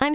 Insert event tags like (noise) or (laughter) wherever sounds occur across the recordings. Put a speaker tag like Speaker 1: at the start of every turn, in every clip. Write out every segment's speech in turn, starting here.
Speaker 1: I'm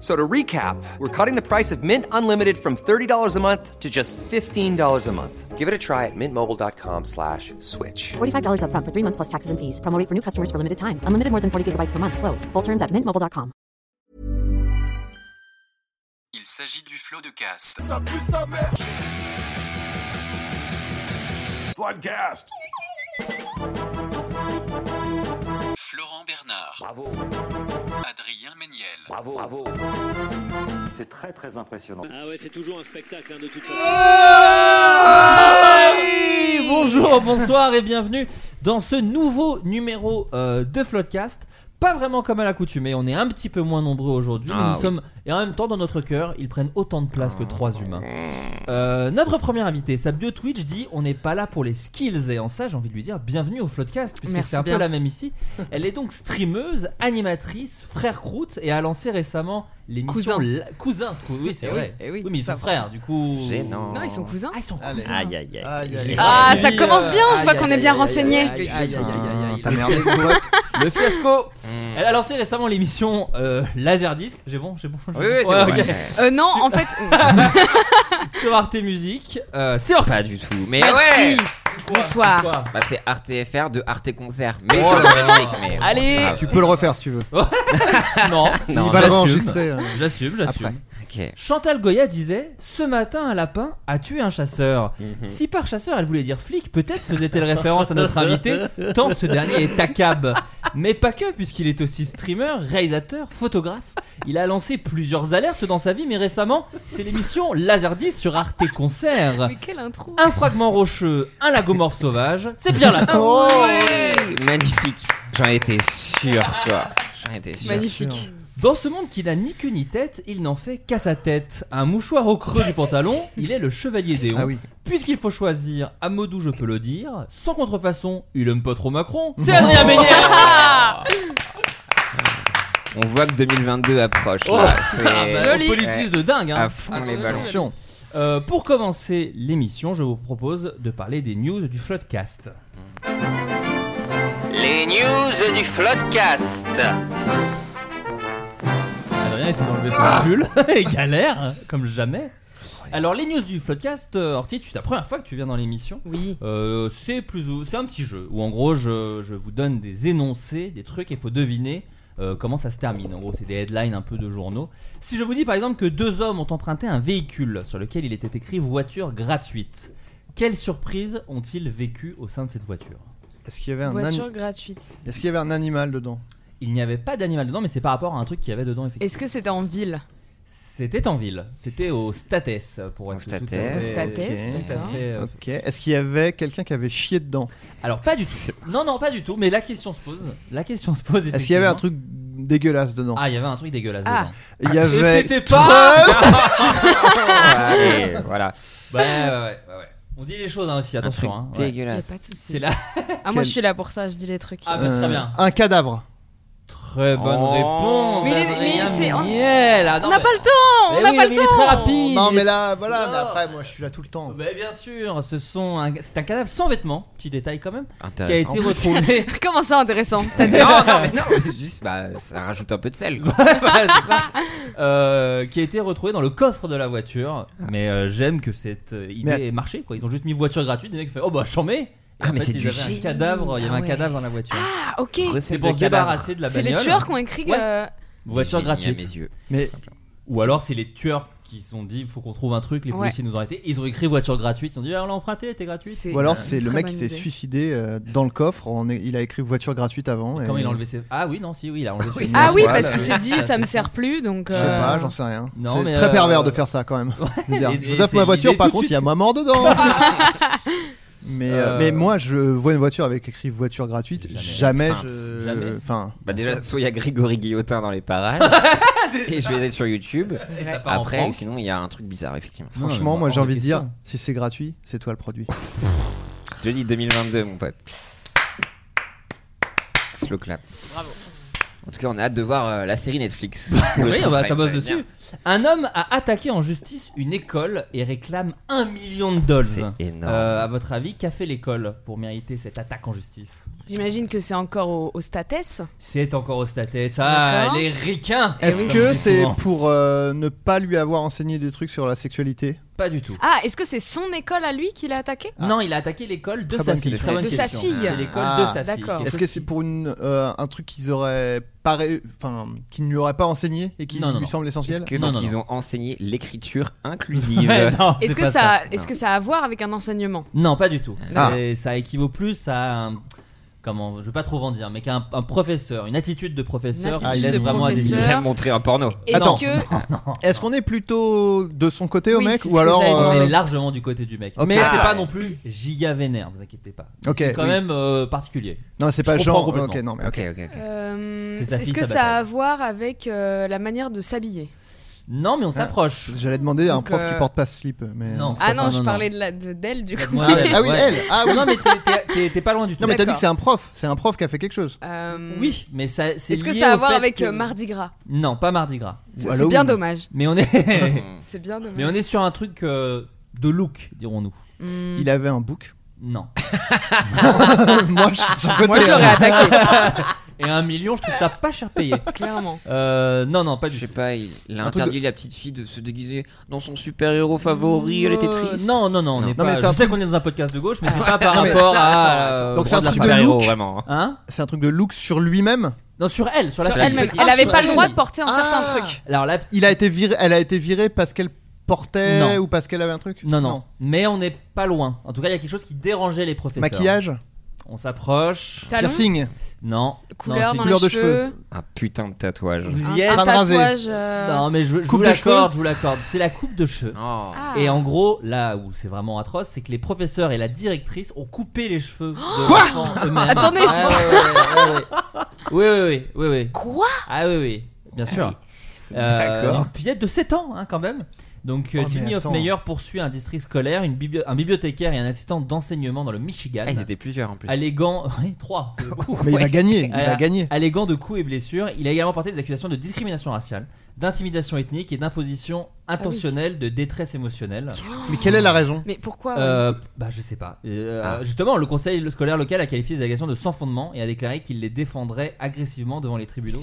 Speaker 2: So to recap, we're cutting the price of Mint Unlimited from $30 a month to just $15 a month. Give it a try at mintmobile.com slash switch.
Speaker 3: $45 up front for three months plus taxes and fees. Promo rate for new customers for limited time. Unlimited more than 40 gigabytes per month. Slows. Full terms at mintmobile.com.
Speaker 4: Il s'agit du flot de cast.
Speaker 5: Floodcast.
Speaker 4: Florent Bernard. Bravo. Adrien Méniel.
Speaker 6: C'est très très impressionnant.
Speaker 7: Ah ouais, c'est toujours un spectacle hein, de toute façon.
Speaker 8: Hey, Bonjour, bonsoir et bienvenue dans ce nouveau numéro euh, de Floodcast. Pas vraiment comme à l'accoutumée, on est un petit peu moins nombreux aujourd'hui, mais
Speaker 2: Ah,
Speaker 8: nous
Speaker 2: oui.
Speaker 8: sommes et en même temps dans notre cœur, ils prennent autant de place que trois humains. Euh, notre premier invité, Sabio Twitch, dit on n'est pas là pour les skills et en ça j'ai envie de lui dire bienvenue au Floodcast puisque
Speaker 9: Merci
Speaker 8: c'est un peu
Speaker 9: bien.
Speaker 8: la même ici. Elle est donc streameuse, animatrice, frère croûte et a lancé récemment l'émission
Speaker 9: Cousin.
Speaker 8: La- cousin. cou- Oui c'est
Speaker 9: Eh oui,
Speaker 8: vrai.
Speaker 9: eh oui,
Speaker 8: mais ils
Speaker 9: ça
Speaker 8: sont
Speaker 9: va.
Speaker 8: frères du coup.
Speaker 2: Gênant.
Speaker 9: Non, ils sont cousins.
Speaker 8: Ah ils sont
Speaker 6: Allez.
Speaker 8: cousins.
Speaker 2: Aïe, aïe, aïe.
Speaker 6: Aïe, aïe,
Speaker 9: Ah,
Speaker 6: aïe.
Speaker 9: ça commence bien, je vois qu'on est bien renseigné.
Speaker 8: Aïe, aïe, aïe, aïe, aïe.
Speaker 6: Ta mère les boîtes.
Speaker 8: Le fiasco Elle a lancé récemment l'émission euh, Laserdisc. J'ai bon, j'ai bon. j'ai
Speaker 2: Oui,
Speaker 8: bon.
Speaker 2: oui, c'est
Speaker 8: Ouais,
Speaker 2: bon,
Speaker 8: ok.
Speaker 2: ouais.
Speaker 9: Euh, non, en fait.
Speaker 8: Sur Arte Musique. euh, c'est hors
Speaker 7: Pas du tout. Mais ouais
Speaker 9: Merci. Bonsoir.
Speaker 7: Bah c'est Arte FR de Arte Concert. Mais
Speaker 8: Oh
Speaker 7: c'est le
Speaker 8: là là.
Speaker 7: générique, mais bon,
Speaker 8: Allez.
Speaker 7: c'est pas grave.
Speaker 6: Tu peux le refaire si tu veux.
Speaker 8: Non,
Speaker 7: (laughs) Non,
Speaker 6: Il va l'avait
Speaker 8: j'assume.
Speaker 6: enregistré. euh.
Speaker 8: J'assume, j'assume.
Speaker 6: Après.
Speaker 7: ok.
Speaker 8: Chantal Goya disait Ce matin, un lapin a tué un chasseur. Si par chasseur elle voulait dire flic, peut-être faisait-elle référence à notre invité, tant ce dernier est accab. Mais pas que, puisqu'il est aussi streamer, réalisateur, photographe. Il a lancé plusieurs alertes dans sa vie, mais récemment, c'est l'émission Laserdis sur Arte Concert.
Speaker 9: Mais quelle intro.
Speaker 8: Un fragment rocheux, un lagomorphe sauvage, c'est bien là.
Speaker 7: Magnifique. J'en étais sûr, quoi. J'en étais sûr.
Speaker 9: Magnifique.
Speaker 8: Dans ce monde qui n'a ni queue ni tête, il n'en fait qu'à sa tête. Un mouchoir au
Speaker 7: (laughs)
Speaker 8: creux du pantalon, il est le chevalier des
Speaker 6: Ah oui.
Speaker 8: Puisqu'il faut choisir, à mot doux je peux le dire, sans contrefaçon, il aime pas
Speaker 7: (laughs)
Speaker 8: trop Macron, c'est Adrien Méniel
Speaker 7: On voit que 2022 approche. là. C'est-
Speaker 8: Oh. Ah, bah, On se
Speaker 9: Joli.
Speaker 8: politise de dingue hein.
Speaker 7: À fond les ballons.
Speaker 6: Attention.
Speaker 8: Euh, Pour commencer l'émission, je vous propose de parler des news du Floodcast.
Speaker 2: Les news du Floodcast.
Speaker 8: Adrien essaie d'enlever
Speaker 2: Ah.
Speaker 8: son pull (laughs) et galère, comme jamais. Alors les news du Floodcast, euh, Horty, c'est la première fois que tu viens dans l'émission.
Speaker 9: Oui.
Speaker 8: Euh, c'est plus ou- c'est un petit jeu où en gros je, je vous donne des énoncés, des trucs et il faut deviner euh, comment ça se termine. En gros, c'est des headlines un peu de journaux. Si je vous dis par exemple que deux hommes ont emprunté un véhicule sur lequel il était écrit voiture gratuite, quelle surprise ont-ils vécu au sein de cette voiture
Speaker 6: Est-ce qu'il y avait un
Speaker 9: Voiture
Speaker 6: ani-
Speaker 9: gratuite.
Speaker 6: Est-ce qu'il y avait un animal dedans
Speaker 8: Il n'y avait pas d'animal dedans, mais c'est par rapport à un truc qu'il y avait dedans effectivement.
Speaker 9: Est-ce que c'était en ville
Speaker 8: C'était en ville, c'était au Statès pour être
Speaker 7: Statès.
Speaker 8: tout à fait-
Speaker 9: Au Statès,
Speaker 8: tout à
Speaker 9: d'accord.
Speaker 8: fait, euh,
Speaker 6: Ok. Est-ce qu'il y avait quelqu'un qui avait chié dedans
Speaker 8: Alors pas du tout. Non non pas du tout. Mais la question se pose. La question se pose.
Speaker 6: Est-ce qu'il y avait un
Speaker 8: effectivement.
Speaker 6: truc dégueulasse dedans
Speaker 8: Ah il y avait un truc dégueulasse
Speaker 9: Ah.
Speaker 8: dedans.
Speaker 6: Il y
Speaker 8: Et
Speaker 6: avait.
Speaker 8: c'était pas-
Speaker 6: Trump
Speaker 7: Allez, voilà.
Speaker 8: Bah ouais, ouais, ouais, ouais, ouais. On dit les choses hein, aussi,
Speaker 7: Un truc
Speaker 8: attention. Hein, ouais.
Speaker 9: Y a
Speaker 7: dégueulasse.
Speaker 9: pas de soucis.
Speaker 8: C'est là.
Speaker 9: Ah, moi je suis là pour ça, je dis les trucs.
Speaker 8: Ah bah très
Speaker 6: Euh,
Speaker 8: bien.
Speaker 6: Un cadavre.
Speaker 8: Très bonne
Speaker 7: Oh.
Speaker 8: réponse.
Speaker 9: Mais il est-
Speaker 8: Adrien
Speaker 9: mais c'est- on-
Speaker 8: Méniel. Ah, non,
Speaker 9: on n'a
Speaker 8: mais-
Speaker 9: pas le temps On
Speaker 8: mais
Speaker 6: Eh
Speaker 9: n'a
Speaker 8: oui,
Speaker 9: pas
Speaker 8: mais
Speaker 9: le
Speaker 8: il est
Speaker 9: temps
Speaker 8: très rapide.
Speaker 6: Non
Speaker 8: il
Speaker 6: mais
Speaker 8: est-
Speaker 6: là, voilà.
Speaker 8: Non.
Speaker 6: Mais après, moi, je suis là tout le temps.
Speaker 8: Bah, bien sûr, ce sont un- c'est un cadavre sans vêtements, petit détail quand même, qui a
Speaker 7: Intéressant.
Speaker 8: été
Speaker 9: (laughs)
Speaker 8: retrouvé.
Speaker 9: (laughs) Comment ça intéressant C'est-à-dire-
Speaker 7: Non,
Speaker 8: (laughs)
Speaker 7: non, mais non, mais (laughs) juste, bah, ça rajoute un peu de sel. Quoi.
Speaker 8: Voilà, c'est ça. Euh, qui a été retrouvé dans le coffre de la voiture. Mais euh, j'aime que cette euh, idée
Speaker 6: Mais-
Speaker 8: ait marché quoi. Ils ont juste mis voiture gratuite, les mecs font oh bah j'en mets. Et
Speaker 7: Ah,
Speaker 8: en
Speaker 7: mais
Speaker 8: fait,
Speaker 7: c'est
Speaker 8: ils
Speaker 7: du
Speaker 8: avaient un
Speaker 7: génie.
Speaker 8: cadavre, il y avait
Speaker 9: Ah
Speaker 8: un
Speaker 9: ouais.
Speaker 8: cadavre dans la voiture.
Speaker 9: Ah, ok.
Speaker 8: C'est
Speaker 7: Recette
Speaker 8: pour
Speaker 7: de
Speaker 8: se
Speaker 7: cadavre.
Speaker 8: débarrasser de la
Speaker 9: C'est
Speaker 8: bagnole.
Speaker 9: les tueurs qui ont écrit. euh, que-
Speaker 8: Ouais. Voiture
Speaker 7: Génie à
Speaker 8: gratuite.
Speaker 7: mes yeux.
Speaker 6: Mais
Speaker 8: Ou alors c'est les tueurs qui qui se sont dit il faut qu'on trouve un truc, les
Speaker 9: Ouais.
Speaker 8: policiers nous ont arrêtés. Ils ont écrit voiture gratuite, ils ont dit ah, on l'a emprunté, elle était gratuite.
Speaker 9: C'est
Speaker 6: Ou alors
Speaker 9: une
Speaker 6: c'est le
Speaker 9: très
Speaker 6: mec
Speaker 9: bonne
Speaker 6: qui s'est
Speaker 9: idée.
Speaker 6: suicidé euh, dans le coffre. en- il a écrit voiture gratuite avant. et-
Speaker 8: Quand il a enlevé ses. Ah oui, non, si, oui, il a enlevé ses.
Speaker 9: Ah oui,
Speaker 6: Voilà.
Speaker 9: parce qu'il s'est dit ça
Speaker 8: (laughs)
Speaker 9: me sert plus donc.
Speaker 6: Je sais
Speaker 9: euh,
Speaker 6: pas, j'en sais rien.
Speaker 8: non, mais,
Speaker 6: c'est très
Speaker 8: euh,
Speaker 6: pervers de faire ça quand même. De dire,
Speaker 8: et-
Speaker 6: je vous
Speaker 8: et
Speaker 6: offre ma
Speaker 8: c'est
Speaker 6: voiture,
Speaker 8: l'idée
Speaker 6: par
Speaker 8: tout de
Speaker 6: contre, il y a
Speaker 8: suite,
Speaker 6: ma mort dedans.
Speaker 8: (laughs)
Speaker 6: mais, euh,
Speaker 8: Euh,
Speaker 6: mais moi, je vois une voiture avec écrit voiture gratuite.
Speaker 7: Jamais.
Speaker 6: Jamais,
Speaker 7: Enfin,
Speaker 6: je.
Speaker 8: jamais.
Speaker 6: Enfin,
Speaker 7: Bah déjà, soit il y a Grégory Guillotin dans les
Speaker 8: (laughs)
Speaker 7: parages, et je vais être sur YouTube.
Speaker 8: Et ça part en
Speaker 7: Après,
Speaker 8: France.
Speaker 7: sinon, il y a un truc bizarre, effectivement.
Speaker 8: Non, mais
Speaker 6: franchement,
Speaker 8: moi,
Speaker 6: moi, j'ai
Speaker 8: hors de
Speaker 6: envie de
Speaker 8: question.
Speaker 6: dire, si c'est gratuit, c'est toi le produit.
Speaker 7: Je dis 2022, mon pote. Slow clap. En tout cas, on a hâte de voir euh, la série (laughs) Netflix. Le
Speaker 8: Oui,
Speaker 7: true
Speaker 8: bah, ça
Speaker 7: crime,
Speaker 8: bosse
Speaker 7: va être
Speaker 8: dessus.
Speaker 7: bien.
Speaker 8: Un homme a attaqué en justice une école et réclame un million de dollars.
Speaker 7: C'est énorme.
Speaker 8: Euh, à votre avis, qu'a fait l'école pour mériter cette attaque en justice
Speaker 9: J'imagine que c'est encore au, au statès.
Speaker 8: C'est encore au statet, ça,
Speaker 9: D'accord.
Speaker 8: les ricains
Speaker 9: Eh
Speaker 6: Est-ce
Speaker 9: oui.
Speaker 6: que c'est
Speaker 8: Effectivement.
Speaker 6: pour euh, ne pas lui avoir enseigné des trucs sur la sexualité
Speaker 8: Pas du tout.
Speaker 9: Ah, est-ce que c'est son école à lui qui l'a attaqué
Speaker 8: Non, il a attaqué l'école de
Speaker 6: Ah. Très
Speaker 8: sa
Speaker 6: bonne
Speaker 8: fille.
Speaker 6: question.
Speaker 8: Très bonne
Speaker 9: De sa
Speaker 8: question.
Speaker 9: fille.
Speaker 8: C'est l'école
Speaker 6: Ah,
Speaker 8: de sa fille.
Speaker 9: d'accord.
Speaker 8: Quelque
Speaker 6: Est-ce
Speaker 8: chose
Speaker 6: que c'est pour une, euh, un truc qu'ils auraient pas, ré- enfin, qu'ils ne lui auraient pas enseigné et qui
Speaker 8: Non, non,
Speaker 6: lui
Speaker 8: non.
Speaker 6: semble essentiel
Speaker 7: Est-ce que
Speaker 8: Non,
Speaker 7: donc,
Speaker 8: non,
Speaker 7: ils
Speaker 8: non.
Speaker 7: ont enseigné l'écriture
Speaker 8: qui-
Speaker 7: inclusive
Speaker 6: euh,
Speaker 8: Ouais, non, c'est
Speaker 9: Est-ce que
Speaker 8: pas
Speaker 9: ça,
Speaker 8: ça.
Speaker 9: est-ce que ça a à voir avec un enseignement
Speaker 8: Non, pas du tout.
Speaker 6: Ah.
Speaker 8: C'est- Ça équivaut plus à un- comment je veux pas trop en dire, mais qu'un un professeur, une attitude de professeur,
Speaker 9: Une
Speaker 8: qui
Speaker 6: attitude
Speaker 8: laisse
Speaker 6: de
Speaker 8: vraiment à des
Speaker 9: professeur.
Speaker 7: Il a montré un porno.
Speaker 9: Est-ce
Speaker 6: Attends.
Speaker 9: que
Speaker 6: Est-ce qu'on est plutôt de son côté au
Speaker 9: Oui,
Speaker 6: mec
Speaker 9: c'est ce
Speaker 6: ou
Speaker 9: que
Speaker 6: alors
Speaker 9: j'allais
Speaker 8: On
Speaker 9: demander.
Speaker 6: euh,
Speaker 8: est largement du côté du mec.
Speaker 6: Ok.
Speaker 8: Mais c'est
Speaker 7: Ah.
Speaker 8: pas non plus giga vénère, vous inquiétez pas. Mais
Speaker 6: Ok,
Speaker 8: c'est quand
Speaker 6: oui.
Speaker 8: même euh, particulier.
Speaker 6: non c'est pas
Speaker 8: Je comprends
Speaker 6: genre ok non
Speaker 8: complètement.
Speaker 6: mais ok.
Speaker 7: Ok, ok, ok.
Speaker 9: euh,
Speaker 8: C'est sa
Speaker 9: est-ce
Speaker 8: fille,
Speaker 9: que
Speaker 8: sa
Speaker 9: ça a
Speaker 8: bataille.
Speaker 9: à voir avec euh, la manière de s'habiller
Speaker 8: Non,
Speaker 6: Ah.
Speaker 8: mais on s'approche.
Speaker 6: J'allais demander à un
Speaker 9: Donc,
Speaker 6: prof
Speaker 9: euh,
Speaker 6: qui porte pas ce slip mais euh,
Speaker 8: Non.
Speaker 9: Ah
Speaker 8: pas ça,
Speaker 9: non,
Speaker 8: non,
Speaker 9: je
Speaker 8: non.
Speaker 9: parlais de la- de- d'elle du coup.
Speaker 8: Moi,
Speaker 6: Ah, oui, ah oui,
Speaker 8: ouais.
Speaker 6: elle ah oui.
Speaker 8: Non, mais t'es- t'es- t'es- t'es pas loin du tout.
Speaker 6: Non mais t'as dit
Speaker 9: D'accord.
Speaker 6: que c'est un prof, c'est un prof qui a fait quelque chose.
Speaker 9: Euh,
Speaker 8: Oui, mais ça c'est
Speaker 9: Est-ce que
Speaker 8: lié
Speaker 9: ça a à
Speaker 8: au
Speaker 9: voir
Speaker 8: fait
Speaker 9: avec
Speaker 8: que-
Speaker 9: euh, Mardi Gras
Speaker 8: Non, pas mardi gras.
Speaker 9: C'est c'est
Speaker 6: Halloween.
Speaker 9: bien dommage.
Speaker 8: Mais on est
Speaker 6: (laughs)
Speaker 9: C'est bien dommage.
Speaker 8: mais on est sur un truc euh, de look, dirons-nous.
Speaker 9: Hmm.
Speaker 6: Il avait un bouc.
Speaker 9: (laughs)
Speaker 8: Non.
Speaker 6: Moi je suis sur le côté.
Speaker 9: Moi, je l'aurais
Speaker 6: hein.
Speaker 9: attaqué,
Speaker 8: (laughs) Et un million, je trouve ça pas cher payé.
Speaker 9: clairement.
Speaker 8: Euh, non, non, pas
Speaker 7: Je
Speaker 8: du
Speaker 7: sais
Speaker 8: tout.
Speaker 7: pas, il il a
Speaker 6: Un truc
Speaker 7: interdit la petite fille de se déguiser dans son super-héros favori, elle était
Speaker 8: Euh,
Speaker 7: triste.
Speaker 8: Non, non, non, on n'est
Speaker 6: Non, mais
Speaker 8: pas.
Speaker 6: c'est
Speaker 8: Je
Speaker 6: un Ah.
Speaker 8: sais qu'on est dans un podcast de gauche, mais c'est pas par
Speaker 6: Non, mais-
Speaker 8: rapport à. euh,
Speaker 6: Donc c'est un
Speaker 8: droit de
Speaker 6: truc
Speaker 8: la
Speaker 6: de
Speaker 8: femme.
Speaker 7: super-héros,
Speaker 6: look.
Speaker 7: vraiment. hein.
Speaker 8: Hein
Speaker 6: euh, C'est un truc de look sur lui-même.
Speaker 8: Non, sur elle, sur la
Speaker 7: Sur
Speaker 8: fille.
Speaker 9: Elle-même,
Speaker 7: petite-
Speaker 9: elle avait
Speaker 6: Ah,
Speaker 9: pas le
Speaker 6: oui.
Speaker 9: droit de porter un certain
Speaker 6: Ah.
Speaker 9: truc.
Speaker 8: Alors là,
Speaker 6: Il a été viré, elle a été virée parce qu'elle portait
Speaker 8: Non.
Speaker 6: ou parce qu'elle avait un truc.
Speaker 8: Non, non, Mais on n'est pas loin. En tout cas, il y a quelque chose qui dérangeait les professeurs.
Speaker 6: Maquillage,
Speaker 8: On s'approche.
Speaker 9: Talons,
Speaker 6: piercing.
Speaker 8: Non.
Speaker 9: couleur
Speaker 8: non,
Speaker 9: dans
Speaker 8: c'est-
Speaker 6: couleur
Speaker 9: les
Speaker 6: de
Speaker 9: cheveux,
Speaker 7: Un putain de tatouage.
Speaker 8: Vous y
Speaker 9: un
Speaker 8: êtes.
Speaker 6: Crâne rasé.
Speaker 9: tatouage. euh,
Speaker 8: Non, mais je, je
Speaker 6: Coupe
Speaker 8: vous
Speaker 6: de
Speaker 8: l'accorde,
Speaker 6: cheveux.
Speaker 8: je vous l'accorde. C'est la coupe de cheveux.
Speaker 7: Oh.
Speaker 9: ah.
Speaker 8: Et en gros, là où c'est vraiment atroce, c'est que les professeurs et la directrice ont coupé les cheveux de
Speaker 6: Quoi
Speaker 8: l'enfant eux-mêmes. Ah,
Speaker 9: Attendez,
Speaker 8: Ouais,
Speaker 9: c'est-
Speaker 8: ouais, ouais, ouais, ouais. Oui, oui, oui, oui, oui.
Speaker 9: Quoi
Speaker 8: Ah oui, oui, bien
Speaker 6: Ah
Speaker 8: sûr. Euh,
Speaker 7: D'accord.
Speaker 8: une fillette de 7 ans, hein, quand même. Donc, euh,
Speaker 6: Oh, mais
Speaker 8: Ginny
Speaker 6: attends.
Speaker 8: Hofmeyer poursuit un district scolaire, une bibli- un bibliothécaire et un assistant d'enseignement dans le Michigan.
Speaker 7: Ah, ils étaient plusieurs en plus.
Speaker 8: Allégant. (laughs) Oui, 3.
Speaker 6: Mais il a gagné, il
Speaker 8: Voilà.
Speaker 6: a gagné.
Speaker 8: Euh, Allégant de coups et blessures, il a également porté des accusations de discrimination raciale, d'intimidation ethnique et d'imposition
Speaker 9: Ah
Speaker 8: intentionnelle de détresse émotionnelle.
Speaker 6: Mais quelle est la raison
Speaker 9: Mais
Speaker 7: Ah
Speaker 9: pourquoi
Speaker 8: Euh, bah je sais pas. Euh, Justement, le conseil scolaire local a qualifié les allégations de sans fondement et a déclaré qu'il les défendrait agressivement devant les tribunaux.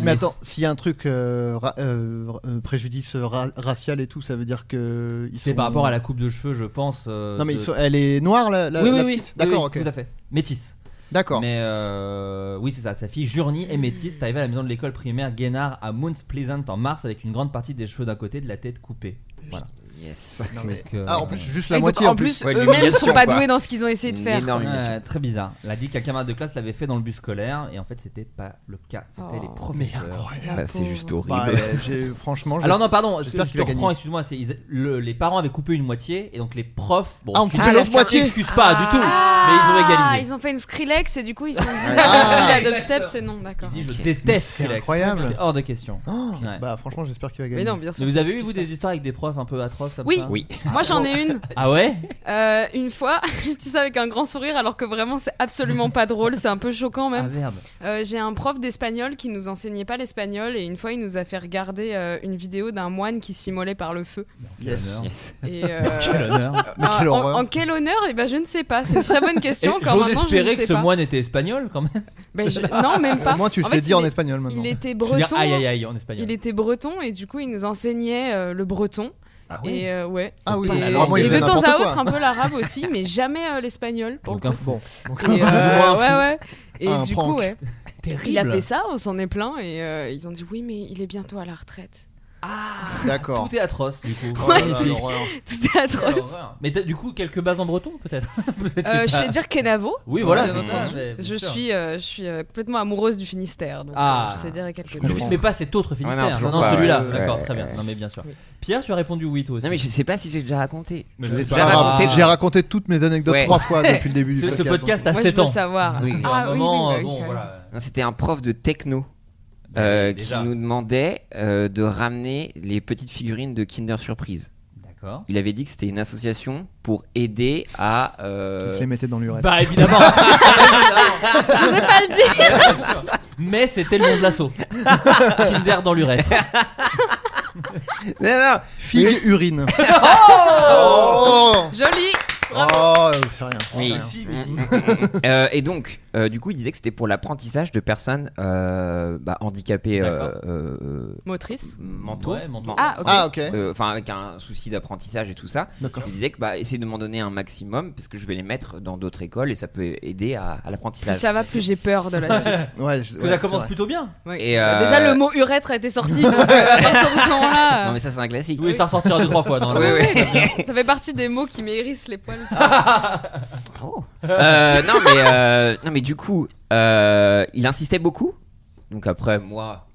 Speaker 6: Mais attends, s'il y a un truc euh, ra- euh, euh, préjudice euh, ra- racial et tout, ça veut dire que ils
Speaker 8: C'est
Speaker 6: sont-
Speaker 8: par rapport à la coupe de cheveux, je pense. euh,
Speaker 6: Non mais
Speaker 8: de-
Speaker 6: ils sont- elle est noire la, la,
Speaker 8: oui,
Speaker 6: la
Speaker 8: oui, oui,
Speaker 6: petite
Speaker 8: oui,
Speaker 6: D'accord,
Speaker 8: oui,
Speaker 6: ok.
Speaker 8: tout à fait. Métisse.
Speaker 6: D'accord. Mm.
Speaker 8: Mais euh, oui, c'est ça. Sa fille Journey est métisse, est arrivée à la maison de l'école primaire Guénard à Moons Pleasant en mars avec une grande partie des cheveux d'un côté, de la tête coupée. Voilà.
Speaker 7: Yes.
Speaker 8: Donc, euh,
Speaker 6: Ah en plus juste la
Speaker 9: Et donc,
Speaker 6: moitié
Speaker 9: en plus,
Speaker 7: Ouais,
Speaker 9: eux-mêmes
Speaker 7: l'humiliation,
Speaker 9: sont pas
Speaker 7: quoi.
Speaker 9: doués dans ce qu'ils ont essayé de
Speaker 7: Une
Speaker 9: faire.
Speaker 7: énorme humiliation.
Speaker 8: Ouais, très bizarre. Elle a dit qu'un camarade de classe l'avait fait dans le bus scolaire et en fait c'était pas le cas. C'était
Speaker 9: Oh.
Speaker 8: les
Speaker 6: Mais
Speaker 8: professeurs.
Speaker 6: incroyable.
Speaker 7: Bah, c'est
Speaker 9: pauvre.
Speaker 7: juste horrible.
Speaker 6: Bah, euh, j'ai- franchement, je-
Speaker 8: Alors Ah, non, pardon, je,
Speaker 6: J'espère
Speaker 8: je
Speaker 6: qu'il
Speaker 8: te
Speaker 6: a gagné.
Speaker 8: reprends, excuse-moi, c'est, ils- le- les parents avaient coupé une moitié et donc les profs... Bon,
Speaker 6: Ah, on
Speaker 8: je-
Speaker 6: coupait
Speaker 8: je-
Speaker 6: l'autre
Speaker 8: je-
Speaker 6: moitié
Speaker 8: excuse pas du tout, mais ils ont
Speaker 9: Ah,
Speaker 8: égalisé.
Speaker 9: ils ont fait une Skrillex et du coup ils se sont dit
Speaker 6: Ah.
Speaker 9: bah, si la dubstep c'est non, d'accord.
Speaker 8: Il dit, je
Speaker 7: Ok.
Speaker 6: Mais
Speaker 8: déteste
Speaker 6: c'est
Speaker 8: Skrillex.
Speaker 6: incroyable.
Speaker 8: C'est hors de question.
Speaker 6: Oh,
Speaker 8: Ouais.
Speaker 6: Bah franchement, j'espère qu'il va gagner.
Speaker 9: Mais non, bien sûr.
Speaker 8: Mais vous
Speaker 9: ça
Speaker 8: avez eu, vous,
Speaker 9: s'excuse
Speaker 8: des histoires avec des profs un peu atroces comme
Speaker 9: Oui.
Speaker 8: ça
Speaker 7: Oui.
Speaker 9: pas. Moi j'en ai une.
Speaker 8: Ah
Speaker 9: (laughs)
Speaker 8: ouais
Speaker 9: Euh, une fois, (laughs) je dis ça avec un grand sourire alors que vraiment c'est absolument pas drôle, c'est un peu choquant
Speaker 8: Ah
Speaker 9: même.
Speaker 8: merde.
Speaker 9: Euh, J'ai un prof d'espagnol qui nous enseignait pas l'espagnol et une fois il nous a fait regarder euh, une vidéo d'un moine qui s'immolait par le feu.
Speaker 6: Yes.
Speaker 8: Quel honneur.
Speaker 7: Yes.
Speaker 8: (laughs)
Speaker 9: Et, euh,
Speaker 8: Quel honneur.
Speaker 9: (laughs)
Speaker 6: Mais
Speaker 9: en-
Speaker 6: quelle
Speaker 9: en,
Speaker 6: horreur.
Speaker 9: en quel honneur Eh ben je ne sais pas, c'est une très bonne
Speaker 8: Et
Speaker 9: question. encore
Speaker 8: J'ose
Speaker 9: maintenant, je ne
Speaker 8: espérer
Speaker 9: sais
Speaker 8: que ce
Speaker 9: pas.
Speaker 8: moine était espagnol quand même.
Speaker 9: Ben, je- Non même pas.
Speaker 6: Au moins, tu le
Speaker 9: En
Speaker 6: sais
Speaker 9: fait,
Speaker 6: dire
Speaker 9: il
Speaker 6: en
Speaker 9: est-
Speaker 6: espagnol maintenant.
Speaker 9: Il était
Speaker 8: Je veux dire,
Speaker 9: breton.
Speaker 8: aïe aïe aïe en espagnol.
Speaker 9: Il était breton et du coup il nous enseignait euh, le breton
Speaker 8: Ah
Speaker 9: et euh, ouais.
Speaker 6: Ah oui,
Speaker 9: Et,
Speaker 6: donc,
Speaker 8: la
Speaker 6: vraiment, il
Speaker 9: et
Speaker 6: faisait
Speaker 9: de temps
Speaker 6: n'importe
Speaker 9: à
Speaker 6: quoi.
Speaker 9: autre hein. un peu l'arabe aussi, mais jamais euh, l'espagnol. pour le
Speaker 8: Donc un
Speaker 9: coup.
Speaker 8: fou.
Speaker 6: Bon, donc-
Speaker 9: Et, euh,
Speaker 8: Moins fou.
Speaker 9: ouais ouais. Et
Speaker 6: Un
Speaker 9: du
Speaker 6: prank.
Speaker 9: coup ouais.
Speaker 8: Terrible.
Speaker 9: Il a fait ça, on s'en est plein et euh, ils ont dit oui mais il est bientôt à la retraite. (laughs)
Speaker 6: D'accord.
Speaker 8: Tout est atroce du coup.
Speaker 6: Oh là là,
Speaker 9: Ouais,
Speaker 6: l'horreur.
Speaker 9: Tout est
Speaker 8: Quelle
Speaker 9: atroce.
Speaker 8: horreur. Mais t'as- du coup, quelques bases en breton peut-être (laughs) Vous êtes
Speaker 9: Euh,
Speaker 8: pas-
Speaker 9: je sais dire Kenavo.
Speaker 8: Oui, voilà,
Speaker 9: Ouais,
Speaker 8: c'est
Speaker 9: je-
Speaker 8: ça, mais- bien
Speaker 9: je,
Speaker 8: sûr.
Speaker 9: suis, euh, je suis euh, complètement amoureuse du Finistère. Donc,
Speaker 8: Ah.
Speaker 9: euh, je sais dire quelques
Speaker 8: Je
Speaker 9: mots.
Speaker 8: ne mais pas cet autre Finistère.
Speaker 7: Ouais, non,
Speaker 8: non,
Speaker 7: toujours
Speaker 8: non,
Speaker 7: pas,
Speaker 8: celui-là.
Speaker 6: ouais.
Speaker 8: D'accord,
Speaker 7: Ouais,
Speaker 8: très bien.
Speaker 7: ouais.
Speaker 8: Non, mais bien sûr.
Speaker 9: Oui.
Speaker 8: Pierre, tu as répondu oui, toi aussi.
Speaker 7: Non, mais je sais pas si j'ai déjà raconté.
Speaker 8: Mais
Speaker 7: Je
Speaker 8: c'est
Speaker 7: vous ai
Speaker 8: pas
Speaker 7: déjà
Speaker 8: grave.
Speaker 7: raconté.
Speaker 8: Ah.
Speaker 6: J'ai raconté toutes mes anecdotes
Speaker 7: Ouais.
Speaker 6: trois fois depuis le début du
Speaker 8: Ce, ce
Speaker 6: podcast.
Speaker 8: podcast a
Speaker 9: Moi, je
Speaker 8: 7
Speaker 9: veux
Speaker 8: ans.
Speaker 9: savoir.
Speaker 7: Oui.
Speaker 8: À
Speaker 9: Ah,
Speaker 8: un moment,
Speaker 9: oui,
Speaker 8: euh,
Speaker 9: oui,
Speaker 8: bon,
Speaker 9: oui,
Speaker 8: voilà.
Speaker 7: Non, C'était un prof de techno euh,
Speaker 8: Euh,
Speaker 7: qui
Speaker 8: déjà.
Speaker 7: nous demandait euh, de ramener les petites figurines de Kinder Surprise.
Speaker 8: D'accord.
Speaker 7: Il avait dit que c'était une association pour aider à. euh,
Speaker 6: Il se les mettait dans l'urètre.
Speaker 7: (laughs)
Speaker 8: Bah évidemment.
Speaker 9: Je sais pas le dire.
Speaker 8: (laughs) Bien sûr. Mais c'était le nom
Speaker 7: (laughs)
Speaker 8: de l'assaut. Kinder dans l'urètre.
Speaker 7: Non, non,
Speaker 6: Figue urine. Oh
Speaker 9: Joli.
Speaker 6: Oh, c'est rien.
Speaker 7: Oui.
Speaker 6: c'est rien.
Speaker 7: Euh, et donc, euh, du coup, il disait que c'était pour l'apprentissage de personnes euh, bah, handicapées euh,
Speaker 8: D'accord.
Speaker 7: euh,
Speaker 6: Oh.
Speaker 9: Motrice.
Speaker 7: mentaux.
Speaker 8: Ouais, mentaux.
Speaker 9: Ah, ok.
Speaker 6: Ah, ok.
Speaker 7: Euh, Enfin, avec un souci d'apprentissage et tout ça.
Speaker 6: D'accord.
Speaker 7: Il disait que bah, essayez de m'en donner un maximum parce que je vais les mettre dans d'autres écoles et ça peut aider à, à
Speaker 9: Plus
Speaker 7: l'apprentissage.
Speaker 9: ça va, plus j'ai peur de la suite.
Speaker 6: Ouais, je-
Speaker 8: Parce que
Speaker 6: ouais,
Speaker 8: ça
Speaker 6: c'est
Speaker 8: commence
Speaker 6: vrai.
Speaker 8: plutôt bien.
Speaker 9: Oui.
Speaker 7: Et,
Speaker 9: Bah,
Speaker 7: euh,
Speaker 9: Déjà, le mot urètre a été sorti. donc, euh, à partir de ce moment-là,
Speaker 8: (laughs)
Speaker 7: Non,
Speaker 9: euh,
Speaker 7: mais ça, c'est un classique.
Speaker 8: Oui, ça ressortira deux trois fois. Dans
Speaker 7: Oui, oui.
Speaker 9: ça fait partie des mots qui m'hérissent les poils.
Speaker 7: Euh, non, mais, euh, non, mais du coup, euh, il insistait beaucoup. Donc après, moi,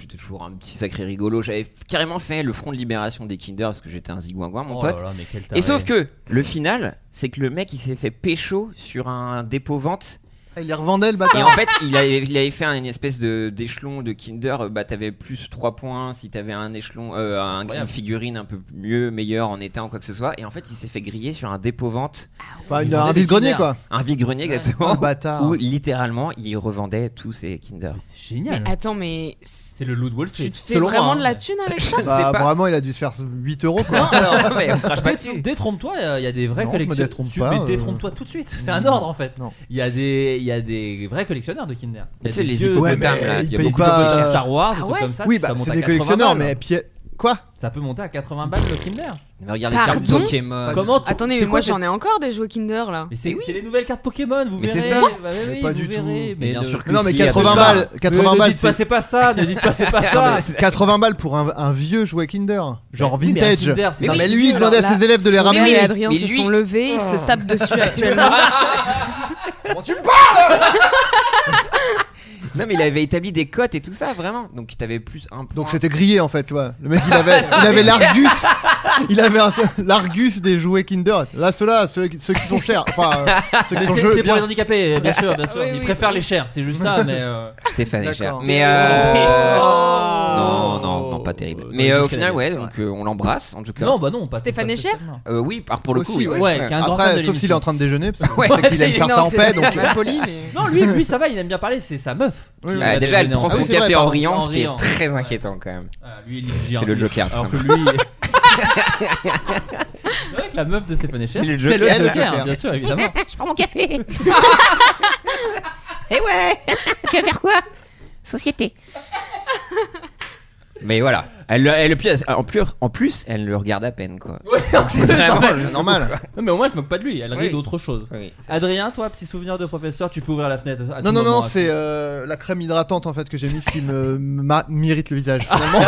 Speaker 7: j'étais toujours un petit sacré rigolo. J'avais carrément fait le front de libération des Kinder parce que j'étais un zigouingouin, mon
Speaker 8: Oh là
Speaker 7: pote.
Speaker 8: là, mais quel
Speaker 7: Et
Speaker 8: taré.
Speaker 7: sauf que le final, c'est que le mec il s'est fait pécho sur un dépôt vente
Speaker 6: Ah, Il les revendait le
Speaker 7: et
Speaker 6: bâtard.
Speaker 7: en fait il avait, il avait fait un- une espèce de d'échelon de Kinder. euh, Bah t'avais plus 3 points si t'avais un échelon, euh, un- une
Speaker 8: incroyable.
Speaker 7: figurine un peu mieux, meilleure en état ou quoi que ce soit. Et en fait il s'est fait griller sur un dépôt vente,
Speaker 6: Enfin,
Speaker 8: Il
Speaker 6: il a un
Speaker 8: vendait des
Speaker 6: vide-grenier
Speaker 8: Kinder.
Speaker 6: quoi.
Speaker 7: un vide-grenier
Speaker 6: Oh,
Speaker 7: exactement.
Speaker 6: le bâtard.
Speaker 7: Où littéralement il revendait tous ses Kinder.
Speaker 8: Mais C'est génial.
Speaker 9: Mais attends, mais c-
Speaker 8: C'est le loup de Wall Street.
Speaker 9: tu te fais
Speaker 8: selon
Speaker 9: vraiment
Speaker 8: moi, hein.
Speaker 9: de la thune
Speaker 8: (laughs)
Speaker 9: avec ça
Speaker 6: Bah,
Speaker 7: sais pas.
Speaker 6: vraiment, il a dû se faire 8 euros quoi.
Speaker 7: Non, (laughs) mais on crache pas
Speaker 8: Dé-
Speaker 7: dessus.
Speaker 8: Détrompe-toi, il y a- il y a des vrais
Speaker 6: Non, je me
Speaker 8: collectionneurs.
Speaker 6: détrompe
Speaker 8: Tu-
Speaker 6: pas,
Speaker 8: mais
Speaker 6: euh.
Speaker 8: détrompe-toi tout de suite. C'est un ordre en fait.
Speaker 6: Non.
Speaker 8: Il y a des, il y a des vrais collectionneurs de Kinder. Il y a
Speaker 7: Tu sais,
Speaker 8: des
Speaker 7: les
Speaker 8: vieux-
Speaker 7: hippopotames,
Speaker 6: mais
Speaker 7: là,
Speaker 6: ils
Speaker 7: il y a
Speaker 6: payent
Speaker 7: beaucoup
Speaker 8: Des
Speaker 6: pas-
Speaker 7: de
Speaker 8: trucs Star Wars, des
Speaker 9: Ah
Speaker 8: trucs
Speaker 9: ouais
Speaker 8: comme ça.
Speaker 6: Oui,
Speaker 8: ça
Speaker 6: bah,
Speaker 8: monte
Speaker 6: c'est
Speaker 8: à
Speaker 6: des
Speaker 8: 80
Speaker 6: collectionneurs,
Speaker 8: balles.
Speaker 6: mais puis. Quoi
Speaker 8: Ça peut monter à 80 balles le Kinder.
Speaker 7: Mais regarde les
Speaker 9: Pardon
Speaker 7: cartes Pokémon.
Speaker 8: Comment t-
Speaker 9: Attendez,
Speaker 8: c'est
Speaker 9: mais
Speaker 8: quoi
Speaker 9: moi
Speaker 8: ces-
Speaker 9: j'en ai encore des jouets Kinder là.
Speaker 8: Mais c'est c'est les nouvelles cartes Pokémon, vous
Speaker 7: Mais
Speaker 8: verrez.
Speaker 7: c'est ça.
Speaker 8: Bah oui, oui,
Speaker 6: pas
Speaker 8: vous
Speaker 6: du tout.
Speaker 8: verrez,
Speaker 7: Mais bien
Speaker 8: ne-
Speaker 7: sûr que
Speaker 6: Non, mais
Speaker 7: si, il y a
Speaker 6: 80
Speaker 7: des-
Speaker 6: balles,
Speaker 8: Ne-
Speaker 6: 80
Speaker 8: ne
Speaker 6: balles,
Speaker 8: dites pas
Speaker 6: c'est-
Speaker 8: c'est pas ça, ne dites pas c'est pas ça.
Speaker 6: 80 balles pour un, un vieux jouet Kinder, genre
Speaker 8: Oui, mais un
Speaker 6: vintage.
Speaker 8: Kinder, c'est
Speaker 6: non,
Speaker 8: pas
Speaker 6: mais
Speaker 8: vieux,
Speaker 6: lui, il
Speaker 8: alors
Speaker 6: demandait à
Speaker 9: là,
Speaker 6: ses élèves de les
Speaker 9: Léa et
Speaker 6: ramener.
Speaker 9: Adrien
Speaker 7: mais
Speaker 9: se
Speaker 7: lui-
Speaker 9: sont levés, ils se tapent dessus actuellement.
Speaker 6: Comment tu me parles
Speaker 7: Non, mais il avait établi des cotes et tout ça, vraiment. Donc t'avais plus un point.
Speaker 6: Donc c'était grillé en fait, tu vois. Le mec, il
Speaker 8: (laughs)
Speaker 6: avait, il avait l'Argus, il avait un- l'Argus des jouets Kinder. Là, ceux-là, ceux, ceux qui sont chers, enfin, euh,
Speaker 8: (laughs)
Speaker 6: ceux qui
Speaker 8: Mais
Speaker 6: sont
Speaker 8: C'est
Speaker 6: jeux,
Speaker 8: c'est pour les
Speaker 6: bien.
Speaker 8: handicapés, bien sûr, bien sûr.
Speaker 9: Oui,
Speaker 8: Ils
Speaker 9: oui,
Speaker 8: préfèrent
Speaker 9: oui.
Speaker 8: les chers, c'est juste ça, mais. euh,
Speaker 7: Stéphane est cher.
Speaker 6: D'accord.
Speaker 7: Mais euh... non,
Speaker 8: Oh.
Speaker 7: non, non, pas terrible.
Speaker 8: Euh,
Speaker 7: Mais
Speaker 8: non,
Speaker 7: euh, au
Speaker 8: jusqu'à
Speaker 7: final,
Speaker 8: la-
Speaker 7: ouais, donc euh, on l'embrasse en tout cas.
Speaker 8: Non, bah non, pas.
Speaker 9: Stéphane
Speaker 8: pas
Speaker 9: est cher
Speaker 8: spécialement.
Speaker 7: Euh, oui, par pour le
Speaker 6: Aussi,
Speaker 7: coup, oui.
Speaker 6: ouais.
Speaker 8: Ouais, qui est un grand fan
Speaker 6: Après, sauf
Speaker 8: de
Speaker 6: s'il est
Speaker 8: l'émission.
Speaker 6: en train de déjeuner, parce que
Speaker 7: Ouais.
Speaker 6: c'est qu'il aime faire ça en paix, donc. euh,
Speaker 9: mal poli, mais.
Speaker 8: Non, lui, lui, ça va, il aime bien parler, c'est sa meuf.
Speaker 6: Oui,
Speaker 8: Il
Speaker 6: oui.
Speaker 7: Bah,
Speaker 8: a
Speaker 7: déjà, elle
Speaker 8: déjeuné
Speaker 7: prend son
Speaker 6: Ah oui,
Speaker 8: ensemble.
Speaker 6: c'est
Speaker 7: café
Speaker 6: vrai,
Speaker 7: en
Speaker 6: pardon.
Speaker 7: riant,
Speaker 8: En
Speaker 7: ce qui est
Speaker 8: riant.
Speaker 7: très
Speaker 8: Ouais.
Speaker 7: inquiétant quand même.
Speaker 8: Ah, lui, il gère.
Speaker 7: C'est le Joker, tout
Speaker 8: Alors que
Speaker 7: simplement.
Speaker 8: lui. C'est vrai que la meuf de Stéphane Echer,
Speaker 7: C'est le
Speaker 8: c'est le
Speaker 7: Joker.
Speaker 8: Joker, bien sûr, évidemment.
Speaker 3: Je prends mon café. Et ouais. (laughs) tu vas faire quoi Société.
Speaker 7: Mais voilà. Elle, euh, elle, le pire- en, plus, en plus, elle le regarde à peine, quoi. Donc, c'est vraiment
Speaker 6: C'est normal.
Speaker 8: Non, mais au moins, elle se moque pas de lui, elle rit
Speaker 7: Oui.
Speaker 8: d'autre chose.
Speaker 7: Oui, c'est-
Speaker 8: Adrien, toi, petit souvenir de professeur, tu peux ouvrir la fenêtre. à
Speaker 6: Non,
Speaker 8: tout
Speaker 6: non,
Speaker 8: moment,
Speaker 6: non,
Speaker 8: hein.
Speaker 6: c'est euh, la crème hydratante en fait que j'ai mise qui me (laughs) ma- m'irrite le
Speaker 8: (laughs)
Speaker 6: visage
Speaker 9: (laughs)
Speaker 6: finalement.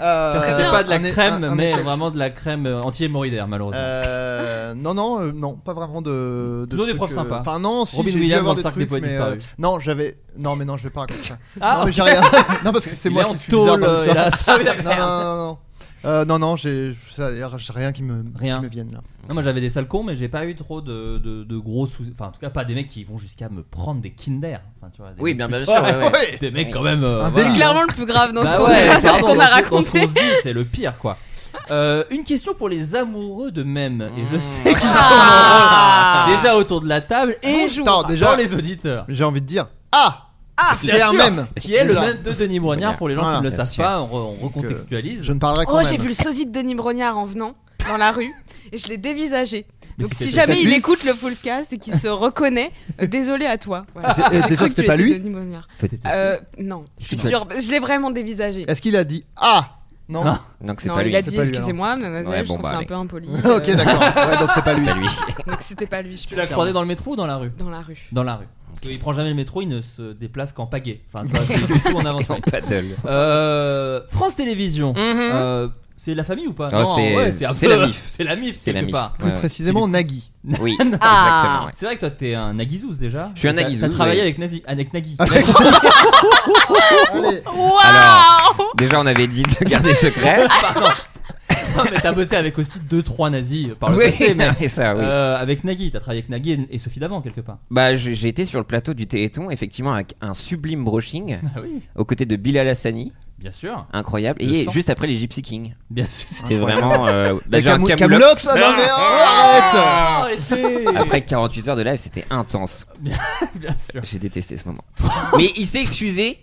Speaker 6: Euh,
Speaker 8: Parce que c'était pas de la
Speaker 6: un é-
Speaker 8: crème,
Speaker 6: un- un
Speaker 8: mais
Speaker 6: échec.
Speaker 8: vraiment de la crème euh, anti-hémorroïdaire, malheureusement.
Speaker 6: Euh, non, non, euh, non, pas vraiment de. de
Speaker 8: Plutôt des
Speaker 6: trucs,
Speaker 8: profs
Speaker 6: euh,
Speaker 8: sympas.
Speaker 6: Enfin, non, si
Speaker 8: Robin
Speaker 6: j'ai dû
Speaker 8: Williams
Speaker 6: avoir
Speaker 8: dans
Speaker 6: des
Speaker 8: le cercle des
Speaker 6: trucs,
Speaker 8: poètes
Speaker 6: mais,
Speaker 8: disparus.
Speaker 6: euh, non, j'avais. Non, mais non, je vais pas raconter ça.
Speaker 8: Ah,
Speaker 6: non, mais j'ai
Speaker 8: ok. (laughs)
Speaker 6: rien. non, parce que c'est
Speaker 8: Il
Speaker 6: moi
Speaker 8: est en
Speaker 6: qui suis bizarre
Speaker 8: tôle,
Speaker 6: dans
Speaker 8: euh,
Speaker 6: l'histoire.
Speaker 8: hélas. Ah oui, d'accord.
Speaker 6: (laughs) non, non, non, non, non. Euh, non, non, j'ai ça, d'ailleurs, j'ai rien qui me,
Speaker 8: Rien.
Speaker 6: qui me vienne là.
Speaker 8: Non, moi j'avais des sales cons, mais j'ai pas eu trop de, de, de gros soucis. Enfin, en tout cas, pas des mecs qui vont jusqu'à me prendre des Kinder. Enfin, tu vois, des
Speaker 7: Oui,
Speaker 8: mecs
Speaker 7: bien,
Speaker 8: plus-
Speaker 7: bien
Speaker 8: (laughs)
Speaker 7: sûr, ouais, ouais.
Speaker 6: Ouais.
Speaker 8: Des mecs quand même. euh,
Speaker 6: Un
Speaker 8: voilà.
Speaker 6: délire.
Speaker 9: Clairement, le plus grave dans ce
Speaker 8: Bah
Speaker 9: qu'on (laughs)
Speaker 8: ouais,
Speaker 9: a, dans ce
Speaker 8: pardon,
Speaker 9: qu'on a
Speaker 8: dans ce qu'on
Speaker 9: raconté.
Speaker 8: se dit, c'est le pire, quoi. Euh, une question pour les amoureux de mèmes. Et je sais qu'ils sont
Speaker 9: Ah.
Speaker 8: nombreux. Déjà autour de la table et
Speaker 9: Bonjour.
Speaker 6: Attends,
Speaker 8: dans
Speaker 6: déjà,
Speaker 8: les auditeurs.
Speaker 6: j'ai envie de dire. Ah
Speaker 9: Ah,
Speaker 6: C'est un mème
Speaker 8: Qui est le
Speaker 6: Déjà.
Speaker 8: même de Denis Brognard pour les gens
Speaker 6: Voilà,
Speaker 8: qui ne le
Speaker 7: bien
Speaker 8: savent
Speaker 7: sûr.
Speaker 8: pas, on, re- on recontextualise.
Speaker 6: Je ne parlerai quand
Speaker 9: Oh,
Speaker 6: même.
Speaker 9: j'ai vu le sosie de Denis Brognard en venant dans la rue et je l'ai dévisagé.
Speaker 8: Mais
Speaker 9: Donc
Speaker 8: c'était
Speaker 9: si jamais
Speaker 6: peut-être
Speaker 9: il
Speaker 6: lui.
Speaker 9: écoute le podcast et qu'il se reconnaît, euh, désolé à toi. Voilà.
Speaker 6: Et c'est- et t'es
Speaker 9: J'ai
Speaker 6: sûr
Speaker 9: cru
Speaker 6: que c'était pas
Speaker 9: tu étais
Speaker 6: lui
Speaker 9: Denis Brognard.
Speaker 7: Peut-être.
Speaker 8: Ah,
Speaker 9: Euh, non, je suis
Speaker 7: Excuse-moi.
Speaker 9: sûre, je l'ai vraiment dévisagé.
Speaker 6: Est-ce qu'il a dit Ah Non.
Speaker 8: Non.
Speaker 7: Donc c'est
Speaker 9: Non,
Speaker 7: pas
Speaker 9: il
Speaker 7: lui.
Speaker 9: a
Speaker 7: C'est
Speaker 9: dit
Speaker 6: pas lui,
Speaker 9: excusez-moi, mademoiselle,
Speaker 7: Ouais,
Speaker 9: je
Speaker 7: bon,
Speaker 9: trouve
Speaker 7: bah,
Speaker 9: c'est un
Speaker 7: allez.
Speaker 9: peu impoli.
Speaker 6: (laughs) ok,
Speaker 9: Euh,
Speaker 6: d'accord. Ouais, donc c'est pas lui.
Speaker 7: pas lui.
Speaker 9: Donc c'était pas lui, je
Speaker 8: Tu l'as
Speaker 9: pense.
Speaker 8: croisé dans le métro ou dans la rue
Speaker 9: Dans la rue.
Speaker 8: Dans la rue. Parce qu'il prend jamais le métro, il ne se déplace qu'en pagaie. Enfin, tu vois, (laughs) c'est du tout en aventure.
Speaker 7: paddle.
Speaker 8: Euh, France Télévisions. Euh, c'est la famille ou pas
Speaker 7: Oh,
Speaker 8: Non,
Speaker 7: Mhm. c'est-
Speaker 8: ouais, un
Speaker 7: c'est
Speaker 8: peu-
Speaker 7: la MIF.
Speaker 8: (laughs) C'est la MIF,
Speaker 7: C'est la
Speaker 8: quelque
Speaker 7: MIF.
Speaker 8: part. Ah.
Speaker 6: Plus
Speaker 7: Ouais, ouais.
Speaker 6: précisément, Nagui.
Speaker 7: Oui,
Speaker 8: (laughs) Non.
Speaker 7: exactement. ouais.
Speaker 8: C'est vrai que toi, t'es un Nagizouz déjà.
Speaker 7: Je suis un
Speaker 8: T'as-
Speaker 7: Nagizouz,
Speaker 8: T'as travaillé
Speaker 7: oui.
Speaker 8: avec, Nazi,
Speaker 7: (laughs)
Speaker 8: avec Nagui.
Speaker 6: Allez,
Speaker 9: Waouh
Speaker 7: Déjà, on avait dit de garder secret.
Speaker 8: Pardon. Non, mais t'as bossé avec aussi 2-3 nazis par le
Speaker 7: Oui,
Speaker 8: passé,
Speaker 7: (laughs)
Speaker 8: mais.
Speaker 7: mais ça, oui.
Speaker 8: euh, avec Nagui, t'as travaillé avec Nagui et- et Sophie Davant quelque part.
Speaker 7: Bah, j'ai j'ai été sur le plateau du Téléthon, effectivement, avec un sublime brushing
Speaker 8: Ah oui,
Speaker 7: aux côtés de Bilal Hassani,
Speaker 8: bien sûr,
Speaker 7: incroyable,
Speaker 8: Le
Speaker 7: et
Speaker 8: sang.
Speaker 7: juste après les Gypsy Kings.
Speaker 8: bien sûr.
Speaker 7: C'était vraiment. euh, bah,
Speaker 6: la
Speaker 7: j'ai un
Speaker 6: Camou-
Speaker 7: Kaamelott.
Speaker 6: Kaamelott, ça Non, mais oh,
Speaker 8: Ah.
Speaker 6: arrête
Speaker 9: Ah.
Speaker 7: Après 48 heures de live, c'était intense.
Speaker 8: (laughs) bien sûr.
Speaker 7: J'ai détesté ce
Speaker 8: (laughs)
Speaker 7: moment. mais il s'est excusé.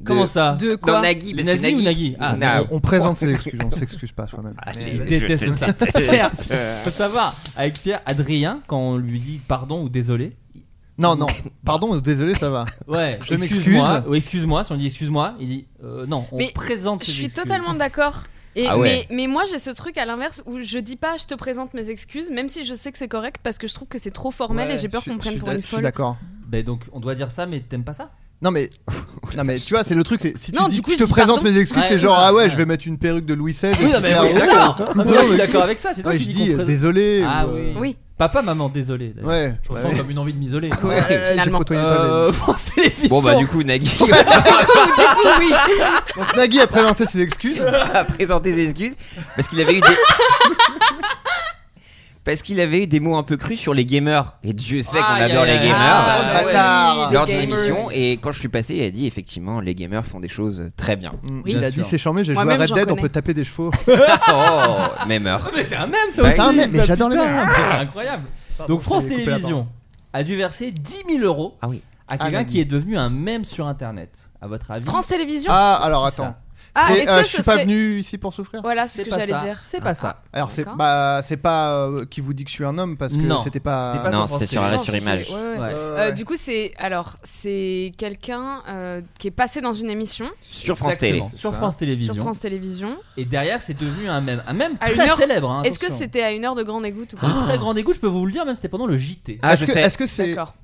Speaker 7: de-
Speaker 8: Comment ça
Speaker 9: De
Speaker 7: Dans
Speaker 9: quoi
Speaker 7: Nagui, parce
Speaker 8: Nazi
Speaker 7: que
Speaker 8: ou
Speaker 7: Nagui.
Speaker 8: Nagui Ah,
Speaker 7: Na-
Speaker 8: Nagui.
Speaker 6: On présente ses excuses, on s'excuse pas soi-même.
Speaker 8: Ah,
Speaker 7: Allez,
Speaker 6: Mais-
Speaker 7: je
Speaker 8: Eh ben, déteste
Speaker 7: te
Speaker 8: ça. Pierre, faut savoir, avec Pierre, Adrien, quand on lui dit pardon ou désolé,
Speaker 6: Non, non, pardon, désolé, ça va.
Speaker 8: ouais,
Speaker 6: Je
Speaker 8: excuse-moi,
Speaker 6: m'excuse.
Speaker 8: ou excuse-moi, si on dit excuse-moi, il dit euh, non, on
Speaker 9: Mais
Speaker 8: présente
Speaker 9: Je
Speaker 8: ses
Speaker 9: suis
Speaker 8: excuses.
Speaker 9: totalement d'accord. Et
Speaker 7: Ah ouais.
Speaker 9: mais, mais moi j'ai ce truc à l'inverse où je dis pas je te présente mes excuses même si je sais que c'est correct parce que je trouve que c'est trop formel
Speaker 6: Ouais,
Speaker 9: et j'ai peur
Speaker 6: je suis-
Speaker 9: qu'on me prenne
Speaker 6: je suis
Speaker 9: pour
Speaker 6: d'a-
Speaker 9: une
Speaker 6: Je suis
Speaker 9: folle.
Speaker 6: d'accord.
Speaker 8: Ben donc, on doit dire ça, mais t'aimes pas ça
Speaker 6: Non
Speaker 8: (laughs)
Speaker 6: mais, non mais tu vois c'est le truc c'est si tu
Speaker 9: Non,
Speaker 6: dis
Speaker 9: du coup,
Speaker 6: je
Speaker 9: je
Speaker 6: te
Speaker 9: dis
Speaker 6: présente
Speaker 9: pardon.
Speaker 6: mes excuses
Speaker 8: Ouais,
Speaker 6: c'est genre
Speaker 8: ouais.
Speaker 6: ah ouais je vais mettre une perruque de Louis XVI et
Speaker 8: Ah Oui, non,
Speaker 6: puis
Speaker 8: mais
Speaker 6: faire-
Speaker 8: moi, je suis d'accord.
Speaker 6: Ouais,
Speaker 8: Non, mais moi, je suis d'accord avec ça, c'est toi
Speaker 6: ouais,
Speaker 8: qui
Speaker 6: je
Speaker 8: dis
Speaker 6: dis
Speaker 8: qu'on
Speaker 6: euh,
Speaker 8: présente-
Speaker 6: désolé
Speaker 8: Ah
Speaker 6: ou, euh,
Speaker 8: oui.
Speaker 9: Oui.
Speaker 8: Papa, maman, désolé. d'ailleurs.
Speaker 6: ouais
Speaker 8: Je
Speaker 6: ouais,
Speaker 8: ressens comme une envie de m'isoler.
Speaker 6: ouais, ouais, j'ai
Speaker 9: finalement.
Speaker 6: côtoyé pas
Speaker 8: Euh, (laughs) France Télévisions.
Speaker 7: Bon, bah, du coup, Nagui
Speaker 9: (laughs) oui.
Speaker 6: les- donc Nagui a présenté ses
Speaker 7: (laughs)
Speaker 6: excuses
Speaker 7: a présenté ses excuses parce qu'il avait eu des. Parce qu'il avait eu des mots un peu crus sur les gamers. Et Dieu sait qu'on
Speaker 8: Aïe,
Speaker 7: adore
Speaker 8: aïe,
Speaker 7: les
Speaker 8: aïe.
Speaker 7: gamers.
Speaker 8: Ah,
Speaker 6: Oh,
Speaker 7: euh,
Speaker 6: le bâtard.
Speaker 7: lors de
Speaker 9: gamers.
Speaker 7: l'émission et quand je suis passé il a dit effectivement les gamers font des choses euh, très bien
Speaker 6: Mm,
Speaker 9: Oui.
Speaker 6: il a
Speaker 8: Bien
Speaker 6: dit
Speaker 8: sûr.
Speaker 6: c'est charmé j'ai joué à
Speaker 9: Moi-même,
Speaker 6: Red
Speaker 9: j'en
Speaker 6: Dead on
Speaker 9: connais.
Speaker 6: peut taper des
Speaker 8: (laughs)
Speaker 6: chevaux
Speaker 7: oh même heure
Speaker 8: Ah, Mais c'est un même, ça
Speaker 7: Ouais,
Speaker 8: aussi.
Speaker 7: c'est un
Speaker 6: mème, mais
Speaker 8: Bah,
Speaker 6: j'adore les
Speaker 8: putain,
Speaker 6: mèmes.
Speaker 8: mais C'est incroyable. Donc, France
Speaker 6: je t'ai coupé la
Speaker 8: Télévisions a dû verser 10 000 euros
Speaker 7: Ah oui.
Speaker 8: à quelqu'un
Speaker 6: Nagui.
Speaker 8: qui est devenu un mème sur internet. À votre avis
Speaker 9: France Télévisions.
Speaker 6: ah alors
Speaker 8: C'est
Speaker 6: attends
Speaker 8: ça.
Speaker 9: Ah,
Speaker 6: C'est,
Speaker 9: est-ce
Speaker 6: euh,
Speaker 9: que
Speaker 6: je
Speaker 9: ce
Speaker 6: suis pas
Speaker 9: serait-
Speaker 6: venu ici pour souffrir
Speaker 9: Voilà, c'est ce que
Speaker 8: pas
Speaker 9: j'allais
Speaker 8: ça.
Speaker 9: dire.
Speaker 8: C'est pas ça.
Speaker 6: alors c'est
Speaker 9: D'accord.
Speaker 6: bah c'est pas euh, qui vous dit que je suis un homme parce que
Speaker 8: Non,
Speaker 6: c'était pas,
Speaker 8: c'était pas
Speaker 7: non
Speaker 8: sur
Speaker 7: c'est
Speaker 8: France
Speaker 7: sur arrêt sur
Speaker 9: Télévisions.
Speaker 7: image
Speaker 9: Ouais, ouais.
Speaker 8: Ouais.
Speaker 6: Euh,
Speaker 9: Euh,
Speaker 6: ouais.
Speaker 9: Du coup, c'est alors c'est quelqu'un euh, qui est passé dans une émission
Speaker 7: sur France Télé
Speaker 8: Exactement. Sur
Speaker 6: Ça.
Speaker 8: France Télévisions.
Speaker 9: sur France Télévisions.
Speaker 8: Et derrière, c'est devenu un mème. Un mème
Speaker 9: À
Speaker 8: très
Speaker 9: une heure-
Speaker 8: célèbre. hein,
Speaker 9: Est-ce que
Speaker 8: attention.
Speaker 9: c'était à une heure de grande écoute ou
Speaker 8: Un
Speaker 9: pas
Speaker 8: très grand dégoût, je peux vous le dire, même c'était pendant le Ah. JT.
Speaker 7: ah
Speaker 6: est-ce
Speaker 7: je
Speaker 6: que
Speaker 7: sais
Speaker 6: est-ce que Ah, c'est
Speaker 9: D'accord.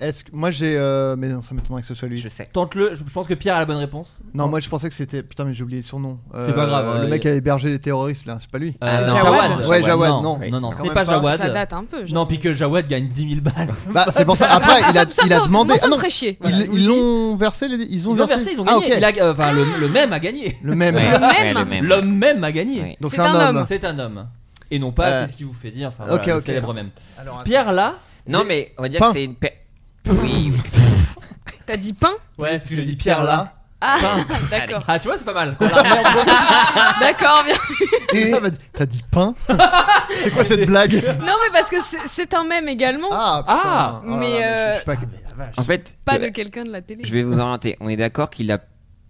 Speaker 6: est-ce que moi j'ai euh, mais non ça m'étonnerait que ce soit lui
Speaker 7: je sais
Speaker 8: Tente-le, je, je pense que Pierre a la bonne réponse.
Speaker 6: non moi je pensais que c'était putain mais j'ai oublié son nom
Speaker 8: C'est pas grave,
Speaker 6: le
Speaker 8: euh,
Speaker 6: mec qui a hébergé les terroristes là c'est pas lui
Speaker 7: Ah,
Speaker 8: Euh,
Speaker 9: non.
Speaker 8: Jawad.
Speaker 6: Ouais, Jawad, non.
Speaker 8: Non,
Speaker 6: Quand
Speaker 8: non, c'était
Speaker 6: même
Speaker 8: pas
Speaker 6: pas.
Speaker 8: Jawad.
Speaker 9: Ça date un peu. genre.
Speaker 8: Non, puis que Jawad gagne 10 000 balles. (laughs)
Speaker 6: Bah, c'est pour ça. Après, il a,
Speaker 9: Ça- ça
Speaker 6: il a
Speaker 9: me-
Speaker 6: demandé.
Speaker 9: Moi, ça
Speaker 6: Ah
Speaker 9: me
Speaker 6: non,
Speaker 9: ferait chier.
Speaker 6: ils- ils l'ont versé, les...
Speaker 8: Ils
Speaker 6: ils ont
Speaker 8: ont versé, ils ont gagné.
Speaker 6: Ah, ok.
Speaker 8: Il a- euh, enfin, le, le même a gagné.
Speaker 6: Le même.
Speaker 7: Ouais,
Speaker 9: Le même.
Speaker 7: ouais, le même.
Speaker 8: L'homme même a gagné.
Speaker 7: Ouais.
Speaker 6: Donc
Speaker 9: C'est
Speaker 6: c'est
Speaker 9: un
Speaker 6: un homme.
Speaker 9: homme.
Speaker 8: C'est un homme. Et non pas,
Speaker 6: Euh.
Speaker 8: qu'est-ce qu'il vous fait dire Enfin,
Speaker 6: Ok,
Speaker 8: voilà, le
Speaker 6: ok. Ah.
Speaker 8: célèbre même.
Speaker 6: Alors,
Speaker 8: Pierre là
Speaker 7: non mais on va dire
Speaker 6: Pain.
Speaker 7: que c'est une paix oui
Speaker 9: T'as dit pain
Speaker 8: Ouais, parce que j'ai dit
Speaker 6: Pierre là.
Speaker 9: Ah,
Speaker 8: Pain.
Speaker 9: d'accord.
Speaker 8: Ah, tu vois, c'est
Speaker 6: (laughs)
Speaker 8: pas mal. Voilà, merde.
Speaker 9: D'accord, bien.
Speaker 6: Et ça va dire, Ah, bah, t'as dit pain
Speaker 9: (laughs)
Speaker 6: C'est quoi cette blague
Speaker 9: Non, mais parce que c'est c'est un mème également.
Speaker 6: Ah,
Speaker 8: Ah,
Speaker 6: putain. Oh là
Speaker 9: mais,
Speaker 6: là,
Speaker 9: euh,
Speaker 6: je- je sais pas-
Speaker 7: en fait
Speaker 9: Pas
Speaker 7: le-
Speaker 9: de quelqu'un de la télé.
Speaker 7: je vais vous orienter on est d'accord qu'il a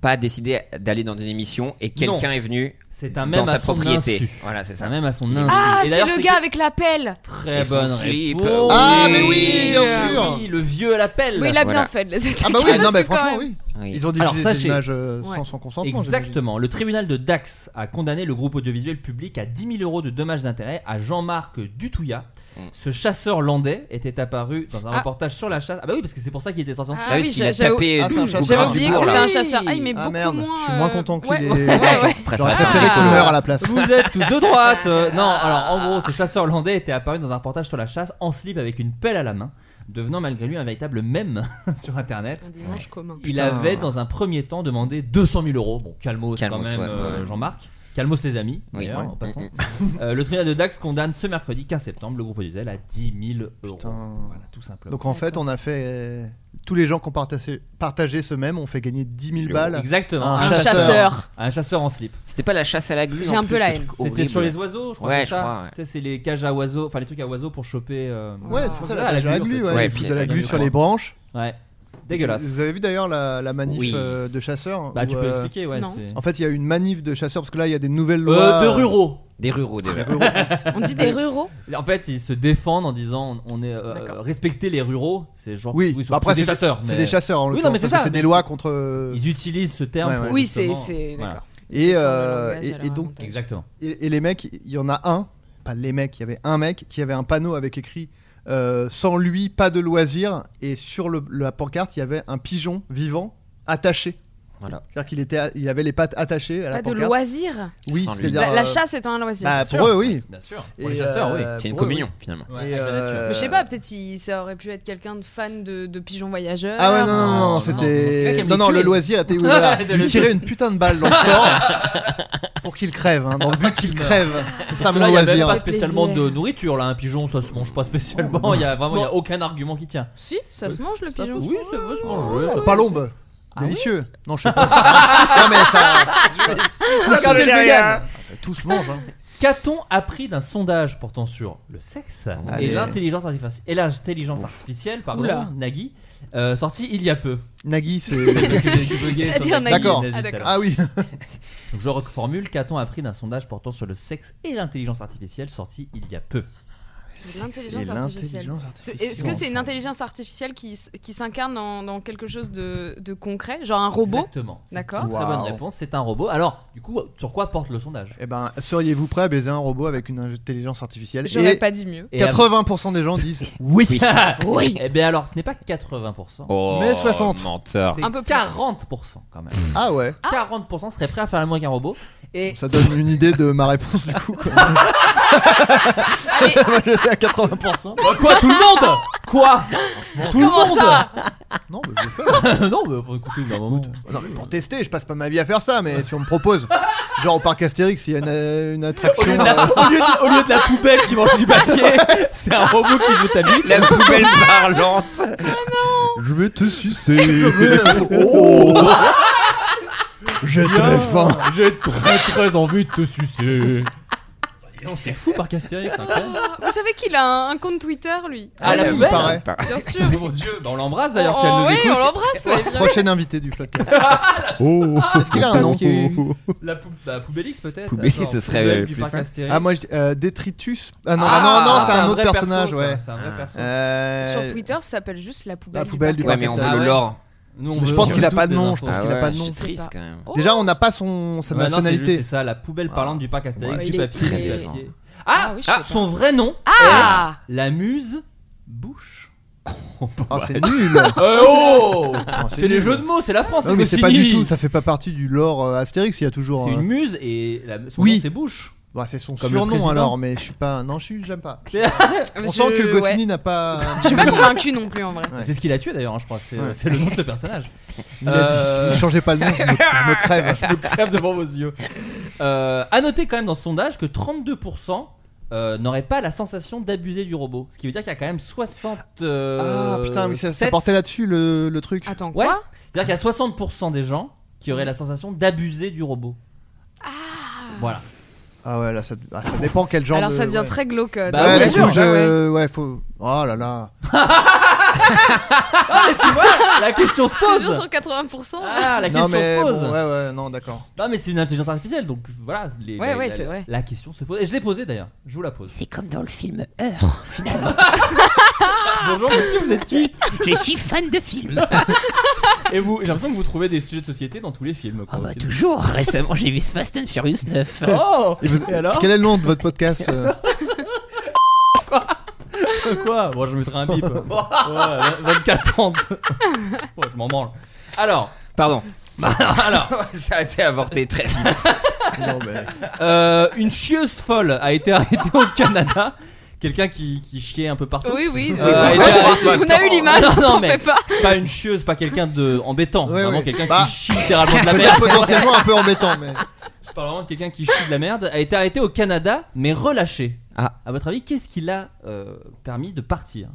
Speaker 7: pas décidé d'aller dans une émission et quelqu'un est venu
Speaker 8: C'est un
Speaker 7: dans
Speaker 8: même à
Speaker 7: sa
Speaker 8: son
Speaker 7: propriété
Speaker 8: insu.
Speaker 7: voilà c'est
Speaker 8: C'est un
Speaker 7: ça
Speaker 8: même à son insu.
Speaker 9: Ah,
Speaker 8: Et
Speaker 9: c'est
Speaker 8: d'ailleurs,
Speaker 9: le gars avec la pelle.
Speaker 8: Très
Speaker 7: Et son
Speaker 8: bonne
Speaker 7: slip.
Speaker 8: réponse.
Speaker 6: Ah, mais
Speaker 9: Oui,
Speaker 6: oui, bien
Speaker 9: euh,
Speaker 6: sûr
Speaker 8: Oui, le vieux à la pelle.
Speaker 9: Oui, il a
Speaker 7: Voilà.
Speaker 9: bien fait de les
Speaker 6: Ah, bah oui,
Speaker 9: attaquer,
Speaker 6: non,
Speaker 9: parce
Speaker 6: mais
Speaker 9: que quand
Speaker 6: franchement,
Speaker 9: même-
Speaker 6: oui.
Speaker 7: Oui.
Speaker 6: Ils ont
Speaker 8: Alors,
Speaker 6: diffusé des
Speaker 8: sachez-
Speaker 6: images euh,
Speaker 9: Ouais.
Speaker 6: sans son consentement. j'imagine.
Speaker 8: Exactement. Le tribunal de Dax a condamné le groupe audiovisuel public à 10 000 euros de dommages d'intérêt à Jean-Marc Dutouya. Ce chasseur landais était apparu dans un
Speaker 9: Mm. Ah.
Speaker 8: reportage sur la chasse. Ah bah oui, parce que c'est pour ça qu'il était sorti en
Speaker 9: Ah
Speaker 8: slip.
Speaker 7: Ah oui,
Speaker 9: oui,
Speaker 7: parce qu'il a
Speaker 9: j'avoue-
Speaker 7: tapé
Speaker 6: Ah, c'est un chasseur.
Speaker 7: Bougrain
Speaker 9: J'avais
Speaker 7: du
Speaker 9: oublié que
Speaker 7: bourg,
Speaker 9: c'était
Speaker 7: là.
Speaker 9: un chasseur. Ah, il met
Speaker 6: Ah,
Speaker 9: beaucoup
Speaker 6: merde,
Speaker 9: moins.
Speaker 6: je suis moins
Speaker 9: euh,
Speaker 6: content qu'il
Speaker 9: ouais,
Speaker 6: ait- (laughs)
Speaker 9: Ouais, ouais.
Speaker 7: Après, ça
Speaker 6: J'aurais
Speaker 7: aurait été
Speaker 6: préféré
Speaker 7: un
Speaker 6: qu'il
Speaker 7: peu-
Speaker 6: meure à la place.
Speaker 8: Vous êtes tous de droite. Euh, non, alors en gros, ce chasseur landais était apparu dans un reportage sur la chasse en slip avec une pelle à la main, devenant malgré lui un véritable mème (laughs) sur Internet.
Speaker 9: Un dimanche commun.
Speaker 8: Il
Speaker 6: Putain.
Speaker 8: avait dans un premier temps demandé 200 000 euros. Bon, calmos,
Speaker 7: Calmos,
Speaker 8: quand même,
Speaker 7: ouais,
Speaker 8: euh,
Speaker 7: ouais.
Speaker 8: Jean-Marc. Calmos les amis,
Speaker 7: Oui,
Speaker 8: d'ailleurs,
Speaker 7: ouais. Mm,
Speaker 8: en passant. Euh, le tribunal de Dax condamne ce mercredi 15 septembre le groupe diesel à 10 000 euros.
Speaker 6: Putain.
Speaker 8: Voilà, tout simplement.
Speaker 6: Donc en fait, on a fait. Tous les gens qui ont partagé, partagé ce même ont fait gagner 10 000 balles.
Speaker 8: Exactement.
Speaker 6: Un
Speaker 9: Un
Speaker 6: chasseur.
Speaker 9: chasseur.
Speaker 8: Un chasseur en slip.
Speaker 7: C'était pas la chasse à la glu.
Speaker 9: J'ai
Speaker 7: en
Speaker 9: un
Speaker 7: plus,
Speaker 9: peu la
Speaker 7: le
Speaker 9: haine.
Speaker 7: truc
Speaker 8: C'était
Speaker 7: horrible.
Speaker 8: sur les oiseaux, je crois.
Speaker 7: Ouais,
Speaker 8: c'est
Speaker 7: je
Speaker 8: ça.
Speaker 7: crois, ouais.
Speaker 8: Tu sais, c'est les cages à oiseaux, enfin les trucs à oiseaux pour choper. euh,
Speaker 6: Ouais, c'est ça,
Speaker 8: Ah,
Speaker 6: la, la, la glu,
Speaker 8: en fait.
Speaker 6: ouais,
Speaker 7: Ouais,
Speaker 6: ils
Speaker 7: puis
Speaker 6: foutent
Speaker 7: la
Speaker 6: de la
Speaker 7: glu,
Speaker 6: glu
Speaker 7: je
Speaker 6: sur
Speaker 7: crois.
Speaker 6: les branches.
Speaker 8: Ouais. Dégueulasse.
Speaker 6: Vous avez vu d'ailleurs la, la manif
Speaker 7: Oui.
Speaker 6: euh, de chasseurs
Speaker 8: Bah,
Speaker 6: où,
Speaker 8: tu peux
Speaker 6: euh,
Speaker 8: expliquer, ouais.
Speaker 9: non.
Speaker 8: c'est-
Speaker 6: En fait, il y a une manif de chasseurs parce que là, il y a des nouvelles lois.
Speaker 8: Euh, de ruraux.
Speaker 7: Des ruraux déjà.
Speaker 9: On dit des ruraux
Speaker 8: En fait, ils se défendent en disant on est euh,
Speaker 9: D'accord.
Speaker 8: respecter les ruraux, c'est genre
Speaker 6: Oui,
Speaker 8: ils sont
Speaker 6: bah, après,
Speaker 8: c'est des
Speaker 6: c'est-
Speaker 8: chasseurs.
Speaker 6: C'est
Speaker 8: mais
Speaker 6: des chasseurs en
Speaker 8: Oui, non,
Speaker 6: l'occurrence,
Speaker 8: mais c'est
Speaker 6: parce que
Speaker 8: ça,
Speaker 6: C'est
Speaker 8: mais
Speaker 6: des lois
Speaker 8: c'est-
Speaker 6: contre.
Speaker 8: Ils utilisent ce terme.
Speaker 6: Ouais,
Speaker 8: pour
Speaker 6: ouais.
Speaker 9: Oui, c'est.
Speaker 8: justement-
Speaker 9: c'est-
Speaker 8: Voilà.
Speaker 9: D'accord.
Speaker 6: Et,
Speaker 9: Ils tournent le
Speaker 6: euh,
Speaker 9: langage
Speaker 6: et,
Speaker 9: à
Speaker 6: et
Speaker 9: leur
Speaker 6: donc,
Speaker 9: avantage.
Speaker 8: Exactement.
Speaker 6: et, et les mecs, il y en a un, pas les mecs, il y avait un mec qui avait un panneau avec écrit euh, sans lui, pas de loisirs. Et sur le- la pancarte, il y avait un pigeon vivant attaché.
Speaker 7: Voilà.
Speaker 6: C'est-à-dire qu'il était, il avait les pattes attachées à la
Speaker 9: Pas de
Speaker 6: pancarte.
Speaker 9: loisirs.
Speaker 6: Oui,
Speaker 7: Sans lui.
Speaker 6: c'est-à-dire
Speaker 9: La, la
Speaker 6: euh,
Speaker 9: chasse étant un loisir.
Speaker 6: bah,
Speaker 8: Bien
Speaker 6: pour
Speaker 8: sûr.
Speaker 6: eux, oui.
Speaker 8: Bien sûr.
Speaker 6: Et,
Speaker 8: Pour les chasseurs, oui.
Speaker 6: euh,
Speaker 7: C'est une
Speaker 6: pour eux,
Speaker 7: communion finalement.
Speaker 6: oui. Et, euh,
Speaker 9: Mais je sais pas, peut-être il- ça aurait pu être quelqu'un de fan de, de pigeons voyageurs.
Speaker 6: Ah ouais, non, non, non,
Speaker 8: non, non, c'est quelqu'un
Speaker 6: c'était.
Speaker 8: qui
Speaker 6: Non,
Speaker 8: aime
Speaker 6: non,
Speaker 8: les
Speaker 6: le
Speaker 8: tuer.
Speaker 6: loisir
Speaker 8: (laughs)
Speaker 6: était. oui, voilà.
Speaker 8: De
Speaker 6: Lui
Speaker 8: le-
Speaker 6: tirer une putain de balle dans le corps
Speaker 8: (laughs)
Speaker 6: pour qu'il crève, hein, dans le but qu'il crève. C'est ça mon
Speaker 8: Là, il n'y a même
Speaker 6: loisir.
Speaker 8: pas spécialement
Speaker 9: Plaisir.
Speaker 8: de nourriture là. Un pigeon, ça se mange
Speaker 6: (laughs)
Speaker 8: pas spécialement. Il y a vraiment, il y a aucun argument qui tient.
Speaker 9: Si, ça se mange le
Speaker 6: Ça
Speaker 9: pigeon.
Speaker 6: peut se
Speaker 8: Oui, ça veut se manger. ça-
Speaker 6: Pas l'ombe. Oh,
Speaker 8: Ah
Speaker 6: Délicieux. non, je sais
Speaker 8: (laughs)
Speaker 6: pas. non, mais ça.
Speaker 8: Regardez le vegan.
Speaker 6: Tout se mange. Hein.
Speaker 8: Qu'a-t-on appris d'un sondage portant sur le sexe
Speaker 6: Allez.
Speaker 8: et l'intelligence artificielle Et l'intelligence artificielle, pardon,
Speaker 9: Oula.
Speaker 8: Nagui, euh, sorti il y a
Speaker 9: (laughs)
Speaker 8: peu.
Speaker 6: Nagui, c'est.
Speaker 9: C'est-à-dire Nagui.
Speaker 6: D'accord.
Speaker 8: Nazi
Speaker 9: Ah,
Speaker 8: tout à l'heure.
Speaker 6: Ah oui.
Speaker 8: Donc je reformule, qu'a-t-on appris d'un sondage portant sur le sexe et l'intelligence artificielle sorti il y a peu
Speaker 9: C'est L'intelligence artificielle. C'est- Est-ce que c'est une intelligence artificielle qui, s- qui s'incarne dans, dans quelque chose de, de concret, genre un robot
Speaker 8: Exactement. C'est
Speaker 9: D'accord.
Speaker 8: une Très bonne
Speaker 6: Wow.
Speaker 8: réponse, c'est un robot. Alors, du coup, sur quoi porte le sondage
Speaker 6: Eh ben, seriez-vous prêt à baiser un robot avec une intelligence artificielle
Speaker 9: J'aurais
Speaker 6: Et
Speaker 9: pas dit mieux.
Speaker 8: Et
Speaker 6: 80% des gens disent oui.
Speaker 9: (laughs)
Speaker 6: Oh.
Speaker 8: à- Eh bien alors, ce n'est pas 80%.
Speaker 6: Mais 60.
Speaker 7: Menteur.
Speaker 8: C'est
Speaker 9: Un peu plus.
Speaker 8: 40% quand même.
Speaker 6: Ah ouais.
Speaker 8: 40% seraient prêts à faire l'amour avec un robot. Et
Speaker 6: Ça donne une idée de ma réponse du coup. quoi.
Speaker 9: Allez,
Speaker 6: (laughs) Moi, J'étais à 80%.
Speaker 8: Bah, quoi, tout le monde Quoi Tout le
Speaker 9: comment
Speaker 8: monde
Speaker 9: ça
Speaker 6: Non, mais je vais le faire.
Speaker 8: (laughs) Non, mais faut écouter, bah, au bout d'un moment.
Speaker 6: Non, mais pour tester, je passe pas ma vie à faire ça, mais si on me propose, genre au parc Astérix, s'il y a une, une attraction.
Speaker 8: Au lieu, de la,
Speaker 6: euh,
Speaker 8: au lieu de- au lieu de la poubelle qui mange du papier, c'est un robot qui vous t'habite.
Speaker 7: La poubelle
Speaker 9: (laughs)
Speaker 7: parlante.
Speaker 6: Je vais te (laughs) sucer. oh. J'ai très faim.
Speaker 8: J'ai très très envie de te sucer. C'est fou par Castérix, incroyable.
Speaker 9: Vous savez qu'il a un, un compte Twitter, lui.
Speaker 8: Ah, la
Speaker 6: oui, il
Speaker 8: poubelle
Speaker 6: paraît.
Speaker 8: (laughs)
Speaker 9: Bien sûr.
Speaker 8: Mon dieu, bah, on l'embrasse d'ailleurs si elle
Speaker 9: On-
Speaker 8: nous
Speaker 9: Oh, oui, on
Speaker 8: écoute.
Speaker 9: l'embrasse. ouais, bien.
Speaker 6: Prochaine invitée du
Speaker 8: (laughs)
Speaker 6: podcast. oh. Est-ce qu'il a (laughs) un nom
Speaker 8: La, pou- la poubelle X peut-être
Speaker 7: Poubelle,
Speaker 8: Attends,
Speaker 7: ce serait,
Speaker 8: poubelle
Speaker 7: euh,
Speaker 8: du
Speaker 7: plus
Speaker 8: parc
Speaker 7: simple.
Speaker 8: Astérix.
Speaker 6: Ah moi, je dis, euh, Détritus. Ah non,
Speaker 8: Ah,
Speaker 6: bah non, non, c'est un,
Speaker 8: vrai
Speaker 6: autre
Speaker 8: perso,
Speaker 6: personnage,
Speaker 8: ça,
Speaker 6: ouais.
Speaker 8: C'est un vrai perso.
Speaker 6: Euh,
Speaker 9: Sur Twitter, ça s'appelle juste la poubelle.
Speaker 6: La poubelle du
Speaker 7: Ouais,
Speaker 9: parc.
Speaker 7: mais on
Speaker 6: Ah
Speaker 7: veut
Speaker 8: ouais.
Speaker 7: le lore.
Speaker 8: Nous, on
Speaker 6: Je
Speaker 8: veut-
Speaker 6: pense
Speaker 8: on
Speaker 6: qu'il
Speaker 8: veut
Speaker 6: a
Speaker 8: tous
Speaker 6: pas de
Speaker 8: les
Speaker 6: nom,
Speaker 8: infos.
Speaker 6: je pense qu'il a pas de nom.
Speaker 7: Je suis
Speaker 9: Je sais
Speaker 7: triste
Speaker 9: pas.
Speaker 7: quand même.
Speaker 6: Déjà, on n'a pas son sa
Speaker 8: Ouais, Ah Bah non, c'est juste-
Speaker 6: nationalité.
Speaker 8: C'est ça, la poubelle parlante du parc Astérix,
Speaker 9: Ah. Ouais,
Speaker 8: du
Speaker 9: il est
Speaker 8: papier.
Speaker 9: créé.
Speaker 8: du papier. Ah,
Speaker 9: Ah oui, je
Speaker 8: ah,
Speaker 9: sais pas.
Speaker 8: son vrai nom
Speaker 9: Ah
Speaker 8: est la muse Bouche.
Speaker 6: Ah, c'est
Speaker 8: (laughs)
Speaker 6: nul.
Speaker 8: Euh, (laughs) oh
Speaker 6: Non,
Speaker 8: C'est les
Speaker 6: nul.
Speaker 8: jeux de mots, c'est la France.
Speaker 6: Non, mais c'est pas
Speaker 8: Goscinny.
Speaker 6: du tout, ça fait pas partie du lore euh, Astérix, il y a toujours.
Speaker 8: C'est
Speaker 6: euh,
Speaker 8: une muse et la, son
Speaker 6: Oui.
Speaker 8: nom c'est Bouche.
Speaker 6: bah, c'est son
Speaker 8: Comme le
Speaker 6: surnom
Speaker 8: président.
Speaker 6: alors, mais je suis pas. Non, je suis, j'aime pas.
Speaker 9: On
Speaker 6: On sent que Goscinny n'a pas. euh,
Speaker 9: Je suis pas convaincu non plus en vrai.
Speaker 6: Ouais.
Speaker 8: C'est ce qui l'a tué d'ailleurs, hein, je crois. C'est
Speaker 6: Ouais.
Speaker 8: c'est le nom de ce
Speaker 6: (laughs)
Speaker 8: personnage.
Speaker 6: Il a dit,
Speaker 8: Euh.
Speaker 6: ne changez pas le nom, je me, je me crève.
Speaker 8: Je me crève devant vos yeux. Euh, à noter quand même dans ce sondage que 32% euh, n'auraient pas la sensation d'abuser du robot. Ce qui veut dire qu'il y a quand même 60.
Speaker 6: Ah
Speaker 8: (laughs) euh,
Speaker 6: putain, oui, ça, ça
Speaker 8: sept-
Speaker 6: portait là-dessus le, le truc.
Speaker 9: Attends,
Speaker 8: Ouais.
Speaker 9: quoi
Speaker 8: C'est-à-dire qu'il y a 60% des gens qui auraient la sensation d'abuser du robot. Voilà.
Speaker 6: Ah ouais, là, ça, ah, ça dépend quel genre
Speaker 9: Alors
Speaker 6: de.
Speaker 9: ça devient
Speaker 6: ouais.
Speaker 9: très glauque. euh,
Speaker 8: Bah
Speaker 9: d'un
Speaker 6: ouais,
Speaker 8: oui,
Speaker 9: coup.
Speaker 6: du
Speaker 8: bien
Speaker 6: coup,
Speaker 8: sûr,
Speaker 6: je- ouais, faut. Oh là là.
Speaker 8: Ah, mais tu vois,
Speaker 5: (laughs)
Speaker 8: la question se
Speaker 9: Toujours
Speaker 8: pose.
Speaker 9: sur 80%.
Speaker 8: Ah, la
Speaker 6: non,
Speaker 8: question
Speaker 6: mais.
Speaker 8: se pose.
Speaker 6: bon, ouais, ouais, non, d'accord.
Speaker 8: Non, mais c'est une intelligence artificielle, donc voilà. les-
Speaker 9: Ouais,
Speaker 8: la,
Speaker 9: ouais,
Speaker 8: la-
Speaker 9: c'est vrai.
Speaker 8: La question se pose. Et je l'ai posée d'ailleurs. Je vous la pose.
Speaker 5: C'est comme dans le film Heure.
Speaker 8: (laughs)
Speaker 5: (laughs)
Speaker 8: Bonjour monsieur, vous êtes qui
Speaker 5: Je suis fan de films.
Speaker 8: Et vous, j'ai l'impression que vous trouvez des sujets de société dans tous les films. quoi,
Speaker 5: Oh bah
Speaker 8: aussi.
Speaker 5: toujours. Récemment, j'ai vu Fast and Furious 9.
Speaker 8: Oh
Speaker 6: Et vous-
Speaker 8: Et alors
Speaker 6: Quel est le nom de votre podcast euh
Speaker 8: Euh, Quoi Bon, je mettrai
Speaker 7: (laughs)
Speaker 8: un bip. Ouais, 24 ans. (laughs) Ouais, je m'en branle. Alors,
Speaker 7: Pardon.
Speaker 8: (laughs) alors
Speaker 7: (laughs) Ça a été avorté très vite.
Speaker 6: Non, mais.
Speaker 8: (laughs) euh, une chieuse folle a été arrêtée au Canada. Quelqu'un qui, qui chiait un peu partout.
Speaker 9: Oui, oui.
Speaker 8: Euh, elle était arrêtée-
Speaker 9: On a eu l'image,
Speaker 8: Non, non,
Speaker 9: t'en
Speaker 8: mais-
Speaker 9: fais pas.
Speaker 8: Pas une chieuse, pas quelqu'un de embêtant.
Speaker 6: Ouais,
Speaker 8: vraiment
Speaker 6: ouais.
Speaker 8: quelqu'un
Speaker 6: Bah.
Speaker 8: qui chie littéralement de
Speaker 7: (laughs)
Speaker 8: la
Speaker 6: C'est
Speaker 8: merde.
Speaker 6: potentiellement un peu embêtant, mais.
Speaker 8: Je parle vraiment de quelqu'un qui chie de la merde. A été arrêté au Canada, mais relâché.
Speaker 7: Ah.
Speaker 8: À votre avis, qu'est-ce qui l'a euh, permis de partir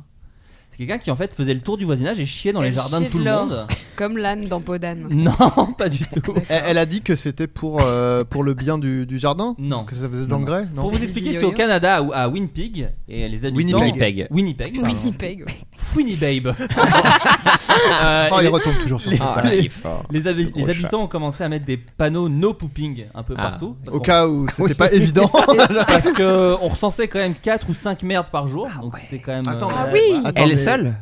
Speaker 8: C'est quelqu'un qui en fait faisait le tour du voisinage et chiait dans les
Speaker 9: Elle
Speaker 8: jardins de
Speaker 9: chiait
Speaker 8: tout
Speaker 9: de
Speaker 8: le
Speaker 9: l'or.
Speaker 8: monde. (laughs)
Speaker 9: Comme l'âne dans Podane.
Speaker 8: Non, pas du
Speaker 9: (laughs)
Speaker 8: tout.
Speaker 6: Elle, elle a dit que c'était pour, euh, pour le bien du, du jardin
Speaker 8: Non.
Speaker 6: Que ça faisait de l'engrais Non.
Speaker 8: Pour vous expliquer, c'est au Canada, ou à Winnipeg, et les habitants.
Speaker 7: Winnipeg.
Speaker 8: Winnipeg. pardon.
Speaker 9: Winnipeg. ouais.
Speaker 7: (laughs)
Speaker 8: Winnipeg. (laughs) Euh,
Speaker 6: Oh,
Speaker 8: et
Speaker 6: il
Speaker 8: les-
Speaker 6: retombe toujours sur
Speaker 8: les-
Speaker 6: ça.
Speaker 7: Ah, il est fort.
Speaker 8: les, habi-
Speaker 7: Le gros
Speaker 8: les
Speaker 7: chat.
Speaker 8: habitants ont commencé à mettre des panneaux no pooping un peu
Speaker 7: Ah.
Speaker 8: partout. Parce
Speaker 6: Au
Speaker 8: qu'on-
Speaker 6: cas où c'était pas évident.
Speaker 8: (laughs) parce que on recensait quand même 4 ou 5 merdes par jour.
Speaker 7: Ah
Speaker 8: donc c'était quand même.
Speaker 6: Attends,
Speaker 8: euh,
Speaker 9: Ah
Speaker 6: mais-
Speaker 9: oui
Speaker 6: attends,
Speaker 7: Elle est
Speaker 6: mais-
Speaker 7: seule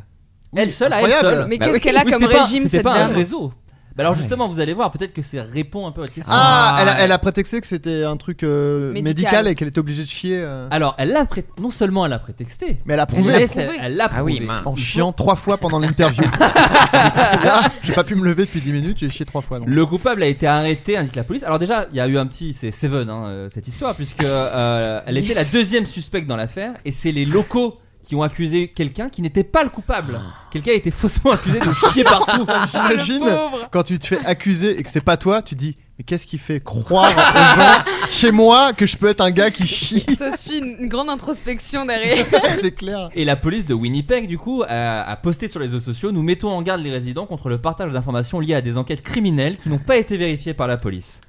Speaker 8: Elle seule à elle
Speaker 6: incroyable.
Speaker 8: seule.
Speaker 9: Mais
Speaker 7: Bah
Speaker 9: qu'est-ce
Speaker 7: oui.
Speaker 9: qu'elle a
Speaker 8: Oui,
Speaker 9: comme
Speaker 8: c'était pas-
Speaker 9: régime
Speaker 8: c'était
Speaker 9: cette
Speaker 8: pas un
Speaker 9: dame
Speaker 8: réseau. Bah, Bah alors justement, vous allez voir, peut-être que ça répond un peu à votre question.
Speaker 6: Ah, elle, a, elle a prétexté que c'était un truc euh, médical.
Speaker 8: Médical.
Speaker 6: et qu'elle était obligée de chier. euh,
Speaker 8: Ah, Alors, elle l'a pré- non seulement elle l'a prétexté,
Speaker 6: Mais elle a prouvé.
Speaker 8: laisse- elle- elle l'a
Speaker 7: Ah oui,
Speaker 8: prouvé.
Speaker 7: mince.
Speaker 6: En chiant trois fois pendant l'interview. Là, j'ai pas pu me lever depuis 10 minutes, j'ai chié trois fois. donc.
Speaker 8: Le coupable a été arrêté, indique la police. Alors déjà, il y a eu un petit, c'est Seven hein, euh, cette histoire, puisque euh, elle était la
Speaker 9: Yes.
Speaker 8: deuxième suspecte dans l'affaire, et c'est les locaux qui ont accusé quelqu'un qui n'était pas le coupable.
Speaker 7: Ah.
Speaker 8: Quelqu'un a été faussement accusé de chier
Speaker 6: (laughs)
Speaker 8: partout.
Speaker 6: J'imagine
Speaker 9: Ah, Le pauvre.
Speaker 6: quand tu te fais accuser et que c'est pas toi, tu dis mais qu'est-ce qui fait croire aux gens chez moi que je peux être un gars qui chie
Speaker 9: Ça suit une grande introspection derrière.
Speaker 6: (laughs) C'est clair.
Speaker 8: Et la police de Winnipeg, du coup, a, a posté sur les réseaux sociaux Nous mettons en garde les résidents contre le partage d'informations liées à des enquêtes criminelles qui n'ont pas été vérifiées par la police.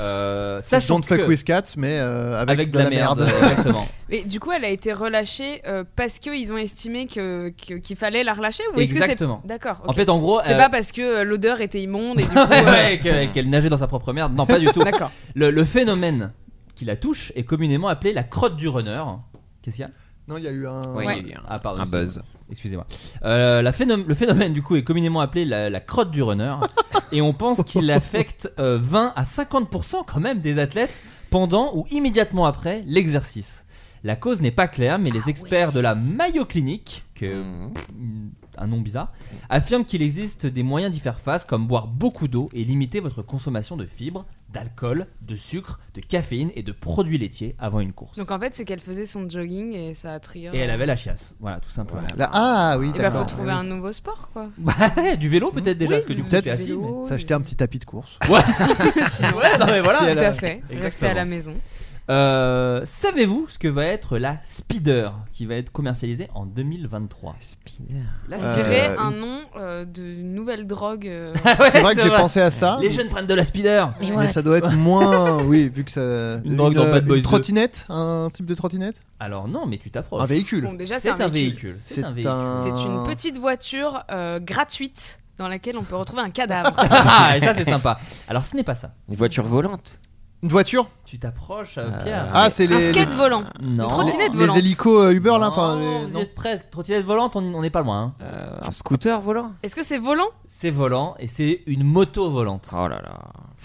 Speaker 8: Euh,
Speaker 6: C'est
Speaker 8: sachant
Speaker 6: Don't fuck
Speaker 8: que-
Speaker 6: with cats, mais euh, avec,
Speaker 8: avec, de la, merde, exactement.
Speaker 9: Mais du coup, elle a été relâchée euh, parce qu'ils ont estimé que que- qu'il fallait la relâcher ou est-ce que c'est
Speaker 8: Exactement.
Speaker 9: D'accord.
Speaker 8: En
Speaker 9: ok.
Speaker 8: fait, en gros,
Speaker 9: c'est
Speaker 8: euh, (laughs)
Speaker 9: pas parce que euh, l'odeur était immonde et du coup.
Speaker 8: Ouais,
Speaker 9: euh,
Speaker 8: ouais, que- qu'elle nageait dans sa propre merde. Non, pas du tout.
Speaker 9: D'accord.
Speaker 8: Le, le phénomène qui la touche est communément appelé la crotte du runner. Qu'est-ce qu'il y a
Speaker 6: (laughs) Non, il y a eu un.
Speaker 7: Ouais,
Speaker 9: Ouais.
Speaker 7: il y a eu un-
Speaker 8: Ah, pardon,
Speaker 7: un
Speaker 8: excusez-moi.
Speaker 7: buzz.
Speaker 8: Excusez-moi. Euh, la phénom- le phénomène, du coup, est communément appelé la, la crotte
Speaker 7: (laughs)
Speaker 8: du runner. et on pense qu'il affecte euh, 20 à 50% quand même des athlètes pendant ou immédiatement après l'exercice. La cause n'est pas claire, mais les experts de la Mayo Clinic, que
Speaker 7: Mmh.
Speaker 8: un nom bizarre, affirme qu'il existe des moyens d'y faire face, comme boire beaucoup d'eau et limiter votre consommation de fibres, d'alcool, de sucre, de caféine et de produits laitiers avant une course.
Speaker 9: Donc en fait, c'est qu'elle faisait son jogging et ça a trigger.
Speaker 8: et elle avait la chiasse, voilà, tout simplement.
Speaker 6: Là- ah oui,
Speaker 8: Eh
Speaker 9: Et bah,
Speaker 8: ben,
Speaker 6: d'accord.
Speaker 9: faut trouver un nouveau sport quoi.
Speaker 8: Bah, du vélo peut-être déjà,
Speaker 9: Oui,
Speaker 8: parce que du coup
Speaker 6: peut-être
Speaker 8: t'es assis. mais-
Speaker 9: vélo,
Speaker 6: S'acheter un petit tapis de course.
Speaker 8: Ah, Ouais, non mais
Speaker 6: Si
Speaker 8: voilà.
Speaker 6: elle
Speaker 9: Tout à
Speaker 6: a-
Speaker 9: fait. Rester
Speaker 8: Exactement.
Speaker 9: à la maison.
Speaker 8: Euh, Savez-vous ce que va être la Speeder qui va être commercialisée en 2023 La
Speaker 9: Je
Speaker 6: Euh,
Speaker 9: dirais
Speaker 6: une-
Speaker 8: hein.
Speaker 9: un nom euh, de nouvelle drogue. euh,
Speaker 8: Ah
Speaker 6: C'est vrai que j'ai pensé à ça.
Speaker 8: Les jeunes prennent de la Speeder.
Speaker 6: Mais ça doit être
Speaker 8: (laughs)
Speaker 6: moins. Oui, vu que ça.
Speaker 8: Une drogue dans
Speaker 6: euh,
Speaker 8: Bad Boys
Speaker 6: une
Speaker 8: 2.
Speaker 6: trottinette Un type de trottinette
Speaker 8: Alors non, mais tu t'approches.
Speaker 6: Un véhicule Ah.
Speaker 9: Bon, déjà, c'est un, véhicule.
Speaker 8: Oh, C'est un
Speaker 6: (laughs)
Speaker 8: véhicule.
Speaker 9: C'est une petite voiture euh, gratuite dans laquelle on peut retrouver
Speaker 8: (laughs)
Speaker 9: un cadavre.
Speaker 8: Ah, et ça c'est sympa. Alors ce n'est pas ça.
Speaker 7: Une voiture volante.
Speaker 6: Une voiture
Speaker 8: Tu t'approches, euh, Pierre.
Speaker 6: Ah, c'est
Speaker 9: un
Speaker 6: les.
Speaker 9: skate
Speaker 6: les-
Speaker 9: volant.
Speaker 8: non.
Speaker 9: Une trottinette
Speaker 6: les
Speaker 9: volante.
Speaker 6: hélicos euh, Uber là enfin,
Speaker 8: Non,
Speaker 6: les-
Speaker 8: vous
Speaker 6: non.
Speaker 8: êtes presque. Trottinette volante, on on n'est pas loin. hein.
Speaker 7: Euh, un scooter volant.
Speaker 9: Est-ce que c'est volant
Speaker 8: C'est volant et c'est une moto volante.
Speaker 6: Ah.
Speaker 7: Oh là là.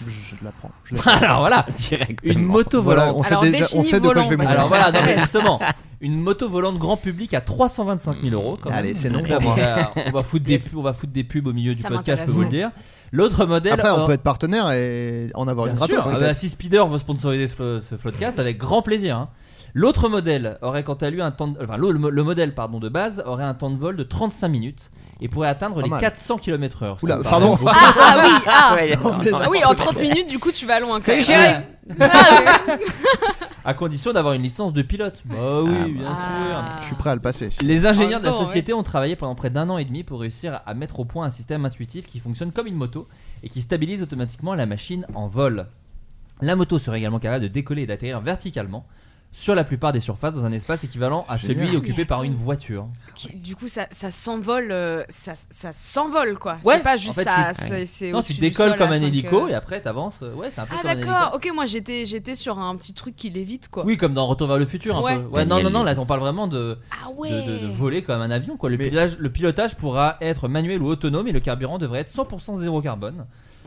Speaker 6: Je, je la prends. Je la-
Speaker 8: (laughs) Alors voilà,
Speaker 7: Directement.
Speaker 8: une moto
Speaker 6: Voilà,
Speaker 8: volante.
Speaker 6: on sait
Speaker 9: Alors,
Speaker 6: déjà on
Speaker 9: définis
Speaker 6: sait de quoi
Speaker 9: volant,
Speaker 6: je vais
Speaker 9: parce
Speaker 6: mourir.
Speaker 9: que-
Speaker 6: (laughs)
Speaker 8: Alors voilà, non, mais
Speaker 9: Ouais.
Speaker 8: justement, une moto volante grand public à 325 000 euros. Quand
Speaker 6: Allez,
Speaker 8: même.
Speaker 6: c'est non
Speaker 8: Donc là,
Speaker 6: pour
Speaker 8: on va- on
Speaker 6: (laughs)
Speaker 8: va foutre des pubs, on va foutre des pubs au milieu du
Speaker 9: Ça
Speaker 8: podcast, je peux
Speaker 9: m'intéresse.
Speaker 8: vous le dire. L'autre modèle.
Speaker 6: Après, on
Speaker 8: euh,
Speaker 6: peut être partenaire et en avoir
Speaker 8: bien
Speaker 6: une hein,
Speaker 8: sûr,
Speaker 6: gratuite.
Speaker 8: ah bah, si Speeder veut sponsoriser ce, flo- ce podcast, avec grand plaisir. hein. L'autre modèle aurait quant à lui un temps, de- enfin le, le modèle pardon de base aurait un temps de vol de 35 minutes et pourrait atteindre les
Speaker 6: mal.
Speaker 8: 400 km/h. ce qui
Speaker 6: Oula,
Speaker 8: me
Speaker 6: pardon.
Speaker 8: paraît beaucoup.
Speaker 9: Ah, ah oui, ah.
Speaker 7: Ouais,
Speaker 9: Ah oui, en 30 minutes, du coup, tu vas loin. Quand même.
Speaker 8: Voilà.
Speaker 9: Ah,
Speaker 8: (laughs) à condition d'avoir une licence de pilote. Bah oui, bien sûr.
Speaker 9: ah.
Speaker 6: Je suis prêt à le passer.
Speaker 8: Les ingénieurs
Speaker 9: En même
Speaker 8: de la
Speaker 9: temps,
Speaker 8: société ont travaillé pendant près d'un an et demi pour réussir à mettre au point un système intuitif qui fonctionne comme une moto et qui stabilise automatiquement la machine en vol. La moto serait également capable de décoller et d'atterrir verticalement sur la plupart des surfaces dans un espace équivalent à
Speaker 6: génial.
Speaker 8: celui occupé par une voiture.
Speaker 9: Qui- Du coup, ça, ça s'envole, euh, ça, ça s'envole quoi.
Speaker 8: Ouais,
Speaker 9: c'est pas juste
Speaker 8: en fait,
Speaker 9: ça.
Speaker 8: tu-
Speaker 9: c'est- c'est
Speaker 8: Non,
Speaker 9: au-dessus
Speaker 8: tu
Speaker 9: du
Speaker 8: décolles
Speaker 9: sol
Speaker 8: comme
Speaker 9: à
Speaker 8: un
Speaker 9: cinq,
Speaker 8: hélico
Speaker 9: euh,
Speaker 8: et après t'avances. euh, Ouais, c'est un peu
Speaker 9: Ah
Speaker 8: comme un hélico.
Speaker 9: d'accord, ok, moi j'étais j'étais sur un petit truc qui l'évite quoi.
Speaker 8: Oui, comme dans Retour vers le futur un
Speaker 9: Ouais.
Speaker 8: peu. Ouais, non, non, non, là on parle vraiment de,
Speaker 9: Ah
Speaker 8: de-
Speaker 9: ouais.
Speaker 8: de, de voler comme un avion. Quoi. Le,
Speaker 6: Mais-
Speaker 8: pilotage, le pilotage pourra être manuel ou autonome et le carburant devrait être 100% zéro carbone.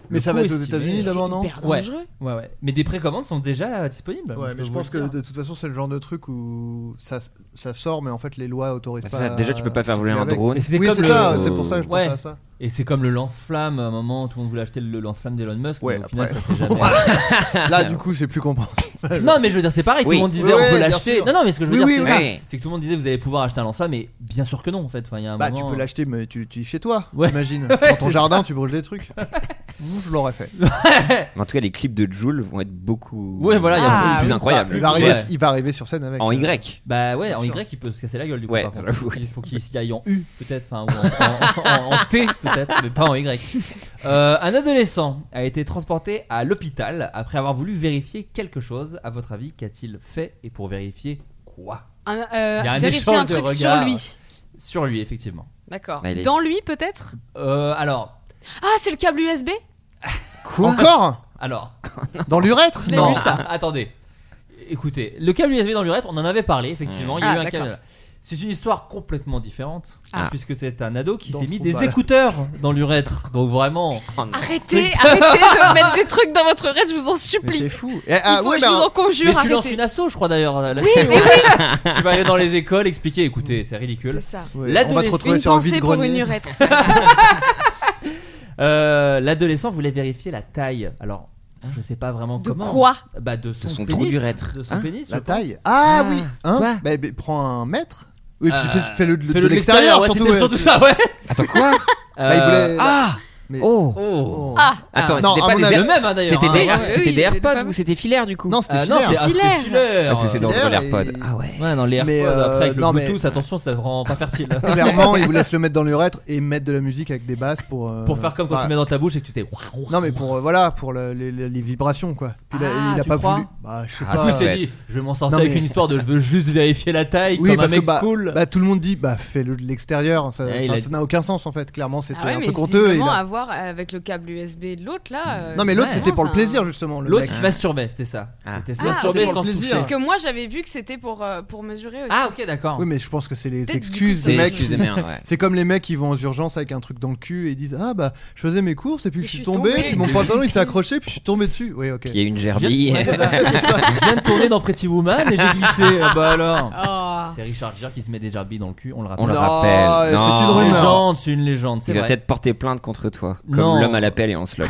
Speaker 6: Mais
Speaker 8: Le
Speaker 6: ça
Speaker 8: coût
Speaker 6: va être aux
Speaker 8: estimé-
Speaker 6: États-Unis d'abord, non
Speaker 9: hyper
Speaker 8: Ouais.
Speaker 9: dangereux.
Speaker 8: Ouais, ouais. Mais des précommandes sont déjà euh, disponibles.
Speaker 6: Ouais, mais je
Speaker 8: vous
Speaker 6: pense
Speaker 8: le
Speaker 6: que
Speaker 8: dire.
Speaker 6: de toute façon, c'est le genre de truc où ça, ça sort, mais en fait, les lois autorisent
Speaker 7: Bah,
Speaker 6: pas.
Speaker 7: ça, déjà, tu peux pas faire voler un
Speaker 6: avec.
Speaker 7: drone.
Speaker 8: Mais c'était
Speaker 6: Oui,
Speaker 8: comme
Speaker 6: c'est
Speaker 8: le-
Speaker 6: ça, c'est pour ça que je pense
Speaker 8: Ouais.
Speaker 6: à ça.
Speaker 8: Et c'est comme le lance-flamme. À un moment, tout le monde voulait acheter le lance-flamme d'Elon Musk.
Speaker 6: Ouais,
Speaker 8: mais au final,
Speaker 6: après.
Speaker 8: ça s'est
Speaker 6: (laughs)
Speaker 8: jamais.
Speaker 6: Là, du coup, c'est
Speaker 7: (laughs)
Speaker 6: plus compréhensible.
Speaker 8: non, mais je veux dire, c'est pareil.
Speaker 7: Oui.
Speaker 8: Tout le monde disait
Speaker 6: Oui,
Speaker 8: on
Speaker 6: oui,
Speaker 8: peut
Speaker 6: bien
Speaker 8: l'acheter.
Speaker 6: sûr.
Speaker 8: Non, non, mais ce que je veux
Speaker 6: Oui,
Speaker 8: dire,
Speaker 6: oui,
Speaker 8: c'est
Speaker 7: oui.
Speaker 8: ça. C'est que tout le monde disait vous allez pouvoir acheter un lance-flamme, mais bien sûr que non, en fait. Enfin, il y a un
Speaker 6: Bah,
Speaker 8: moment.
Speaker 6: tu peux l'acheter, mais tu tu dis chez toi,
Speaker 8: Ouais.
Speaker 9: (laughs)
Speaker 6: imagine.
Speaker 8: Ouais,
Speaker 6: Dans ton
Speaker 8: c'est
Speaker 6: jardin, tu brûles des trucs. Moi, je l'aurais fait.
Speaker 7: Mais en tout cas, les clips de Joule vont être beaucoup
Speaker 8: Ouais, voilà, il y a
Speaker 9: Ah,
Speaker 7: plus
Speaker 9: oui.
Speaker 7: incroyables.
Speaker 6: Il va, arriver,
Speaker 8: Ouais.
Speaker 6: il va arriver sur scène avec.
Speaker 7: En
Speaker 6: euh,
Speaker 7: Y.
Speaker 8: Bah ouais, en
Speaker 6: sûr.
Speaker 8: Y, il peut se casser la gueule du coup.
Speaker 7: Ouais,
Speaker 8: par
Speaker 7: ça
Speaker 8: contre.
Speaker 7: j'avoue.
Speaker 8: Il faut qu'il s'y aille en U peut-être, enfin, ou
Speaker 7: (laughs)
Speaker 8: en, en- en- en T peut-être, mais pas en Y. Euh, un adolescent a été transporté à l'hôpital après avoir voulu vérifier quelque chose. À votre avis, qu'a-t-il fait et pour vérifier quoi
Speaker 9: Un, euh,
Speaker 8: Il y a un
Speaker 9: vérifier
Speaker 8: échange
Speaker 9: un
Speaker 8: de
Speaker 9: truc sur
Speaker 8: regards.
Speaker 9: lui.
Speaker 8: Sur lui, effectivement.
Speaker 9: D'accord.
Speaker 7: Bah, il est-
Speaker 9: Dans lui peut-être
Speaker 8: Euh, alors,
Speaker 9: Ah, c'est le câble USB
Speaker 6: Encore
Speaker 8: alors, ah,
Speaker 6: Dans l'urètre
Speaker 9: Je l'ai
Speaker 6: Non.
Speaker 9: vu ça.
Speaker 8: attendez. Écoutez, le câble USB dans l'urètre, on en avait parlé effectivement. Il y a
Speaker 9: Ah,
Speaker 8: eu un
Speaker 9: d'accord.
Speaker 8: câble. C'est une histoire complètement différente,
Speaker 9: Ah.
Speaker 8: puisque c'est un ado qui
Speaker 6: Dans
Speaker 8: s'est mis
Speaker 6: son
Speaker 8: des
Speaker 6: bal.
Speaker 8: écouteurs dans l'urètre. Donc vraiment,
Speaker 9: Arrêtez, arrêtez de (laughs) mettre des trucs dans votre raid, je vous en
Speaker 6: Mais c'est
Speaker 9: supplie.
Speaker 6: fou. Eh, ah,
Speaker 9: Il faut-
Speaker 6: ouais,
Speaker 9: je
Speaker 6: bah,
Speaker 9: vous en
Speaker 8: Mais
Speaker 9: conjure,
Speaker 8: tu lances
Speaker 9: arrêtez.
Speaker 8: une asso, je crois d'ailleurs. là- là-
Speaker 9: Oui, mais oui,
Speaker 8: tu vas aller dans les écoles, expliquer, écoutez, c'est ridicule.
Speaker 9: c'est ça.
Speaker 6: ouais, on va te
Speaker 8: l'adolescence-
Speaker 6: retrouver
Speaker 9: Une
Speaker 6: sur un
Speaker 9: pensée
Speaker 6: vide
Speaker 9: pour une
Speaker 6: grenier.
Speaker 9: urètre.
Speaker 6: (laughs)
Speaker 8: Euh, L'adolescent voulait vérifier la taille. Alors, je sais pas vraiment
Speaker 9: Hein De
Speaker 8: comment.
Speaker 9: quoi
Speaker 8: Bah de son,
Speaker 7: son
Speaker 8: pénis,
Speaker 7: trou d'urètre.
Speaker 8: De son
Speaker 7: Hein
Speaker 8: pénis. je
Speaker 6: La
Speaker 8: pense.
Speaker 6: taille. Ah,
Speaker 7: Ah,
Speaker 6: oui. Hein
Speaker 7: quoi
Speaker 6: bah, bah, prends un mètre. Oui, puis
Speaker 8: Euh,
Speaker 6: fais- fais-le de,
Speaker 8: Fais-le
Speaker 6: de l'extérieur
Speaker 8: ouais,
Speaker 6: surtout.
Speaker 8: c'était
Speaker 6: ouais.
Speaker 8: surtout ça, ouais.
Speaker 7: Attends, quoi
Speaker 6: Bah, il
Speaker 8: Euh,
Speaker 6: voulait-
Speaker 7: Ah
Speaker 6: Mais-
Speaker 7: Oh
Speaker 8: Oh.
Speaker 6: Oh.
Speaker 9: Ah,
Speaker 7: Attends,
Speaker 6: Non,
Speaker 7: c'était
Speaker 6: à
Speaker 7: pas
Speaker 6: mon
Speaker 7: des
Speaker 6: avis-
Speaker 8: Le même, hein, d'ailleurs.
Speaker 7: C'était
Speaker 8: hein.
Speaker 7: des,
Speaker 9: ouais.
Speaker 7: c'était
Speaker 9: Ah, Oui,
Speaker 7: des
Speaker 9: il était pas
Speaker 7: AirPods
Speaker 9: mal.
Speaker 7: ou c'était filaire du coup
Speaker 6: Non, Ah, c'était
Speaker 8: Euh, non, c'était
Speaker 6: filaire.
Speaker 8: ah, c'était
Speaker 9: Filaire.
Speaker 8: filaire.
Speaker 7: Parce que c'est dangereux
Speaker 6: filaire
Speaker 7: l'AirPod.
Speaker 6: et-
Speaker 7: Ah ouais.
Speaker 8: Ouais, dans les
Speaker 6: Mais,
Speaker 8: AirPods,
Speaker 6: euh,
Speaker 8: après avec
Speaker 6: non,
Speaker 8: le
Speaker 6: mais-
Speaker 8: Bluetooth, attention, c'est vraiment
Speaker 6: (laughs)
Speaker 8: pas fertile.
Speaker 6: Clairement, ils vous laissent le mettre dans l'urètre et mettre de la musique avec des basses pour. euh,
Speaker 8: Pour faire comme quand
Speaker 6: bah,
Speaker 8: tu mets dans ta bouche et que tu sais.
Speaker 6: Non, mais pour euh, voilà, pour le- les, les- les vibrations quoi. Puis là,
Speaker 8: Ah,
Speaker 6: il a
Speaker 8: tu
Speaker 6: pas
Speaker 8: crois
Speaker 6: voulu. Bah, je sais
Speaker 7: Ah,
Speaker 8: Du
Speaker 6: pas.
Speaker 8: coup, il s'est
Speaker 7: ouais.
Speaker 8: dit, je vais m'en sortir
Speaker 6: Non,
Speaker 8: avec
Speaker 6: mais-
Speaker 8: une histoire de je veux juste vérifier la taille
Speaker 6: Oui,
Speaker 8: comme un
Speaker 6: parce que
Speaker 8: mec
Speaker 6: bah,
Speaker 8: cool.
Speaker 6: bah, tout le monde dit bah fais-le de l'extérieur, ça
Speaker 8: Eh, il
Speaker 6: enfin,
Speaker 8: a-
Speaker 6: ça n'a aucun sens en fait. Clairement, c'était
Speaker 9: Ah ouais,
Speaker 6: un
Speaker 9: mais
Speaker 6: truc honteux. et il
Speaker 9: visiblement,
Speaker 6: a-
Speaker 9: à voir euh, avec le câble USB de l'autre là. euh,
Speaker 6: Non mais l'autre
Speaker 9: vraiment,
Speaker 6: c'était pour
Speaker 9: ça-
Speaker 6: le plaisir justement. le
Speaker 8: L'autre,
Speaker 6: mec.
Speaker 8: il se masturbait, c'était ça.
Speaker 7: Ah.
Speaker 8: C'était se
Speaker 9: Ah,
Speaker 8: masturber
Speaker 6: ok.
Speaker 8: sans se
Speaker 6: Plaisir.
Speaker 8: toucher.
Speaker 9: Parce que moi j'avais vu que c'était pour, euh, pour mesurer aussi.
Speaker 8: hein. Ah, ok, d'accord.
Speaker 6: Oui mais je pense que c'est les
Speaker 9: Peut-être
Speaker 6: excuses
Speaker 9: du coup,
Speaker 6: des
Speaker 7: C'est
Speaker 9: ça-
Speaker 6: mecs.
Speaker 7: excuse de merde, ouais.
Speaker 6: (laughs) C'est comme les mecs qui vont aux urgences avec un truc dans le cul et ils disent ah bah je faisais mes courses et puis
Speaker 9: Et
Speaker 6: je suis tombé, puis mon pantalon il s'est accroché puis je suis tombé dessus. Oui ok.
Speaker 7: Puis il
Speaker 6: (laughs)
Speaker 7: y a une
Speaker 8: Je
Speaker 7: gerbille.
Speaker 8: viens, (laughs) ouais, c'est ça. Je viens de tourner dans Pretty Woman et j'ai glissé. Ah bah alors.
Speaker 9: Oh.
Speaker 8: C'est Richard Gere qui se met des gerbilles dans le cul, on le
Speaker 7: On
Speaker 8: rappelle.
Speaker 7: le
Speaker 6: Non,
Speaker 7: rappelle.
Speaker 6: c'est
Speaker 7: Non.
Speaker 6: une
Speaker 8: C'est une
Speaker 6: rumeur.
Speaker 8: légende, c'est une légende, c'est
Speaker 7: Il va
Speaker 8: vrai.
Speaker 7: peut-être porter plainte contre toi.
Speaker 8: Non.
Speaker 7: Comme l'homme à l'appel et en slop.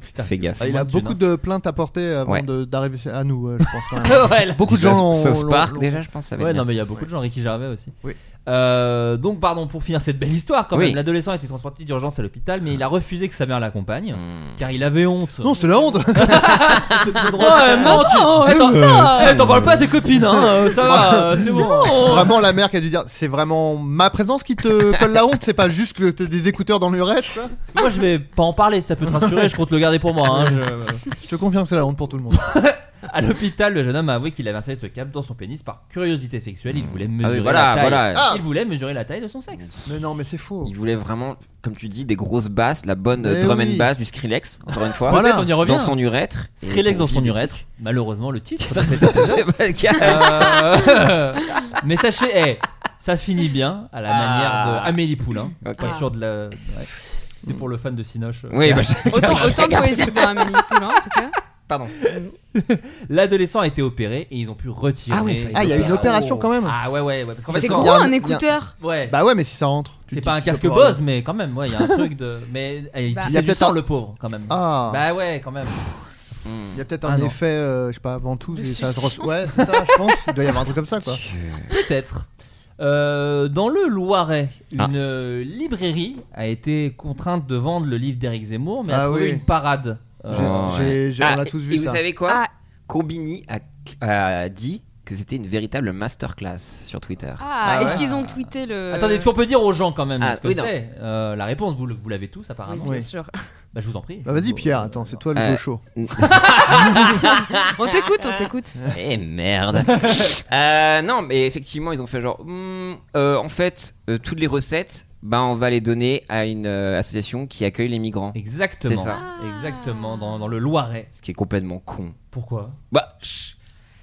Speaker 8: Putain.
Speaker 7: Fais gaffe.
Speaker 6: Ah, il a
Speaker 8: Moins de thunes,
Speaker 6: beaucoup
Speaker 8: hein.
Speaker 6: de plaintes à porter avant
Speaker 7: Ouais.
Speaker 6: de- d'arriver chez- à nous, euh, je pense
Speaker 8: (laughs)
Speaker 6: quand même.
Speaker 8: (laughs) Ouais, là.
Speaker 6: Beaucoup de gens l'ont.
Speaker 7: Sauce
Speaker 6: l'ont-
Speaker 7: Park
Speaker 6: l'ont-
Speaker 7: déjà, je pense. Ça va
Speaker 8: Ouais,
Speaker 7: être
Speaker 8: non,
Speaker 7: bien.
Speaker 8: mais il y a beaucoup de gens, Ricky Gervais aussi.
Speaker 6: Oui.
Speaker 8: Euh, donc, pardon, pour finir cette belle histoire, quand
Speaker 7: Oui.
Speaker 8: même, l'adolescent a été transporté d'urgence à l'hôpital, mais il a refusé que sa mère l'accompagne,
Speaker 7: Hmm.
Speaker 8: car il avait honte.
Speaker 6: Ah. Non c'est la honte. (laughs) C'est pas
Speaker 8: Oh,
Speaker 6: drôle.
Speaker 8: euh, non, tu... Attends, eh, t'en parles pas à tes copines, hein, euh, ça va, euh, c'est
Speaker 6: C'est
Speaker 8: bon.
Speaker 6: Vraiment, la mère qui a dû dire c'est vraiment ma présence qui te colle la honte, c'est pas juste que t'as des écouteurs dans l'urètre. quoi.
Speaker 8: Moi, je vais pas en parler, ça peut te rassurer, je compte le garder pour moi. hein, je-
Speaker 6: Je te confirme que c'est la honte pour tout le monde.
Speaker 8: À l'hôpital, le jeune homme a avoué qu'il avait installé ce câble dans son pénis par curiosité sexuelle, il voulait mesurer
Speaker 7: Ah oui, voilà,
Speaker 8: la taille.
Speaker 7: voilà.
Speaker 6: Ah.
Speaker 8: Il voulait mesurer la taille de son sexe.
Speaker 6: Mais non, mais c'est faux.
Speaker 7: Il voulait vraiment, comme tu dis, des grosses basses, la bonne euh,
Speaker 6: Mais
Speaker 7: drum
Speaker 6: Eh oui.
Speaker 7: and bass du Skrillex, encore une fois.
Speaker 6: Voilà.
Speaker 8: Peut-être on y revient. hein.
Speaker 7: Dans son urètre. Et
Speaker 8: Skrillex dans
Speaker 7: qu'on
Speaker 8: son
Speaker 7: vit des
Speaker 8: urètre, malheureusement le titre de
Speaker 7: trucs.
Speaker 8: cet épisode.
Speaker 7: C'est pas le cas.
Speaker 8: Euh, (laughs) mais sachez, eh, ça finit bien à la
Speaker 7: Ah.
Speaker 8: manière de Amélie Poulain.
Speaker 7: Ok.
Speaker 8: Pas sûr de la. ouais. C'était pour le fan de Sinoche.
Speaker 7: (laughs) Oui, bah, je-
Speaker 9: Autant, autant de poésie dans un manipule, en tout cas.
Speaker 7: pardon.
Speaker 8: L'adolescent a été opéré et ils ont pu retirer.
Speaker 7: Ah oui, fallait
Speaker 6: Ah, il y a une opération quand même.
Speaker 8: Ah ouais, ouais, ouais. Parce qu'en fait,
Speaker 9: C'est
Speaker 6: quand-
Speaker 8: quand-
Speaker 9: gros
Speaker 6: y a un-
Speaker 9: un
Speaker 6: y a-
Speaker 9: écouteur.
Speaker 8: ouais.
Speaker 6: Bah ouais, mais si ça rentre. tu- tu-
Speaker 8: c'est pas un
Speaker 6: tu peux
Speaker 8: casque
Speaker 6: avoir-
Speaker 8: Bose, mais quand même, ouais, il y a un truc de. Mais eh, il
Speaker 9: Bah,
Speaker 8: pissait
Speaker 6: il y a
Speaker 8: du
Speaker 6: peut-être
Speaker 8: sang,
Speaker 6: un-
Speaker 8: le pauvre, quand même.
Speaker 6: Ah.
Speaker 8: Bah ouais, quand même.
Speaker 6: Il y a peut-être
Speaker 8: Ah,
Speaker 6: un
Speaker 8: non.
Speaker 6: effet, euh, je sais pas, ventouse.
Speaker 9: De
Speaker 6: et ça se
Speaker 9: succion.
Speaker 6: re- Ouais, c'est ça, je pense. Il doit y avoir un truc comme ça,
Speaker 8: (laughs)
Speaker 6: quoi.
Speaker 8: Peut-être. Euh, dans le Loiret, une
Speaker 7: Ah.
Speaker 8: euh, librairie a été contrainte de vendre le livre d'Éric Zemmour, mais a
Speaker 6: Ah
Speaker 8: trouvé
Speaker 6: oui.
Speaker 8: une parade. Euh,
Speaker 6: J'ai-
Speaker 7: Oh,
Speaker 6: j'ai- j'ai-
Speaker 7: Ah,
Speaker 6: on a tous
Speaker 7: et-
Speaker 6: vu
Speaker 7: et
Speaker 6: ça.
Speaker 7: vous savez quoi
Speaker 9: Ah.
Speaker 7: Combini a, a dit que c'était une véritable masterclass sur Twitter.
Speaker 9: Ah,
Speaker 6: Ah
Speaker 9: est-ce
Speaker 6: ouais.
Speaker 9: qu'ils ont tweeté le.
Speaker 8: Attendez,
Speaker 6: Euh.
Speaker 8: est-ce qu'on peut dire aux gens quand même
Speaker 7: Ah,
Speaker 8: ce que
Speaker 7: oui, non.
Speaker 8: c'est Euh, La réponse, vous, le- vous l'avez tous apparemment.
Speaker 9: Oui, Ah, bien
Speaker 6: Oui.
Speaker 9: sûr.
Speaker 8: Bah, je vous en prie.
Speaker 6: Bah vas-y,
Speaker 8: Vous-
Speaker 6: Pierre,
Speaker 8: euh,
Speaker 6: attends, c'est toi
Speaker 7: Euh,
Speaker 6: le gaucho.
Speaker 9: On t'écoute, on t'écoute.
Speaker 6: Ah.
Speaker 7: Eh
Speaker 6: (laughs)
Speaker 7: merde. Euh, non, mais effectivement, ils ont fait genre. hmm, euh, en fait, euh, toutes les recettes, bah, on va les donner à une euh, association qui accueille les migrants.
Speaker 8: Exactement.
Speaker 7: C'est ça.
Speaker 8: Exactement, dans, dans le Loiret.
Speaker 7: Ce qui est complètement con.
Speaker 8: Pourquoi
Speaker 7: Bah, chut.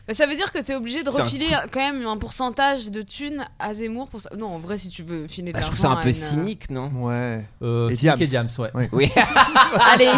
Speaker 9: Bah, ça veut dire que t'es obligé de
Speaker 7: C'est un
Speaker 9: refiler quand même un pourcentage de thunes à Zemmour pour ça. Non, en vrai, si tu veux filer de
Speaker 7: Bah, je
Speaker 8: ben,
Speaker 9: l'argent.
Speaker 7: trouve ça un
Speaker 9: à
Speaker 7: peu
Speaker 9: une- euh,
Speaker 7: cynique, non
Speaker 6: Ouais.
Speaker 8: euh,
Speaker 6: Et
Speaker 8: Philippe
Speaker 6: Diams.
Speaker 8: et Diams, ouais.
Speaker 6: Ouais.
Speaker 7: Oui.
Speaker 9: Allez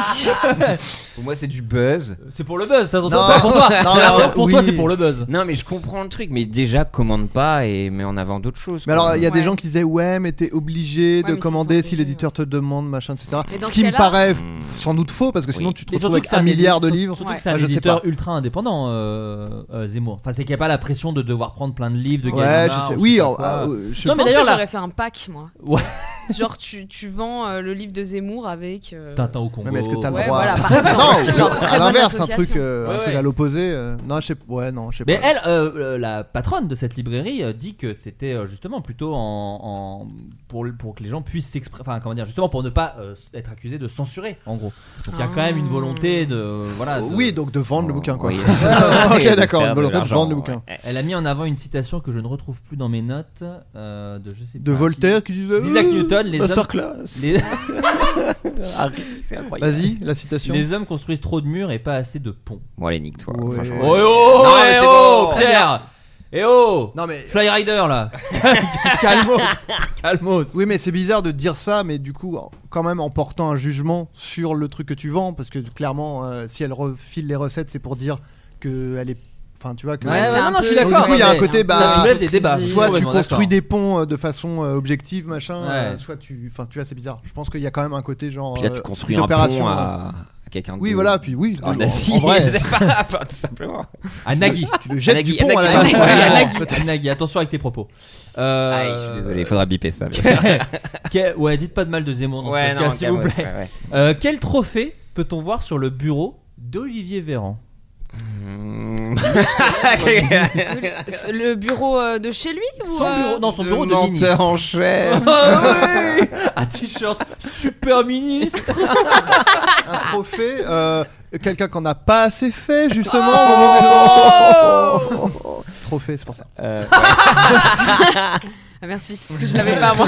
Speaker 7: Pour moi, c'est du buzz.
Speaker 8: C'est pour le buzz, t'as entendu
Speaker 6: Non,
Speaker 8: Pas pour toi.
Speaker 6: (laughs) non,
Speaker 8: Clairement,
Speaker 6: non,
Speaker 8: pour toi,
Speaker 6: oui.
Speaker 8: c'est pour le buzz.
Speaker 7: Non, mais je comprends le truc, mais déjà, commande pas et mets en avant d'autres choses.
Speaker 6: Mais
Speaker 7: quoi.
Speaker 6: alors, il y a des
Speaker 9: Ouais.
Speaker 6: gens qui disaient ouais, mais t'es obligé
Speaker 9: Ouais,
Speaker 6: de
Speaker 9: mais
Speaker 6: commander
Speaker 9: c'est
Speaker 6: si l'éditeur te demande, machin, etc.
Speaker 9: Mais dans
Speaker 6: Ce
Speaker 9: ce
Speaker 6: qui me
Speaker 9: cas-là-
Speaker 6: paraît sans doute faux parce que sinon
Speaker 7: Hmm. Oui.
Speaker 6: tu te
Speaker 8: Et
Speaker 6: retrouves avec
Speaker 8: c'est
Speaker 6: un milliard de
Speaker 8: édi-
Speaker 6: livres.
Speaker 8: Surtout que c'est
Speaker 6: Ah,
Speaker 8: un
Speaker 6: je sais
Speaker 8: éditeur
Speaker 6: pas.
Speaker 8: ultra indépendant, euh, euh, Zemmour. Enfin, c'est qu'il n'y a pas la pression de devoir prendre plein de livres de
Speaker 6: Ouais,
Speaker 8: Gallimard
Speaker 6: je sais.
Speaker 8: ou
Speaker 6: Oui,
Speaker 8: pas
Speaker 6: alors,
Speaker 8: quoi.
Speaker 6: ah, euh, je
Speaker 8: Non,
Speaker 9: Je
Speaker 8: mais
Speaker 9: pense que
Speaker 8: d'ailleurs, là-
Speaker 9: j'aurais fait un pack, moi.
Speaker 8: Ouais.
Speaker 9: (laughs) Genre, tu, tu vends euh, le livre de Zemmour avec. euh,
Speaker 8: Tintin au Congo.
Speaker 6: Ouais, mais est-ce que t'as le
Speaker 9: Ouais,
Speaker 6: droit
Speaker 9: voilà, par
Speaker 6: (laughs)
Speaker 9: exemple.
Speaker 6: Non,
Speaker 9: Très
Speaker 6: genre,
Speaker 9: bonne
Speaker 6: à l'inverse, un
Speaker 9: association.
Speaker 6: truc, euh,
Speaker 8: Ouais,
Speaker 6: un truc
Speaker 8: ouais.
Speaker 6: à l'opposé. euh, non, je sais, ouais, non, je sais
Speaker 8: Mais
Speaker 6: pas.
Speaker 8: elle, euh, euh, la patronne de cette librairie euh, dit que c'était euh, justement plutôt en, en- pour, le- pour que les gens puissent s'exprimer, enfin comment dire, justement pour ne pas euh, être accusés de censurer, en gros. Donc il y a quand même une volonté de voilà. de-
Speaker 6: Euh, Oui, donc de vendre le bouquin, quoi.
Speaker 7: Oh, Oui.
Speaker 6: (laughs) ok, d'accord,
Speaker 7: Et de faire
Speaker 6: une volonté de
Speaker 7: l'argent,
Speaker 6: vendre le bouquin.
Speaker 7: ouais.
Speaker 8: Elle a mis en avant une citation que je ne retrouve plus dans mes notes euh, de je sais
Speaker 6: De
Speaker 8: pas
Speaker 6: Voltaire qui disait.
Speaker 8: qui. d'Isaac
Speaker 6: euh,
Speaker 8: Newton. Les hommes, les,
Speaker 7: C'est incroyable.
Speaker 6: Vas-y, la citation.
Speaker 8: (laughs) les hommes construisent trop de murs et pas assez de ponts.
Speaker 7: Bon, allez, nique-toi.
Speaker 6: Ouais.
Speaker 7: franchement.
Speaker 8: Oh, oh,
Speaker 7: Non, mais
Speaker 8: eh,
Speaker 7: c'est
Speaker 8: oh,
Speaker 7: bon.
Speaker 8: Pierre Eh oh
Speaker 6: Non, mais-
Speaker 8: Fly Rider
Speaker 6: (laughs)
Speaker 8: là Calmos Calmos
Speaker 6: Oui, mais c'est bizarre de dire ça, mais du coup, quand même en portant un jugement sur le truc que tu vends, parce que clairement, euh, si elle refile les recettes, c'est pour dire que elle est. Enfin, tu vois, que.
Speaker 8: Ouais, ouais,
Speaker 9: c'est
Speaker 8: non,
Speaker 9: un
Speaker 8: non, je suis
Speaker 9: peu-
Speaker 6: Donc,
Speaker 8: d'accord.
Speaker 6: du coup, il y a
Speaker 8: mais
Speaker 6: un côté, bah,
Speaker 8: ça soulève des débats.
Speaker 9: hypocrisie.
Speaker 6: Soit tu
Speaker 8: Complètement
Speaker 6: construis
Speaker 8: d'accord.
Speaker 6: des ponts euh, de façon euh, objective, machin,
Speaker 8: Ouais.
Speaker 6: euh, soit tu. Enfin, tu vois, c'est bizarre. Je pense qu'il y a quand même un côté genre.
Speaker 7: Puis là, tu
Speaker 6: euh,
Speaker 7: construis un
Speaker 6: d'opération,
Speaker 7: pont
Speaker 6: euh.
Speaker 7: à, à quelqu'un de.
Speaker 6: Oui, voilà, puis oui.
Speaker 7: En
Speaker 6: en-
Speaker 7: Asie,
Speaker 6: en
Speaker 7: (laughs)
Speaker 6: vrai,
Speaker 7: c'est pas- enfin, tout simplement.
Speaker 8: À Nagui.
Speaker 6: tu le jettes
Speaker 7: Nagui,
Speaker 6: du pont à la
Speaker 7: Nagui,
Speaker 6: base.
Speaker 7: Nagui,
Speaker 6: Ouais,
Speaker 8: Nagui.
Speaker 6: peut-être.
Speaker 8: Nagui, attention avec tes propos. Euh,
Speaker 6: Ah,
Speaker 7: Aïe, je suis désolé,
Speaker 8: (laughs)
Speaker 7: faudra biper ça. bien sûr.
Speaker 8: Que- Ouais, dites pas de mal de Zemmour dans ce podcast, s'il vous plaît. Euh, quel trophée peut-on voir sur le bureau d'Olivier Véran
Speaker 9: Le bureau euh, de chez lui ou
Speaker 8: Son
Speaker 9: euh,
Speaker 8: bureau, non, son bureau de
Speaker 7: menteur
Speaker 8: ministre.
Speaker 7: en chef.
Speaker 8: (laughs) Ah oui Un t-shirt super ministre.
Speaker 6: Un
Speaker 8: Ah.
Speaker 6: trophée, euh, quelqu'un qu'on n'a pas assez fait, justement.
Speaker 8: Oh.
Speaker 6: au moment où-
Speaker 8: (laughs)
Speaker 6: trophée, c'est pour ça.
Speaker 7: Euh,
Speaker 9: Ah, Merci, parce que je l'avais pas moi.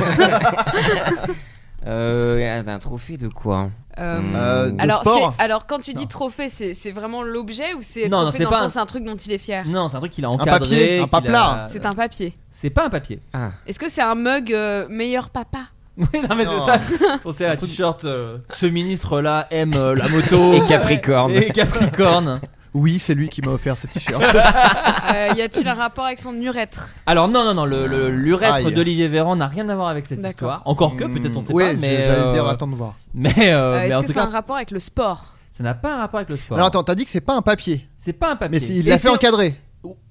Speaker 7: euh, un trophée de quoi
Speaker 9: Euh,
Speaker 8: Mm.
Speaker 6: Euh, de
Speaker 9: alors,
Speaker 6: sport.
Speaker 9: c'est- alors, quand tu dis
Speaker 6: Non.
Speaker 9: trophée, c'est c'est vraiment l'objet ou c'est
Speaker 8: Non, non,
Speaker 9: trophée
Speaker 8: c'est
Speaker 9: dans
Speaker 8: pas Mm.
Speaker 9: le
Speaker 8: un-
Speaker 9: sens c'est un truc dont il est
Speaker 8: (laughs)
Speaker 9: fier
Speaker 8: Non, c'est un truc qu'il a
Speaker 6: papier,
Speaker 8: encadré.
Speaker 6: un
Speaker 8: qu'il
Speaker 6: papelard.
Speaker 8: a-
Speaker 9: C'est un papier.
Speaker 8: C'est pas un papier. (laughs)
Speaker 7: Ah.
Speaker 9: Est-ce que c'est un mug euh, meilleur papa
Speaker 8: Oui, non, mais
Speaker 6: Non.
Speaker 8: (laughs) c'est ça. Pensez à un t-shirt. euh, ce ministre-là aime euh, la moto.
Speaker 7: Et Capricorne.
Speaker 8: Et Capricorne.
Speaker 6: Oui, c'est lui qui m'a offert ce t-shirt.
Speaker 9: Euh, Y a-t-il un rapport avec son urètre
Speaker 8: (laughs) Alors non, non, non, le, le- l'urètre
Speaker 6: Aïe.
Speaker 8: d'Olivier Véran n'a rien à voir avec cette
Speaker 9: D'accord.
Speaker 8: histoire. Encore que, peut-être on sait
Speaker 6: Mmh. oui,
Speaker 8: pas,
Speaker 6: je-
Speaker 8: mais...
Speaker 6: j'allais
Speaker 8: euh,
Speaker 6: dire, attends de voir.
Speaker 8: Mais, (laughs) euh,
Speaker 9: Euh,
Speaker 8: mais
Speaker 9: Est-ce
Speaker 8: en
Speaker 9: que
Speaker 8: tout
Speaker 9: c'est un
Speaker 8: cas,
Speaker 9: rapport avec le sport
Speaker 8: ça n'a pas un rapport avec le sport.
Speaker 6: Alors attends, t'as dit que c'est pas un papier,
Speaker 8: c'est pas un papier.
Speaker 6: mais c'est- il l'a
Speaker 8: Et
Speaker 6: fait
Speaker 8: c'est-
Speaker 6: encadrer.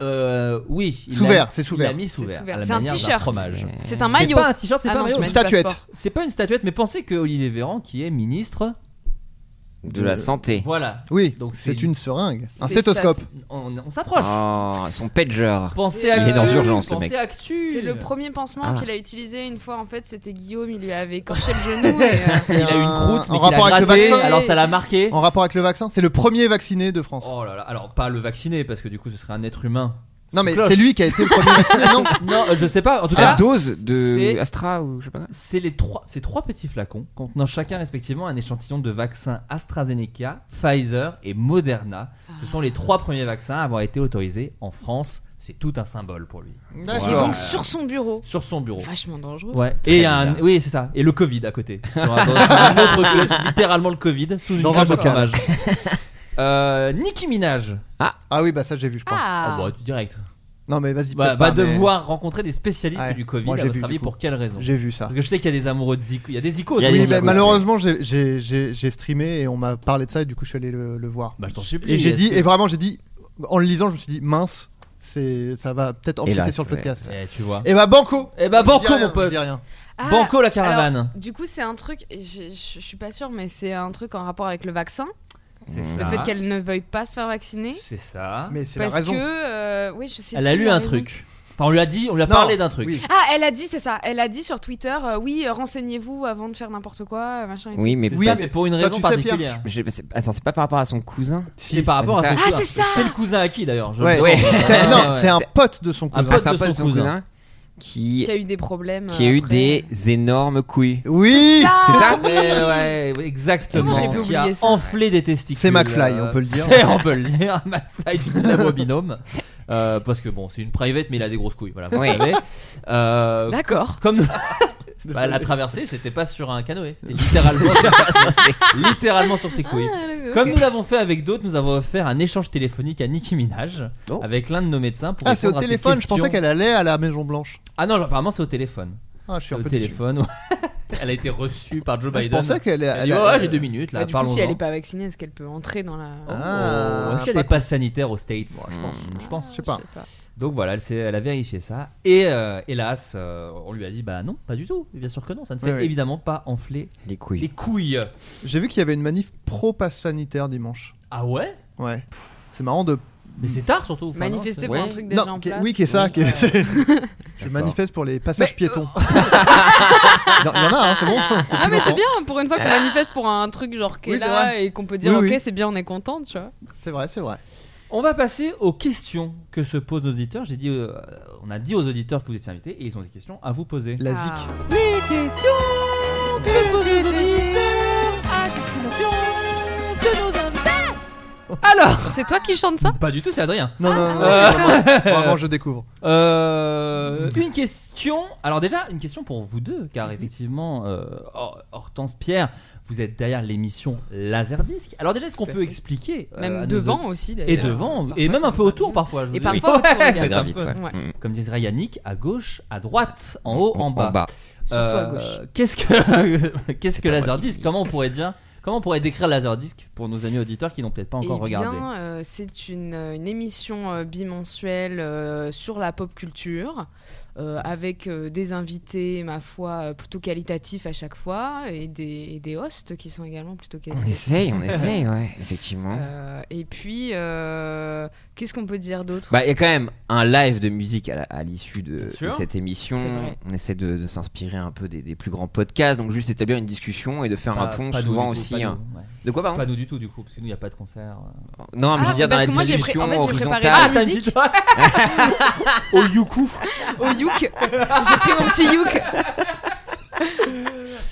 Speaker 8: Euh, oui. il
Speaker 6: Sous
Speaker 8: l'a-
Speaker 6: verre, c'est sous
Speaker 8: Il l'a
Speaker 6: verre.
Speaker 8: mis sous
Speaker 9: C'est
Speaker 8: verre.
Speaker 9: sous verre.
Speaker 8: à la
Speaker 9: C'est un
Speaker 8: manière d'un
Speaker 9: t-shirt.
Speaker 8: fromage.
Speaker 9: C'est un maillot.
Speaker 8: Euh, C'est pas un t-shirt, c'est
Speaker 9: Ah
Speaker 8: pas un
Speaker 9: non,
Speaker 8: maillot.
Speaker 9: j'imagine pas
Speaker 6: Statuette.
Speaker 9: sport.
Speaker 8: C'est pas une statuette, mais pensez que Olivier Véran, qui est ministre,
Speaker 7: De la santé.
Speaker 8: voilà.
Speaker 6: Oui,
Speaker 8: Donc c'est-
Speaker 6: c'est une seringue, un
Speaker 8: c'est-
Speaker 6: stéthoscope.
Speaker 8: ça, c'est- on, on s'approche.
Speaker 7: Oh, son pager.
Speaker 8: Pensez
Speaker 9: Il
Speaker 8: à
Speaker 9: est
Speaker 8: Actu,
Speaker 9: dans
Speaker 7: l'urgence, le
Speaker 8: pensez
Speaker 7: mec.
Speaker 8: à Actu.
Speaker 9: C'est le premier pansement
Speaker 7: Ah.
Speaker 9: qu'il a utilisé une fois. En fait, c'était Guillaume, il
Speaker 8: (laughs)
Speaker 9: lui avait écorché le genou. et, euh,
Speaker 8: Il a eu une croûte, mais
Speaker 6: En
Speaker 8: qu'il a
Speaker 6: rapport avec le
Speaker 8: gratté,
Speaker 6: vaccin.
Speaker 8: Alors ça l'a marqué.
Speaker 6: En rapport avec le vaccin, c'est le premier vacciné de France.
Speaker 8: Oh là là, alors pas le vacciner parce que du coup ce serait un être humain.
Speaker 6: non mais
Speaker 8: cloche.
Speaker 6: c'est lui qui a été le
Speaker 8: (laughs)
Speaker 6: premier vacciné. Non,
Speaker 8: Non, euh, je sais pas, en tout
Speaker 7: La
Speaker 8: cas,
Speaker 7: dose Ah, de
Speaker 8: c'est-
Speaker 7: Astra ou je sais pas.
Speaker 8: c'est les trois ces trois petits flacons contenant chacun respectivement un échantillon de vaccins AstraZeneca, Pfizer et Moderna. Ce sont les trois premiers vaccins à avoir été autorisés en France, c'est tout un symbole pour lui
Speaker 9: qui est donc sur son bureau.
Speaker 8: sur son bureau.
Speaker 9: Vachement dangereux.
Speaker 8: Oh. Ouais, et un
Speaker 7: bizarre.
Speaker 8: oui, c'est ça. Et le Covid à côté. Sur un- dans un autre truc, littéralement le Covid sous une
Speaker 6: Dans un
Speaker 8: cloche de
Speaker 6: bocal.
Speaker 8: fromage.
Speaker 6: (laughs)
Speaker 8: Euh, Nicki Minaj.
Speaker 6: Ah oui, bah ça j'ai vu, je crois.
Speaker 9: Ah,
Speaker 8: Oh, bah, direct.
Speaker 6: Non mais vas-y.
Speaker 8: Va,
Speaker 6: peut-être
Speaker 8: va
Speaker 6: pas, mais
Speaker 8: devoir rencontrer des spécialistes
Speaker 6: Ouais,
Speaker 8: du Covid,
Speaker 6: moi,
Speaker 8: à
Speaker 6: j'ai
Speaker 8: votre
Speaker 6: vu,
Speaker 8: avis,
Speaker 6: du coup.
Speaker 8: pour quelle raison
Speaker 6: J'ai vu ça.
Speaker 8: Parce que je sais qu'il y a des amoureux de Zico. Il y a des Zicos.
Speaker 7: Il y a
Speaker 8: oui,
Speaker 7: des
Speaker 6: Oui,
Speaker 8: bah,
Speaker 6: mais
Speaker 7: Zicos.
Speaker 6: malheureusement j'ai- j'ai j'ai- j'ai streamé et on m'a parlé de ça et du coup je suis allé le, le voir.
Speaker 8: Bah, je t'en supplie.
Speaker 6: Et j'ai
Speaker 8: est-ce
Speaker 6: dit
Speaker 8: que-
Speaker 6: et vraiment j'ai dit en le lisant je me suis dit mince, c'est ça va peut-être empiéter
Speaker 7: Hélas,
Speaker 6: sur le
Speaker 7: ouais.
Speaker 6: podcast.
Speaker 8: Eh, tu vois.
Speaker 6: Et bah banco.
Speaker 8: Eh bah,
Speaker 6: Je dis
Speaker 8: banco,
Speaker 6: rien,
Speaker 8: mon pote.
Speaker 6: Je dis rien.
Speaker 9: Ah,
Speaker 8: Banco la caravane.
Speaker 9: alors, du coup, c'est un truc, et je, je- je suis pas sûre, mais c'est un truc en rapport avec le vaccin.
Speaker 8: C'est
Speaker 9: Le
Speaker 8: ça.
Speaker 9: fait qu'elle ne veuille pas se faire vacciner.
Speaker 8: Ah. C'est ça.
Speaker 6: Mais c'est la
Speaker 9: Parce
Speaker 6: raison.
Speaker 9: que. euh, oui, je sais
Speaker 8: Elle a
Speaker 9: plus
Speaker 8: lu
Speaker 9: la
Speaker 8: un
Speaker 9: raison.
Speaker 8: truc. Enfin, on lui a dit, on lui a
Speaker 6: Non,
Speaker 8: parlé d'un truc.
Speaker 6: oui.
Speaker 9: Ah, elle a dit, c'est ça. Elle a dit sur Twitter, euh, oui, euh, renseignez-vous avant de faire n'importe quoi, euh, machin. Et
Speaker 7: Oui, mais
Speaker 8: C'est
Speaker 6: Oui,
Speaker 8: ça,
Speaker 6: mais-
Speaker 8: mais pour une
Speaker 6: toi,
Speaker 8: raison
Speaker 6: tu sais, Pierre,
Speaker 8: particulière.
Speaker 7: Je- c'est- Attends, c'est pas par rapport à son cousin
Speaker 8: C'est par rapport à
Speaker 7: c'est
Speaker 8: son
Speaker 9: ça. Ah,
Speaker 8: cousin.
Speaker 9: c'est ça
Speaker 8: C'est le cousin à qui d'ailleurs je
Speaker 6: Ouais.
Speaker 8: pense.
Speaker 6: C'est-
Speaker 8: Ah,
Speaker 6: non,
Speaker 8: ouais.
Speaker 6: c'est un pote de son cousin.
Speaker 8: pote
Speaker 7: C'est un
Speaker 8: de
Speaker 7: pote de
Speaker 8: son
Speaker 7: son cousin
Speaker 8: cousin.
Speaker 9: tout.
Speaker 7: qui
Speaker 9: Qui a eu des problèmes. euh,
Speaker 7: qui a
Speaker 3: Ah,
Speaker 7: eu
Speaker 9: après.
Speaker 7: des énormes couilles.
Speaker 6: Oui.
Speaker 7: C'est
Speaker 9: Ah
Speaker 7: ça
Speaker 8: Ouais, ouais, ouais, exactement.
Speaker 9: Comment j'ai pu
Speaker 8: qui a
Speaker 9: oublier ça
Speaker 8: enflé des testicules. euh,
Speaker 6: C'est McFly, on peut le dire.
Speaker 8: C'est, on peut le dire. (laughs) McFly du célèbre binôme. Euh, parce que bon, c'est une private, mais il a des grosses couilles. Voilà, vous
Speaker 7: Oui.
Speaker 8: savez. Euh,
Speaker 9: D'accord.
Speaker 8: comme
Speaker 6: (laughs)
Speaker 8: Bah, la traversée, c'était pas sur un canoë, c'était littéralement, sur
Speaker 9: (laughs)
Speaker 8: (laughs) ses- littéralement sur ses
Speaker 9: Ah,
Speaker 8: couilles. Comme nous l'avons fait avec d'autres, nous avons offert un échange téléphonique à Nicki Minaj
Speaker 7: Oh.
Speaker 8: avec l'un de nos médecins pour
Speaker 6: Ah, c'est au
Speaker 8: répondre à ses
Speaker 6: téléphone. Je
Speaker 8: questions.
Speaker 6: pensais qu'elle allait à la Maison Blanche.
Speaker 8: Ah non, genre, apparemment c'est au téléphone.
Speaker 6: Ah, je suis
Speaker 8: C'est
Speaker 6: un
Speaker 8: au
Speaker 6: peu
Speaker 8: téléphone. (laughs) elle a été reçue par
Speaker 6: déçu.
Speaker 8: Joe
Speaker 6: Ah, je
Speaker 8: Biden.
Speaker 6: pensais qu'elle
Speaker 8: Elle a dit,
Speaker 6: allait.
Speaker 8: oh, ouais, j'ai deux minutes là,
Speaker 9: Bah, du coup,
Speaker 8: parlons-en.
Speaker 9: si elle est pas vaccinée, est-ce qu'elle peut entrer dans la.
Speaker 8: Oh,
Speaker 6: Ah,
Speaker 8: Est-ce qu'il y a des passes sanitaires aux States
Speaker 6: je pense.
Speaker 8: Hmm, Je pense.
Speaker 6: Je sais pas.
Speaker 8: Donc voilà, elle, s'est- elle a vérifié ça. Et euh, hélas, euh, on lui a dit bah non, pas du tout. Bien sûr que non, ça ne fait
Speaker 6: Oui, oui.
Speaker 8: évidemment pas enfler
Speaker 7: Les
Speaker 8: les
Speaker 7: couilles.
Speaker 8: couilles.
Speaker 6: J'ai vu qu'il y avait une manif pro pass sanitaire dimanche.
Speaker 8: Ah ouais
Speaker 6: Ouais. C'est marrant de.
Speaker 8: Mais c'est tard surtout. enfin, non,
Speaker 9: Manifester
Speaker 8: c'est-
Speaker 9: pour
Speaker 7: Ouais.
Speaker 9: un truc déjà
Speaker 6: non,
Speaker 9: en
Speaker 6: qui-
Speaker 9: place.
Speaker 6: oui, qui est ça. qui est- je
Speaker 7: D'accord.
Speaker 6: manifeste pour les passages
Speaker 9: Mais- oh. (laughs)
Speaker 6: piétons. Il y en a, hein, c'est bon.
Speaker 9: Ah, mais c'est bien, pour une fois qu'on manifeste pour un truc genre qui est
Speaker 6: Oui, c'est
Speaker 9: là
Speaker 6: vrai.
Speaker 9: et qu'on peut dire,
Speaker 6: Oui,
Speaker 9: ok,
Speaker 6: oui.
Speaker 9: c'est bien, on est content, tu vois.
Speaker 6: C'est vrai, c'est vrai.
Speaker 8: On va passer aux questions que se posent nos auditeurs. J'ai dit, euh, on a dit aux auditeurs que vous étiez invités et ils ont des questions à vous poser.
Speaker 6: La
Speaker 9: Ah.
Speaker 6: zic.
Speaker 8: Les questions
Speaker 9: Ah,
Speaker 8: que se posent nos auditeurs à destination de nos invités. Alors (laughs)
Speaker 9: Ah. C'est toi qui chante ça
Speaker 8: Pas du tout, c'est Adrien.
Speaker 6: Non, non, non, non,
Speaker 9: Ah.
Speaker 6: c'est vraiment- vraiment, je découvre.
Speaker 8: Euh, une question. Alors déjà, une question pour vous deux, car
Speaker 9: Mhm.
Speaker 8: effectivement, euh, Hor- Hortense Pierre, vous êtes derrière l'émission Laserdisc. Alors déjà, est-ce qu'on
Speaker 9: Tout à
Speaker 8: peut
Speaker 9: fait.
Speaker 8: expliquer euh, à
Speaker 9: Même
Speaker 8: nos
Speaker 9: devant
Speaker 8: aud-
Speaker 9: aussi.
Speaker 8: Et
Speaker 9: d'ailleurs.
Speaker 8: devant,
Speaker 9: Parfois,
Speaker 8: et même
Speaker 9: ça
Speaker 8: un peu
Speaker 9: nous
Speaker 8: autour parfois. je vous
Speaker 9: Et
Speaker 8: dis.
Speaker 9: parfois autour,
Speaker 8: Ouais,
Speaker 9: il y a
Speaker 8: c'est
Speaker 9: des
Speaker 8: un
Speaker 9: gravite,
Speaker 8: peu-
Speaker 9: ouais.
Speaker 7: Mm.
Speaker 8: Comme disait Yannick, à gauche, à droite, en haut, en bas.
Speaker 9: Surtout à
Speaker 8: Euh,
Speaker 9: gauche.
Speaker 8: Qu'est-ce (laughs) que qu'est-ce que
Speaker 7: pas moi
Speaker 8: Laserdisc Comment on pourrait dire Comment on pourrait décrire Laserdisc pour nos amis auditeurs qui n'ont peut-être pas encore
Speaker 9: Eh bien,
Speaker 8: regardé
Speaker 9: euh, c'est une, une émission euh, bimensuelle euh, sur la pop culture, euh, avec euh, des invités, ma foi, euh, plutôt qualitatifs à chaque fois, et des, et des hosts qui sont également plutôt
Speaker 7: On
Speaker 9: qualitatifs.
Speaker 7: essaye,
Speaker 9: (laughs)
Speaker 7: on essaye, ouais, effectivement.
Speaker 9: Euh, et puis, euh, qu'est-ce qu'on peut dire d'autre
Speaker 7: Bah, il y a quand même un live de musique à la- à l'issue de,
Speaker 8: Bien
Speaker 7: de
Speaker 8: sûr.
Speaker 7: cette émission.
Speaker 9: C'est vrai.
Speaker 7: On essaie de, de s'inspirer un peu des, des plus grands podcasts, donc juste établir une discussion et de faire un
Speaker 8: Pas-
Speaker 7: pont
Speaker 8: pas nous,
Speaker 7: souvent
Speaker 8: du coup,
Speaker 7: aussi.
Speaker 8: pas
Speaker 7: hein.
Speaker 8: nous, ouais.
Speaker 7: De quoi, pardon
Speaker 8: Pas nous du tout, du coup, parce que nous, il n'y a pas de concert. Ah,
Speaker 7: Non, mais je
Speaker 9: Ah,
Speaker 7: veux dire dans
Speaker 9: parce
Speaker 7: la
Speaker 9: que moi, j'ai pré-
Speaker 7: discussion
Speaker 9: en fait, j'ai préparé
Speaker 7: horizontale.
Speaker 9: la musique.
Speaker 7: (laughs)
Speaker 8: Au Yuku
Speaker 9: Au youk J'ai pris mon petit youk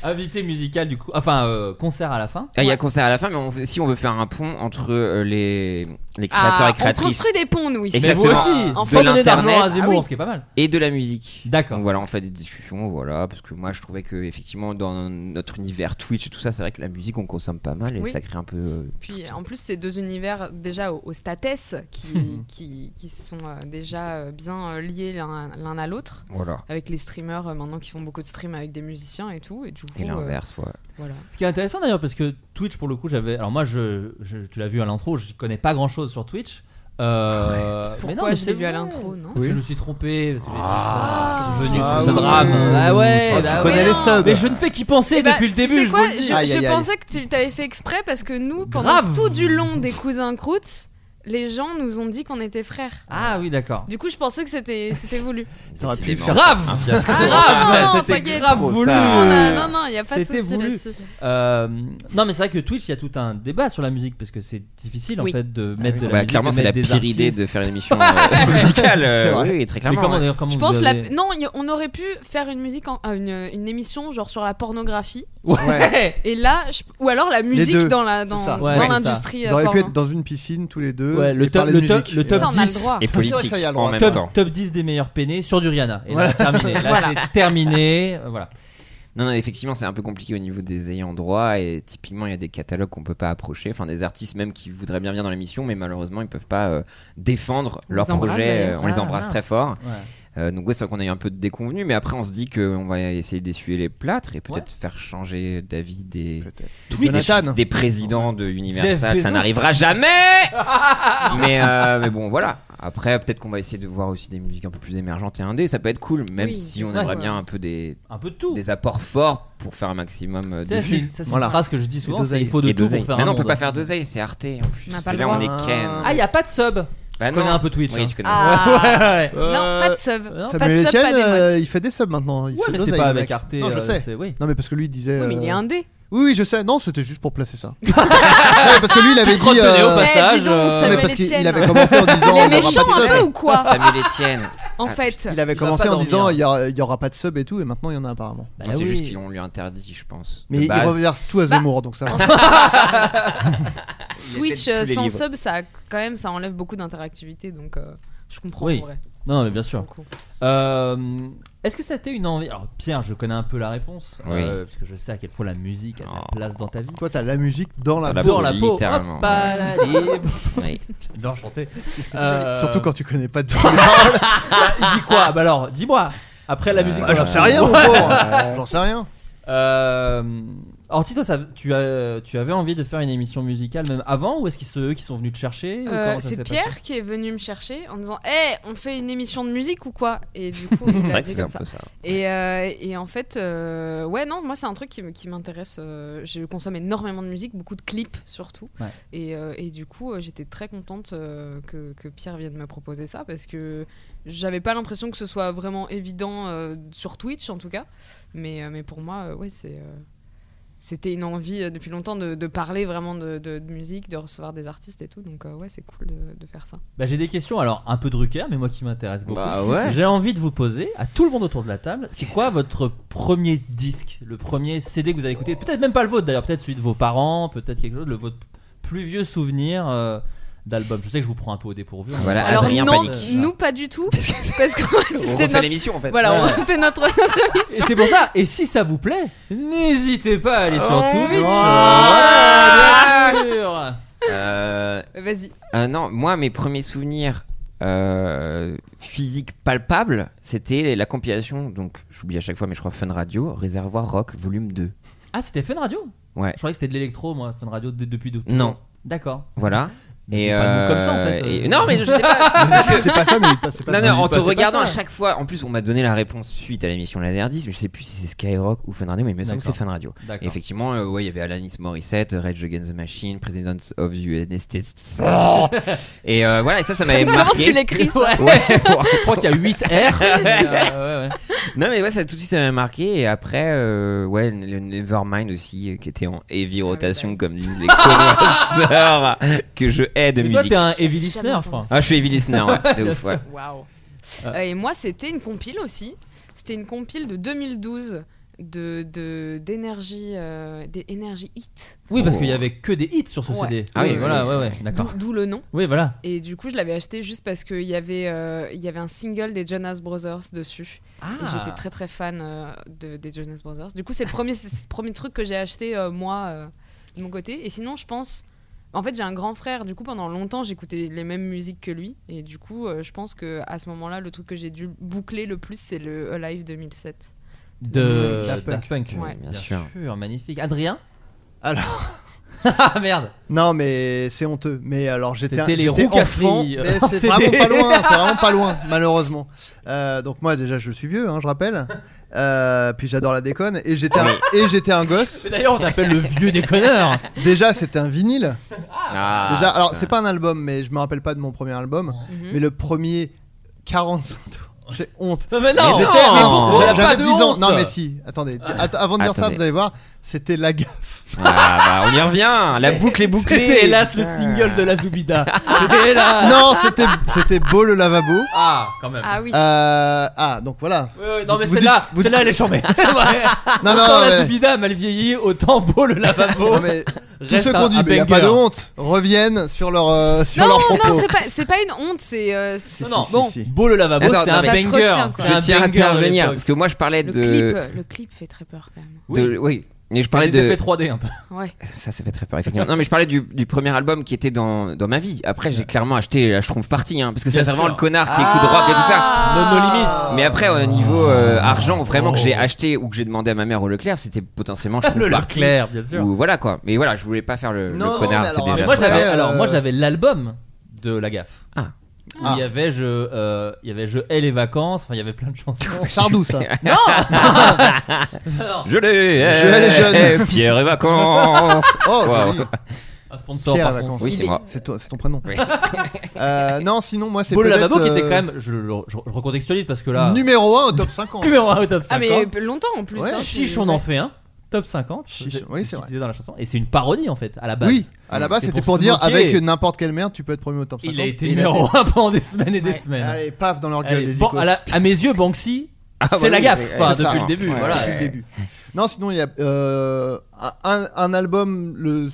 Speaker 8: Invité musical, du coup. Enfin, euh, concert à la fin.
Speaker 7: Ah, Il y a concert à la fin, mais on- si on veut faire un pont entre euh, les, les créateurs
Speaker 9: Ah,
Speaker 7: et
Speaker 9: On
Speaker 7: créatrices
Speaker 9: construit des ponts, nous, ici.
Speaker 8: Mais vous
Speaker 7: Exactement.
Speaker 8: aussi
Speaker 9: Enfin,
Speaker 8: Sans donner d'argent à
Speaker 7: l'internet.
Speaker 8: Zemmour,
Speaker 9: Ah oui.
Speaker 8: ce qui est pas mal.
Speaker 7: et de la musique.
Speaker 8: D'accord.
Speaker 7: Donc voilà, on fait des discussions, voilà, parce que moi je trouvais que effectivement dans notre univers Twitch et tout ça, c'est vrai que la musique on consomme pas mal et
Speaker 9: Oui.
Speaker 7: ça crée un peu. euh,
Speaker 9: Puis
Speaker 7: tout-
Speaker 9: en plus, ces deux univers déjà au, au statès
Speaker 7: Hmm.
Speaker 9: qui, qui, qui sont euh, déjà euh, bien euh, liés l'un l'un à l'autre,
Speaker 7: Voilà.
Speaker 9: avec les streamers euh, maintenant qui font beaucoup de streams avec des musiciens et tout. Et du coup,
Speaker 7: Et
Speaker 9: euh,
Speaker 7: l'inverse, ouais.
Speaker 9: voilà.
Speaker 8: Ce qui est intéressant d'ailleurs, parce que Twitch, pour le coup, j'avais. Alors moi, je, je- tu l'as vu à l'intro, je connais pas grand chose sur Twitch. Euh, mais
Speaker 9: Pourquoi
Speaker 8: non, mais
Speaker 9: je
Speaker 8: c'est
Speaker 9: l'ai vu à
Speaker 8: vrai.
Speaker 9: l'intro, non
Speaker 8: Parce que je me suis trompé, parce que j'ai dit,
Speaker 9: Ah.
Speaker 8: je suis venu
Speaker 6: Ah
Speaker 8: sous ce
Speaker 6: oui.
Speaker 8: drame. Ah
Speaker 9: Eh
Speaker 8: ouais,
Speaker 6: Tu
Speaker 8: bah ouais.
Speaker 6: connais
Speaker 9: ouais.
Speaker 6: les subs.
Speaker 8: Mais je ne fais qu'y penser
Speaker 9: Eh ben,
Speaker 8: depuis le
Speaker 9: tu
Speaker 8: début,
Speaker 9: sais
Speaker 8: je
Speaker 9: quoi,
Speaker 8: vous le dis.
Speaker 9: je,
Speaker 6: Aïe,
Speaker 9: je
Speaker 6: aïe, aïe.
Speaker 9: pensais que tu t'avais fait exprès parce que nous, pendant
Speaker 8: Grave.
Speaker 9: tout du long des cousins croûtes, les gens nous ont dit qu'on était frères.
Speaker 8: Ah oui, d'accord.
Speaker 9: Du coup, je pensais que c'était
Speaker 8: (laughs)
Speaker 9: c'était voulu.
Speaker 6: T'aurais pu le
Speaker 7: Décidément.
Speaker 6: faire.
Speaker 8: Grave
Speaker 7: Un fiasco.
Speaker 9: Ah,
Speaker 8: Grave
Speaker 9: non, non,
Speaker 8: bah, C'était
Speaker 9: t'inquiète.
Speaker 8: grave
Speaker 7: Trop
Speaker 8: voulu
Speaker 7: ça.
Speaker 9: Non, non, non, non, il n'y a pas de
Speaker 8: Euh, C'était
Speaker 9: souci
Speaker 8: voulu.
Speaker 9: là-dessus.
Speaker 8: Euh, non, mais c'est vrai que Twitch, il y a tout un débat sur la musique parce que c'est difficile
Speaker 9: Oui.
Speaker 8: en fait de mettre de la
Speaker 7: Bah,
Speaker 8: musique,
Speaker 7: clairement,
Speaker 8: de
Speaker 7: c'est la
Speaker 8: mettre des
Speaker 7: pire idée
Speaker 8: artistes.
Speaker 7: de faire une émission euh, (laughs) musicale. euh,
Speaker 6: C'est vrai.
Speaker 7: oui, très
Speaker 8: Mais
Speaker 7: clairement.
Speaker 8: comment
Speaker 7: ouais.
Speaker 8: d'ailleurs comment
Speaker 9: Je
Speaker 8: vous
Speaker 9: pense la...
Speaker 8: avez-
Speaker 9: non, y- on aurait pu faire une musique, en- ah, une, une émission genre sur la pornographie.
Speaker 8: Ouais.
Speaker 9: Et là, je- ou alors la musique
Speaker 6: deux,
Speaker 9: dans la
Speaker 6: c'est
Speaker 9: dans,
Speaker 6: ça.
Speaker 9: dans
Speaker 8: Ouais, c'est ça.
Speaker 9: l'industrie. euh,
Speaker 6: Ils auraient pu
Speaker 9: porno.
Speaker 6: être dans une piscine tous les deux.
Speaker 8: Ouais, le
Speaker 6: et
Speaker 8: top-
Speaker 6: parler
Speaker 8: le
Speaker 6: de
Speaker 8: top-
Speaker 6: musique.
Speaker 8: le top-
Speaker 9: Ça, on a le
Speaker 8: 10.
Speaker 9: droit.
Speaker 7: Et
Speaker 6: C'est vrai
Speaker 7: politique
Speaker 6: que ça, il y a le droit.
Speaker 7: en même
Speaker 8: Top,
Speaker 7: temps.
Speaker 8: top 10 des meilleurs peinés sur du Rihanna. Et là, c'est terminé.
Speaker 7: (laughs)
Speaker 8: Là, c'est terminé. Voilà.
Speaker 7: Non, non, effectivement, c'est un peu compliqué au niveau des ayants droit. Et typiquement, il y a des catalogues qu'on peut pas approcher. Enfin, des artistes même qui voudraient bien venir dans l'émission, mais malheureusement, ils peuvent pas euh, défendre
Speaker 9: On
Speaker 7: leur
Speaker 9: les embrasse,
Speaker 7: projet. euh,
Speaker 9: d'ailleurs.
Speaker 7: on les
Speaker 8: Ah,
Speaker 7: embrasse
Speaker 8: mince.
Speaker 7: très fort.
Speaker 8: Ouais.
Speaker 7: Euh, donc, ouais, c'est vrai qu'on a eu un peu de déconvenu, mais après, on se dit qu'on va essayer d'essuyer les plâtres et peut-être faire changer d'avis
Speaker 8: euh,
Speaker 7: des.
Speaker 6: Peut-être.
Speaker 7: Twitch,
Speaker 6: Jonathan.
Speaker 7: des présidents de
Speaker 8: Jeff
Speaker 7: Universal,
Speaker 8: Bezos.
Speaker 7: ça n'arrivera jamais. mais, euh, mais bon, voilà. Après, peut-être qu'on va essayer de voir aussi des musiques un peu plus émergentes et indé. Ça peut être cool, même
Speaker 9: Oui,
Speaker 7: si on
Speaker 9: ouais,
Speaker 7: aimerait
Speaker 9: ouais.
Speaker 7: bien un peu des,
Speaker 8: Un peu de tout.
Speaker 7: des apports forts pour faire un maximum euh,
Speaker 8: Tu sais,
Speaker 7: de
Speaker 8: c'est
Speaker 7: vues.
Speaker 8: une, ça, c'est une
Speaker 6: Voilà.
Speaker 8: phrase que je dis souvent.
Speaker 6: Et
Speaker 8: c'est
Speaker 6: d'oseille.
Speaker 8: Il faut de
Speaker 7: Et
Speaker 8: tout
Speaker 7: d'oseille.
Speaker 8: pour faire
Speaker 7: Mais
Speaker 8: un
Speaker 7: non, on peut
Speaker 8: monde.
Speaker 7: pas faire d'oseille, c'est Arte. En plus,
Speaker 9: On n'a pas
Speaker 7: c'est
Speaker 9: le
Speaker 7: là on
Speaker 9: droit.
Speaker 7: est Ken.
Speaker 8: Ah, il n'y a pas de sub.
Speaker 7: Bah
Speaker 8: Je connais
Speaker 7: non.
Speaker 8: un peu Twitch.
Speaker 7: Oui,
Speaker 8: hein.
Speaker 7: tu connais.
Speaker 9: Ah.
Speaker 8: ouais.
Speaker 9: Non,
Speaker 6: Euh,
Speaker 9: pas de sub.
Speaker 8: non,
Speaker 9: pas de
Speaker 6: Samuel
Speaker 9: sub, pas
Speaker 6: Etienne, euh,
Speaker 9: d'émote.
Speaker 6: il fait des subs maintenant. Il
Speaker 8: Ouais,
Speaker 6: fait
Speaker 8: mais
Speaker 6: de
Speaker 8: c'est
Speaker 6: l'oseille,
Speaker 8: pas
Speaker 6: le
Speaker 8: avec
Speaker 6: mec.
Speaker 8: Arte.
Speaker 6: Non, je
Speaker 8: euh,
Speaker 6: sais.
Speaker 8: c'est- Oui.
Speaker 6: Non, mais parce que lui il disait.
Speaker 9: Oui, mais il est
Speaker 6: euh,
Speaker 9: indé.
Speaker 6: Oui, oui, je sais. Non, c'était juste pour placer
Speaker 9: (laughs)
Speaker 6: ça. (laughs) Ouais, parce que lui, il avait dit.
Speaker 8: Retenez au
Speaker 6: euh,
Speaker 9: Eh,
Speaker 8: passage.
Speaker 9: dis donc,
Speaker 6: non,
Speaker 8: euh,
Speaker 6: mais
Speaker 9: Samuel
Speaker 6: parce qu'il
Speaker 9: Etienne.
Speaker 6: il avait commencé
Speaker 9: (laughs)
Speaker 6: en disant.
Speaker 9: Il
Speaker 6: il y
Speaker 9: est
Speaker 6: aura
Speaker 9: méchant
Speaker 6: pas de
Speaker 9: un
Speaker 6: sub.
Speaker 9: peu ou
Speaker 7: (laughs)
Speaker 9: quoi
Speaker 7: Samuel Etienne.
Speaker 9: En
Speaker 7: Ah,
Speaker 9: fait,
Speaker 6: Il avait
Speaker 8: va
Speaker 6: commencé
Speaker 8: pas
Speaker 6: en disant
Speaker 8: dormir.
Speaker 6: il y, aura- il y aura pas de sub et tout, et maintenant il y en a apparemment.
Speaker 8: Bah
Speaker 7: Non, c'est
Speaker 8: oui.
Speaker 7: juste qu'on lui interdit, je pense. de
Speaker 6: Mais il
Speaker 7: base.
Speaker 6: reverse tout à
Speaker 9: Bah,
Speaker 6: Zemmour, donc ça va.
Speaker 9: (laughs)
Speaker 7: Il
Speaker 9: Twitch
Speaker 7: essaie de
Speaker 9: euh,
Speaker 7: tous les
Speaker 9: sans
Speaker 7: livres.
Speaker 9: sub, ça quand même ça enlève beaucoup d'interactivité, donc euh, je comprends.
Speaker 8: Oui,
Speaker 9: en vrai.
Speaker 8: Non, mais bien sûr.
Speaker 9: Beaucoup.
Speaker 8: Euh, Est-ce que ça t'a une envie Alors Pierre, je connais un peu la réponse,
Speaker 7: Oui.
Speaker 8: euh, parce que je sais à quel point la musique a de la
Speaker 7: Oh.
Speaker 8: place dans ta vie.
Speaker 6: Toi, t'as la musique dans la.
Speaker 7: Dans la
Speaker 6: peau.
Speaker 8: Dans la peau,
Speaker 7: Littéralement,
Speaker 8: hop, à la libre.
Speaker 7: Oui.
Speaker 8: (laughs)
Speaker 7: (laughs)
Speaker 8: J'adore chanter. Euh,
Speaker 6: Surtout quand tu connais pas de (laughs) Bah,
Speaker 8: il dit quoi Bah alors, dis-moi. Après
Speaker 7: Euh,
Speaker 8: la
Speaker 7: bah,
Speaker 8: musique. dans la
Speaker 6: J'en sais
Speaker 8: peau.
Speaker 6: rien, mon pauvre J'en sais rien
Speaker 8: Euh, alors Tito, ça- tu, as, tu avais envie de faire une émission musicale même avant, ou est-ce qu'ils sont eux qui sont venus te chercher ou
Speaker 9: Euh,
Speaker 8: comment ça s'est
Speaker 9: c'est
Speaker 8: passé
Speaker 9: Pierre qui est venu me chercher en disant "Eh, on fait une émission de musique ou quoi Et du
Speaker 7: (laughs)
Speaker 9: coup, il
Speaker 7: C'est
Speaker 9: a
Speaker 7: vrai que
Speaker 9: dit
Speaker 7: c'est un
Speaker 9: comme ça.
Speaker 7: peu ça.
Speaker 9: Et, euh, et en fait, euh, ouais, non, moi c'est un truc qui, me- qui m'intéresse. euh, je consomme énormément de musique, beaucoup de clips surtout.
Speaker 8: Ouais.
Speaker 9: Et, euh, et du coup, euh, j'étais très contente euh, que, que Pierre vienne me proposer ça parce que j'avais pas l'impression que ce soit vraiment évident euh, sur Twitch en tout cas. Mais, euh, mais pour moi, euh, ouais, c'est. euh, c'était une envie euh, depuis longtemps de, de parler vraiment de, de- de musique, de recevoir des artistes et tout. Donc, euh, ouais, c'est cool de, de faire ça.
Speaker 8: Bah, J'ai des questions, alors un peu Drucker, mais moi qui m'intéresse beaucoup.
Speaker 7: Bah ouais.
Speaker 8: J'ai envie de vous poser à tout le monde autour de la table, c'est quoi votre premier disque, le premier CD que vous avez écouté Peut-être même pas le vôtre d'ailleurs, peut-être celui de vos parents, peut-être quelque chose, le vôtre plus vieux souvenirs euh, d'album Je sais que je vous prends un peu au dépourvu.
Speaker 7: Ah, Voilà,
Speaker 9: Alors
Speaker 7: Adrien
Speaker 9: non,
Speaker 7: panique.
Speaker 8: Euh,
Speaker 9: nous pas du tout, parce qu'on
Speaker 7: On
Speaker 9: c'était
Speaker 7: refait
Speaker 9: notre-
Speaker 7: l'émission, en fait.
Speaker 9: Voilà, on
Speaker 8: Ouais.
Speaker 9: refait notre, notre
Speaker 8: Et
Speaker 9: émission.
Speaker 8: c'est pour ça, et si ça vous plaît, n'hésitez pas à aller sur
Speaker 7: Oh.
Speaker 8: Twitch.
Speaker 7: Ah.
Speaker 8: Voilà, bien sûr.
Speaker 7: Euh,
Speaker 9: (laughs) Vas-y.
Speaker 7: euh, non, moi, mes premiers souvenirs euh, physiques palpables, c'était la compilation, donc j'oublie à chaque fois, mais je crois Fun Radio, Réservoir Rock, volume 2.
Speaker 8: Ah, c'était Fun Radio
Speaker 7: Ouais.
Speaker 8: Je croyais que c'était de l'électro, moi, Fun Radio de- depuis deux.
Speaker 7: Non.
Speaker 8: D'accord.
Speaker 7: Voilà.
Speaker 8: dis pas de nous comme ça, en fait,
Speaker 7: et-
Speaker 8: euh.
Speaker 7: Non, mais je
Speaker 8: (laughs)
Speaker 7: sais pas. parce que-
Speaker 6: C'est pas ça, mais c'est pas
Speaker 7: Non,
Speaker 6: ça.
Speaker 7: non, en
Speaker 8: pas,
Speaker 7: te
Speaker 8: c'est pas
Speaker 7: regardant
Speaker 8: ça.
Speaker 7: à chaque fois, en plus on m'a donné la réponse suite à l'émission de la dernière 10, mais je sais plus si c'est Skyrock ou Fun Radio, mais il me semble que c'est
Speaker 8: D'accord.
Speaker 7: Fun Radio. Et
Speaker 8: D'accord.
Speaker 7: effectivement, euh, ouais, il y avait Alanis Morissette, Rage Against the Machine, President of the United States. (laughs) et euh, voilà, et ça, ça m'avait marqué.
Speaker 9: Comment tu l'écris
Speaker 7: (laughs)
Speaker 9: ça (laughs)
Speaker 7: Ouais, ouais.
Speaker 8: Je crois qu'il y
Speaker 7: (laughs)
Speaker 8: a 8 R. Euh, ouais, ouais.
Speaker 7: non mais ouais ça tout de suite ça m'a marqué et après euh, ouais le Nevermind aussi euh, qui était en heavy rotation
Speaker 9: bah.
Speaker 7: comme disent les connaisseurs (laughs) que je hais de
Speaker 8: Mais toi,
Speaker 7: musique.
Speaker 8: t'es un heavy
Speaker 9: J'ai jamais
Speaker 8: listener, je crois.
Speaker 9: entendu
Speaker 7: Ah je suis heavy listener
Speaker 8: (laughs)
Speaker 7: ouais, de
Speaker 8: Bien
Speaker 7: ouf,
Speaker 8: sûr. Ah.
Speaker 7: ouais.
Speaker 9: Waouh. Euh, et moi, c'était une compile aussi. C'était une compile de 2012 de de- d'énergie euh, des énergies hit
Speaker 8: Oui, parce
Speaker 7: Oh.
Speaker 8: qu'il y avait que des hits sur ce
Speaker 9: Ouais.
Speaker 8: CD.
Speaker 7: Ah oui,
Speaker 8: voilà,
Speaker 7: oui.
Speaker 8: ouais, ouais,
Speaker 9: d'où
Speaker 7: Ah.
Speaker 8: d'accord.
Speaker 9: d'où le nom
Speaker 8: Oui, voilà.
Speaker 9: et du coup je l'avais acheté juste parce qu'il y avait euh, il y avait un single des Jonas Brothers dessus
Speaker 8: Ah.
Speaker 9: et j'étais très très fan euh, de, des Jonas Brothers du coup c'est le premier c'est le premier truc que j'ai acheté euh, moi euh, de mon côté et sinon je pense en fait j'ai un grand frère du coup pendant longtemps j'écoutais les mêmes musiques que lui et du coup euh, je pense que à ce moment-là le truc que j'ai dû boucler le plus c'est le Alive 2007
Speaker 8: De
Speaker 6: Daft Punk.
Speaker 8: Daft Punk.
Speaker 9: Ouais.
Speaker 7: Bien sûr.
Speaker 8: magnifique. Adrien
Speaker 6: Alors,
Speaker 8: (laughs) Ah merde
Speaker 6: non, mais c'est honteux. Mais alors, j'étais
Speaker 8: C'était les
Speaker 6: j'étais
Speaker 8: roues
Speaker 6: enfant,
Speaker 8: casseries. (laughs)
Speaker 6: mais C'est
Speaker 8: C'était-
Speaker 6: vraiment pas loin, c'est vraiment pas loin, malheureusement. Euh, donc, moi, déjà, je suis vieux, hein, je rappelle. Euh, puis j'adore la déconne. Et j'étais un, et j'étais un gosse.
Speaker 8: D'ailleurs, on t'appelle le vieux déconneur
Speaker 6: Déjà, c'était un vinyle.
Speaker 7: Ah,
Speaker 6: Déjà, alors,
Speaker 7: putain.
Speaker 6: c'est pas un album, mais je me rappelle pas de mon premier album.
Speaker 9: Mhm.
Speaker 6: Mais le premier 45 tours. (laughs) J'ai honte.
Speaker 8: (laughs) Non, mais
Speaker 7: Mais
Speaker 8: non
Speaker 6: J'étais-
Speaker 7: non,
Speaker 6: non,
Speaker 7: mais
Speaker 6: j'avais-
Speaker 8: pourquoi Pas
Speaker 6: J'avais
Speaker 8: de
Speaker 6: 10 ans.
Speaker 8: honte.
Speaker 6: Non, mais si. Attendez. att- avant de dire ça,
Speaker 7: Attendez.
Speaker 6: vous allez voir, c'était la gaffe.
Speaker 7: Ah, bah, on y revient. La
Speaker 6: (laughs)
Speaker 7: boucle est bouclée.
Speaker 8: C'était hélas le single de la Zubida Hélas
Speaker 6: Non, c'était c'était beau le lavabo.
Speaker 8: Ah, quand même
Speaker 9: ah oui
Speaker 6: Euh, ah, donc
Speaker 8: (laughs)
Speaker 6: voilà.
Speaker 8: Ouais, ouais, non mais
Speaker 6: Vous
Speaker 8: celle-là,
Speaker 6: dites- vous
Speaker 8: celle-là
Speaker 6: dites-
Speaker 8: elle est chambée. (laughs) Ouais.
Speaker 6: Non, non,
Speaker 8: Autant la
Speaker 6: mais-
Speaker 8: Zubida mal vieilli, autant beau le lavabo.
Speaker 6: Non, mais tous
Speaker 8: Reste
Speaker 6: ceux
Speaker 8: un-
Speaker 6: qu'on dit,
Speaker 8: un
Speaker 6: mais y a pas de
Speaker 8: banger.
Speaker 6: honte, reviennent sur leur euh, sur
Speaker 9: non
Speaker 6: leur
Speaker 9: non,
Speaker 6: propos.
Speaker 9: c'est pas c'est pas une honte c'est euh, c'est-
Speaker 8: Non, non.
Speaker 9: bon
Speaker 6: Si, si.
Speaker 8: Beau le lavabo,
Speaker 7: Attends,
Speaker 8: c'est
Speaker 7: non,
Speaker 8: un
Speaker 7: mais-
Speaker 9: Ça se retient,
Speaker 8: banger.
Speaker 9: quoi.
Speaker 8: C'est
Speaker 7: Je
Speaker 8: un
Speaker 7: tiens à
Speaker 8: banger de
Speaker 7: intervenir
Speaker 8: l'époque.
Speaker 7: parce que moi je parlais
Speaker 9: le
Speaker 7: de.
Speaker 9: clip le clip fait très peur quand même
Speaker 7: de- oui. Mais je parlais
Speaker 8: Les
Speaker 7: de.
Speaker 8: effets 3D un peu.
Speaker 9: ouais
Speaker 7: Ça, ça fait très peur, effectivement. Non, mais je parlais du, du premier album qui était dans, dans ma vie. Après, j'ai clairement acheté la Schtroumpf Party, hein, parce que c'est
Speaker 8: Bien
Speaker 7: vraiment
Speaker 8: sûr.
Speaker 7: le connard qui écoute rock et tout ça.
Speaker 8: Ah.
Speaker 7: Mais après, au niveau euh, argent, vraiment que j'ai acheté ou que j'ai demandé à ma mère au Leclerc, c'était potentiellement
Speaker 8: (laughs)
Speaker 7: Schtroumpf
Speaker 8: Oh. Le
Speaker 7: Party.
Speaker 8: Leclerc, bien sûr.
Speaker 7: Ou voilà quoi. Mais voilà, je voulais pas faire le, le
Speaker 6: Non, non,
Speaker 7: connard,
Speaker 6: mais
Speaker 7: c'est
Speaker 6: alors,
Speaker 7: déjà.
Speaker 6: mais
Speaker 8: Moi
Speaker 6: Après,
Speaker 8: j'avais
Speaker 6: euh,
Speaker 8: alors moi j'avais l'album de la gaffe.
Speaker 7: Ah.
Speaker 6: Ah.
Speaker 8: Il y avait je euh, il y avait je hais les vacances, enfin il y avait plein de chansons.
Speaker 6: (laughs) Sardou,
Speaker 9: (laughs)
Speaker 6: ça.
Speaker 7: Je l'ai. Eh,
Speaker 6: Je l'ai, les jeunes.
Speaker 7: Pierre et
Speaker 6: (laughs)
Speaker 7: vacances.
Speaker 6: Oh,
Speaker 7: Wow.
Speaker 6: joli.
Speaker 8: Un sponsor
Speaker 6: Pierre
Speaker 8: par
Speaker 6: à
Speaker 8: contre.
Speaker 6: vacances.
Speaker 7: Oui, c'est moi.
Speaker 6: C'est toi- c'est ton prénom.
Speaker 7: Oui.
Speaker 6: (laughs) Euh, non, sinon, moi, c'est
Speaker 8: Beau le
Speaker 6: peut-être
Speaker 8: lavabo qui
Speaker 6: euh,
Speaker 8: était quand même je, le- je recontextualise parce que là
Speaker 6: numéro 1 au top 50.
Speaker 8: numéro 1 au top 50.
Speaker 9: ah mais longtemps en plus
Speaker 6: Ouais.
Speaker 9: hein,
Speaker 8: Chiche,
Speaker 9: c'est-
Speaker 8: on
Speaker 9: ouais.
Speaker 8: en fait un. Top 50.
Speaker 6: Chiche,
Speaker 8: c'est-
Speaker 6: oui,
Speaker 8: c'est
Speaker 6: c'est
Speaker 8: ce qu'il
Speaker 6: vrai.
Speaker 8: disait dans la chanson. Et c'est une parodie en fait, à la base.
Speaker 6: Oui, à la base,
Speaker 8: C'est
Speaker 6: c'était
Speaker 8: pour
Speaker 6: pour
Speaker 8: se
Speaker 6: dire
Speaker 8: moquer.
Speaker 6: avec n'importe quelle merde, tu peux être premier au top 50.
Speaker 8: Il a été
Speaker 6: Et
Speaker 8: numéro 1 pendant des semaines et des
Speaker 9: Ouais.
Speaker 8: semaines.
Speaker 6: Allez, paf dans leur gueule,
Speaker 8: Allez,
Speaker 6: les
Speaker 8: bon,
Speaker 6: icos.
Speaker 8: à, la- à mes yeux, Banksy,
Speaker 7: Ah,
Speaker 8: c'est
Speaker 7: bah
Speaker 8: la
Speaker 7: oui,
Speaker 8: gaffe
Speaker 7: oui,
Speaker 8: enfin,
Speaker 6: c'est
Speaker 8: depuis
Speaker 6: ça. hein.
Speaker 8: le début.
Speaker 7: Ouais.
Speaker 8: voilà.
Speaker 6: depuis le début. Non, sinon il y a euh, un, un album, le-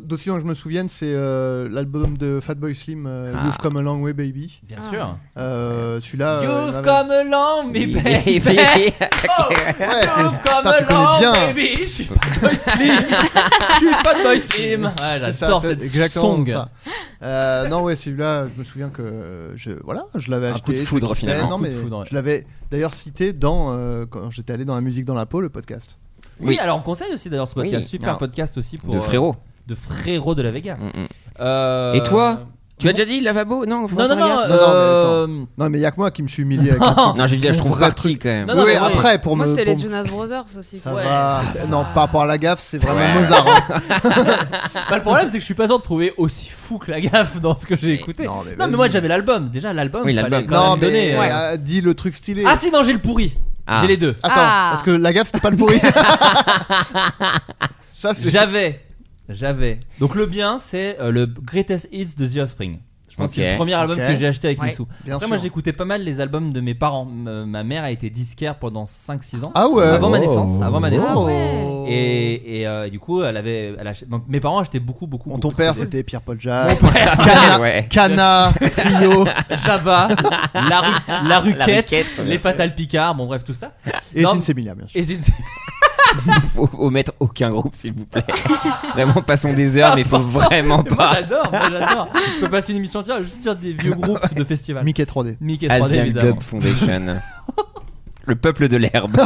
Speaker 6: d'aussi loin que je me souvienne, c'est euh, l'album de Fatboy Slim, euh,
Speaker 7: Ah.
Speaker 6: You've Come a Long Way Baby.
Speaker 8: Bien
Speaker 9: Ah.
Speaker 8: sûr.
Speaker 6: Euh, Celui-là. euh, il
Speaker 8: You've
Speaker 6: m'avait-
Speaker 8: come along,
Speaker 7: Eh,
Speaker 8: me baby. (laughs) Oh,
Speaker 6: Ouais, c'est-
Speaker 8: You've come
Speaker 6: putain, tu connais
Speaker 8: along,
Speaker 6: bien.
Speaker 8: baby. Je suis pas boy slim. Je suis pas
Speaker 6: (laughs)
Speaker 8: boy slim. Ouais,
Speaker 6: C'est ça,
Speaker 8: j'adore
Speaker 6: c'est
Speaker 8: cette
Speaker 6: exactement
Speaker 8: song.
Speaker 6: ça. Euh, non ouais celui-là je me souviens que euh, je voilà je l'avais
Speaker 7: Un
Speaker 6: acheté
Speaker 7: coup de
Speaker 6: je
Speaker 7: foudre,
Speaker 6: kiffais.
Speaker 7: finalement.
Speaker 6: non
Speaker 8: Un coup de
Speaker 6: mais
Speaker 8: foudre, ouais.
Speaker 6: je l'avais d'ailleurs cité dans euh, quand j'étais allé dans la musique dans la peau le podcast
Speaker 8: Oui,
Speaker 7: Oui.
Speaker 8: alors on conseille aussi d'ailleurs ce podcast.
Speaker 7: Oui.
Speaker 8: Super
Speaker 6: Non.
Speaker 8: podcast aussi pour.
Speaker 7: De
Speaker 8: euh,
Speaker 7: frérot.
Speaker 8: De frérot de la Vega.
Speaker 7: Mm, mm.
Speaker 8: Euh,
Speaker 7: Et toi Tu as déjà dit lavabo Non,
Speaker 8: Non,
Speaker 7: François
Speaker 8: non, non.
Speaker 7: Lagarde
Speaker 6: Non, non,
Speaker 8: euh,
Speaker 6: non mais il y a que moi qui me suis humilié
Speaker 8: (laughs)
Speaker 6: avec un truc.
Speaker 7: Non, j'ai dit là, je
Speaker 6: Mon
Speaker 7: trouve
Speaker 6: vrai
Speaker 7: parti quand même.
Speaker 8: Non, non,
Speaker 6: oui
Speaker 8: mais ouais.
Speaker 6: après pour
Speaker 9: Moi,
Speaker 6: me
Speaker 9: c'est
Speaker 6: pour
Speaker 9: les
Speaker 6: me-
Speaker 9: Jonas Brothers aussi.
Speaker 6: ça
Speaker 9: quoi.
Speaker 6: va non par rapport à la gaffe c'est vraiment
Speaker 7: Ouais.
Speaker 6: Mozart hein.
Speaker 8: Bah, le problème, c'est que je suis pas sûr de trouver aussi fou que la gaffe dans ce que j'ai écouté.
Speaker 6: non, mais vas-y.
Speaker 8: moi j'avais l'album. Déjà, l'album.
Speaker 7: Oui,
Speaker 8: fallait
Speaker 7: l'album.
Speaker 8: quand
Speaker 6: non
Speaker 8: même
Speaker 6: mais
Speaker 8: donner, euh,
Speaker 6: euh, dis le truc stylé
Speaker 8: Ah si, non, j'ai le pourri.
Speaker 7: Ah.
Speaker 8: J'ai les deux.
Speaker 6: attends
Speaker 9: Ah.
Speaker 6: parce que la gaffe c'était pas le pourri ça c'est
Speaker 8: (laughs) J'avais. J'avais. Donc le bien, c'est euh, le Greatest Hits de The Offspring. Je pense que c'est
Speaker 7: Ok.
Speaker 8: le premier album
Speaker 6: Ok.
Speaker 8: que j'ai acheté avec
Speaker 9: Ouais,
Speaker 8: mes sous.
Speaker 6: bien
Speaker 8: Après, moi,
Speaker 6: sûr.
Speaker 8: j'écoutais pas mal les albums de mes parents. M- ma mère a été disquaire pendant 5-6 ans.
Speaker 6: Ah Oh. ouais.
Speaker 8: Avant ma
Speaker 10: Oh.
Speaker 8: naissance. Avant ma naissance.
Speaker 9: Ah ouais.
Speaker 8: Et, et, euh, du coup, elle avait. elle ach- bon, mes parents achetaient beaucoup, beaucoup.
Speaker 6: Bon,
Speaker 8: beaucoup
Speaker 6: ton
Speaker 8: de
Speaker 6: père,
Speaker 8: CD.
Speaker 6: c'était Pierre Paul Jacques, Cana,
Speaker 7: (laughs) Ouais.
Speaker 6: Cana, Trio,
Speaker 8: (laughs) Java, la, ru- la
Speaker 7: La
Speaker 8: Ruquette,
Speaker 7: Ruquette, bien
Speaker 8: les
Speaker 7: sûr.
Speaker 8: Fatal Picard, bon, bref, tout ça.
Speaker 6: et
Speaker 8: Non.
Speaker 6: Sinsemilia, bien sûr.
Speaker 8: Et Zinzi-
Speaker 7: faut omettre aucun groupe, s'il vous plaît. vraiment, passons des heures, mais faut vraiment
Speaker 8: Moi,
Speaker 7: pas.
Speaker 8: (laughs) j'adore, moi, j'adore. Je peux passer une émission entière juste sur des vieux groupes de festival.
Speaker 6: Mickey 3D.
Speaker 8: Mickey 3D,
Speaker 7: Asian
Speaker 8: évidemment.
Speaker 7: Dub
Speaker 8: (laughs)
Speaker 7: Foundation. Le peuple de l'herbe.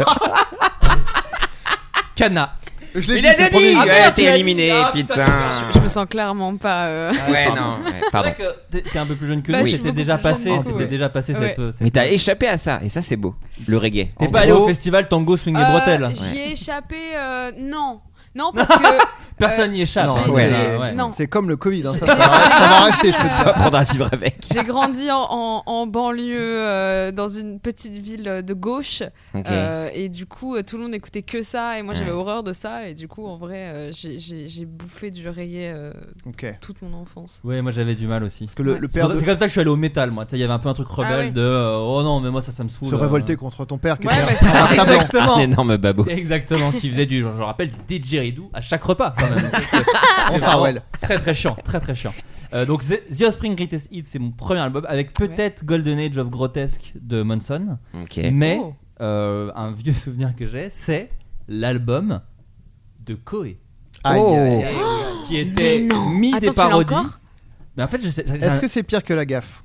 Speaker 8: Cana.
Speaker 6: Je
Speaker 7: Mais
Speaker 6: l'ai
Speaker 7: il
Speaker 6: dit,
Speaker 7: a
Speaker 6: c'est
Speaker 7: déjà
Speaker 6: le premier.
Speaker 7: dit
Speaker 8: Ah,
Speaker 7: ouais,
Speaker 8: merde, tu
Speaker 7: T'es
Speaker 8: l'as dit.
Speaker 7: éliminé,
Speaker 8: Ah,
Speaker 7: putain.
Speaker 9: Je me sens clairement pas. euh,
Speaker 7: Ouais, non. ouais,
Speaker 8: C'est
Speaker 7: pardon.
Speaker 8: vrai que t'es- t'es un peu plus jeune que
Speaker 9: Bah,
Speaker 8: nous,
Speaker 9: je suis
Speaker 8: c'était
Speaker 9: beaucoup
Speaker 8: déjà
Speaker 9: plus jeune,
Speaker 8: passé,
Speaker 9: du coup,
Speaker 8: c'était
Speaker 9: ouais.
Speaker 8: déjà passé
Speaker 9: Ouais.
Speaker 8: cette. euh, cette-
Speaker 7: Mais t'as échappé à ça, et ça, c'est beau. Le reggae.
Speaker 8: T'es
Speaker 7: En
Speaker 8: pas
Speaker 7: gros,
Speaker 8: allé au festival Tango Swing et
Speaker 9: euh,
Speaker 8: Bretelles.
Speaker 9: J'y ai échappé. euh, non. Non, parce que.
Speaker 8: Personne n'y échappe.
Speaker 6: Non,
Speaker 8: hein,
Speaker 6: ouais.
Speaker 8: c'est- ouais.
Speaker 9: euh, non.
Speaker 6: C'est comme le Covid, hein, ça,
Speaker 9: J'ai-
Speaker 6: ça, va, ça va rester, je peux te
Speaker 7: on
Speaker 6: dire.
Speaker 7: va apprendre à vivre avec.
Speaker 9: J'ai grandi en, en- en banlieue, euh, dans une petite ville de gauche,
Speaker 7: Ok.
Speaker 9: euh, et du coup, euh, tout le monde n'écoutait que ça, et moi j'avais
Speaker 7: Ouais.
Speaker 9: horreur de ça, et du coup, en vrai, euh, j'ai- j'ai j'ai bouffé du reggae euh,
Speaker 6: Ok. Parce
Speaker 9: toute mon enfance.
Speaker 8: Ouais, moi j'avais du mal aussi.
Speaker 6: que le,
Speaker 9: Ouais.
Speaker 6: le
Speaker 8: C'est
Speaker 6: père
Speaker 8: pour ça-
Speaker 6: de-
Speaker 8: c'est comme ça que je suis allé au métal, moi. Tu sais, Il y avait un peu un truc rebelle
Speaker 9: ouais.
Speaker 8: de euh, oh non, mais moi ça, ça me saoule.
Speaker 6: se
Speaker 8: euh.
Speaker 6: révolter contre ton père qui
Speaker 9: Ouais,
Speaker 6: était
Speaker 9: mais
Speaker 6: un
Speaker 9: c'est-
Speaker 6: ratat blanc.
Speaker 8: Exactement.
Speaker 7: Un énorme babou.
Speaker 8: Exactement, qui faisait du, je je rappelle, du didgeridoo à chaque repas quand même.
Speaker 6: En
Speaker 8: C'est
Speaker 6: Farewell.
Speaker 8: vraiment Très très chiant, très très chiant. Euh, donc The The Offspring Greatest Hits, c'est mon premier album avec peut-être Golden Age of Grotesque de Monson,
Speaker 7: Ok.
Speaker 8: mais
Speaker 9: Oh.
Speaker 8: euh, un vieux souvenir que j'ai, c'est l'album de Koé
Speaker 6: Aïe,
Speaker 7: Oh.
Speaker 6: aïe, aïe.
Speaker 8: qui était mis
Speaker 9: Attends,
Speaker 8: des
Speaker 9: tu l'as
Speaker 8: parodies.
Speaker 9: encore
Speaker 8: Mais en fait, je sais- j'ai- j'ai
Speaker 6: Est-ce
Speaker 8: un-
Speaker 6: que c'est pire que la gaffe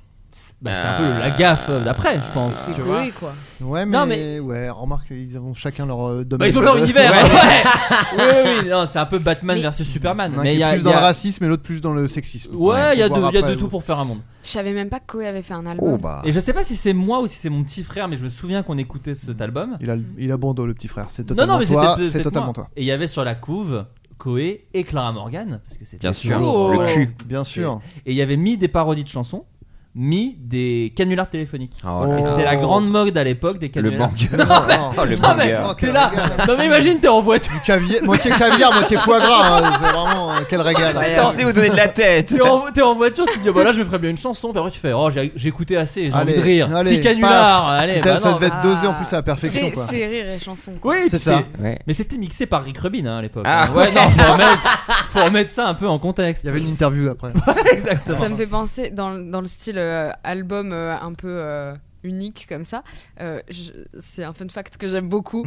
Speaker 8: bah, c'est un
Speaker 7: Ah.
Speaker 8: peu la gaffe euh, d'après, je pense.
Speaker 9: C'est
Speaker 8: tu vois.
Speaker 9: cool, quoi.
Speaker 6: Ouais, mais,
Speaker 8: Non,
Speaker 6: ouais, remarque, ils ont chacun leur euh, domaine.
Speaker 8: Bah, ils ont
Speaker 6: de-
Speaker 8: leur univers.
Speaker 6: Ouais.
Speaker 8: hein,
Speaker 7: (laughs)
Speaker 8: ouais. oui, oui, oui, non, c'est un peu Batman
Speaker 9: Mais-
Speaker 8: versus Superman.
Speaker 6: Un
Speaker 8: mais
Speaker 6: qui
Speaker 8: il y
Speaker 6: est
Speaker 8: a,
Speaker 6: plus
Speaker 8: il y
Speaker 6: dans le
Speaker 8: a-
Speaker 6: racisme et l'autre plus dans le sexisme.
Speaker 8: Ouais, il y a
Speaker 6: Faut
Speaker 8: de,
Speaker 6: voir
Speaker 8: il y a
Speaker 6: après, Ah.
Speaker 8: de tout
Speaker 6: ouais.
Speaker 8: pour faire un monde.
Speaker 9: Je savais même pas que Koé avait fait un album.
Speaker 7: Oh bah.
Speaker 8: Et je sais pas si c'est moi ou si c'est mon petit frère, mais je me souviens qu'on écoutait cet album.
Speaker 6: Il a, il a bon dos, le petit frère. C'est
Speaker 8: Non,
Speaker 6: totalement
Speaker 8: non, mais c'était
Speaker 6: toi.
Speaker 8: peut-
Speaker 6: C'est
Speaker 8: peut-être
Speaker 6: totalement
Speaker 8: moi.
Speaker 6: toi.
Speaker 8: Et il y avait sur la couve Koé et Clara Morgan, parce que c'était
Speaker 7: Bien sûr.
Speaker 8: toujours,
Speaker 9: Oh.
Speaker 8: euh,
Speaker 7: Le cul.
Speaker 6: Bien sûr.
Speaker 8: Et il y avait mis des parodies de chansons, mis des canulars téléphoniques.
Speaker 7: Oh là
Speaker 6: Oh.
Speaker 8: Et
Speaker 7: là.
Speaker 8: Ah c'était la grande mode à l'époque des
Speaker 7: Le
Speaker 8: canulars.
Speaker 7: banger.
Speaker 6: (laughs) Non,
Speaker 7: Oh, le
Speaker 6: non,
Speaker 8: Non mais
Speaker 7: banger.
Speaker 6: quel
Speaker 8: t'es là.
Speaker 6: régal.
Speaker 8: Non mais imagine t'es en voiture,
Speaker 6: Du caviar, moitié caviar, moitié foie gras. hein. C'est vraiment euh, quel régal.
Speaker 7: Pensez vous donner de la tête.
Speaker 6: (laughs)
Speaker 8: t'es en, t'es en voiture, tu te dis voilà je me ferais bien une chanson, puis après tu fais oh j'ai j'ai écouté assez, j'ai envie de
Speaker 6: Allez,
Speaker 8: rire.
Speaker 6: allez,
Speaker 8: Petit canular,
Speaker 6: paf.
Speaker 8: allez.
Speaker 6: Putain,
Speaker 8: bah
Speaker 6: ça
Speaker 8: non.
Speaker 6: devait être dosé en
Speaker 9: Ah.
Speaker 6: plus à la perfection.
Speaker 9: C'est
Speaker 6: quoi.
Speaker 9: c'est rire et chanson, quoi.
Speaker 8: Oui,
Speaker 6: C'est
Speaker 8: c'est
Speaker 6: ça.
Speaker 8: ça.
Speaker 7: Ouais.
Speaker 8: Mais c'était mixé par Rick Rubin hein, à l'époque.
Speaker 7: Ah
Speaker 8: ouais, non, faut remettre, faut remettre ça un peu en contexte.
Speaker 6: Il y avait une interview après.
Speaker 8: (laughs) Exactement.
Speaker 9: Ça me fait penser, dans, le- dans le style euh, album euh, un peu euh, unique comme ça, euh, je- c'est un fun fact que j'aime beaucoup.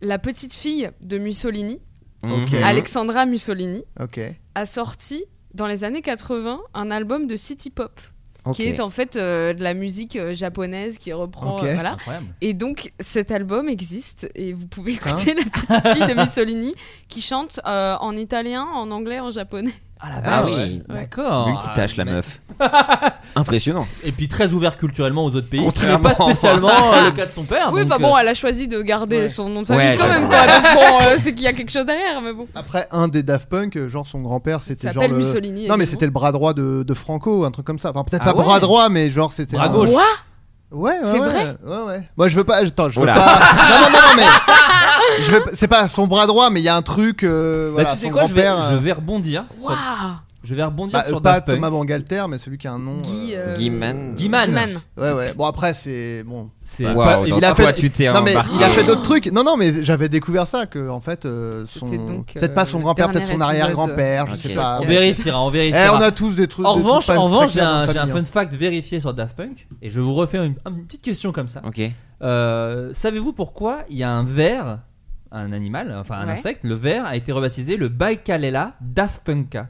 Speaker 9: La petite fille de Mussolini,
Speaker 6: Ok.
Speaker 7: Mhm.
Speaker 9: Alexandra Mussolini,
Speaker 6: Ok.
Speaker 9: a sorti dans les années 80 un album de city pop,
Speaker 7: Ok.
Speaker 9: qui est en fait euh, de la musique euh, japonaise qui reprend.
Speaker 6: Ok.
Speaker 9: euh, voilà.
Speaker 8: Incroyable.
Speaker 9: Et donc cet album existe et vous pouvez
Speaker 6: Putain.
Speaker 9: écouter la petite fille de Mussolini qui chante euh, en italien, en anglais, en japonais.
Speaker 8: Ah la
Speaker 6: Ah
Speaker 8: vache.
Speaker 7: oui.
Speaker 8: D'accord.
Speaker 7: Multitâche la
Speaker 8: Ah, mais- (laughs)
Speaker 7: meuf. Impressionnant.
Speaker 8: Et puis très ouvert culturellement aux autres pays. Ce qui n'est
Speaker 7: (laughs)
Speaker 8: pas
Speaker 7: Contrairement-
Speaker 8: spécialement euh, le cas de son père.
Speaker 9: Oui,
Speaker 8: donc,
Speaker 9: bah bon,
Speaker 8: euh,
Speaker 9: elle a choisi de garder
Speaker 6: Ouais.
Speaker 9: son nom de famille
Speaker 7: Ouais,
Speaker 9: quand
Speaker 7: j'avoue.
Speaker 9: même, quoi. Donc bon, euh, (laughs) c'est qu'il y a quelque chose derrière, mais bon.
Speaker 6: Après, un des Daft Punk, euh, genre son grand-père,
Speaker 9: Ça
Speaker 6: c'était genre.
Speaker 9: s'appelle
Speaker 6: le-
Speaker 9: Mussolini.
Speaker 6: Non, mais
Speaker 9: évidemment.
Speaker 6: c'était le bras droit de, de Franco, un truc comme ça. Enfin, peut-être
Speaker 8: Ah
Speaker 6: pas bras
Speaker 8: ouais.
Speaker 6: droit, mais genre c'était.
Speaker 8: Bras
Speaker 6: un-
Speaker 8: gauche.
Speaker 9: Quoi
Speaker 6: Ouais, ouais,
Speaker 9: C'est
Speaker 6: ouais,
Speaker 9: vrai
Speaker 6: ouais, ouais. Moi, je veux pas. Attends, je veux
Speaker 7: Oula.
Speaker 6: pas. Non, non, non, non, mais.
Speaker 9: (laughs)
Speaker 6: je veux... C'est pas son bras droit, mais il y a un truc. euh,
Speaker 8: Bah,
Speaker 6: voilà,
Speaker 8: tu sais
Speaker 6: son
Speaker 8: quoi, je vais,
Speaker 6: grand-père,
Speaker 8: je
Speaker 6: euh,
Speaker 8: vais rebondir. sur-
Speaker 9: Waouh
Speaker 8: Je vais rebondir
Speaker 6: bah,
Speaker 8: sur
Speaker 6: pas
Speaker 8: Daft Punk.
Speaker 6: Thomas Bangalter, mais celui qui a un nom.
Speaker 9: Guy,
Speaker 6: euh,
Speaker 9: euh,
Speaker 7: Guiman.
Speaker 8: Guiman.
Speaker 9: Guiman.
Speaker 6: Ouais, ouais. Bon, après, c'est. Bon.
Speaker 8: C'est
Speaker 6: Wow,
Speaker 8: pas-
Speaker 7: Waouh,
Speaker 8: évidemment-
Speaker 7: dans
Speaker 6: il a
Speaker 7: quoi
Speaker 6: fait-
Speaker 7: tu t'es
Speaker 6: Non, mais
Speaker 7: embarqué
Speaker 6: il a fait d'autres trucs. Non, non, mais j'avais découvert ça, que en fait, euh, son.
Speaker 9: C'était donc, euh,
Speaker 6: Peut-être pas son
Speaker 9: le
Speaker 6: grand-père, peut-être
Speaker 9: dernier
Speaker 6: son
Speaker 9: épisode. Ah,
Speaker 6: arrière-grand-père, je
Speaker 7: Ok.
Speaker 6: sais pas.
Speaker 8: On
Speaker 9: Ok.
Speaker 8: vérifiera, on
Speaker 6: Eh,
Speaker 8: vérifiera.
Speaker 6: on a tous des trucs.
Speaker 8: En
Speaker 6: des trucs
Speaker 8: revanche,
Speaker 6: pas
Speaker 8: en
Speaker 6: très
Speaker 8: revanche, j'ai
Speaker 6: clairs dans
Speaker 8: un,
Speaker 6: notre
Speaker 8: j'ai un
Speaker 6: famille,
Speaker 8: fun
Speaker 6: hein.
Speaker 8: fact vérifié sur Daft Punk et je vous refais une, une petite question comme ça.
Speaker 7: Ok.
Speaker 8: Euh, Savez-vous pourquoi il y a un ver, un animal, enfin un
Speaker 9: Ouais.
Speaker 8: insecte, le ver a été rebaptisé le Baikalela Daft Punka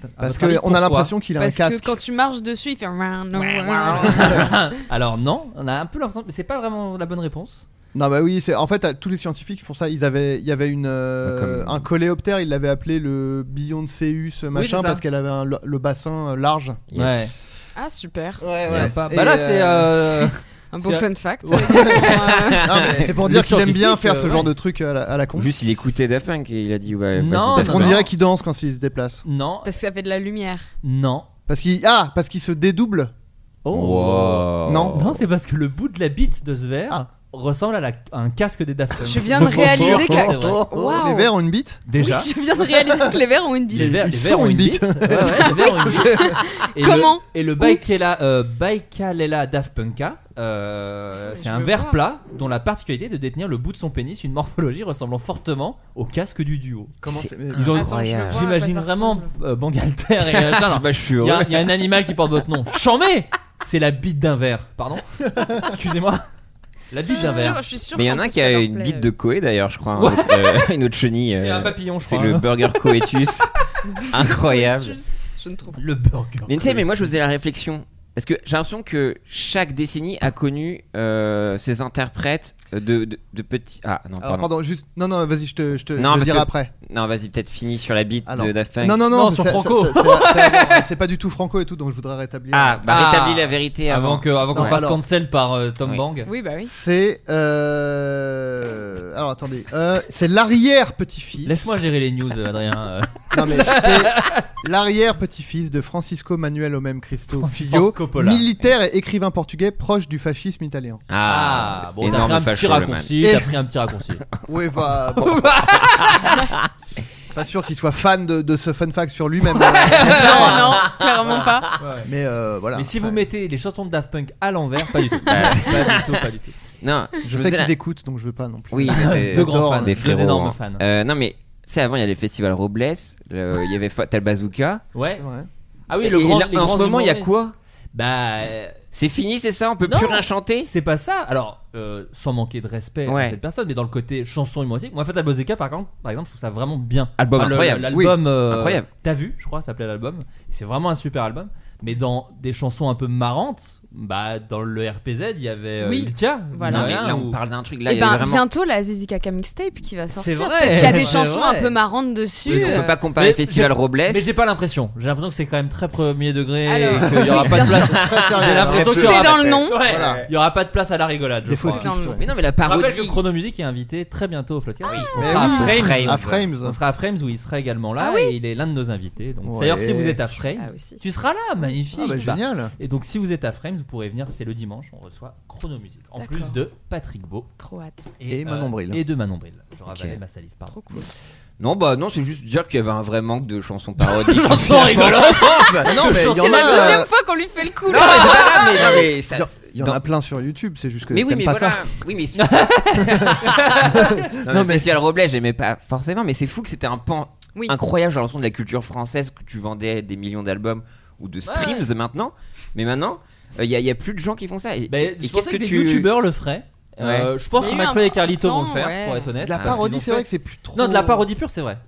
Speaker 8: C'est un- à
Speaker 6: Parce
Speaker 8: votre avis,
Speaker 6: qu'on a
Speaker 8: pourquoi
Speaker 6: l'impression qu'il a un
Speaker 9: Parce que
Speaker 6: casque.
Speaker 9: quand tu marches dessus, il fait. round, round,
Speaker 8: (laughs) Alors non, on a un peu l'impression, mais c'est pas vraiment la bonne réponse.
Speaker 6: Non bah oui, c'est en fait à- tous les scientifiques font ça. Ils avaient, il y avait une euh,
Speaker 7: Comme-
Speaker 6: un coléoptère, ils l'avaient appelé le Beyoncéus machin
Speaker 8: c'est ça.
Speaker 6: parce qu'elle avait un- le, le bassin euh, large.
Speaker 7: Yes.
Speaker 6: (laughs)
Speaker 9: Ah, super.
Speaker 6: Ouais
Speaker 8: Sympa. Bah
Speaker 6: (laughs)
Speaker 8: là c'est euh,
Speaker 9: Un beau
Speaker 8: C'est-
Speaker 9: fun fact.
Speaker 8: Ouais.
Speaker 9: Euh,
Speaker 6: c'est pour
Speaker 8: Le
Speaker 6: dire qu'ils aiment bien
Speaker 8: scientifique,
Speaker 6: faire ce
Speaker 8: euh,
Speaker 6: genre
Speaker 8: ouais.
Speaker 6: de truc à la, à la con.
Speaker 7: Juste, il écoutait Daft Punk et il a dit ouais. vas-y,
Speaker 8: Non,
Speaker 6: Parce
Speaker 7: Daft
Speaker 6: qu'on
Speaker 7: Punk.
Speaker 6: dirait qu'ils dansent quand ils se déplacent.
Speaker 8: non,
Speaker 9: Parce que ça fait de la lumière.
Speaker 8: non.
Speaker 6: Parce qu'ils ah parce qu'ils se dédoublent.
Speaker 8: Oh.
Speaker 6: Non.
Speaker 8: Non, c'est parce que le bout de la bite de ce verre
Speaker 6: Ah.
Speaker 8: ressemble à, la- à un casque des Daft Punk.
Speaker 9: Je viens de réaliser qu'à-
Speaker 8: C'est vrai.
Speaker 9: Waouh.
Speaker 6: Oh, Les verres ont une bite
Speaker 9: (laughs)
Speaker 8: Déjà.
Speaker 9: Oui, je viens de réaliser que les verres ont une bite.
Speaker 8: Les verres,
Speaker 6: Ils
Speaker 8: les verres
Speaker 6: sont
Speaker 8: ont une
Speaker 6: une
Speaker 8: bite.
Speaker 6: bite.
Speaker 8: Ouais, ouais, les verres ont une (laughs) bite. Et le-
Speaker 9: Comment
Speaker 8: Et le Baikala, euh, Baikalela Daft Punka, euh,
Speaker 9: Putain,
Speaker 8: c'est
Speaker 9: je
Speaker 8: un
Speaker 9: veux
Speaker 8: verre
Speaker 9: voir.
Speaker 8: plat dont la particularité est de détenir le bout de son pénis une morphologie ressemblant fortement au casque du duo.
Speaker 6: Comment c'est mais-
Speaker 8: Ils ont-
Speaker 9: Attends, je veux voir à quoi
Speaker 8: J'imagine
Speaker 9: ça
Speaker 8: vraiment
Speaker 9: ressemble.
Speaker 8: euh, Bangalter (laughs) et euh, ça, non.
Speaker 7: Bah, je suis
Speaker 8: Il y,
Speaker 7: heureux.
Speaker 8: a- il y a un animal qui porte votre nom. Chamé C'est la bite d'un verre. Pardon Excusez-moi. La
Speaker 9: Je
Speaker 8: bite
Speaker 9: suis
Speaker 8: d'un
Speaker 9: sûre,
Speaker 8: verre.
Speaker 9: je suis sûre
Speaker 7: Mais il y en
Speaker 9: qu'en
Speaker 7: a un
Speaker 9: plus,
Speaker 7: qui
Speaker 9: ça
Speaker 7: a
Speaker 9: leur
Speaker 7: une
Speaker 9: plaît.
Speaker 7: bite de Koé d'ailleurs, je crois. un
Speaker 8: Ouais.
Speaker 7: autre, euh, (laughs) une autre chenille.
Speaker 8: C'est
Speaker 7: euh,
Speaker 8: un papillon, je
Speaker 7: c'est
Speaker 8: crois.
Speaker 7: le burger coetus.
Speaker 9: (laughs)
Speaker 7: Incroyable.
Speaker 9: Je ne trouve pas.
Speaker 8: Le burger.
Speaker 7: Mais tu sais, mais moi je faisais la réflexion. Parce que j'ai l'impression que chaque décennie a connu euh, ses interprètes de, de, de petits. Ah non,
Speaker 6: Alors,
Speaker 7: pardon.
Speaker 6: pardon, juste. Non, non, vas-y, je te, je te
Speaker 7: Non,
Speaker 6: je
Speaker 7: parce
Speaker 6: le dirai
Speaker 7: que-
Speaker 6: après.
Speaker 7: Non, vas-y, peut-être fini sur la bite
Speaker 6: Alors.
Speaker 7: de Daft Punk.
Speaker 6: Non, non, non,
Speaker 8: Non, sur
Speaker 6: ça-
Speaker 8: Franco.
Speaker 6: ça- ça- c'est-
Speaker 8: (laughs)
Speaker 6: c'est- C'est pas du tout Franco et tout, donc je voudrais rétablir.
Speaker 7: Ah, bah
Speaker 8: Ah.
Speaker 7: rétablis la vérité avant.
Speaker 8: Avant que- avant qu'on
Speaker 6: Non,
Speaker 8: se fasse
Speaker 6: alors.
Speaker 8: cancel par euh, Tom
Speaker 7: Oui.
Speaker 8: Bang.
Speaker 9: Oui, bah oui.
Speaker 6: C'est. euh, Alors attendez. Euh, c'est l'arrière-petit-fils.
Speaker 8: Laisse-moi gérer les news, euh, Adrien. euh,
Speaker 6: Non,
Speaker 8: (laughs)
Speaker 6: mais c'est l'arrière-petit-fils de Francisco Manuel Homem Cristo
Speaker 8: Francis
Speaker 6: Filho,
Speaker 8: Coppola.
Speaker 6: militaire et écrivain portugais proche du fascisme italien.
Speaker 7: Ah,
Speaker 8: Ah, bon, t'as
Speaker 7: énorme
Speaker 8: pris un petit
Speaker 7: facho, le man.
Speaker 8: raccourci.
Speaker 6: Et-
Speaker 8: T'as pris un
Speaker 7: (laughs)
Speaker 8: petit raccourci.
Speaker 6: Oui, bah.
Speaker 8: (laughs)
Speaker 6: bon. pas sûr qu'il soit fan de, de ce fun fact sur
Speaker 8: (laughs)
Speaker 6: lui-même. Euh, Ah.
Speaker 9: Non, Ah non, clairement pas.
Speaker 6: mais euh, voilà.
Speaker 8: Mais si
Speaker 6: Ouais.
Speaker 8: vous mettez les chansons de Daft Punk à l'envers, pas du
Speaker 7: (laughs)
Speaker 8: tout.
Speaker 7: Ouais.
Speaker 8: pas du tout, pas du tout.
Speaker 7: Non,
Speaker 6: Je
Speaker 7: me
Speaker 6: sais
Speaker 7: faisais
Speaker 6: qu'ils
Speaker 7: la-
Speaker 6: écoutent, donc je veux pas non plus.
Speaker 7: Oui, mais c'est-
Speaker 8: Deux grands
Speaker 6: J'adore,
Speaker 8: fans,
Speaker 6: hein,
Speaker 7: euh, des frérots.
Speaker 8: deux énormes
Speaker 7: hein.
Speaker 8: fans.
Speaker 7: Euh, non, mais c'est avant, il y avait le festival Robles, le- il y avait Fatal Bazooka.
Speaker 6: Ouais.
Speaker 8: Ouais. Ah oui,
Speaker 7: Et
Speaker 8: le grand.
Speaker 7: là,
Speaker 8: les
Speaker 7: en
Speaker 8: grands
Speaker 7: ce moment, il y a
Speaker 8: humoristes.
Speaker 7: quoi
Speaker 8: Bah. euh,
Speaker 7: C'est fini, c'est ça On peut
Speaker 8: Non.
Speaker 7: plus rien chanter
Speaker 8: C'est pas ça. Alors, euh, sans manquer de respect
Speaker 7: Ouais.
Speaker 8: à cette personne, mais dans le côté chanson humoristique, moi, Fatal Bozeka, par, contre- par exemple, je trouve ça vraiment bien.
Speaker 7: Album
Speaker 8: le-
Speaker 7: incroyable.
Speaker 8: L'album. euh,
Speaker 7: Incroyable.
Speaker 8: T'as vu, je crois, ça s'appelait l'album. Et C'est vraiment un super album. Mais dans des chansons un peu marrantes, bah, dans le RPZ, il y avait euh,
Speaker 9: Oui.
Speaker 8: Ultia.
Speaker 9: Voilà.
Speaker 7: Non,
Speaker 8: mine
Speaker 7: mais
Speaker 8: de rien,
Speaker 7: là,
Speaker 8: ou-
Speaker 7: on parle d'un truc. Là,
Speaker 9: Et
Speaker 7: il y a
Speaker 9: ben
Speaker 7: vraiment.
Speaker 9: bientôt la Zizi Kaka mixtape qui va sortir.
Speaker 8: C'est vrai,
Speaker 9: Peut-être qu'il y a des
Speaker 8: c'est
Speaker 9: chansons
Speaker 8: vrai.
Speaker 9: un peu marrantes dessus.
Speaker 7: on peut pas
Speaker 9: euh,
Speaker 7: comparer
Speaker 8: Mais
Speaker 7: Festival
Speaker 8: j'ai-
Speaker 7: Robles.
Speaker 8: Mais j'ai pas l'impression. J'ai l'impression que c'est quand même très premier degré et
Speaker 9: Alors,
Speaker 8: qu'il
Speaker 7: (laughs)
Speaker 8: y aura
Speaker 9: oui,
Speaker 8: pas de
Speaker 9: bien
Speaker 8: place.
Speaker 6: Très sérieux. hein.
Speaker 8: J'ai l'impression
Speaker 7: Tout
Speaker 8: qu'il y
Speaker 9: est
Speaker 8: aura
Speaker 9: dans le nom.
Speaker 8: Ouais,
Speaker 6: Voilà.
Speaker 8: Il y aura pas de place à la rigolade. Je
Speaker 6: Des fausses
Speaker 8: crois.
Speaker 9: crois.
Speaker 6: pistes.
Speaker 9: Dans
Speaker 6: ouais.
Speaker 9: le-
Speaker 7: Mais non, mais la
Speaker 8: Je rappelle
Speaker 7: parodie.
Speaker 8: que Chrono Music est invité très bientôt au Floodcast. on
Speaker 6: Mais
Speaker 8: sera à
Speaker 6: Ah oui.
Speaker 8: Frames.
Speaker 7: Frames.
Speaker 6: À Frames.
Speaker 8: On sera à Frames où il sera également là
Speaker 9: Ah oui.
Speaker 8: et il est l'un de nos invités. Donc
Speaker 6: Ouais.
Speaker 8: d'ailleurs, si vous êtes à Frames,
Speaker 9: Ah, aussi.
Speaker 8: tu seras là, magnifique.
Speaker 6: Ah bah,
Speaker 8: Bah,
Speaker 6: génial.
Speaker 8: Et donc si vous êtes à Frames, vous pourrez venir. C'est le dimanche. On reçoit Chrono Music en
Speaker 9: D'accord.
Speaker 8: plus de Patrick Beau
Speaker 9: Euh, Trop hâte.
Speaker 6: Et Manon Bril.
Speaker 8: Et de Manon Bril. Je ravalais
Speaker 7: Ok.
Speaker 8: ma salive. (laughs) Pardon.
Speaker 9: Trop cool.
Speaker 7: Non, bah non, c'est juste dire qu'il y avait un vrai manque de chansons parodiques.
Speaker 8: Chansons rigolotes.
Speaker 6: Ah Non, mais il y
Speaker 9: C'est
Speaker 6: en
Speaker 9: la
Speaker 6: a. euh,
Speaker 9: deuxième fois qu'on lui fait le coup.
Speaker 7: Non, mais
Speaker 9: là.
Speaker 7: c'est pas grave, mais non, mais
Speaker 6: Il
Speaker 7: ça-
Speaker 6: y en- il y en
Speaker 7: dans-
Speaker 6: a plein sur YouTube, c'est juste que
Speaker 7: Mais oui,
Speaker 6: t'aimes
Speaker 7: mais
Speaker 6: pas
Speaker 7: voilà.
Speaker 6: ça.
Speaker 7: Oui, (laughs) mais. non,
Speaker 6: Non,
Speaker 7: mais
Speaker 6: mais-
Speaker 7: Festival Robles, j'aimais pas forcément, mais c'est fou que c'était un pan
Speaker 9: Oui.
Speaker 7: incroyable, j'ai l'impression, de la culture française, que tu vendais des millions d'albums ou de streams maintenant. Mais maintenant, euh, il n'y y, a- y a plus de gens qui font ça. Et,
Speaker 8: Bah,
Speaker 7: et
Speaker 8: je pensais que, des youtubeurs le feraient. Euh, je pense
Speaker 9: Il y
Speaker 8: que
Speaker 9: a eu un
Speaker 8: McFly et
Speaker 9: petit
Speaker 8: Carlito vont
Speaker 9: temps,
Speaker 8: le faire,
Speaker 9: ouais.
Speaker 8: pour être honnête.
Speaker 6: De la
Speaker 8: parce qu'ils
Speaker 6: parodie,
Speaker 8: ont
Speaker 6: c'est
Speaker 8: fait-
Speaker 6: vrai que c'est plus trop.
Speaker 8: Non, de la parodie pure, c'est vrai.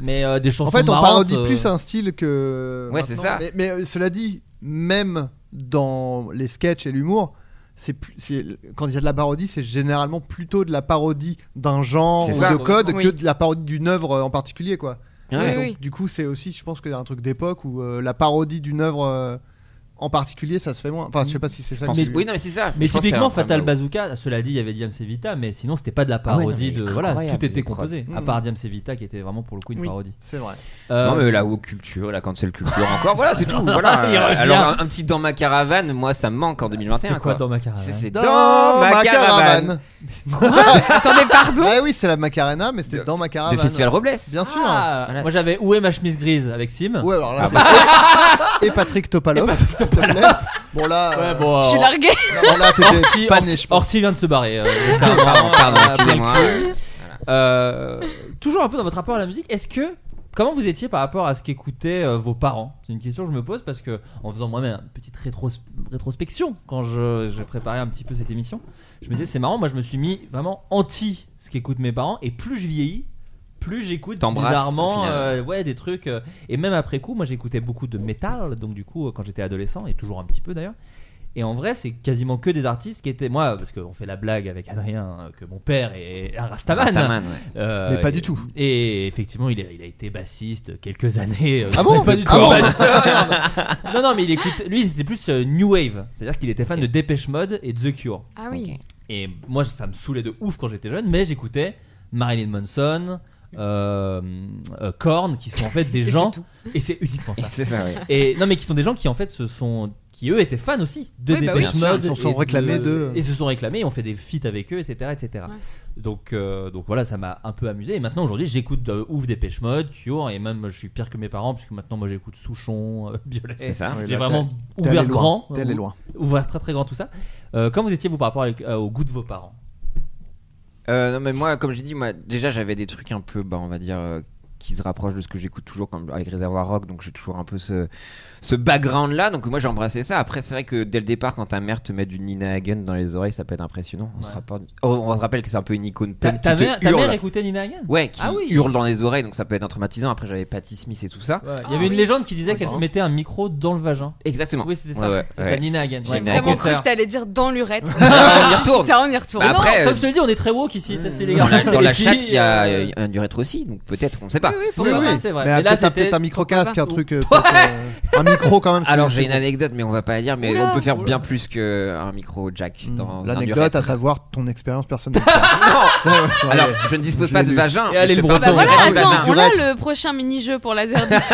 Speaker 8: Mais euh, des chansons
Speaker 6: En fait, on
Speaker 8: marrantes,
Speaker 6: parodie
Speaker 8: euh,
Speaker 6: plus un style que.
Speaker 7: Ouais, c'est
Speaker 6: maintenant.
Speaker 7: ça.
Speaker 6: Mais, mais, euh, cela dit, même dans les sketchs et l'humour, c'est plus- c'est- quand il y a de la parodie, c'est généralement plutôt de la parodie d'un genre
Speaker 7: C'est
Speaker 6: ou
Speaker 7: ça.
Speaker 6: de code
Speaker 9: Oui.
Speaker 6: que de la parodie d'une œuvre euh, en particulier, quoi.
Speaker 7: Ouais.
Speaker 9: Oui,
Speaker 6: Donc, (laughs)
Speaker 9: oui.
Speaker 6: Du coup, c'est aussi, je pense qu'il y a un truc d'époque où euh, la parodie d'une œuvre euh, en particulier, ça se fait moins. Enfin, je sais pas si c'est ça.
Speaker 7: je pense-
Speaker 6: que-
Speaker 7: oui, non, mais c'est ça.
Speaker 8: Mais
Speaker 7: Je pense que
Speaker 8: typiquement,
Speaker 7: c'est un
Speaker 8: Fatal
Speaker 7: problème.
Speaker 8: Bazooka, cela dit, il y avait Diams et Vita, mais sinon, c'était pas de la
Speaker 7: Ah ouais, non,
Speaker 8: parodie
Speaker 7: mais
Speaker 8: de. Voilà,
Speaker 7: incroyable,
Speaker 8: tout était
Speaker 7: les prods.
Speaker 8: composé. À
Speaker 6: Mm.
Speaker 8: part Diams et Vita, qui était vraiment pour le coup une
Speaker 9: Oui.
Speaker 8: parodie.
Speaker 6: C'est vrai.
Speaker 8: Euh,
Speaker 7: Non mais la woke culture, la cancel culture encore, voilà c'est tout. Voilà.
Speaker 8: (laughs) Il revient.
Speaker 7: Alors un, un petit dans ma caravane, moi ça me manque en
Speaker 8: c'était
Speaker 7: 2021
Speaker 8: quoi,
Speaker 7: quoi.
Speaker 8: dans ma
Speaker 7: C'est-
Speaker 8: caravane
Speaker 7: C'est dans, ma caravane.
Speaker 9: Attendez, pardon.
Speaker 6: (laughs) Ah oui, c'est la Macarena, mais c'était
Speaker 7: De-
Speaker 6: dans ma
Speaker 7: De
Speaker 6: caravane.
Speaker 7: Festival Robles.
Speaker 6: Bien sûr.
Speaker 8: bah, Ah,
Speaker 7: Voilà.
Speaker 8: Moi, j'avais Où est ma chemise grise avec Sim.
Speaker 6: Ouais, alors là, c'est... (laughs) Et Patrick Topalov, s'il te plaît. Bon, là, euh,
Speaker 8: Ouais, bon,
Speaker 7: Oh.
Speaker 9: Je suis
Speaker 8: alors,
Speaker 9: larguée.
Speaker 6: bon, là
Speaker 8: Orti,
Speaker 6: t'étais pané,
Speaker 8: Orti-
Speaker 6: je pense.
Speaker 8: Orti vient de se barrer. euh,
Speaker 7: (laughs)
Speaker 8: Ah, bah,
Speaker 7: Pardon, pardon, excusez-moi.
Speaker 8: Euh, toujours un peu dans votre rapport à la musique, est-ce que comment vous étiez par rapport à ce qu'écoutaient euh, vos parents C'est une question que je me pose parce que en faisant moi-même une petite rétros- rétrospection quand je, je préparais un petit peu cette émission, je me disais c'est marrant, moi je me suis mis vraiment anti ce qu'écoutent mes parents et plus je vieillis, plus j'écoute
Speaker 7: T'embrasses, au
Speaker 8: bizarrement
Speaker 7: final.
Speaker 8: euh, ouais des trucs euh, et même après coup, moi j'écoutais beaucoup de métal donc du coup euh, quand j'étais adolescent et toujours un petit peu d'ailleurs et en vrai, c'est quasiment que des artistes qui étaient. Moi, parce qu'on fait la blague avec Adrien euh, que mon père est un Rastaman.
Speaker 7: Rastaman, ouais.
Speaker 8: Euh,
Speaker 6: Mais pas
Speaker 8: et-
Speaker 6: du tout.
Speaker 8: Et effectivement, il a, il a été bassiste quelques années. euh,
Speaker 6: Ah bon
Speaker 8: (laughs) Pas du tout.
Speaker 6: Ah bon (laughs)
Speaker 8: pas du tout. non, non, mais il écoute. Lui, c'était plus euh, New Wave. C'est-à-dire qu'il était fan de Dépêche Mode et de The Cure.
Speaker 9: Ah oui.
Speaker 8: Et moi, ça me saoulait de ouf quand j'étais jeune, mais j'écoutais Marilyn Manson. euh, euh, Korn qui sont en fait des gens
Speaker 9: c'est tout.
Speaker 6: (laughs)
Speaker 8: et c'est uniquement ça
Speaker 7: C'est ça, oui.
Speaker 8: et non mais qui sont des gens qui en fait se sont qui eux étaient fans aussi de
Speaker 6: Oui, bah
Speaker 8: Dépêche
Speaker 6: oui.
Speaker 8: Mode
Speaker 6: Ils se sont
Speaker 8: et de-
Speaker 6: réclamés d'eux.
Speaker 8: et se sont réclamés, ont fait des feats avec eux, etc., etc. Donc, euh, donc voilà, ça m'a un peu amusé. Et maintenant aujourd'hui, j'écoute euh, ouf Dépêche Mode, Cure, et même je suis pire que mes parents puisque maintenant moi j'écoute Souchon, euh, Biolay.
Speaker 6: C'est ça. Oui,
Speaker 8: J'ai
Speaker 6: là,
Speaker 8: vraiment
Speaker 6: t'es- t'es
Speaker 8: ouvert
Speaker 6: allé loin.
Speaker 8: grand,
Speaker 6: T'es allé loin.
Speaker 8: ouvert très très grand tout ça. Euh, Comment vous étiez vous par rapport avec- euh, au goût de vos parents?
Speaker 7: Euh, non mais moi comme j'ai dit moi déjà j'avais des trucs un peu bah on va dire euh, qui se rapprochent de ce que j'écoute toujours comme avec Réservoir Rock donc j'ai toujours un peu ce ce background là donc moi j'ai embrassé ça après c'est vrai que dès le départ quand ta mère te met du Nina Hagen dans les oreilles ça peut être impressionnant on, se, rapporte- oh, on se rappelle que c'est un peu une icône
Speaker 8: Ta,
Speaker 7: punk
Speaker 8: ta
Speaker 7: qui te
Speaker 8: mère, ta
Speaker 7: hurle.
Speaker 8: mère écoutait Nina Hagen
Speaker 7: ouais qui
Speaker 8: Ah oui.
Speaker 7: hurle dans les oreilles donc ça peut être un traumatisant après j'avais Patti Smith et tout ça
Speaker 8: Ouais, Il y avait une légende qui disait qu'elle se mettait un micro dans le vagin.
Speaker 7: Exactement.
Speaker 8: Oui, c'était ça.
Speaker 7: Ouais, ouais,
Speaker 8: C'était
Speaker 7: ouais.
Speaker 8: ça, Nina Hagen.
Speaker 7: J'ai
Speaker 8: Ouais,
Speaker 7: vraiment
Speaker 8: concert.
Speaker 9: cru que t'allais dire dans l'urette.
Speaker 7: (laughs) on y retourne.
Speaker 9: Putain, on y retourne.
Speaker 7: Bah,
Speaker 8: Non,
Speaker 7: après,
Speaker 8: comme
Speaker 7: euh,
Speaker 8: je te le dis, on est très woke ici. Ça, c'est les
Speaker 7: dans
Speaker 8: garçons.
Speaker 7: la,
Speaker 8: (laughs) c'est
Speaker 7: dans
Speaker 8: les
Speaker 7: la chatte
Speaker 8: filles,
Speaker 7: il y a
Speaker 8: euh,
Speaker 7: euh, un durette aussi donc peut-être on sait pas
Speaker 6: Oui, oui,
Speaker 8: c'est vrai.
Speaker 6: Mais
Speaker 8: Et là,
Speaker 6: peut-être, t'as
Speaker 8: c'était-
Speaker 6: peut-être un micro-casque, un truc. euh,
Speaker 8: Pourquoi
Speaker 6: peut-être, euh, un micro quand même.
Speaker 7: Alors
Speaker 6: c'est-
Speaker 7: j'ai
Speaker 6: c'est
Speaker 7: une
Speaker 6: bon.
Speaker 7: anecdote, mais on va pas la dire. Mais
Speaker 6: Oula.
Speaker 7: on peut faire bien plus qu'un micro jack dans un
Speaker 6: Hmm. L'anecdote
Speaker 7: urètre.
Speaker 6: à savoir ton expérience personnelle.
Speaker 7: (laughs) Alors je ne dispose pas de vagin.
Speaker 8: Et allez,
Speaker 7: je te
Speaker 8: le
Speaker 7: parle
Speaker 8: breton.
Speaker 7: de
Speaker 8: Bah
Speaker 9: Ah Voilà,
Speaker 7: vagin.
Speaker 9: attends, on a le prochain mini-jeu
Speaker 7: (laughs)
Speaker 9: pour laser disc.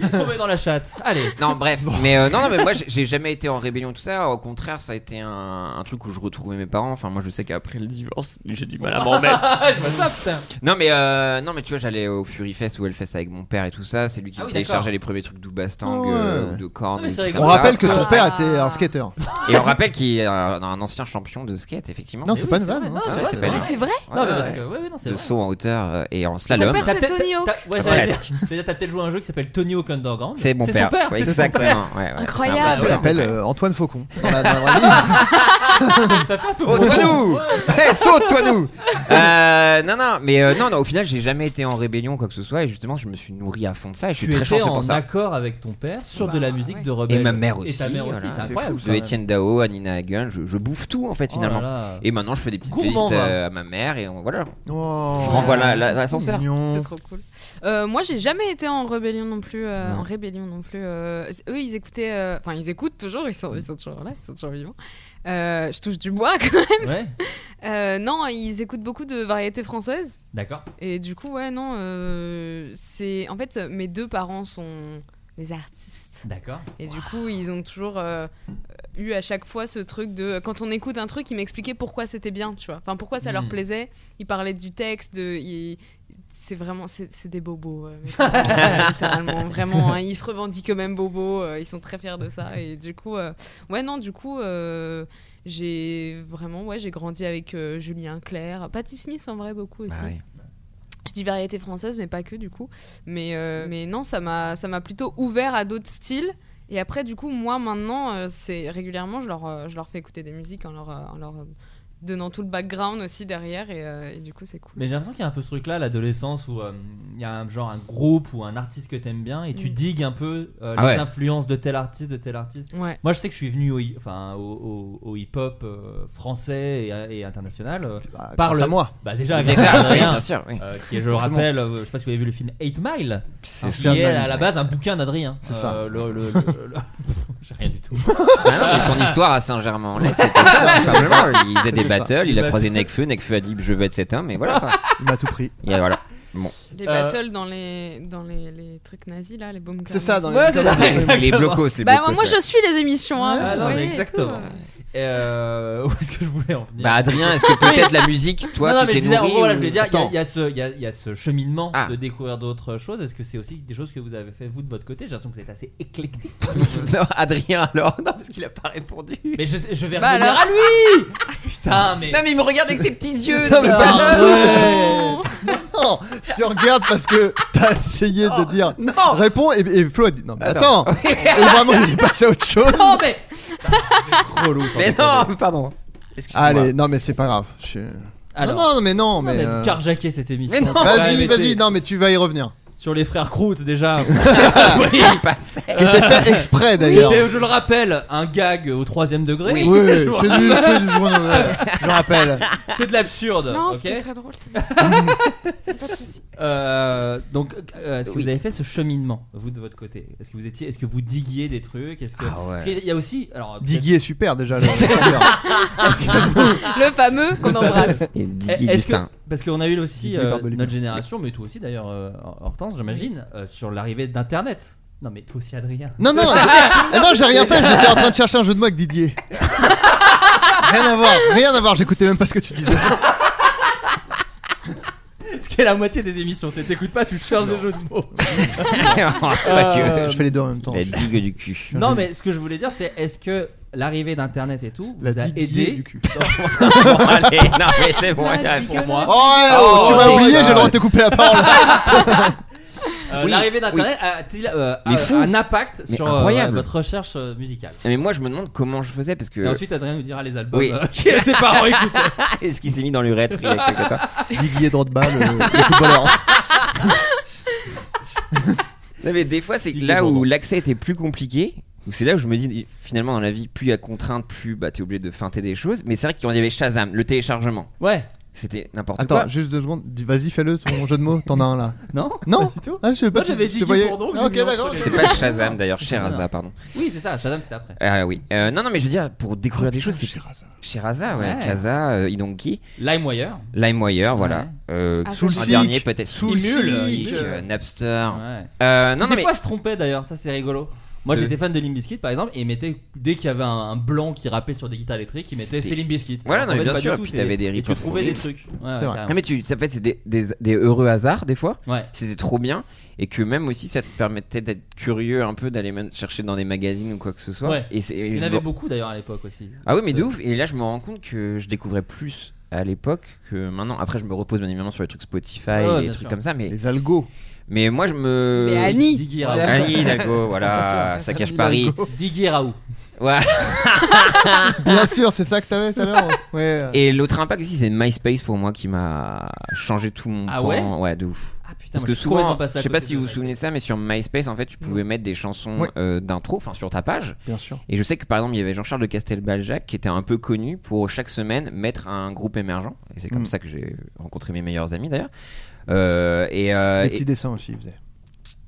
Speaker 8: Qui se remet dans la chatte. Allez.
Speaker 7: Non, bref. Mais euh, non, non, mais moi, j'ai- j'ai jamais été en rébellion et tout ça. Au contraire, ça a été un, un truc où je retrouvais mes parents. Enfin, moi, je sais qu'après le divorce, j'ai du mal à m'en remettre.
Speaker 8: Ah, je vois ça, putain.
Speaker 7: Non, mais euh, non, mais tu vois, j'allais au Fury Fest ou Hellfest avec mon père et tout ça. C'est lui qui
Speaker 8: Ah
Speaker 7: me
Speaker 8: oui,
Speaker 7: téléchargeait
Speaker 8: d'accord.
Speaker 7: les premiers trucs d'Oubastang
Speaker 6: Ah ouais.
Speaker 7: euh, ou de Korn.
Speaker 8: Ah, mais
Speaker 7: ou
Speaker 8: c'est
Speaker 7: des trucs
Speaker 8: rigolo.
Speaker 6: On
Speaker 7: comme ça.
Speaker 6: rappelle que ton
Speaker 8: Ah.
Speaker 6: père était un skater.
Speaker 7: Et on rappelle qu'il est un, euh, un ancien champion de skate, effectivement.
Speaker 6: Non, c'est pas une
Speaker 8: vrai.
Speaker 6: vanne.
Speaker 8: Non,
Speaker 6: hein.
Speaker 7: Ah
Speaker 8: c'est
Speaker 7: ouais,
Speaker 8: vrai,
Speaker 7: c'est
Speaker 8: c'est
Speaker 7: pas
Speaker 8: vrai.
Speaker 9: Ah, c'est vrai
Speaker 8: Non, mais parce que. Ouais, ouais, non, c'est
Speaker 7: de
Speaker 8: vrai.
Speaker 7: saut en hauteur euh, et en
Speaker 9: Ton
Speaker 7: slalom.
Speaker 9: père,
Speaker 8: T'as-
Speaker 9: c'est
Speaker 8: t'as-
Speaker 9: Tony Hawk.
Speaker 8: t'as- Ouais, j'allais dire.
Speaker 7: Presque.
Speaker 8: C'est-à-dire, t'as peut-être joué à un jeu qui s'appelle Tony Hawk Underground.
Speaker 7: C'est mon
Speaker 8: son
Speaker 7: père.
Speaker 8: père,
Speaker 7: Ouais,
Speaker 8: Ah, c'est son (laughs)
Speaker 7: exactement. Ouais, ouais,
Speaker 9: Incroyable.
Speaker 7: c'est un
Speaker 6: Il
Speaker 7: peu
Speaker 6: s'appelle
Speaker 7: ça.
Speaker 6: euh, Antoine Faucon. Dans la- dans la vraie vie.
Speaker 8: Ça fait un peu
Speaker 7: Oh,
Speaker 8: breton.
Speaker 7: toi nous Eh, saute, toi
Speaker 8: (laughs)
Speaker 7: nous Euh, Non, non, mais euh, non, non, au final, j'ai jamais été en rébellion, quoi que ce soit, et justement, je me suis nourri à fond de ça, et je suis
Speaker 8: Tu
Speaker 7: très
Speaker 8: étais
Speaker 7: chanceux pour
Speaker 8: en
Speaker 7: ça.
Speaker 8: accord avec ton père sur de la musique de
Speaker 7: Et
Speaker 8: rebelle.
Speaker 7: ma mère
Speaker 8: Bah, Et
Speaker 7: aussi.
Speaker 8: ta mère aussi,
Speaker 7: voilà.
Speaker 8: c'est incroyable.
Speaker 7: De Étienne Dao à Nina Hagen, je, je bouffe tout en fait
Speaker 8: Oh là
Speaker 7: finalement.
Speaker 8: là.
Speaker 7: Et maintenant je fais des petites
Speaker 8: Gourmand,
Speaker 7: listes
Speaker 8: va.
Speaker 7: euh, à ma mère et on- voilà.
Speaker 6: Oh,
Speaker 7: Je renvoie la- la- l'ascenseur.
Speaker 6: mignon.
Speaker 9: C'est trop cool. Euh, moi, j'ai jamais été en rébellion non plus. euh, en rébellion non plus. euh, c- eux, ils écoutaient. euh, Enfin, ils écoutent toujours. Ils sont, ils sont toujours là. Ils sont toujours vivants. Euh, je touche du bois. Quand même.
Speaker 8: Ouais,
Speaker 9: (laughs) Euh, non, ils écoutent beaucoup de variétés françaises.
Speaker 8: d'accord.
Speaker 9: Et du coup, ouais, non. euh, c'est en fait, mes deux parents sont des artistes.
Speaker 8: D'accord.
Speaker 9: Et du coup, ils ont toujours euh, eu à chaque fois ce truc de quand on écoute un truc, ils m'expliquaient pourquoi c'était bien, tu vois. Enfin, pourquoi ça leur
Speaker 8: Mm.
Speaker 9: plaisait. Ils parlaient du texte, de. ils- C'est vraiment, c'est c'est des bobos, euh, mes parents, littéralement, vraiment. hein. ils se revendiquent eux-mêmes bobos, euh, ils sont très fiers de ça. Et du coup, euh, ouais, non, du coup, euh, j'ai vraiment, ouais, j'ai grandi avec euh, Julien Clerc, Patti Smith en vrai beaucoup aussi.
Speaker 7: Bah ouais.
Speaker 9: Je dis variété française, mais pas que du coup. Mais, euh, mais non, ça m'a ça m'a plutôt ouvert à d'autres styles. Et après, du coup, moi maintenant, euh, c'est régulièrement, je leur, euh, je leur fais écouter des musiques en leur, euh, en leur donnant tout le background aussi derrière. Et, euh, et du coup, c'est cool.
Speaker 8: Mais j'ai l'impression qu'il y a un peu ce truc-là, l'adolescence, où euh, il y a un, genre un groupe ou un artiste que t'aimes bien et tu
Speaker 9: Mm.
Speaker 8: digues un peu euh,
Speaker 7: Ah
Speaker 8: les
Speaker 7: ouais.
Speaker 8: influences de tel artiste, de tel artiste.
Speaker 9: Ouais.
Speaker 8: Moi, je sais que je suis venu au, hi- enfin, au, au- au hip-hop euh, français et, et international. euh,
Speaker 6: Bah,
Speaker 8: par
Speaker 6: grâce
Speaker 8: le-
Speaker 6: à moi.
Speaker 8: Bah déjà, grâce
Speaker 7: Déjà,
Speaker 8: à
Speaker 7: oui,
Speaker 8: Adrien,
Speaker 7: bien sûr. oui.
Speaker 8: euh, qui est, je le
Speaker 6: Forcément.
Speaker 8: rappelle, euh, je sais pas si vous avez vu le film 8 Mile, hein,
Speaker 6: C'est
Speaker 8: qui
Speaker 6: bien
Speaker 8: est à
Speaker 6: dingue.
Speaker 8: la base un bouquin d'Adrien.
Speaker 6: C'est ça.
Speaker 8: Euh, le- le- le- (laughs) le- J'ai rien du tout.
Speaker 7: Ah non, mais son histoire à Saint-Germain, là, c'était ça. (laughs) simplement. Il faisait des
Speaker 6: C'était ça.
Speaker 7: battles, il a
Speaker 8: Des
Speaker 7: croisé Nekfeu, Nekfeu a dit je veux être cet homme, et voilà. quoi.
Speaker 6: Il m'a tout pris.
Speaker 7: Et voilà.
Speaker 9: Les
Speaker 8: Euh,
Speaker 9: battles dans les, dans les, les trucs nazis, là, les bombes.
Speaker 6: C'est ça, dans les.
Speaker 8: Ouais, c'est ça.
Speaker 7: Les blocos, les
Speaker 9: Bah,
Speaker 7: blocos.
Speaker 9: moi,
Speaker 7: ouais.
Speaker 9: je suis les émissions. hein,
Speaker 8: Ah
Speaker 9: vous
Speaker 8: non, mais
Speaker 9: voyez, et
Speaker 8: exactement.
Speaker 9: tout, euh.
Speaker 8: Euh, (laughs) où est-ce que je voulais en venir
Speaker 7: Bah Adrien, est-ce que peut-être la musique,
Speaker 8: (laughs)
Speaker 7: toi, (laughs)
Speaker 8: non, non,
Speaker 7: tu
Speaker 8: mais je
Speaker 7: t'es
Speaker 8: disais, en
Speaker 7: nourri
Speaker 8: gros, voilà,
Speaker 7: ou-
Speaker 8: je voulais dire, il y a-
Speaker 6: Attends.
Speaker 8: il y, a ce- il y a- il y a ce cheminement
Speaker 7: Ah.
Speaker 8: de découvrir d'autres choses. Est-ce que c'est aussi des choses que vous avez fait vous de votre côté J'ai l'impression que vous êtes assez
Speaker 7: (laughs)
Speaker 8: éclectique.
Speaker 7: Non, Adrien alors, non, parce qu'il a pas répondu.
Speaker 8: mais je, je vais
Speaker 9: Bah
Speaker 8: revenir
Speaker 9: alors.
Speaker 7: (laughs)
Speaker 8: à lui Putain, mais.
Speaker 7: Non, mais il me regarde avec ses petits yeux.
Speaker 6: Non, mais
Speaker 7: là.
Speaker 6: pas
Speaker 8: Ah, ouais.
Speaker 6: Non, je te regarde parce que t'as essayé
Speaker 8: Oh,
Speaker 6: de dire.
Speaker 7: Non.
Speaker 6: Réponds et, et Flo a dit non mais
Speaker 7: Attends.
Speaker 6: attends.
Speaker 7: (laughs)
Speaker 6: et vraiment j'ai passé à autre chose.
Speaker 8: Non, mais. Putain, relou, sans
Speaker 7: Oh, Mais
Speaker 8: déconner.
Speaker 7: non, pardon. Excuse-moi.
Speaker 6: Allez non mais c'est pas grave. Je... suis-
Speaker 8: Alors,
Speaker 6: Ah non, non mais non
Speaker 8: on
Speaker 6: mais.
Speaker 8: a
Speaker 6: euh,
Speaker 8: carjacké cette émission.
Speaker 7: Mais non.
Speaker 8: Ouais,
Speaker 6: Vas-y
Speaker 8: mais
Speaker 6: vas-y
Speaker 8: t'es-
Speaker 6: non mais tu vas y revenir.
Speaker 8: Sur les frères Croûte déjà.
Speaker 6: (laughs)
Speaker 7: Ah, Oui, il passait.
Speaker 6: Qui était fait exprès d'ailleurs.
Speaker 8: Et je le rappelle, un gag au troisième degré. (laughs)
Speaker 6: Oui, (laughs) oui, c'est du, c'est du- je le (laughs) rappelle.
Speaker 8: C'est de l'absurde.
Speaker 9: Non,
Speaker 8: ok
Speaker 9: c'était très drôle.
Speaker 8: (laughs)
Speaker 9: c'est bon. pas de soucis.
Speaker 8: Euh, donc, euh, est-ce que
Speaker 7: Oui.
Speaker 8: vous avez fait ce cheminement, vous de votre côté Est-ce que vous étiez, est-ce que vous diguiez des trucs Est-ce que,
Speaker 7: Ah ouais.
Speaker 8: parce qu'il y a aussi, alors peut-être-
Speaker 6: Diggy est super déjà. (laughs) le- le-
Speaker 9: Le fameux qu'on
Speaker 7: (laughs)
Speaker 9: embrasse.
Speaker 7: Et
Speaker 8: est-ce
Speaker 7: Diggy
Speaker 8: que-
Speaker 7: Gustin.
Speaker 8: parce qu'on a eu aussi
Speaker 6: Didier
Speaker 8: euh,
Speaker 6: Barbelivien.
Speaker 8: notre génération, mais toi aussi d'ailleurs, euh, Hortense, j'imagine, euh, sur l'arrivée d'Internet.
Speaker 10: Non, mais toi aussi,
Speaker 8: (laughs)
Speaker 10: Adrien.
Speaker 6: Non, non, je- eh non, j'ai rien fait, j'étais en train de chercher un jeu de mots avec Didier. Rien à voir, rien à voir, j'écoutais même pas ce que tu disais.
Speaker 8: Ce qui est la moitié des émissions, c'est t'écoutes pas, tu cherches des jeux de
Speaker 6: (laughs)
Speaker 8: mots.
Speaker 7: Pas
Speaker 8: Euh,
Speaker 7: que.
Speaker 6: Je fais les deux en même temps.
Speaker 7: La digue du cul.
Speaker 8: Non, mais ce que je voulais dire, c'est est-ce que l'arrivée d'Internet et tout vous
Speaker 6: La
Speaker 8: a
Speaker 6: Didier
Speaker 8: aidé
Speaker 6: du (laughs) cul.
Speaker 7: (laughs) Bon, allez, non, mais c'est bon,
Speaker 8: La
Speaker 7: là,
Speaker 8: digue.
Speaker 7: pour moi.
Speaker 6: Oh, ouais, oh, tu m'as
Speaker 7: oui,
Speaker 6: oublié,
Speaker 7: bah,
Speaker 6: j'ai le droit de te couper la parole.
Speaker 8: Euh,
Speaker 7: Oui,
Speaker 8: l'arrivée d'Internet a-t-il euh,
Speaker 7: Mais
Speaker 8: euh,
Speaker 7: fou.
Speaker 8: un impact
Speaker 7: Mais
Speaker 8: sur euh,
Speaker 7: incroyable.
Speaker 8: votre recherche euh, musicale
Speaker 7: Mais moi, je me demande comment je faisais parce que.
Speaker 8: Et
Speaker 7: (laughs)
Speaker 8: ensuite, Adrien nous dira les albums
Speaker 7: Oui.
Speaker 8: euh, (laughs) que ses parents écoutent.
Speaker 7: (laughs) Est-ce qu'il s'est mis dans l'urètre il y a quelque temps
Speaker 6: (laughs) Didier Drogba, le, (laughs) le footballeur.
Speaker 7: Non, mais des fois, c'est
Speaker 8: Didier
Speaker 7: là
Speaker 8: Bourdon.
Speaker 7: où l'accès était plus compliqué. où C'est là où je me dis, finalement, dans la vie, plus il y a contrainte, plus bah, t'es obligé de feinter des choses. Mais c'est vrai qu'il y avait Shazam, le téléchargement.
Speaker 8: Ouais,
Speaker 7: C'était n'importe quoi.
Speaker 6: Attends, juste deux secondes, dis- vas-y, fais-le ton jeu de mots, t'en as un là.
Speaker 8: non
Speaker 6: Non
Speaker 8: Pas du tout.
Speaker 6: Ah, je sais pas,
Speaker 8: Moi,
Speaker 6: tu-
Speaker 8: j'avais
Speaker 6: je
Speaker 8: dit
Speaker 6: te voyais.
Speaker 8: Guy Bourdon,
Speaker 6: Ah, ok,
Speaker 8: Guy Bourdon,
Speaker 6: d'accord.
Speaker 8: je
Speaker 7: C'est pas Shazam d'ailleurs, Sheraza, pardon.
Speaker 8: Oui, c'est ça, Shazam, c'était après.
Speaker 7: Euh, oui. Euh, non, non, mais je veux dire, pour découvrir des choses, c'est
Speaker 6: Shiraza.
Speaker 7: Sheraza, ouais.
Speaker 8: Ouais.
Speaker 7: Kaza, euh, Idonki,
Speaker 8: LimeWire.
Speaker 7: LimeWire, voilà. Euh,
Speaker 9: Ah, ça,
Speaker 7: Soul
Speaker 9: c'est
Speaker 7: un
Speaker 6: Seek,
Speaker 7: dernier peut-être.
Speaker 6: Soul
Speaker 7: Imul,
Speaker 6: Seek,
Speaker 7: euh,
Speaker 6: euh,
Speaker 7: Napster.
Speaker 8: Ouais.
Speaker 7: Euh, non,
Speaker 8: Qui
Speaker 7: non,
Speaker 8: des
Speaker 7: mais.
Speaker 8: fois se trompait d'ailleurs, ça c'est rigolo. Moi
Speaker 7: Euh.
Speaker 8: j'étais fan de Limp Bizkit par exemple et ils mettaient- dès qu'il y avait un, un blanc qui rappait sur des guitares électriques, ils mettaient
Speaker 7: C'était-
Speaker 8: c'est Limp Bizkit.
Speaker 7: Voilà,
Speaker 8: Alors
Speaker 7: non,
Speaker 8: qu'en
Speaker 7: mais
Speaker 8: fait,
Speaker 7: bien
Speaker 8: pas
Speaker 7: sûr,
Speaker 8: du tout,
Speaker 7: puis
Speaker 8: c'est-
Speaker 7: t'avais des
Speaker 8: Et tu
Speaker 7: riffs
Speaker 8: trouvais des
Speaker 7: horribles.
Speaker 8: trucs. Ouais,
Speaker 6: C'est
Speaker 8: ouais,
Speaker 6: vrai.
Speaker 8: carrément.
Speaker 7: Ah, mais tu, ça fait, c'est des, des, des heureux hasards des fois.
Speaker 8: Ouais.
Speaker 7: C'était trop bien. Et que même aussi, ça te permettait d'être curieux un peu, d'aller même chercher dans des magazines ou quoi que ce soit.
Speaker 8: Ouais.
Speaker 7: Et c'est- et
Speaker 8: Il y en
Speaker 7: je
Speaker 8: avait
Speaker 7: me-
Speaker 8: beaucoup d'ailleurs à l'époque aussi.
Speaker 7: Ah oui, mais de ouf. Et là, je me rends compte que je découvrais plus à l'époque que maintenant. Après, je me repose bien évidemment sur les trucs Spotify et
Speaker 8: Ouais,
Speaker 7: les
Speaker 8: bien
Speaker 7: trucs
Speaker 8: sûr.
Speaker 7: comme ça. Mais,
Speaker 6: Les algos. Ah,
Speaker 7: mais moi, je
Speaker 8: (laughs)
Speaker 7: me.
Speaker 9: Mais
Speaker 8: Euh,
Speaker 9: Annie
Speaker 7: Ah,
Speaker 8: Diggy
Speaker 6: Ouais.
Speaker 8: Raoult.
Speaker 7: Annie Hidalgo, voilà, ça cache Paris.
Speaker 8: (laughs) Diggy Raoult.
Speaker 7: Ouais.
Speaker 6: Bien sûr, c'est ça que t'avais tout à l'heure. Ouais. euh,
Speaker 7: Et l'autre impact aussi, c'est MySpace pour moi qui m'a changé tout mon
Speaker 8: Ah
Speaker 7: pan.
Speaker 8: ouais
Speaker 7: de ouf.
Speaker 8: Ah putain,
Speaker 7: Parce
Speaker 8: moi,
Speaker 7: que
Speaker 8: je suis complètement
Speaker 7: souvent, je
Speaker 8: passé à
Speaker 7: sais pas
Speaker 8: côté
Speaker 7: si
Speaker 8: de
Speaker 7: vous vous
Speaker 8: ça.
Speaker 7: souvenez ça, mais sur MySpace, en fait, tu pouvais mettre des chansons
Speaker 6: Ouais.
Speaker 7: euh, d'intro, enfin sur ta page.
Speaker 6: Bien sûr.
Speaker 7: Et je sais que par exemple, il y avait Jean-Charles de Castelbaljac qui était un peu connu pour chaque semaine mettre un groupe émergent. Et c'est comme
Speaker 6: Mm.
Speaker 7: ça que j'ai rencontré mes meilleurs amis d'ailleurs. Euh, et, euh,
Speaker 6: Les
Speaker 7: et-
Speaker 6: petits dessins aussi, il faisait.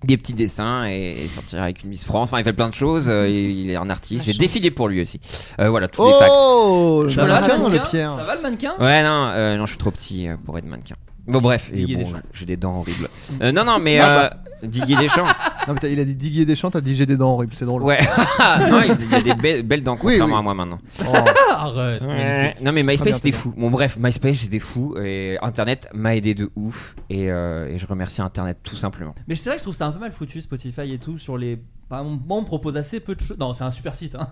Speaker 7: des petits dessins et, et sortir avec une Miss France. Enfin, il fait plein de choses. euh, il il est un artiste. J'ai défilé pour lui aussi. Euh, voilà, tous les facts.
Speaker 6: Oh, je
Speaker 8: Ça
Speaker 6: me
Speaker 8: va,
Speaker 6: maintiens, le
Speaker 8: mannequin
Speaker 6: fier.
Speaker 8: Ça va le mannequin
Speaker 7: Ouais, non, euh, non, je suis trop petit euh, pour être mannequin. Bon, bref, et
Speaker 8: Didier
Speaker 7: bon,
Speaker 8: Deschamps.
Speaker 7: j'ai des dents horribles. Euh, non, non, mais
Speaker 6: Ah,
Speaker 7: euh, Didier
Speaker 6: (laughs)
Speaker 7: Deschamps,
Speaker 6: Non, mais t'as- il a dit Didier Deschamps, t'as dit j'ai des dents horribles, c'est drôle.
Speaker 7: ouais. (laughs) non, il il a des be- belles dents,
Speaker 6: Oui,
Speaker 7: contrairement
Speaker 6: oui.
Speaker 7: à moi maintenant.
Speaker 6: Oh.
Speaker 8: Ah, Arrête.
Speaker 7: Non, mais
Speaker 6: Très bien,
Speaker 7: MySpace, c'était
Speaker 6: très
Speaker 7: fou. Bon, bref, MySpace, c'était fou. Et Internet m'a aidé de ouf. Et, euh, et je remercie Internet tout simplement.
Speaker 8: Mais c'est vrai que je trouve ça un peu mal foutu Spotify et tout sur les. Par exemple, Moi, on me propose assez peu de choses. Non, c'est un super site. Hein.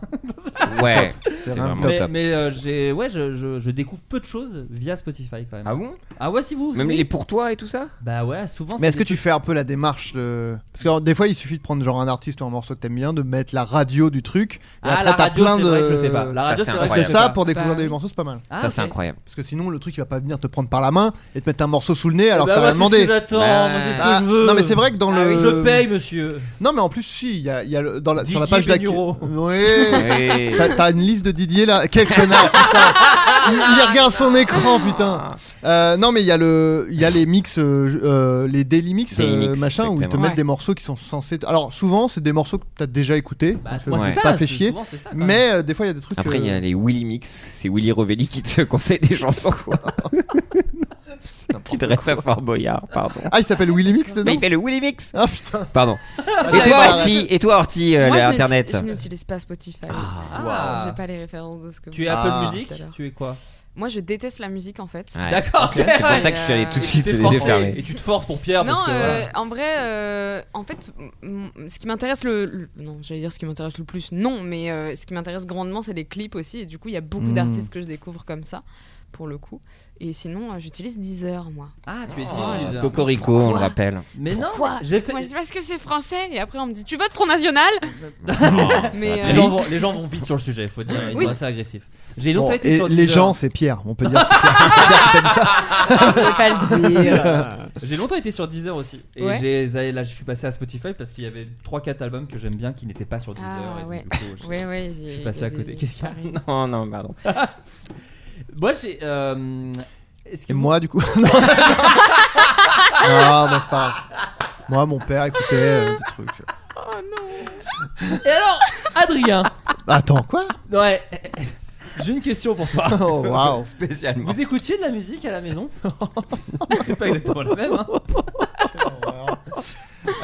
Speaker 7: Ouais,
Speaker 6: C'est
Speaker 7: c'est
Speaker 6: vraiment
Speaker 7: vraiment
Speaker 6: top.
Speaker 8: Mais,
Speaker 7: top.
Speaker 8: mais, euh, j'ai, ouais, je, je- je découvre peu de choses via Spotify quand même.
Speaker 7: Ah bon
Speaker 8: Ah ouais, si vous.
Speaker 7: Même
Speaker 8: oui.
Speaker 7: les pour toi et tout ça
Speaker 8: Bah ouais, souvent.
Speaker 6: Mais
Speaker 8: c'est
Speaker 6: est-ce que
Speaker 8: des
Speaker 6: tu fais un peu la démarche de... Parce que alors, des fois, il suffit de prendre genre un artiste ou un morceau que t'aimes bien, de mettre la radio du truc. Et
Speaker 8: Ah,
Speaker 6: après,
Speaker 8: la
Speaker 6: t'as
Speaker 8: radio,
Speaker 6: plein
Speaker 8: c'est
Speaker 6: de.
Speaker 8: vrai que je le fais
Speaker 7: Ça,
Speaker 8: pas. La
Speaker 7: c'est
Speaker 8: radio, c'est vrai
Speaker 6: Parce
Speaker 8: que
Speaker 6: que
Speaker 7: incroyable.
Speaker 8: je le fais
Speaker 6: ça,
Speaker 8: pas.
Speaker 6: pour découvrir
Speaker 9: Bah
Speaker 6: des
Speaker 9: oui.
Speaker 6: morceaux, c'est pas mal.
Speaker 8: Ah,
Speaker 7: Ça, c'est
Speaker 8: ok.
Speaker 7: incroyable.
Speaker 6: Parce que sinon, le truc, il va pas venir te prendre par la main et te mettre un morceau sous le nez alors
Speaker 8: bah
Speaker 6: que t'as
Speaker 8: ouais,
Speaker 6: rien demandé.
Speaker 8: C'est ce que j'attends,
Speaker 7: Bah,
Speaker 8: moi, c'est ce que
Speaker 6: Ah,
Speaker 8: je veux.
Speaker 6: non, mais c'est vrai que dans
Speaker 8: Ah
Speaker 6: le.
Speaker 8: oui, Je paye, monsieur.
Speaker 6: Non, mais en plus, si, il y a, il y a le- dans la, sur la
Speaker 8: Didier
Speaker 6: page d'actu.
Speaker 8: Benuro.
Speaker 6: Oui.
Speaker 7: Ouais.
Speaker 6: T'as t'as une liste de Didier là, quel connard putain. Il, il regarde son écran putain. Euh, non mais il y a le, il y a les mix, euh, euh, les daily mix,
Speaker 7: Daily
Speaker 6: euh,
Speaker 7: mix,
Speaker 6: machin où ils te
Speaker 7: exactement.
Speaker 6: mettent
Speaker 9: Ouais.
Speaker 6: des morceaux qui sont censés. Alors souvent c'est des morceaux que t'as déjà écouté,
Speaker 8: Bah,
Speaker 6: donc,
Speaker 8: moi,
Speaker 6: euh,
Speaker 8: c'est ça.
Speaker 6: pas fait
Speaker 8: c'est-
Speaker 6: chier.
Speaker 8: souvent, c'est ça, quand même.
Speaker 6: Mais euh, des fois il y a des trucs.
Speaker 7: Après, il y
Speaker 6: euh,
Speaker 7: a les Willy Mix. C'est Willy Rovelli qui te conseille des chansons.
Speaker 6: (laughs)
Speaker 7: quoi. Petite référence Fort Boyard, pardon.
Speaker 6: Ah il s'appelle Willy Mix
Speaker 7: Mais
Speaker 6: dedans.
Speaker 7: il fait le Willy Mix
Speaker 6: Ah putain.
Speaker 7: Pardon.
Speaker 9: Je
Speaker 7: Et
Speaker 9: savais
Speaker 7: toi,
Speaker 9: pas.
Speaker 7: Horty, et toi, Horty, euh,
Speaker 9: Moi, je
Speaker 7: l'internet
Speaker 9: n'utilise- Je n'utilise pas Spotify.
Speaker 8: Ah.
Speaker 9: J'ai pas les références de ce que vous
Speaker 8: Tu es
Speaker 6: Ah.
Speaker 8: Apple Music
Speaker 9: Tout à l'heure.
Speaker 8: Tu es quoi
Speaker 9: Moi, je déteste la musique en fait.
Speaker 7: Ouais.
Speaker 8: D'accord,
Speaker 7: Ah, Ok, C'est pour
Speaker 8: ouais.
Speaker 7: ça que je suis allé tout de suite
Speaker 8: T'es
Speaker 7: les yeux
Speaker 8: forcé,
Speaker 7: fermés.
Speaker 8: Et tu te forces pour Pierre.
Speaker 9: Non,
Speaker 8: parce que,
Speaker 9: euh,
Speaker 8: voilà.
Speaker 9: en vrai, euh, en fait, m- m- ce qui m'intéresse le, le- non, j'allais dire ce qui m'intéresse le plus, non, mais euh, ce qui m'intéresse grandement, c'est les clips aussi. Et du coup, il y a beaucoup
Speaker 6: Mm.
Speaker 9: d'artistes que je découvre comme ça, pour le coup. Et sinon, euh, j'utilise Deezer, moi.
Speaker 8: Ah, tu es
Speaker 9: Oh,
Speaker 8: Deezer.
Speaker 7: Cocorico, on le rappelle.
Speaker 8: Mais non,
Speaker 9: Pourquoi
Speaker 8: j'ai fait.
Speaker 9: Moi, je dis parce que c'est français. Et après, on me dit, tu votes Front National
Speaker 8: Les
Speaker 9: Mais euh,
Speaker 8: gens, vont, les gens vont vite sur le sujet, faut dire, ils
Speaker 9: Oui.
Speaker 8: sont assez agressifs. J'ai
Speaker 6: Bon,
Speaker 8: longtemps été
Speaker 6: et
Speaker 8: sur
Speaker 6: les
Speaker 8: Deezer.
Speaker 6: gens c'est Pierre, on peut dire. que c'est
Speaker 8: (laughs)
Speaker 6: Pierre. C'est Pierre qui t'a dit ça.
Speaker 9: je vais pas le dire.
Speaker 8: J'ai longtemps été sur Deezer aussi. Et
Speaker 9: Ouais.
Speaker 8: j'ai- là, je suis passé à Spotify parce qu'il y avait 3-4 albums que j'aime bien qui n'étaient pas sur Deezer.
Speaker 9: Ah,
Speaker 8: et donc,
Speaker 9: ouais.
Speaker 8: du coup, j'ai-
Speaker 9: Ouais, ouais, j'ai-
Speaker 8: Je suis passé à côté. Qu'est-ce qu'il y a
Speaker 9: Pareil.
Speaker 7: Non, non, pardon.
Speaker 8: Moi, j'ai. euh, Est-ce que
Speaker 6: Et
Speaker 8: vous-
Speaker 6: moi du coup. (laughs) Non, non. Ah bah c'est pas. grave. Moi mon père écoutait euh, des trucs.
Speaker 8: Et alors, Adrien (laughs)
Speaker 6: Attends quoi
Speaker 8: Ouais. J'ai une question pour toi.
Speaker 6: (laughs)
Speaker 8: (laughs)
Speaker 6: Oh waouh.
Speaker 7: Spécialement.
Speaker 8: Vous écoutiez de
Speaker 6: (laughs)
Speaker 8: la musique à la maison C'est pas exactement la même. hein.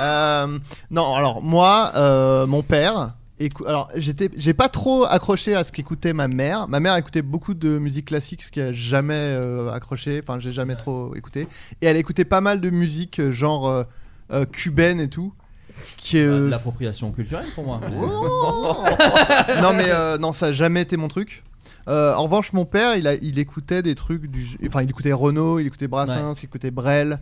Speaker 6: Euh, non, alors moi, euh, mon père. écou- Alors, j'étais, j'ai pas trop accroché à ce qu'écoutait ma mère. Ma mère écoutait beaucoup de musique classique, ce qui a jamais euh, accroché. Enfin, j'ai jamais trop écouté. Et elle écoutait pas mal de musique euh, genre euh, euh, cubaine et tout. Qui est,
Speaker 8: Euh,
Speaker 6: euh, Oh,
Speaker 8: de L'appropriation culturelle pour moi. (laughs)
Speaker 6: (laughs) non mais euh, non ça a jamais été mon truc. Euh, en revanche mon père il, a- il écoutait des trucs du enfin il écoutait Renault, il écoutait Brassens, il écoutait Brel.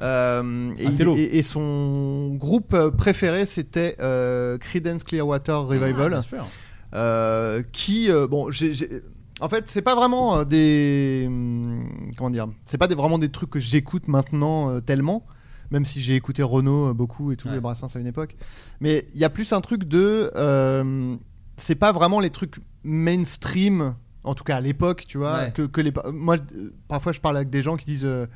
Speaker 6: euh, et,
Speaker 8: Un
Speaker 6: il-
Speaker 8: télo.
Speaker 6: et- et son groupe préféré c'était euh, Creedence Clearwater Revival
Speaker 8: Bien sûr.
Speaker 6: euh, qui euh, bon j'ai j'ai- en fait c'est pas vraiment euh, des hum, comment dire c'est pas des, vraiment des trucs que j'écoute maintenant euh, tellement même si j'ai écouté Renault euh, beaucoup et tout
Speaker 8: Ouais.
Speaker 6: les Brassens à une époque mais il y a plus un truc de euh, c'est pas vraiment les trucs mainstream en tout cas à l'époque tu vois
Speaker 8: Ouais.
Speaker 6: que, que les pa- moi euh, parfois je parle avec des gens qui disent euh,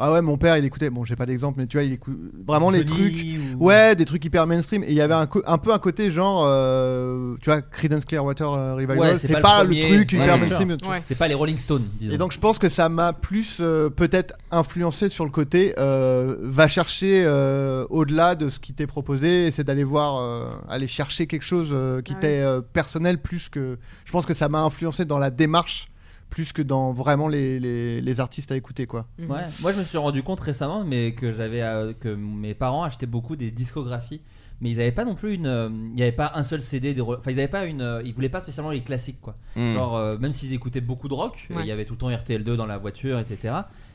Speaker 6: ah ouais mon père il écoutait bon j'ai pas d'exemple mais tu vois il écoute vraiment les trucs
Speaker 8: Johnny ou-
Speaker 6: Ouais, des trucs hyper mainstream. Et il y avait un, co- un peu un côté genre, euh, tu vois, Creedence Clearwater euh, Revival,
Speaker 8: Ouais,
Speaker 6: c'est pas, le,
Speaker 8: premier.
Speaker 6: truc
Speaker 8: Ouais,
Speaker 6: hyper
Speaker 8: bien sûr.
Speaker 6: mainstream.
Speaker 9: Ouais.
Speaker 8: C'est pas les Rolling Stones, disons.
Speaker 6: Et donc je pense que ça m'a plus euh, peut-être influencé sur le côté euh, va chercher euh, au-delà de ce qui t'est proposé, et c'est d'aller voir, euh, aller chercher quelque chose euh, qui
Speaker 9: Ah oui.
Speaker 6: t'est euh, personnel plus que. Je pense que ça m'a influencé dans la démarche plus que dans vraiment les, les, les artistes à écouter quoi.
Speaker 9: Mhm.
Speaker 8: Ouais. Moi, je me suis rendu compte récemment, mais que j'avais, euh, que mes parents achetaient beaucoup des discographies, mais ils n'avaient pas non plus une, euh, il n'y avait pas un seul CD, des, re- enfin, ils n'avaient pas une, euh, ils voulaient pas spécialement les classiques, quoi.
Speaker 7: Mm.
Speaker 8: Genre, euh, même s'ils écoutaient beaucoup de rock, et
Speaker 9: Ouais.
Speaker 8: il y avait tout le temps RTL2 dans la voiture, etc.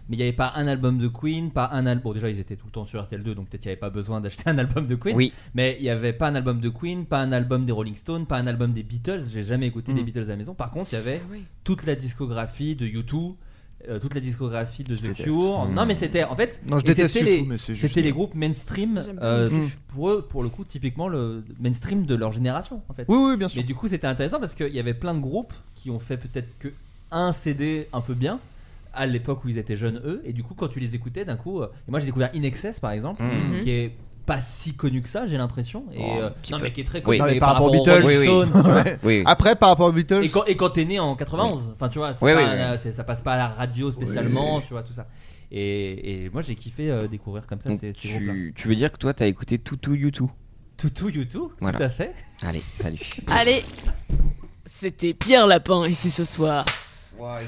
Speaker 8: Mais il n'y avait pas un album de Queen, pas un album. Bon, déjà, ils étaient tout le temps sur RTL2, donc peut-être il n'y avait pas besoin d'acheter un album de Queen.
Speaker 7: Oui.
Speaker 8: Mais il n'y avait pas un album de Queen, pas un album des Rolling Stones, pas un album des Beatles. J'ai jamais écouté
Speaker 6: Mm.
Speaker 8: des Beatles à la maison. Par contre, il y avait
Speaker 9: Ah oui.
Speaker 8: toute la discographie de U2, euh, toute la discographie de The
Speaker 6: déteste. Mm.
Speaker 8: Cure. Non, mais c'était en fait.
Speaker 6: Non, je
Speaker 8: et
Speaker 6: déteste
Speaker 8: c'était
Speaker 6: U2,
Speaker 8: les-
Speaker 6: mais c'est juste- Mm.
Speaker 8: C'était les groupes mainstream.
Speaker 9: J'aime pas
Speaker 8: euh,
Speaker 6: non plus.
Speaker 8: Pour eux, pour le coup, typiquement le mainstream de leur génération, en fait.
Speaker 6: Oui, oui, bien sûr.
Speaker 8: Mais du coup, c'était intéressant parce qu'il y avait plein de groupes qui ont fait peut-être que un CD un peu bien à l'époque où ils étaient jeunes eux et du coup quand tu les écoutais d'un coup euh, et moi j'ai découvert In Excess par exemple
Speaker 9: Mhm.
Speaker 6: Mm-hmm.
Speaker 8: qui est pas si connu que ça j'ai l'impression et
Speaker 7: Mm. Oh, un
Speaker 8: euh,
Speaker 7: petit
Speaker 8: non
Speaker 7: peu.
Speaker 8: mais qui est très
Speaker 7: Oui.
Speaker 8: connu
Speaker 7: Non,
Speaker 6: mais
Speaker 8: mais
Speaker 6: par rapport aux
Speaker 8: Rolling
Speaker 7: Beatles,
Speaker 8: Stones, tu
Speaker 6: (laughs)
Speaker 8: vois.
Speaker 6: Ouais.
Speaker 7: Oui.
Speaker 6: Après par rapport aux Beatles,
Speaker 8: Et quand, et quand t'es né en 91, enfin tu vois, c'est
Speaker 7: Oui,
Speaker 8: pas
Speaker 7: oui,
Speaker 8: un-
Speaker 7: oui.
Speaker 8: c'est- ça passe pas à la radio spécialement, tu vois, tout ça. Et, et moi j'ai kiffé euh, découvrir comme ça
Speaker 7: Donc,
Speaker 8: ces, ces groupes-là.
Speaker 7: tu, tu veux dire que toi, t'as écouté Toutou YouTube
Speaker 8: Toutou, YouTube,
Speaker 7: Voilà.
Speaker 8: tout à fait.
Speaker 7: Allez, salut.
Speaker 9: Allez, c'était Pierre Lapin ici ce soir.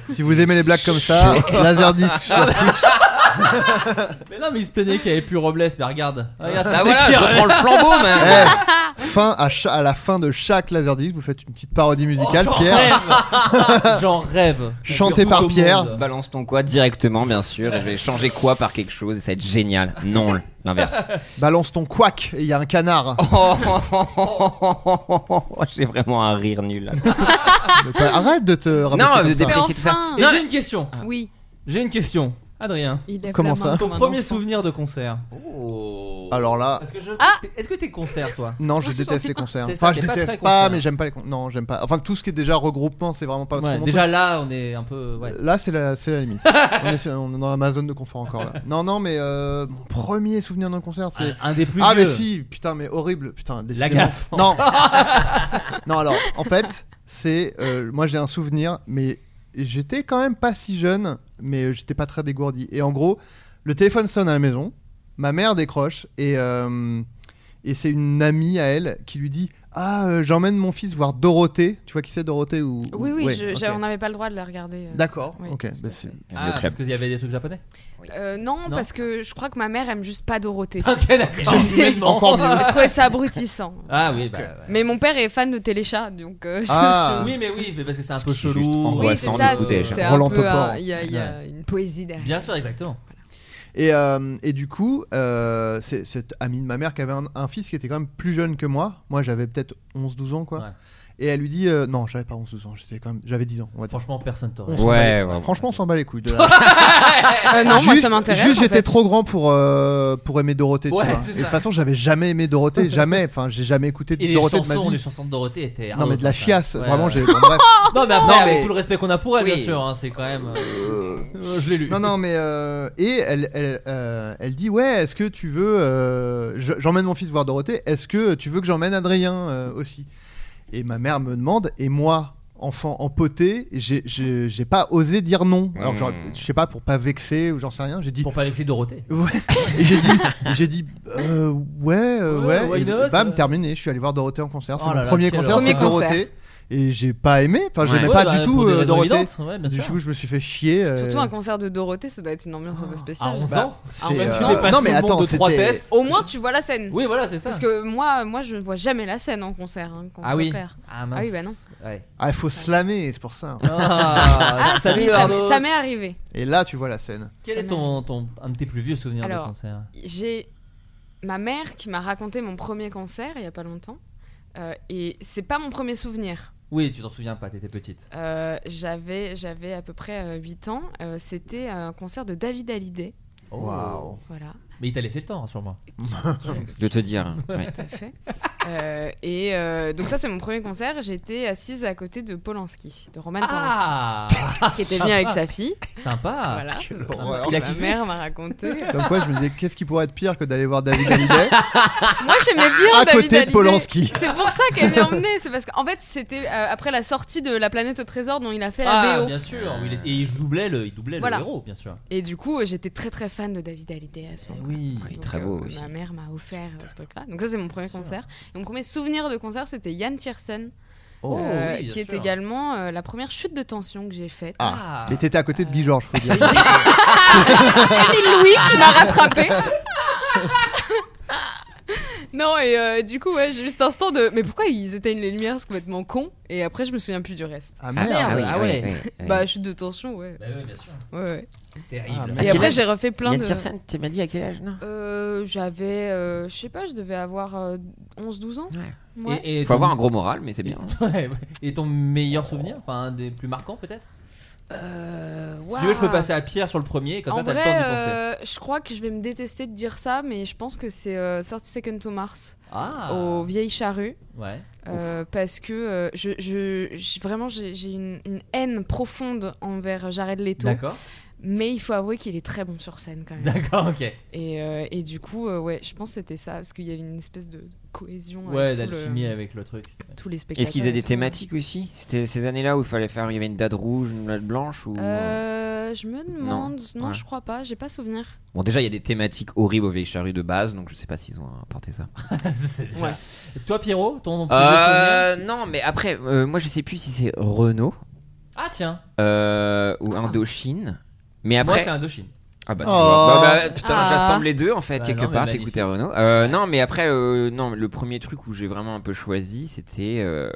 Speaker 6: Si vous aimez les blagues comme ça, Laserdisc
Speaker 8: (laughs)
Speaker 6: sur Twitch.
Speaker 8: Mais non, mais il se plaignait qu'il y avait plus Robles, mais regarde. regarde
Speaker 7: Ah voilà, je reprends le (laughs) flambeau, man.
Speaker 6: Eh, fin à, cha- à la fin de chaque Laserdisc, vous faites une petite parodie musicale, Pierre,
Speaker 8: rêve. J'en rêve.
Speaker 6: Chanté
Speaker 8: Surtout
Speaker 6: par
Speaker 8: Oh, au
Speaker 6: Pierre.
Speaker 8: monde.
Speaker 7: Balance ton quoi directement, bien sûr. Et je
Speaker 8: (laughs)
Speaker 7: vais changer quoi par quelque chose et ça va être génial. Non, l'inverse. Oh,
Speaker 6: balance ton quack et il y a
Speaker 7: (laughs)
Speaker 6: un canard.
Speaker 7: J'ai vraiment un rire nul.
Speaker 6: (laughs) Mais pas- Arrête de te
Speaker 7: non,
Speaker 6: rabaisser
Speaker 7: de
Speaker 6: comme ça.
Speaker 7: déprécier tout ça.
Speaker 9: enfin
Speaker 8: Et
Speaker 7: Non,
Speaker 8: j'ai une question.
Speaker 9: Oui,
Speaker 8: J'ai une question. Adrien,
Speaker 9: il lève
Speaker 6: Comment
Speaker 9: la
Speaker 6: ça
Speaker 9: main
Speaker 8: ton
Speaker 9: comme un
Speaker 8: premier
Speaker 9: enfant.
Speaker 8: souvenir de concert
Speaker 6: Alors là,
Speaker 8: Parce que je-
Speaker 9: Ah
Speaker 8: t'es- Est-ce que t'es concert, toi
Speaker 6: non, je déteste les concerts.
Speaker 8: C'est ça,
Speaker 6: Enfin, je
Speaker 8: t'es pas
Speaker 6: déteste
Speaker 8: très
Speaker 6: pas,
Speaker 8: concert.
Speaker 6: mais j'aime pas les concerts. Non, j'aime pas. Enfin, tout ce qui est déjà regroupement, c'est vraiment pas trop Euh,
Speaker 8: Ouais,
Speaker 6: mon
Speaker 8: Déjà là, on est un peu. ouais.
Speaker 6: truc. Là, c'est la, c'est la
Speaker 8: (laughs)
Speaker 6: limite. on, est, sur- on est dans ma zone de confort encore là. Non, non, mais euh, mon premier souvenir d'un concert, c'est.
Speaker 8: Un, un des plus
Speaker 6: Ah
Speaker 8: vieux.
Speaker 6: mais si, putain mais horrible, putain. décidément.
Speaker 8: gaffe.
Speaker 6: Non. (laughs) non alors, en fait, c'est euh, moi j'ai un souvenir, mais j'étais quand même pas si jeune, mais euh, j'étais pas très dégourdi. Et en gros, le téléphone sonne à la maison, ma mère décroche et euh, et c'est une amie à elle qui lui dit ah euh, j'emmène mon fils voir Dorothée, tu vois qui c'est Dorothée ou
Speaker 9: Oui, oui,
Speaker 6: ouais,
Speaker 9: je-
Speaker 6: ok.
Speaker 9: j'ai- on n'avait pas le droit de la regarder. euh.
Speaker 6: D'accord,
Speaker 9: Oui,
Speaker 6: ok.
Speaker 9: tout
Speaker 6: bah,
Speaker 9: à (laughs)
Speaker 6: c'est-
Speaker 9: fait.
Speaker 7: Le
Speaker 8: Ah,
Speaker 7: club.
Speaker 8: parce qu'il y avait des trucs japonais
Speaker 9: Euh, non,
Speaker 8: Non.
Speaker 9: parce que je crois que ma mère aime juste pas Dorothée. (laughs)
Speaker 8: Ok, (laughs) d'accord.
Speaker 9: Je sais.
Speaker 8: Humainement.
Speaker 6: Ah, Encore mieux.
Speaker 9: Elle trouvait ça abrutissant.
Speaker 8: Ah oui, bah. ouais.
Speaker 9: Mais mon père est fan de Téléchat, donc euh, je-
Speaker 6: Ah.
Speaker 8: Oui, mais oui, mais parce que c'est un peu
Speaker 7: qui est juste
Speaker 8: chelou.
Speaker 9: Oui, c'est
Speaker 7: angoissant,
Speaker 9: ça,
Speaker 7: du coup,
Speaker 9: c'est
Speaker 7: déjà.
Speaker 9: c'est un
Speaker 6: Roland
Speaker 9: peu.
Speaker 6: Topor.
Speaker 9: un- Il y, a- il y a une poésie derrière.
Speaker 8: Bien sûr, exactement.
Speaker 6: Et, euh, et du coup, euh, c'est- cette amie de ma mère qui avait un, un fils qui était quand même plus jeune que moi. Moi, j'avais peut-être 11-12 ans, quoi.
Speaker 8: Ouais.
Speaker 6: Et elle lui dit euh, Non, j'avais pas 11-12 ans, j'étais quand même, j'avais 10 ans. on va dire.
Speaker 8: Franchement, personne t'aurait.
Speaker 6: On s'en
Speaker 7: Ouais,
Speaker 6: bat les-
Speaker 7: ouais, ouais.
Speaker 6: Franchement, on s'en bat les
Speaker 9: (laughs)
Speaker 6: couilles. de la-
Speaker 9: Euh, non, moi
Speaker 6: Juste-
Speaker 9: ça m'intéresse.
Speaker 6: Juste,
Speaker 9: en
Speaker 6: j'étais
Speaker 9: fait.
Speaker 6: trop grand pour, euh, pour aimer Dorothée. tu
Speaker 8: Ouais,
Speaker 6: vois.
Speaker 8: c'est
Speaker 6: Et de toute
Speaker 8: ça.
Speaker 6: façon, j'avais jamais aimé
Speaker 8: (laughs)
Speaker 6: Dorothée, jamais. Enfin, j'ai jamais écouté
Speaker 8: Et
Speaker 6: de
Speaker 8: les
Speaker 6: Dorothée de
Speaker 8: chansons,
Speaker 6: ma
Speaker 8: les
Speaker 6: vie.
Speaker 8: chansons de Dorothée étaient.
Speaker 6: Non, mais de la
Speaker 8: affreuses,
Speaker 6: chiasse.
Speaker 8: ouais.
Speaker 6: Vraiment,
Speaker 8: Ouais.
Speaker 6: j'ai. bon, bref.
Speaker 8: Non, mais après,
Speaker 6: Non,
Speaker 8: avec
Speaker 6: mais-
Speaker 8: tout le respect qu'on a pour elle,
Speaker 7: Oui.
Speaker 8: bien sûr, hein, c'est quand même. Euh, Je l'ai lu.
Speaker 6: Non, non, mais. euh, et elle, elle, euh, elle dit Ouais, est-ce que tu veux. euh, je- j'emmène mon fils voir Dorothée, est-ce que tu veux que j'emmène Adrien euh, aussi Et ma mère me demande, et moi, enfant empoté, j'ai- j'ai j'ai pas osé dire non. Alors, genre,
Speaker 8: Mm.
Speaker 6: je sais pas, pour pas vexer ou j'en sais rien, j'ai dit.
Speaker 8: Pour pas vexer Dorothée.
Speaker 6: (laughs) Ouais. Et j'ai dit, j'ai dit euh, ouais, euh,
Speaker 8: Ouais,
Speaker 6: ouais,
Speaker 8: why
Speaker 6: et
Speaker 8: not,
Speaker 6: bam, terminé. Je suis allé voir Dorothée en concert. C'est
Speaker 8: Oh
Speaker 6: mon
Speaker 8: là là,
Speaker 6: premier
Speaker 8: quelle
Speaker 6: concert
Speaker 8: horreur.
Speaker 6: de
Speaker 8: Premier
Speaker 6: Dorothée.
Speaker 8: concert.
Speaker 6: Et j'ai pas aimé. Enfin, j'aimais
Speaker 8: Ouais.
Speaker 6: pas
Speaker 8: Ouais, bah,
Speaker 6: du tout
Speaker 8: pour des
Speaker 6: euh,
Speaker 8: raisons
Speaker 6: Dorothée.
Speaker 8: évidentes, ouais, bien
Speaker 6: du
Speaker 8: sûr.
Speaker 6: coup, je me suis fait chier. euh,
Speaker 9: Surtout un concert de Dorothée, ça doit être une ambiance un peu spéciale.
Speaker 8: à 11
Speaker 6: bah,
Speaker 8: ans,
Speaker 6: c'est,
Speaker 8: en même
Speaker 6: euh,
Speaker 8: temps, tu passes
Speaker 6: non,
Speaker 8: tout
Speaker 6: mais
Speaker 8: le monde
Speaker 6: attends,
Speaker 8: de trois
Speaker 6: c'était-
Speaker 8: têtes.
Speaker 9: Au moins, tu vois la scène.
Speaker 8: Oui, voilà, c'est ça.
Speaker 9: Parce que moi, moi, je vois jamais la scène en concert. hein, qu'on
Speaker 8: Ah
Speaker 9: soit
Speaker 8: oui.
Speaker 9: clair.
Speaker 8: Ah
Speaker 9: ah
Speaker 8: mince.
Speaker 9: oui, bah non. (laughs)
Speaker 8: Ouais.
Speaker 6: Ah, il faut slammer, c'est pour ça. hein.
Speaker 8: Ah,
Speaker 9: ça
Speaker 8: salut
Speaker 9: m'est- ça m'est-
Speaker 8: Arnaud.
Speaker 9: ça m'est arrivé.
Speaker 6: Et là, tu vois la scène.
Speaker 8: Quel
Speaker 9: Ça
Speaker 8: est ton, ton, un de tes plus vieux souvenirs
Speaker 9: Alors,
Speaker 8: de concert
Speaker 9: J'ai ma mère qui m'a raconté mon premier concert il y a pas longtemps. Euh, et c'est pas mon premier souvenir.
Speaker 8: Oui, tu t'en souviens pas, t'étais petite.
Speaker 9: Euh, j'avais, j'avais à peu près euh, 8 ans. Euh, c'était un concert de David Hallyday.
Speaker 6: Waouh.
Speaker 9: Voilà.
Speaker 8: Oh. Mais il t'a laissé le temps, hein, sûrement.
Speaker 7: De te dire. ouais.
Speaker 9: Tout
Speaker 8: (laughs)
Speaker 9: à fait. Euh, et euh, donc ça, c'est mon premier concert. J'étais assise à côté de Polanski, de Roman
Speaker 8: Ah
Speaker 9: Polanski, qui était venu avec sa fille.
Speaker 8: Sympa
Speaker 9: (laughs)
Speaker 8: Ah,
Speaker 9: voilà.
Speaker 6: horreur.
Speaker 9: Ce que
Speaker 8: Il a
Speaker 9: ma
Speaker 8: kiffé
Speaker 9: mère m'a (laughs) raconté.
Speaker 6: Comme quoi, je me disais, qu'est-ce qui pourrait être pire que d'aller voir
Speaker 8: (laughs)
Speaker 6: David Hallyday
Speaker 9: Moi, j'aimais bien
Speaker 6: à
Speaker 9: David
Speaker 6: côté de
Speaker 9: Hallyday.
Speaker 6: Polanski
Speaker 9: C'est pour ça qu'elle m'a emmenée. C'est parce qu'en fait, c'était euh, après la sortie de La Planète au Trésor dont il a fait la
Speaker 8: Ah,
Speaker 9: BO.
Speaker 8: bien sûr. oui, il est- Et il doublait le, il doublait
Speaker 9: Voilà.
Speaker 8: le héros, bien sûr. Eh
Speaker 9: Et du coup, euh, j'étais très très fan de David Hallyday à ce moment.
Speaker 8: Oui.
Speaker 7: Oui,
Speaker 9: Donc,
Speaker 7: très beau
Speaker 9: euh,
Speaker 7: aussi.
Speaker 9: Ma mère m'a offert euh, ce truc-là. Donc ça, c'est mon premier
Speaker 8: sûr.
Speaker 9: concert. Et mon premier souvenir de concert, c'était Yann Tiersen,
Speaker 6: Oh.
Speaker 9: euh,
Speaker 8: oui, bien
Speaker 9: qui est
Speaker 8: sûr.
Speaker 9: également euh, la première chute de tension que j'ai faite.
Speaker 6: Ah, mais t'étais à côté de Guy Georges, faut
Speaker 8: Ah
Speaker 6: dire.
Speaker 9: Émile Louis qui m'a rattrapé. Non, et euh, du coup, ouais, j'ai eu cet instant de. Mais pourquoi ils éteignent les lumières C'est complètement con. Et après, je me souviens plus du reste.
Speaker 6: Ah
Speaker 7: Ah,
Speaker 6: merde
Speaker 8: merde.
Speaker 7: oui,
Speaker 8: Ah
Speaker 7: oui,
Speaker 8: ouais.
Speaker 7: oui, oui.
Speaker 9: Bah, chute de tension, ouais.
Speaker 8: Bah oui, bien sûr.
Speaker 9: ouais, ouais.
Speaker 6: Ah,
Speaker 8: Terrible.
Speaker 6: mais-
Speaker 9: Et
Speaker 6: À quel
Speaker 9: après,
Speaker 6: âge
Speaker 9: j'ai refait plein
Speaker 7: Yann
Speaker 9: de.
Speaker 7: Tiersen, tu m'as dit à quel âge, non
Speaker 9: Euh, J'avais. euh, je sais pas, je devais avoir euh, 11-12 ans.
Speaker 7: Ouais.
Speaker 9: Ouais.
Speaker 8: Et, et
Speaker 7: Faut
Speaker 8: ton-
Speaker 7: avoir un gros moral, mais c'est bien.
Speaker 8: (laughs) Ouais, ouais. Et ton meilleur souvenir Enfin, un des plus marquants, peut-être
Speaker 9: Euh,
Speaker 8: Si tu veux, je peux
Speaker 9: waouh.
Speaker 8: passer à Pierre sur le premier, comme
Speaker 9: en
Speaker 8: ça, t'as
Speaker 9: vrai,
Speaker 8: le temps d'y penser.
Speaker 9: euh, je crois que je vais me détester de dire ça, mais je pense que c'est euh, 30 Seconds to Mars
Speaker 8: Ah
Speaker 9: aux Vieilles Charrues.
Speaker 8: Ouais.
Speaker 9: euh, parce que euh, je, je- j'ai- vraiment j'ai j'ai une, une haine profonde envers Jared Leto,
Speaker 8: D'accord.
Speaker 9: mais il faut avouer qu'il est très bon sur scène quand même.
Speaker 8: D'accord, ok.
Speaker 9: Et, euh, et du coup, euh, ouais, je pense que c'était ça, parce qu'il y avait une espèce de cohésion.
Speaker 8: Ouais,
Speaker 9: avec tout le-
Speaker 8: d'alchimie avec le truc. (laughs)
Speaker 9: tous les spectateurs.
Speaker 7: Est-ce qu'ils faisaient
Speaker 9: et
Speaker 7: des
Speaker 9: tout.
Speaker 7: thématiques aussi C'était ces années-là où il fallait faire, il y avait une date rouge, une date blanche ou...
Speaker 9: Euh, je me demande, non,
Speaker 7: Ouais.
Speaker 9: je crois pas, j'ai pas souvenir.
Speaker 7: Bon, déjà, il y a des thématiques horribles aux vieilles charrues de base, donc je sais pas s'ils ont apporté ça.
Speaker 8: C'est déjà-
Speaker 9: Ouais.
Speaker 8: Toi, Pierrot, ton plus vieux souvenir
Speaker 7: Euh, non, mais après, euh, moi je sais plus si c'est Renault
Speaker 8: Ah, tiens.
Speaker 7: euh, ou
Speaker 9: Ah.
Speaker 7: Indochine. Mais
Speaker 8: Moi,
Speaker 7: après.
Speaker 8: c'est Indochine.
Speaker 7: Ah bah, tu
Speaker 6: Oh.
Speaker 7: vois. Bah, bah, putain,
Speaker 9: Ah.
Speaker 7: j'assemble les deux en fait,
Speaker 8: Bah
Speaker 7: quelque
Speaker 8: non, mais
Speaker 7: part,
Speaker 8: magnifique.
Speaker 7: t'écoutais Renault. Euh, non, mais après, euh, non, le premier truc où j'ai vraiment un peu choisi, c'était euh,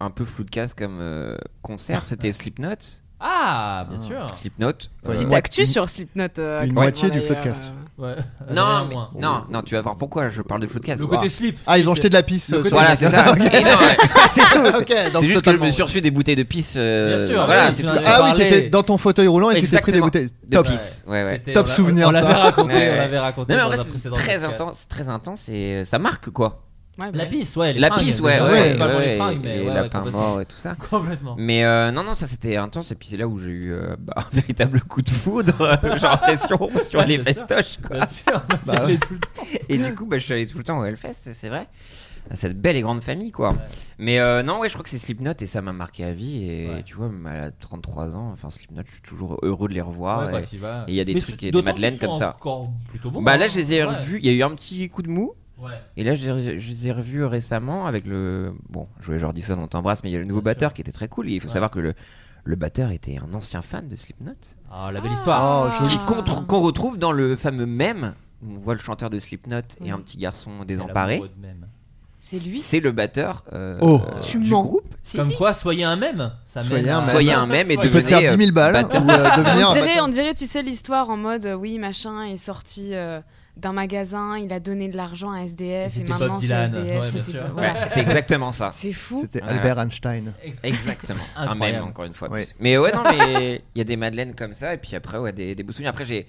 Speaker 7: un peu flou de casse comme euh, concert, c'était Slipknot.
Speaker 8: Ah, bien sûr.
Speaker 7: Slipknot.
Speaker 6: Ouais.
Speaker 7: Euh,
Speaker 9: Petite
Speaker 6: Moi-
Speaker 9: actu sur Slipknot. euh,
Speaker 6: une
Speaker 9: actuellement,
Speaker 6: moitié du
Speaker 9: d'ailleurs,
Speaker 6: podcast.
Speaker 9: euh,
Speaker 8: Ouais.
Speaker 7: Non,
Speaker 8: Rien
Speaker 7: mais-
Speaker 8: moins.
Speaker 7: non, non, tu vas voir pourquoi je parle de flou de casse.
Speaker 8: Le
Speaker 6: Ah.
Speaker 8: côté slip.
Speaker 6: Ah, ils ont jeté de la pisse. euh, sur
Speaker 7: Voilà,
Speaker 6: les-
Speaker 7: c'est
Speaker 6: (laughs)
Speaker 7: ça. Et non, ouais, c'est tout.
Speaker 6: ok, donc
Speaker 7: C'est juste que je
Speaker 6: totalement.
Speaker 7: me suis reçu des bouteilles de pisse. euh,
Speaker 8: Bien sûr,
Speaker 7: voilà,
Speaker 8: ouais,
Speaker 7: c'est
Speaker 8: tu
Speaker 7: tout.
Speaker 8: en as
Speaker 6: Ah oui,
Speaker 8: parlé.
Speaker 6: t'étais dans ton fauteuil roulant et tu t'es pris des
Speaker 7: Exactement.
Speaker 6: bouteilles.
Speaker 7: De
Speaker 6: Top.
Speaker 7: pisse. Ouais, ouais.
Speaker 8: C'était-
Speaker 6: Top
Speaker 8: on l'a-
Speaker 6: souvenir,
Speaker 8: On l'avait
Speaker 6: ça.
Speaker 8: raconté,
Speaker 7: Ouais, ouais.
Speaker 8: on l'avait raconté.
Speaker 7: Non, mais en
Speaker 8: dans
Speaker 7: vrai,
Speaker 8: un
Speaker 7: c'est
Speaker 8: précédent
Speaker 7: très
Speaker 8: podcast.
Speaker 7: intense, très intense et euh, ça marque quoi.
Speaker 9: ouais,
Speaker 8: La
Speaker 9: bah,
Speaker 8: pisse, ouais. les
Speaker 7: La
Speaker 8: fringues,
Speaker 7: pisse, ouais,
Speaker 8: déjà,
Speaker 7: ouais,
Speaker 8: c'est
Speaker 7: ouais,
Speaker 8: pas le premier
Speaker 7: ouais,
Speaker 8: fringue, mais
Speaker 7: et
Speaker 8: ouais, ouais,
Speaker 7: lapin
Speaker 8: complètement.
Speaker 7: mort et tout ça.
Speaker 8: (laughs) Complètement.
Speaker 7: Mais euh, non, non, ça c'était intense et puis c'est là où j'ai eu euh, bah, (laughs) un véritable coup de foudre, euh, j'ai l'impression, sur
Speaker 8: Ouais,
Speaker 7: les
Speaker 8: bien sûr.
Speaker 7: festoches. quoi.
Speaker 8: Bien sûr,
Speaker 6: Bah
Speaker 8: j'y allais
Speaker 6: ouais.
Speaker 8: tout le temps.
Speaker 7: Et du coup, bah, je suis allé tout le temps au Hellfest, c'est vrai. À Cette belle et grande famille, quoi. Mais euh, non, ouais, je crois que c'est Slipknot et ça m'a marqué à vie. Et
Speaker 8: Ouais.
Speaker 7: tu vois, même à 33 ans, enfin Slipknot, je suis toujours heureux de les revoir.
Speaker 8: Ouais,
Speaker 7: et-
Speaker 8: bah, t'y vas.
Speaker 7: et il y a des
Speaker 8: Mais
Speaker 7: trucs,
Speaker 8: ce-
Speaker 7: il y a des
Speaker 8: d'autant
Speaker 7: madeleines
Speaker 8: qu'ils sont
Speaker 7: comme ça.
Speaker 8: encore plutôt bons,
Speaker 7: bah là,
Speaker 8: hein.
Speaker 7: je les ai
Speaker 8: Ouais.
Speaker 7: revus. Il y a eu un petit coup de mou.
Speaker 8: Ouais.
Speaker 7: Et là, je, les ai- je les ai revus récemment avec le. Bon, Joey Jordison, on t'embrasse, mais il y a le nouveau
Speaker 8: Bien sûr.
Speaker 7: batteur qui était très cool. Et il faut
Speaker 8: Ouais.
Speaker 7: savoir que le, le batteur était un ancien fan de Slipknot.
Speaker 8: Ah, la belle histoire.
Speaker 6: Oh, joli.
Speaker 7: Qui contre- Qu'on retrouve dans le fameux mème. où On voit le chanteur de Slipknot et un petit garçon
Speaker 8: Et
Speaker 7: désemparé.
Speaker 8: l'amoureux de même.
Speaker 9: C'est lui.
Speaker 7: C'est le batteur euh,
Speaker 6: Oh.
Speaker 7: euh,
Speaker 9: Tu
Speaker 7: du
Speaker 9: mens.
Speaker 7: groupe. Si,
Speaker 8: Comme
Speaker 7: si.
Speaker 8: quoi, soyez un même. Ça mène
Speaker 6: Soyez un
Speaker 8: à-
Speaker 6: mème.
Speaker 7: Soyez un mème et
Speaker 6: Tu peux te faire
Speaker 7: Devenez,
Speaker 6: 10 000 balles
Speaker 7: batteur.
Speaker 6: ou euh, devenir.
Speaker 9: On
Speaker 6: un
Speaker 9: dirait,
Speaker 6: batteur.
Speaker 9: on dirait, tu sais, l'histoire en mode euh, oui, machin est sorti euh, d'un magasin, il a donné de l'argent à SDF
Speaker 8: Et
Speaker 9: et
Speaker 8: c'était Bob
Speaker 9: maintenant ce
Speaker 8: Dylan.
Speaker 9: SDF,
Speaker 8: Ouais, bien
Speaker 9: c'était
Speaker 8: sûr.
Speaker 9: pas-
Speaker 7: Ouais,
Speaker 9: voilà.
Speaker 7: c'est exactement ça.
Speaker 9: C'est fou.
Speaker 6: C'était
Speaker 7: Ouais.
Speaker 6: Albert Einstein.
Speaker 7: Exactement. un
Speaker 8: Incroyable.
Speaker 7: même encore une fois.
Speaker 6: Oui.
Speaker 7: (laughs) Mais ouais non mais il y a des madeleines comme ça et puis après ouais des, des beaux souvenirs. Après j'ai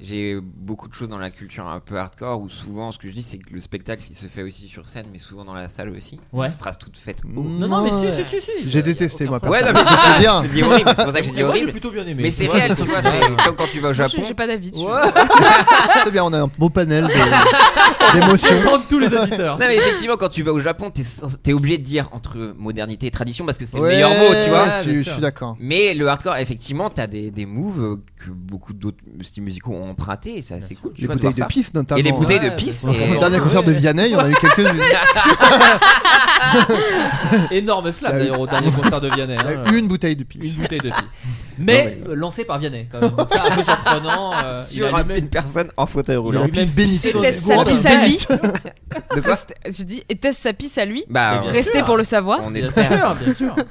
Speaker 7: j'ai beaucoup de choses dans la culture un peu hardcore où souvent ce que je dis c'est que le spectacle il se fait aussi sur scène mais souvent dans la salle aussi.
Speaker 8: Ouais.
Speaker 7: Phrase toute faite.
Speaker 8: Non, non, mais si, si, si, si.
Speaker 6: J'ai détesté, moi,
Speaker 7: Ouais, non,
Speaker 6: personne.
Speaker 7: mais
Speaker 6: Je peux dire.
Speaker 7: je dis horrible, c'est pour ça que j'ai dit
Speaker 8: Moi, j'ai
Speaker 7: horrible.
Speaker 6: (laughs)
Speaker 8: plutôt bien aimé.
Speaker 7: Mais c'est
Speaker 8: Ouais,
Speaker 7: réel,
Speaker 8: j'ai
Speaker 7: tu vois,
Speaker 8: plutôt
Speaker 7: c'est (laughs)
Speaker 8: bien aimé.
Speaker 7: comme quand tu vas au
Speaker 9: Moi,
Speaker 7: Japon.
Speaker 9: j'ai- J'ai pas d'avis dessus.
Speaker 6: hein. C'est bien, on a un beau
Speaker 7: (laughs)
Speaker 6: panel de- d'émotions.
Speaker 8: Entre tous les auditeurs.
Speaker 7: Non mais effectivement quand tu vas au Japon t'es sens- t'es obligé de dire entre modernité et tradition parce que c'est
Speaker 6: Ouais,
Speaker 7: le meilleur mot tu vois.
Speaker 6: tu-
Speaker 8: bien
Speaker 6: Je
Speaker 8: sûr.
Speaker 6: suis d'accord.
Speaker 7: Mais le hardcore effectivement t'as des, des moves euh, que beaucoup d'autres styles musicaux ont emprunté et c'est assez cool. tu
Speaker 6: Les
Speaker 7: vois, de
Speaker 6: bouteilles de
Speaker 7: voir ça.
Speaker 6: pisse, notamment. hein.
Speaker 7: Et les bouteilles
Speaker 8: Ouais,
Speaker 7: de pisse.
Speaker 8: parce
Speaker 7: et-
Speaker 8: qu'on
Speaker 6: Le dernier
Speaker 8: Ouais.
Speaker 7: (laughs)
Speaker 6: concert de Vianney, on a eu quelques-unes.
Speaker 8: Énorme slam
Speaker 6: Bah oui.
Speaker 8: d'ailleurs au dernier concert de Vianney. hein.
Speaker 6: Une bouteille de
Speaker 8: Une
Speaker 6: pisse.
Speaker 8: bouteille de pisse. Mais euh, lancée par Vianney quand même. Donc ça, un peu surprenant.
Speaker 7: (laughs)
Speaker 8: euh, il
Speaker 7: sur
Speaker 8: a
Speaker 7: un-
Speaker 8: lui-même-
Speaker 7: une personne en fauteuil
Speaker 6: Il
Speaker 7: roulant.
Speaker 6: a
Speaker 8: lui-même
Speaker 6: pisse
Speaker 8: pissé
Speaker 6: bénite.
Speaker 8: dans
Speaker 6: Il
Speaker 8: des
Speaker 9: Était-ce sa
Speaker 8: gourdes.
Speaker 9: pisse à lui
Speaker 7: (laughs) De quoi
Speaker 9: Je dis, était-ce sa pisse à lui
Speaker 7: Bah,
Speaker 8: bien
Speaker 9: Restez
Speaker 8: sûr.
Speaker 9: pour le savoir.
Speaker 7: on
Speaker 8: Bien
Speaker 7: espère.
Speaker 8: sûr,
Speaker 7: (laughs)
Speaker 8: bien sûr.
Speaker 7: Ouais,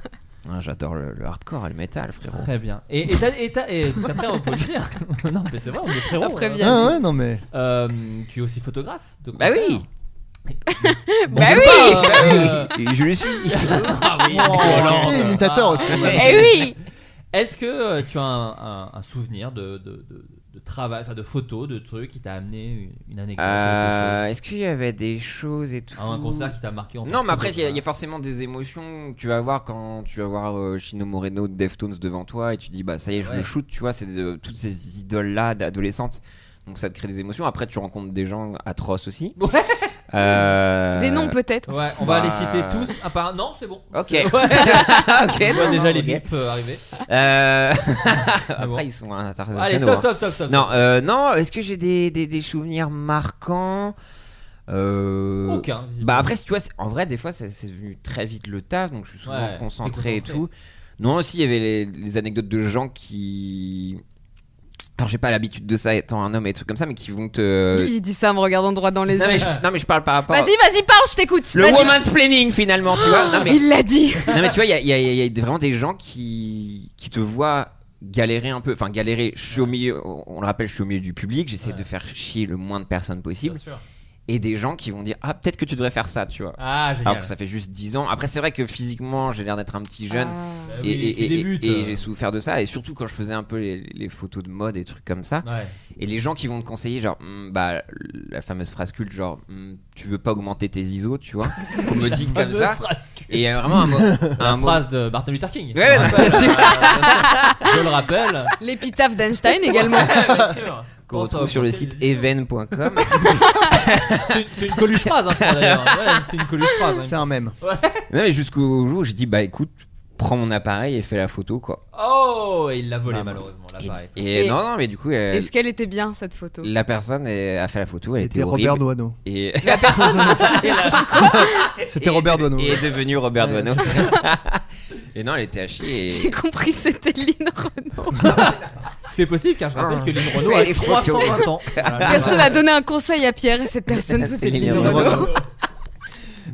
Speaker 7: Ah, J'adore le, le hardcore et le métal, frérot.
Speaker 8: Très bien. Et, et, t'as- et, t'as- et parce qu'après, on peut le dire. (laughs) non, mais c'est vrai, on est frérot.
Speaker 9: Après,
Speaker 8: euh,
Speaker 9: viens.
Speaker 6: Ah ouais, non mais.
Speaker 7: Oh.
Speaker 8: Euh, tu es aussi photographe de
Speaker 7: Bah
Speaker 8: concert.
Speaker 7: oui.
Speaker 8: Bon,
Speaker 9: Bah
Speaker 8: on veut
Speaker 9: oui.
Speaker 8: pas, euh,
Speaker 7: (laughs) Et je le suis.
Speaker 8: (laughs) Ah oui,
Speaker 6: Oh,
Speaker 8: Hollande.
Speaker 6: et imitateur
Speaker 8: Ah,
Speaker 6: aussi.
Speaker 9: Eh oui
Speaker 8: Est-ce que euh, tu as un, un- un souvenir de, de, de, de travail, enfin de photos, de trucs qui t'a amené une- une anecdote quelque
Speaker 7: Euh,
Speaker 8: chose
Speaker 7: Est-ce qu'il y avait des choses et tout
Speaker 8: Ah, Un concert qui t'a marqué en tant
Speaker 7: Non,
Speaker 8: que
Speaker 7: mais après, il y, a-
Speaker 8: photographe
Speaker 7: il y a forcément des émotions que tu vas avoir quand tu vas voir euh, Chino Moreno de Deftones devant toi et tu dis, bah ça y est, je
Speaker 8: Ouais.
Speaker 7: le shoot, tu vois, c'est de- toutes ces idoles-là d'adolescentes. Donc ça te crée des émotions. Après, tu rencontres des gens atroces aussi.
Speaker 8: Ouais.
Speaker 7: Euh,
Speaker 9: Des noms peut-être.
Speaker 8: Ouais, on va
Speaker 7: Bah.
Speaker 8: les citer tous. À part, non, c'est bon.
Speaker 7: Ok.
Speaker 8: C'est-
Speaker 7: ok.
Speaker 8: Ouais. On voit
Speaker 7: non,
Speaker 8: déjà
Speaker 7: non, (laughs)
Speaker 8: les
Speaker 7: ok.
Speaker 8: bips euh,
Speaker 7: (laughs)
Speaker 8: arriver.
Speaker 7: Euh,
Speaker 8: Ah bon.
Speaker 7: Après, ils sont internationaux. hein.
Speaker 8: Allez, stop, stop, stop, stop.
Speaker 7: Non, euh, non. Est-ce que j'ai des, des, des souvenirs marquants Euh,
Speaker 8: Aucun.
Speaker 7: Bah après, si tu vois, c'est- en vrai, des fois, ça- c'est venu très vite le taf, donc je suis souvent
Speaker 8: Ouais,
Speaker 7: concentré et
Speaker 8: t'es
Speaker 7: tout.
Speaker 8: concentré.
Speaker 7: Non, aussi, il y avait les, les anecdotes de gens qui. Alors, j'ai pas l'habitude de ça étant un homme et des trucs comme ça, mais qui vont te.
Speaker 9: Il dit ça en me regardant droit dans les
Speaker 7: euh, Non mais,
Speaker 9: yeux.
Speaker 7: je, non, mais je parle par rapport.
Speaker 9: Vas-y, vas-y, parle, je t'écoute.
Speaker 7: Le
Speaker 9: Vas-y.
Speaker 7: woman's planning finalement, tu vois. Non mais,
Speaker 9: Il l'a dit.
Speaker 7: non, mais tu vois, il y a- il y, a- il y a vraiment des gens qui, qui te voient galérer un peu. Enfin, galérer, je suis au milieu, on le rappelle, je suis au milieu du public, j'essaie
Speaker 8: Ouais.
Speaker 7: de faire chier le moins de personnes
Speaker 8: Bien
Speaker 7: possible.
Speaker 8: sûr.
Speaker 7: Et des gens qui vont dire, ah, peut-être que tu devrais faire ça, tu vois.
Speaker 8: Ah, génial.
Speaker 7: Alors que ça fait juste 10 ans. Après, c'est vrai que physiquement, j'ai l'air d'être un petit jeune.
Speaker 9: Ah.
Speaker 8: Bah
Speaker 7: Et,
Speaker 8: oui, tu
Speaker 7: et- et-
Speaker 8: débutes.
Speaker 7: et j'ai souffert de ça, et surtout quand je faisais un peu les, les photos de mode et trucs comme ça.
Speaker 8: Ouais.
Speaker 7: Et les gens qui vont te conseiller, genre, Hmm, bah, la fameuse phrase culte, genre, Hmm, tu veux pas augmenter tes ISO, tu
Speaker 8: (laughs)
Speaker 7: vois, qu'on me dit comme ça. Et il y a vraiment un, mo- un
Speaker 8: La
Speaker 7: mo-
Speaker 8: phrase de Martin Luther King.
Speaker 7: Ouais, ouais,
Speaker 8: je, le
Speaker 7: non,
Speaker 8: rappelle,
Speaker 7: bien sûr.
Speaker 8: euh, (laughs) je le
Speaker 7: (laughs)
Speaker 8: rappelle.
Speaker 9: (laughs) L'épitaphe d'Einstein également.
Speaker 8: Bien sûr.
Speaker 7: qu'on
Speaker 8: Pense à
Speaker 7: retrouve sur le
Speaker 8: augmenter
Speaker 7: site
Speaker 8: les-
Speaker 7: even.com.
Speaker 8: (laughs) C'est c'est une coluche phrase, hein, je crois, d'ailleurs. Ouais, c'est une coluche phrase. hein.
Speaker 6: C'est un même.
Speaker 7: non, mais jusqu'au jour où j'ai dit, bah écoute, prends mon appareil et fais la photo, quoi.
Speaker 8: Oh, et il l'a volé
Speaker 6: Ah,
Speaker 8: malheureusement.
Speaker 7: Et,
Speaker 8: l'appareil.
Speaker 7: et
Speaker 9: Et-
Speaker 7: non, non, mais du coup, elle-
Speaker 9: Est-ce qu'elle était bien cette photo
Speaker 7: la personne elle a fait la photo, elle était,
Speaker 6: C'était
Speaker 7: horrible.
Speaker 6: Robert Doisneau.
Speaker 7: Et... (laughs)
Speaker 6: (laughs) C'était Robert Doisneau.
Speaker 7: Et est devenu Robert
Speaker 6: Ouais,
Speaker 7: Doisneau. (laughs) et non, elle était à chier.
Speaker 9: J'ai
Speaker 7: Et...
Speaker 9: compris, c'était Lynn (laughs) Renault.
Speaker 8: C'est possible car je rappelle
Speaker 7: Ah.
Speaker 8: que Lynn Renault a
Speaker 7: Elle est
Speaker 8: 320
Speaker 9: (laughs)
Speaker 8: ans. Voilà.
Speaker 9: Personne n'a donné un conseil à Pierre et
Speaker 8: (laughs)
Speaker 9: cette personne, c'était
Speaker 7: Lynn
Speaker 9: Lynn
Speaker 6: Renaud.
Speaker 9: Renault.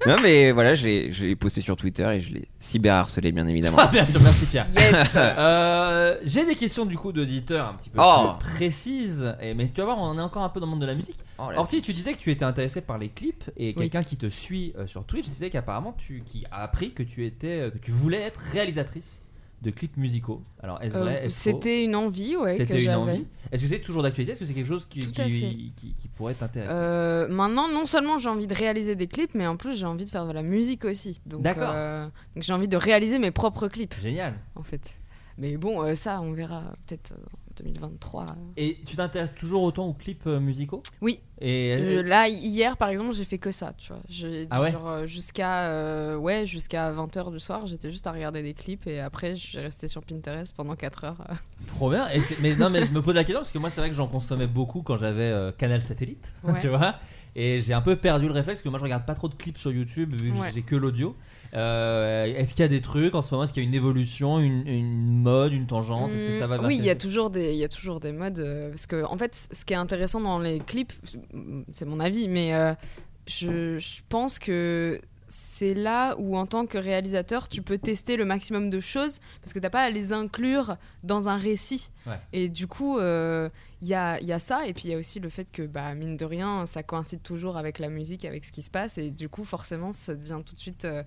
Speaker 7: Non, mais voilà, je l'ai- je l'ai posté sur Twitter et je l'ai cyberharcelé, bien évidemment.
Speaker 8: Ah, bien sûr, (laughs) merci Pierre.
Speaker 9: Yes.
Speaker 8: (laughs) Euh, J'ai des questions du coup d'auditeurs un petit peu
Speaker 7: Oh.
Speaker 8: plus précises, Et- mais tu vas voir, on en est encore un peu dans le monde de la musique.
Speaker 7: Oh, la
Speaker 8: Or si tu disais que tu étais intéressé par les clips et quelqu'un qui te suit euh, sur Twitch disait qu'apparemment tu qui a appris que tu étais euh, que tu voulais être réalisatrice de clips musicaux. Alors est-ce vrai
Speaker 9: Euh,
Speaker 8: est-ce faux
Speaker 9: C'était une envie, ouais, que
Speaker 8: C'était une
Speaker 9: j'avais.
Speaker 8: envie. Est-ce que c'est toujours d'actualité Est-ce que c'est quelque chose qui,
Speaker 9: Tout à
Speaker 8: qui, qui- qui pourrait t'intéresser
Speaker 9: Euh, maintenant, non seulement j'ai envie de réaliser des clips, mais en plus j'ai envie de faire de la musique aussi. Donc,
Speaker 8: D'accord.
Speaker 9: euh, donc j'ai envie de réaliser mes propres clips,
Speaker 8: Génial.
Speaker 9: en fait. Mais bon, euh, ça, on verra euh, peut-être euh, en 2023. euh.
Speaker 8: Et tu t'intéresses toujours autant aux clips euh, musicaux
Speaker 9: Oui.
Speaker 8: Et
Speaker 9: Euh, là, hier, par exemple, j'ai fait que ça, tu vois. J'ai
Speaker 8: Ah ouais
Speaker 9: sur, euh, jusqu'à euh, ouais, jusqu'à 20h du soir, j'étais juste à regarder des clips et après, j'ai resté sur Pinterest pendant 4 heures. euh.
Speaker 8: Trop bien. Et c'est- mais non, mais je me pose la question parce que moi, c'est vrai que j'en consommais beaucoup quand j'avais euh, Canal Satellite, (laughs)
Speaker 9: Ouais.
Speaker 8: tu vois. Et j'ai un peu perdu le réflexe parce que moi, je regarde pas trop de clips sur YouTube vu que
Speaker 9: Ouais.
Speaker 8: j'ai que l'audio. Euh, Est-ce qu'il y a des trucs en ce moment Est-ce qu'il y a une évolution, une, une mode, une tangente Est-ce que ça va
Speaker 9: Mm,
Speaker 8: vers
Speaker 9: Oui, il y a
Speaker 8: ces-
Speaker 9: toujours des, il y a toujours des modes euh, parce que en fait, c- ce qui est intéressant dans les clips, c'est mon avis, mais euh, je, je pense que c'est là où en tant que réalisateur, tu peux tester le maximum de choses parce que t'as pas à les inclure dans un récit.
Speaker 8: Ouais.
Speaker 9: Et du coup, euh, il y, a, il y a ça et puis il y a aussi le fait que bah mine de rien, ça coïncide toujours avec la musique, avec ce qui se passe et du coup, forcément, ça devient tout de suite euh,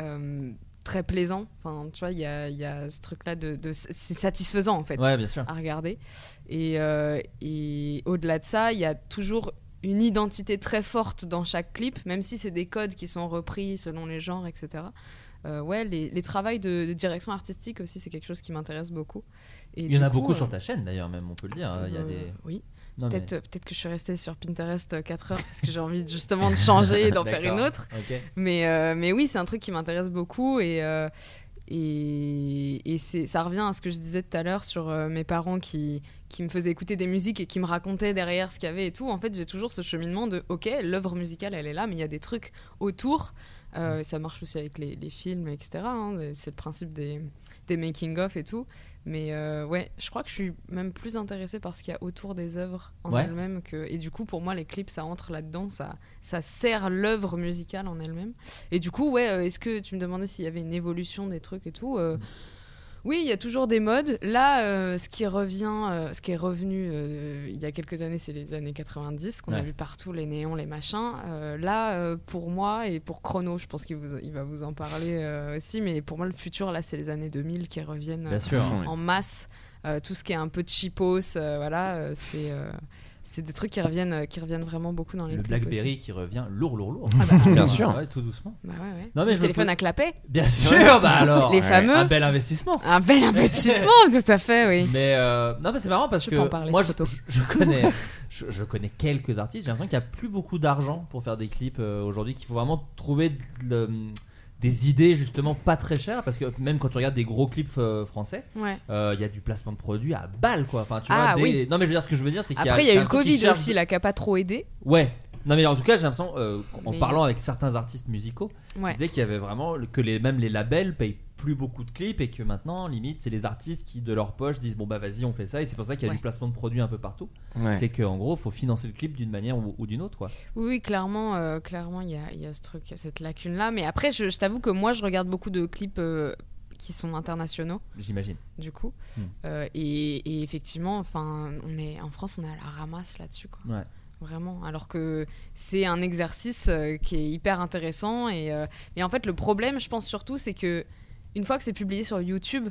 Speaker 9: euh, très plaisant. Enfin, tu vois, il y a, il y a ce truc-là de, de- c'est satisfaisant en fait
Speaker 8: Ouais, bien sûr.
Speaker 9: à regarder. Et, euh, et au-delà de ça, il y a toujours une identité très forte dans chaque clip, même si c'est des codes qui sont repris selon les genres, etc. Euh, ouais, les, les travails de, de direction artistique aussi, c'est quelque chose qui m'intéresse beaucoup. Et
Speaker 8: Il y en
Speaker 9: du
Speaker 8: a
Speaker 9: coup,
Speaker 8: beaucoup
Speaker 9: euh,
Speaker 8: sur ta chaîne d'ailleurs, même, on peut le dire. hein. Il y a
Speaker 9: euh,
Speaker 8: des.
Speaker 9: Oui.
Speaker 8: Non, mais-
Speaker 9: Peut-être peut-être que je suis restée sur Pinterest 4 heures parce que j'ai envie de- justement de changer et
Speaker 8: (laughs)
Speaker 9: euh, d'en faire une
Speaker 8: Ah, D'accord.
Speaker 9: autre.
Speaker 8: Ok.
Speaker 9: Mais, euh, mais oui, c'est un truc qui m'intéresse beaucoup et, euh, et, et c'est- ça revient à ce que je disais tout à l'heure sur euh, mes parents qui, qui me faisaient écouter des musiques et qui me racontaient derrière ce qu'il y avait et tout. En fait, j'ai toujours ce cheminement de ok, l'œuvre musicale elle est là, mais il y a des trucs autour. Euh, ça marche aussi avec les, les films, etc. hein. c'est le principe des, des making-of et tout. Mais euh, ouais, je crois que je suis même plus intéressée par ce qu'il y a autour des œuvres en
Speaker 8: Ouais.
Speaker 9: elles-mêmes. Que... Et du coup, pour moi, les clips, ça entre là-dedans, ça, ça sert l'œuvre musicale en elle-même. Et du coup, ouais, euh, est-ce que tu me demandais s'il y avait une évolution des trucs et tout
Speaker 8: Mm.
Speaker 9: euh, Oui, il y a toujours des modes. Là, euh, ce qui revient, euh, ce qui est revenu euh, il y a quelques années, c'est les années 90, qu'on a
Speaker 8: Ouais.
Speaker 9: vu partout, les néons, les machins. Euh, là, euh, pour moi et pour Chrono, je pense qu'il vous- il va vous en parler euh, aussi, mais pour moi, le futur, là, c'est les années 2000 qui reviennent euh,
Speaker 8: Bien sûr.
Speaker 9: en masse. Euh, tout ce qui est un peu cheapos, euh, voilà, euh, c'est. euh, c'est des trucs qui reviennent, euh, qui reviennent vraiment beaucoup dans les
Speaker 8: Le
Speaker 9: clips aussi.
Speaker 8: Blackberry qui revient lourd, lourd, lourd.
Speaker 9: Ah bah.
Speaker 7: (laughs) Bien sûr.
Speaker 8: Ouais, tout doucement.
Speaker 9: Bah ouais, ouais.
Speaker 8: Non, mais
Speaker 9: le
Speaker 8: je me
Speaker 9: téléphone
Speaker 8: pose-
Speaker 9: à clapet,
Speaker 8: Bien sûr, bah alors.
Speaker 9: les fameux.
Speaker 8: Un bel investissement.
Speaker 9: Un bel investissement,
Speaker 8: (laughs)
Speaker 9: tout à fait, oui.
Speaker 8: Mais euh, non, mais c'est marrant parce
Speaker 9: Je
Speaker 8: que
Speaker 9: t'en parlais,
Speaker 8: moi,
Speaker 9: ce
Speaker 8: je,
Speaker 9: photo.
Speaker 8: je- je
Speaker 9: (laughs)
Speaker 8: connais, je, je connais quelques artistes. J'ai l'impression qu'il n'y a plus beaucoup d'argent pour faire des clips euh, aujourd'hui. Qu'il faut vraiment trouver de le- des idées justement pas très chères parce que même quand tu regardes des gros clips euh, français,
Speaker 9: Ouais.
Speaker 8: euh, il y a du placement de produits à balles quoi. Enfin, tu
Speaker 9: Ah,
Speaker 8: vois, des-
Speaker 9: oui.
Speaker 8: non mais je veux dire ce que je veux dire c'est qu'il y a
Speaker 9: Après, il y a eu
Speaker 8: un
Speaker 9: le
Speaker 8: truc qui
Speaker 9: Covid
Speaker 8: cherche-
Speaker 9: aussi, là, qui a pas trop aidé.
Speaker 8: Ouais. Non mais en tout cas j'ai l'impression euh, en
Speaker 9: Mais-
Speaker 8: parlant avec certains artistes musicaux,
Speaker 9: Ouais.
Speaker 8: ils disaient qu'il y avait vraiment le- que les, même les labels payent plus beaucoup de clips et que maintenant limite c'est les artistes qui de leur poche disent bon bah vas-y on fait ça et c'est pour ça qu'il y a
Speaker 9: Ouais.
Speaker 8: du placement de produits un peu partout.
Speaker 7: Ouais.
Speaker 8: C'est qu'en gros faut financer le clip d'une manière ou, ou d'une autre quoi.
Speaker 9: Oui, oui, clairement, euh, clairement, il y a, il y a ce truc, cette lacune-là. Mais après, je, je t'avoue que moi, je regarde beaucoup de clips euh, qui sont internationaux,
Speaker 8: J'imagine.
Speaker 9: du coup.
Speaker 8: Hmm.
Speaker 9: Euh, et, et effectivement, enfin, on est en France, on est à la ramasse là-dessus, quoi.
Speaker 8: Ouais.
Speaker 9: Vraiment. Alors que c'est un exercice euh, qui est hyper intéressant. Et, euh, et en fait, le problème, je pense surtout, c'est que une fois que c'est publié sur YouTube,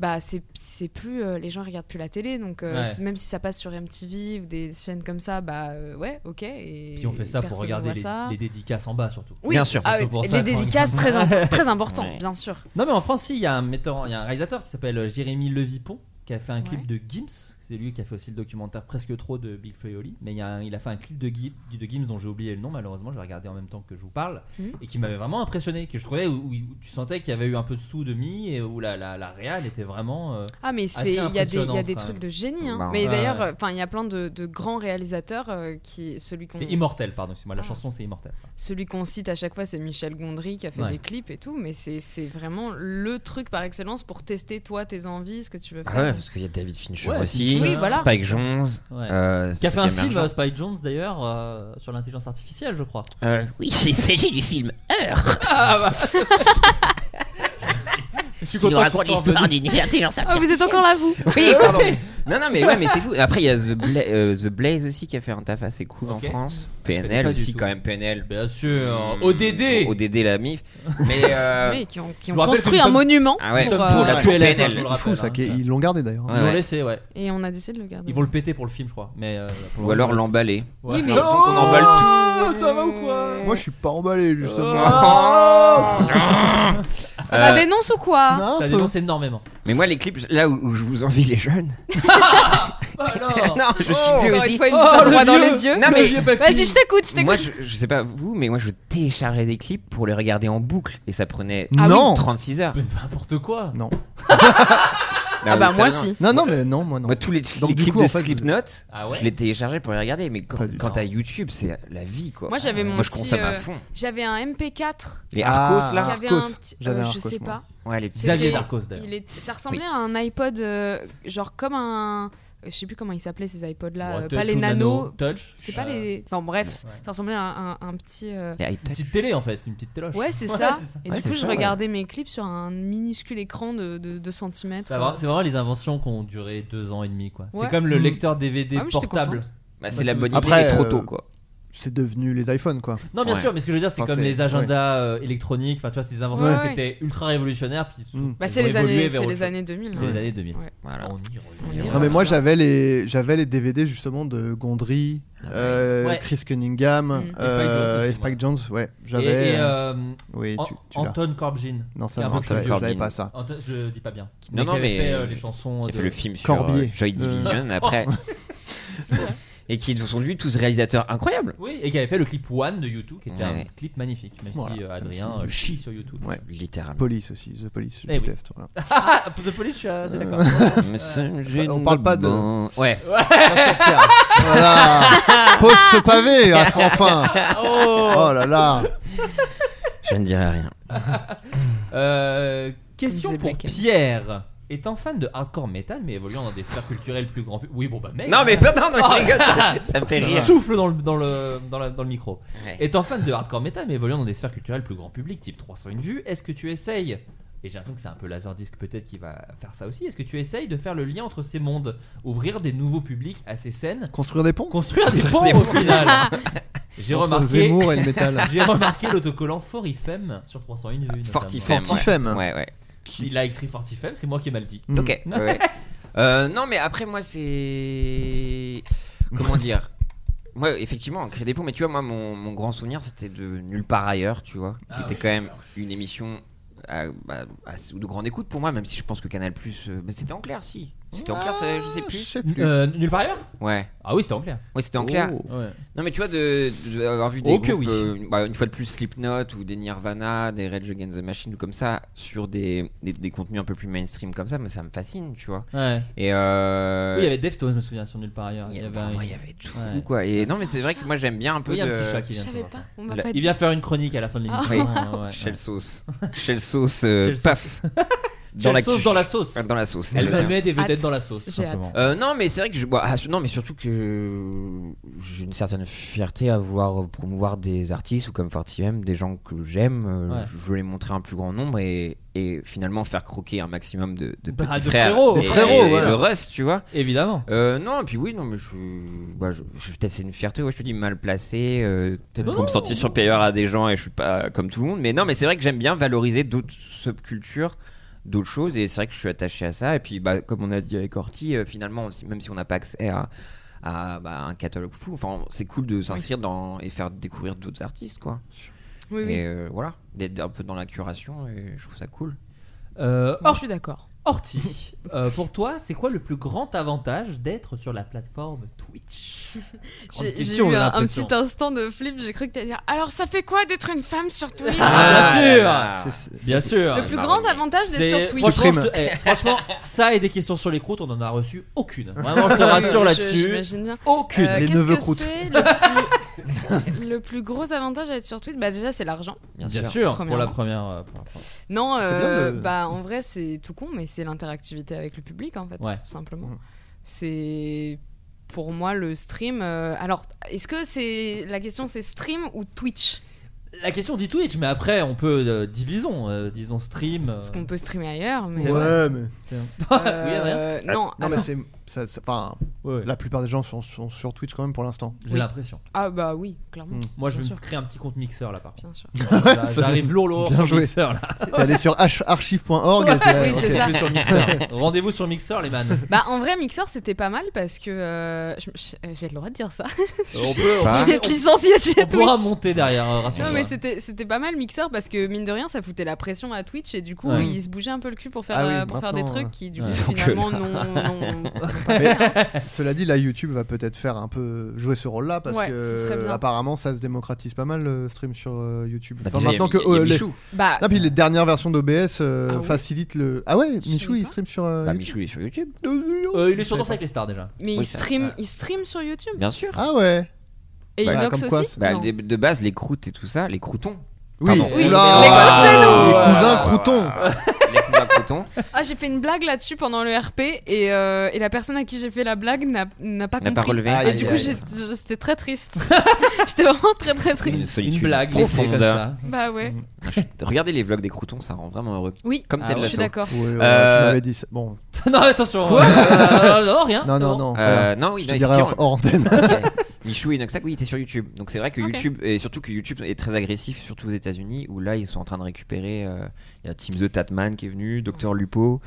Speaker 9: bah c'est c'est plus euh, les gens regardent plus la télé donc euh,
Speaker 8: Ouais.
Speaker 9: c'est- même si ça passe sur MTV ou des chaînes comme ça bah euh, ouais ok et
Speaker 8: Puis on fait ça pour
Speaker 9: personne
Speaker 8: regarder
Speaker 9: voit
Speaker 8: les,
Speaker 9: ça.
Speaker 8: les dédicaces en bas surtout.
Speaker 9: Oui,
Speaker 7: Bien sûr.
Speaker 9: ah,
Speaker 8: Surtout pour
Speaker 9: les
Speaker 8: ça, quand on
Speaker 9: dédicaces
Speaker 8: regarde. (laughs)
Speaker 9: très, im- très important
Speaker 7: Ouais.
Speaker 9: bien sûr
Speaker 8: Non mais en France si, il y a un metteur, il y a un réalisateur qui s'appelle euh, Jérémy Levipont qui a fait un clip de Gims. C'est lui qui a fait aussi le documentaire presque trop de Big Fayoli. Mais il, y a un- il a fait un clip de, Gi- de Gims dont j'ai oublié le nom malheureusement. J'ai regardé en même temps que je vous parle
Speaker 9: Mhm.
Speaker 8: et qui m'avait vraiment impressionné. Que je trouvais où, où- où tu sentais qu'il y avait eu un peu de sous de mi et où la la, la réal était vraiment. euh,
Speaker 9: ah mais
Speaker 8: Assez
Speaker 9: c'est il y a des il y a
Speaker 8: impressionnant,
Speaker 9: des
Speaker 8: quand
Speaker 9: trucs
Speaker 8: même.
Speaker 9: de génie hein.
Speaker 7: Bah,
Speaker 9: mais
Speaker 8: ouais,
Speaker 9: d'ailleurs
Speaker 8: ouais.
Speaker 9: euh, enfin il y a plein de, de grands réalisateurs euh, qui celui qu'on
Speaker 8: C'était immortel pardon. Excuse-moi, la
Speaker 9: Ah.
Speaker 8: chanson c'est immortel.
Speaker 9: celui qu'on cite à chaque fois, c'est Michel Gondry qui a fait
Speaker 8: Ouais.
Speaker 9: des clips et tout, mais c'est c'est vraiment le truc par excellence pour tester toi tes envies, ce que tu veux faire.
Speaker 7: Ah ouais, parce qu'il y a David Fincher
Speaker 8: Ouais,
Speaker 7: aussi,
Speaker 9: oui, voilà.
Speaker 7: Spike Jones.
Speaker 8: Ouais.
Speaker 7: euh,
Speaker 8: qui a fait un
Speaker 7: Gamer
Speaker 8: film
Speaker 7: Jones.
Speaker 8: euh, Spike Jones d'ailleurs euh, sur l'intelligence artificielle je crois.
Speaker 7: Euh,
Speaker 5: Oui, (laughs) il s'agit du film Heure,
Speaker 8: Je suis
Speaker 5: qui nous raconte l'histoire d'une intelligence
Speaker 9: Ah,
Speaker 5: artificielle.
Speaker 9: vous êtes encore là vous
Speaker 7: (laughs) Oui, pardon. non, non, mais ouais, mais c'est fou. Après, il y a The, Bla- euh, The Blaze aussi qui a fait un taf assez cool
Speaker 8: Ok. Ah,
Speaker 7: en France.
Speaker 8: connais
Speaker 7: PNL
Speaker 8: pas du
Speaker 7: aussi,
Speaker 8: tout.
Speaker 7: quand même. PNL.
Speaker 8: Bien sûr.
Speaker 9: Euh,
Speaker 7: Hmm.
Speaker 8: ODD.
Speaker 7: ODD, la MIF. Mais. euh,
Speaker 9: (laughs) Oui, qui ont, qui
Speaker 8: Je
Speaker 9: ont
Speaker 8: vous rappelle
Speaker 9: construit
Speaker 8: que nous
Speaker 9: un
Speaker 8: sommes-
Speaker 9: monument
Speaker 7: Ah ouais.
Speaker 9: pour,
Speaker 8: Nous
Speaker 9: euh,
Speaker 8: sommes pour la
Speaker 7: pour
Speaker 8: QLS,
Speaker 7: PNL,
Speaker 8: je le
Speaker 7: c'est
Speaker 8: rappelle,
Speaker 6: Fou ça,
Speaker 8: hein,
Speaker 6: qui- ils l'ont gardé d'ailleurs.
Speaker 7: ouais,
Speaker 8: Ils l'ont
Speaker 7: ouais.
Speaker 8: laissé, ouais.
Speaker 9: et on a décidé de le garder.
Speaker 8: Ils vont le péter pour le film, je crois. Mais euh, pour
Speaker 7: Ou
Speaker 8: le
Speaker 7: alors
Speaker 8: moment,
Speaker 7: l'emballer.
Speaker 8: ouais.
Speaker 9: Oui, mais-
Speaker 7: J'ai l'impression qu'on emballe tout. Oh.
Speaker 8: Oh, ça va ou quoi
Speaker 6: Moi je suis pas emballé justement.
Speaker 9: Ça
Speaker 7: Euh,
Speaker 9: dénonce ou quoi
Speaker 6: Non, un
Speaker 8: Ça
Speaker 6: peu.
Speaker 8: dénonce
Speaker 9: (laughs)
Speaker 8: énormément.
Speaker 7: (laughs) Mais moi, les clips, là où, où je vous envie les jeunes.
Speaker 8: (laughs) Alors,
Speaker 7: non, (laughs) je suis vieux
Speaker 9: Encore
Speaker 7: aussi.
Speaker 9: une fois, il nous a
Speaker 8: Oh, le
Speaker 9: droit dans
Speaker 8: vieux
Speaker 9: les yeux.
Speaker 7: Non, mais-
Speaker 9: Vas-y, je t'écoute, je
Speaker 7: Moi,
Speaker 9: t'écoute.
Speaker 7: je, je sais pas vous, mais moi, je téléchargeais des clips pour les regarder en boucle. Et ça prenait
Speaker 9: Ah oui.
Speaker 6: non.
Speaker 7: 36 heures.
Speaker 8: mais n'importe quoi.
Speaker 6: non,
Speaker 9: Ah bah
Speaker 7: mais
Speaker 9: moi
Speaker 7: ça, non.
Speaker 9: si.
Speaker 6: non, non, mais non, moi non.
Speaker 7: Moi, tous les,
Speaker 6: Donc,
Speaker 7: les
Speaker 6: du
Speaker 7: clips
Speaker 6: coup, en
Speaker 7: de
Speaker 6: fait,
Speaker 7: Slipknot,
Speaker 8: Ah ouais
Speaker 7: je les téléchargeais pour les regarder. Mais quand,
Speaker 6: Pas du
Speaker 7: quand
Speaker 8: tout.
Speaker 7: t'as YouTube, c'est la vie, quoi.
Speaker 9: Moi, j'avais mon
Speaker 7: Moi, je
Speaker 9: petit,
Speaker 7: consomme à
Speaker 9: euh,
Speaker 7: fond.
Speaker 9: J'avais un MP4
Speaker 7: Les
Speaker 6: Ah.
Speaker 7: Arcos, là.
Speaker 9: qui avait
Speaker 6: Arcos.
Speaker 9: un petit.
Speaker 6: J'avais
Speaker 9: euh,
Speaker 6: un
Speaker 9: je
Speaker 6: Arcos,
Speaker 9: sais
Speaker 6: moi.
Speaker 9: pas.
Speaker 7: Ouais, les petits.
Speaker 9: C'était-
Speaker 8: Xavier Darcos d'ailleurs.
Speaker 9: Il est- Ça ressemblait à un iPod, euh, genre comme un. euh, Je sais plus comment ils s'appelaient ces iPods là, euh,
Speaker 8: Ouais,
Speaker 9: pas
Speaker 8: Touch
Speaker 9: les
Speaker 8: ou Nano,
Speaker 9: nano.
Speaker 8: Touch.
Speaker 9: C'est pas
Speaker 8: Euh,
Speaker 9: les. Enfin bref,
Speaker 8: ouais.
Speaker 9: ça ressemblait à un, un- un petit. euh,
Speaker 7: Les
Speaker 8: Une
Speaker 7: iPads.
Speaker 8: petite télé en fait, une petite téloche. (laughs)
Speaker 9: Ouais, c'est ça. Et
Speaker 7: Ouais,
Speaker 9: du coup,
Speaker 7: c'est
Speaker 9: je
Speaker 7: ça, ouais.
Speaker 9: regardais mes clips sur un minuscule écran de 2 cm.
Speaker 8: Ça va, C'est vraiment les inventions qui ont duré deux ans et demi quoi.
Speaker 9: Ouais.
Speaker 8: C'est comme le
Speaker 6: Mm.
Speaker 8: lecteur DVD
Speaker 9: Ah, mais j'étais
Speaker 8: portable.
Speaker 9: contente.
Speaker 7: Bah, c'est
Speaker 8: Moi,
Speaker 7: la
Speaker 8: c'est
Speaker 7: bonne
Speaker 8: aussi-
Speaker 7: idée,
Speaker 6: Après,
Speaker 7: mais trop
Speaker 6: euh,
Speaker 7: tôt, quoi.
Speaker 6: c'est devenu les iPhones quoi.
Speaker 8: Non, bien sûr, mais ce que je veux dire, c'est
Speaker 6: Enfin,
Speaker 8: comme les agendas euh, électroniques, enfin, tu vois, c'est des inventions
Speaker 9: Ouais,
Speaker 8: qui
Speaker 9: ouais.
Speaker 8: étaient ultra révolutionnaires. Puis sont-
Speaker 9: Bah,
Speaker 8: elles
Speaker 9: c'est
Speaker 8: ont
Speaker 9: les
Speaker 8: évolué
Speaker 9: années-
Speaker 8: vers
Speaker 9: c'est
Speaker 8: autre
Speaker 9: les
Speaker 8: chose.
Speaker 9: années hein. 2000,
Speaker 8: C'est
Speaker 9: ouais.
Speaker 8: les années 2000.
Speaker 9: Ouais.
Speaker 7: Voilà.
Speaker 8: On y
Speaker 9: y
Speaker 8: revient.
Speaker 9: revient.
Speaker 6: Non mais moi j'avais les j'avais les DVD justement de Gondry,
Speaker 7: Ah
Speaker 6: euh,
Speaker 8: Ouais.
Speaker 6: Chris Cunningham,
Speaker 9: Mm.
Speaker 6: euh,
Speaker 8: Et
Speaker 6: et
Speaker 8: Spike
Speaker 6: Spike Jones, ouais, j'avais.
Speaker 8: Et, et,
Speaker 6: euh,
Speaker 8: euh,
Speaker 6: oui,
Speaker 8: An-
Speaker 6: tu, tu l'as.
Speaker 8: Anton Corbijn.
Speaker 6: Non
Speaker 8: qui est
Speaker 6: ça
Speaker 8: un
Speaker 6: marche,
Speaker 8: peu
Speaker 6: j'avais
Speaker 8: comme-
Speaker 6: j'avais
Speaker 7: Corbin.
Speaker 6: pas ça.
Speaker 8: Anton- je dis pas bien.
Speaker 7: Non, non,
Speaker 8: qui avait
Speaker 7: mais
Speaker 8: fait, euh,
Speaker 7: euh,
Speaker 8: les chansons.
Speaker 7: qui a
Speaker 8: de-
Speaker 7: fait le film sur
Speaker 6: Corbier.
Speaker 7: euh, Joy Division après. Et qui sont devenus tous réalisateurs incroyables.
Speaker 8: Oui, et qui avait fait le clip One de YouTube, qui était un
Speaker 7: Ouais.
Speaker 8: clip magnifique, même si
Speaker 6: Voilà.
Speaker 8: euh, Adrien euh, chie sur YouTube.
Speaker 6: Ouais.
Speaker 7: Littéralement.
Speaker 6: Police aussi, The Police, je
Speaker 8: Eh oui.
Speaker 6: déteste.
Speaker 8: (laughs)
Speaker 6: voilà.
Speaker 8: Ah, ah, The Police, je suis
Speaker 6: Euh.
Speaker 8: assez
Speaker 6: (laughs)
Speaker 8: d'accord.
Speaker 6: on parle pas de-
Speaker 7: Ouais.
Speaker 6: Attention, Pierre. voilà.
Speaker 8: (laughs)
Speaker 6: Pose ce pavé aff- enfin. Oh, là là.
Speaker 7: Je ne dirai rien.
Speaker 8: Euh, question
Speaker 9: Comme
Speaker 8: pour
Speaker 9: The Black Album.
Speaker 8: Pierre. Étant fan de hardcore metal, mais évoluant dans des sphères culturelles plus grandes. Oui, bon, bah mec.
Speaker 7: Non mais (laughs) non non,
Speaker 9: Oh.
Speaker 7: je rigole, ça, (laughs) ça me fait
Speaker 8: Tu
Speaker 7: rire.
Speaker 8: souffles dans le, dans, le, dans, la- dans le micro.
Speaker 7: Ouais.
Speaker 8: Étant fan de hardcore metal, mais évoluant dans des sphères culturelles plus grand public, type 301 vues, est-ce que tu essayes Et j'ai l'impression que c'est un peu Laserdisc peut-être qui va faire ça aussi. Est-ce que tu essayes de faire le lien entre ces mondes Ouvrir des nouveaux publics à ces scènes
Speaker 6: Construire des ponts.
Speaker 8: Construire des ponts au final J'ai
Speaker 6: Entre
Speaker 8: remarqué,
Speaker 6: Zemmour et le métal.
Speaker 8: j'ai remarqué l'autocollant Fortifem E sur 301 vues. notamment.
Speaker 7: Fortifem.
Speaker 6: Fortifem.
Speaker 7: Ouais ouais.
Speaker 8: Il a écrit Fortifem, E c'est moi qui ai mal dit.
Speaker 6: Mm.
Speaker 7: Ok. ouais,
Speaker 6: (laughs)
Speaker 7: ouais. Euh, non, mais après, moi, c'est. (laughs) Comment dire Moi, effectivement, on crée des ponts, mais tu vois, moi, mon, mon grand souvenir, c'était de Nulle part ailleurs, tu vois,
Speaker 8: Ah
Speaker 7: qui était quand même une émission à- bah, à- de grande écoute pour moi, même si je pense que Canal Plus. euh, c'était en clair, si. C'était en clair,
Speaker 5: Ah.
Speaker 7: ça, (laughs) je sais
Speaker 6: Je
Speaker 7: plus.
Speaker 6: sais plus.
Speaker 8: Euh, nulle part ailleurs
Speaker 7: Ouais,
Speaker 8: Ah oui, c'était en clair.
Speaker 7: ouais c'était en clair.
Speaker 6: Oh.
Speaker 8: Ouais.
Speaker 7: Non, mais tu vois, de, de- d'avoir vu des
Speaker 8: Oh, que
Speaker 7: groupes,
Speaker 8: oui.
Speaker 7: euh, bah, une fois de plus Slipknot ou des Nirvana, des Rage Against the Machine ou comme ça, sur des, des, des contenus un peu plus mainstream comme ça, mais ça me fascine, tu vois.
Speaker 8: Ouais.
Speaker 7: Et euh...
Speaker 8: Oui, il y avait Deftones, je me souviens, sur Nulle part ailleurs.
Speaker 7: Il y,
Speaker 8: avait
Speaker 7: bah,
Speaker 8: un-
Speaker 7: en vrai, il y avait tout
Speaker 8: Ouais.
Speaker 7: quoi. Et non, mais c'est vrai que moi j'aime bien un peu
Speaker 8: Oui, il y a
Speaker 7: de
Speaker 8: un petit chat qui
Speaker 9: Je
Speaker 8: vient. de
Speaker 9: savais
Speaker 8: temps en
Speaker 9: pas,
Speaker 8: temps.
Speaker 9: on m'a
Speaker 7: La-
Speaker 9: pas dit.
Speaker 8: Il vient faire une chronique à la fin de l'émission. hein,
Speaker 7: Oui.
Speaker 8: Ouais, ouais,
Speaker 7: Shell
Speaker 8: ouais.
Speaker 7: sauce. Shell sauce, euh,
Speaker 8: Shell sauce.
Speaker 7: paf. (laughs)
Speaker 8: Shell
Speaker 7: l'actu.
Speaker 8: sauce dans la sauce.
Speaker 7: Ah, Dans la sauce.
Speaker 8: Elle
Speaker 7: elle le
Speaker 8: va
Speaker 7: tient.
Speaker 8: mettre des vedettes
Speaker 9: Hâte.
Speaker 8: dans la sauce. tout
Speaker 9: J'ai hâte.
Speaker 8: simplement.
Speaker 7: Euh, non, mais c'est vrai que je. bah, ah, non, mais surtout que j'ai une certaine fierté à vouloir promouvoir des artistes ou comme Fortivem, des gens que j'aime. Euh,
Speaker 8: Ouais.
Speaker 7: Je veux les montrer à un plus grand nombre et, et finalement faire croquer un maximum de, de
Speaker 8: Bah,
Speaker 7: petits
Speaker 8: de
Speaker 7: frères.
Speaker 8: frérots.
Speaker 7: et-
Speaker 8: De
Speaker 6: frérots,
Speaker 7: et
Speaker 6: ouais.
Speaker 7: de Rust, tu vois.
Speaker 8: Évidemment.
Speaker 7: Euh, non, et puis oui, non, mais je, bah, je, je- peut-être c'est une fierté, ouais, je te dis mal placé, euh, peut-être
Speaker 8: Non,
Speaker 7: pour me
Speaker 8: non.
Speaker 7: sentir supérieur à des gens et je suis pas comme tout le monde, mais non, mais c'est vrai que j'aime bien valoriser d'autres subcultures, d'autres choses, et c'est vrai que je suis attaché à ça, et puis bah, comme on a dit avec Orti, euh, finalement, si- même si on n'a pas accès à, à, bah, un catalogue fou, enfin, c'est cool de s'inscrire dans et faire découvrir d'autres artistes, quoi.
Speaker 9: Oui, oui.
Speaker 7: Et euh, voilà, d'être un peu dans la curation, et je trouve ça cool.
Speaker 8: Euh,
Speaker 9: (laughs) Moi, Oh, je
Speaker 8: Or-
Speaker 9: suis d'accord.
Speaker 8: Orti, euh, pour toi, c'est quoi le plus grand avantage d'être sur la plateforme
Speaker 9: (laughs)
Speaker 8: Twitch Grande
Speaker 9: J'ai j'ai
Speaker 8: question,
Speaker 9: eu
Speaker 8: j'ai
Speaker 9: un, un
Speaker 8: l'impression.
Speaker 9: petit instant de flip, j'ai cru que t'allais dire Alors, ça fait quoi d'être une femme sur Twitch
Speaker 8: Ah, bien sûr
Speaker 6: C'est- c'est-
Speaker 8: Bien sûr
Speaker 9: Le plus
Speaker 7: Ah,
Speaker 9: grand avantage d'être
Speaker 8: Ah, bah C'est-
Speaker 9: sur Twitch.
Speaker 6: Supprime.
Speaker 8: Franchement, je te- eh, franchement, ça et des questions sur les croûtes, on en a reçu
Speaker 9: (laughs)
Speaker 8: aucune. Vraiment, je te rassure
Speaker 9: Je-
Speaker 8: là-dessus.
Speaker 9: J'imagine bien.
Speaker 8: Aucune.
Speaker 9: Euh,
Speaker 6: Les
Speaker 9: qu'est-ce
Speaker 6: neveux
Speaker 9: que
Speaker 6: croûtes.
Speaker 9: c'est le, plus... le plus gros avantage à être sur Twitch, bah déjà c'est l'argent.
Speaker 8: Bien sûr, pour la
Speaker 9: premièrement.
Speaker 8: première. euh, pour la première.
Speaker 9: Non,
Speaker 6: C'est
Speaker 9: euh,
Speaker 6: bien de-
Speaker 9: bah en vrai c'est tout con, mais c'est l'interactivité avec le public en fait,
Speaker 8: Ouais.
Speaker 9: tout simplement.
Speaker 6: Mm.
Speaker 9: C'est pour moi le stream. euh, Alors, est-ce que c'est la question c'est stream ou Twitch
Speaker 8: La question dit Twitch, mais après, on peut. euh, divisons, euh, disons stream. euh,
Speaker 9: Parce qu'on peut streamer ailleurs, mais
Speaker 8: C'est vrai.
Speaker 6: Ouais, mais
Speaker 8: c'est- (laughs)
Speaker 9: euh,
Speaker 8: Oui, Adrien
Speaker 9: non.
Speaker 6: non
Speaker 9: ah,
Speaker 6: mais c'est ça- ça- enfin,
Speaker 8: Ouais, ouais.
Speaker 6: la plupart des gens sont, sont sur Twitch quand même pour l'instant.
Speaker 8: J'ai l'impression.
Speaker 9: ah, bah oui, clairement,
Speaker 6: Mm.
Speaker 8: Moi, je vais
Speaker 9: Bien
Speaker 8: me créer un petit compte mixeur là, par
Speaker 9: (laughs)
Speaker 8: contre.
Speaker 9: bien sûr.
Speaker 8: J'a-
Speaker 6: ça-
Speaker 8: J'arrive lourd, lourd
Speaker 6: bien
Speaker 8: sur
Speaker 6: joué.
Speaker 8: mixeur
Speaker 9: (laughs)
Speaker 8: là.
Speaker 9: C'est-
Speaker 6: T'es allé sur h- archive.org. et t'es là,
Speaker 9: Oui,
Speaker 6: ok.
Speaker 9: c'est ça.
Speaker 8: Rendez-vous sur Mixer. Rendez-vous sur Mixer, les man.
Speaker 9: (laughs) Bah en vrai Mixer c'était pas mal parce que euh, je- je- j'ai le droit de dire ça.
Speaker 8: on peut.
Speaker 7: Ah,
Speaker 9: je vais être licencié chez
Speaker 8: on
Speaker 9: Twitch.
Speaker 8: pourra monter derrière, euh, rassure-toi.
Speaker 9: Non mais c'était c'était pas mal Mixer parce que mine de rien ça foutait la pression à Twitch et du coup
Speaker 8: Ouais.
Speaker 9: ils se bougeaient un peu le cul pour faire
Speaker 6: Ah oui,
Speaker 9: euh, pour faire des
Speaker 6: maintenant,
Speaker 9: trucs
Speaker 6: ouais. euh,
Speaker 9: qui du
Speaker 8: Ouais.
Speaker 9: coup
Speaker 8: Ils
Speaker 7: sont que
Speaker 6: (laughs)
Speaker 9: finalement non non- non pas
Speaker 6: Mais-
Speaker 9: fait, hein. (laughs)
Speaker 6: Cela dit, là, YouTube va peut-être faire un peu jouer ce rôle-là parce
Speaker 9: Ouais,
Speaker 6: que
Speaker 9: ce serait bien.
Speaker 6: apparemment, ça se démocratise pas mal le stream sur euh, YouTube.
Speaker 7: Bah,
Speaker 6: Enfin,
Speaker 7: déjà, il y a-
Speaker 6: maintenant que
Speaker 7: il y a
Speaker 6: euh, les...
Speaker 7: Michou.
Speaker 9: Bah
Speaker 6: Non, puis les dernières versions d'OBS
Speaker 9: Ah oui.
Speaker 6: euh, facilitent le. Ah ouais,
Speaker 9: Je
Speaker 6: Michou
Speaker 9: savais
Speaker 6: il
Speaker 9: pas.
Speaker 6: stream sur. euh,
Speaker 7: Bah,
Speaker 6: YouTube.
Speaker 7: Michou est sur YouTube,
Speaker 8: Euh, il est sur
Speaker 6: Je
Speaker 8: Danse
Speaker 6: sais
Speaker 8: avec les stars déjà.
Speaker 9: mais ils
Speaker 7: Oui, ça-
Speaker 9: stream
Speaker 7: ouais.
Speaker 9: ils stream sur YouTube
Speaker 7: bien sûr.
Speaker 6: Ah ouais.
Speaker 9: et
Speaker 7: Bah,
Speaker 9: Inox
Speaker 6: comme quoi,
Speaker 9: aussi.
Speaker 6: c'est-
Speaker 7: Bah,
Speaker 9: Non.
Speaker 7: de, de base, les croûtes et tout ça, les croutons.
Speaker 6: (laughs) Oui.
Speaker 7: Pardon.
Speaker 9: Oui,
Speaker 6: Oula,
Speaker 9: mais les cousins, c'est lourd.
Speaker 6: les
Speaker 8: Ouais,
Speaker 6: cousins
Speaker 8: ouais,
Speaker 6: croutons.
Speaker 7: les cousins croutons.
Speaker 9: Ah j'ai fait une blague là-dessus pendant le RP et, euh, et la personne à qui j'ai fait la blague n'a n'a pas
Speaker 7: N'a
Speaker 9: compris.
Speaker 7: pas relevé.
Speaker 6: Ah,
Speaker 9: Et du
Speaker 6: Aïe,
Speaker 9: coup
Speaker 6: aïe.
Speaker 9: j'ai- je- c'était très triste. (laughs) J'étais vraiment très très
Speaker 7: Une
Speaker 9: triste.
Speaker 7: solitude
Speaker 8: Une blague laissée
Speaker 7: profonde.
Speaker 8: comme ça.
Speaker 9: Bah ouais.
Speaker 7: Regardez les vlogs des croutons, ça rend vraiment heureux.
Speaker 9: Oui.
Speaker 7: Mmh. Comme
Speaker 8: Ah
Speaker 7: Ted
Speaker 8: ouais.
Speaker 9: Je suis
Speaker 7: Lasso.
Speaker 9: d'accord.
Speaker 6: Ouais, ouais,
Speaker 7: Euh,
Speaker 6: Tu m'avais dit. ça. Bon.
Speaker 8: (laughs) non, attention. euh, non, rien.
Speaker 6: Non,
Speaker 8: c'est
Speaker 6: non,
Speaker 8: bon.
Speaker 6: non.
Speaker 7: Euh, non, oui,
Speaker 6: Je te
Speaker 7: non,
Speaker 6: dirai hors
Speaker 7: effectivement.
Speaker 6: hors antenne.
Speaker 7: Mais Michou et Noxac, oui, étaient sur YouTube. Donc c'est vrai que
Speaker 9: Ok.
Speaker 7: YouTube, et surtout que YouTube est très agressif, surtout aux États-Unis, où là ils sont en train de récupérer. euh, Il y a Team The Tatman qui est venu, Dr. Lupo.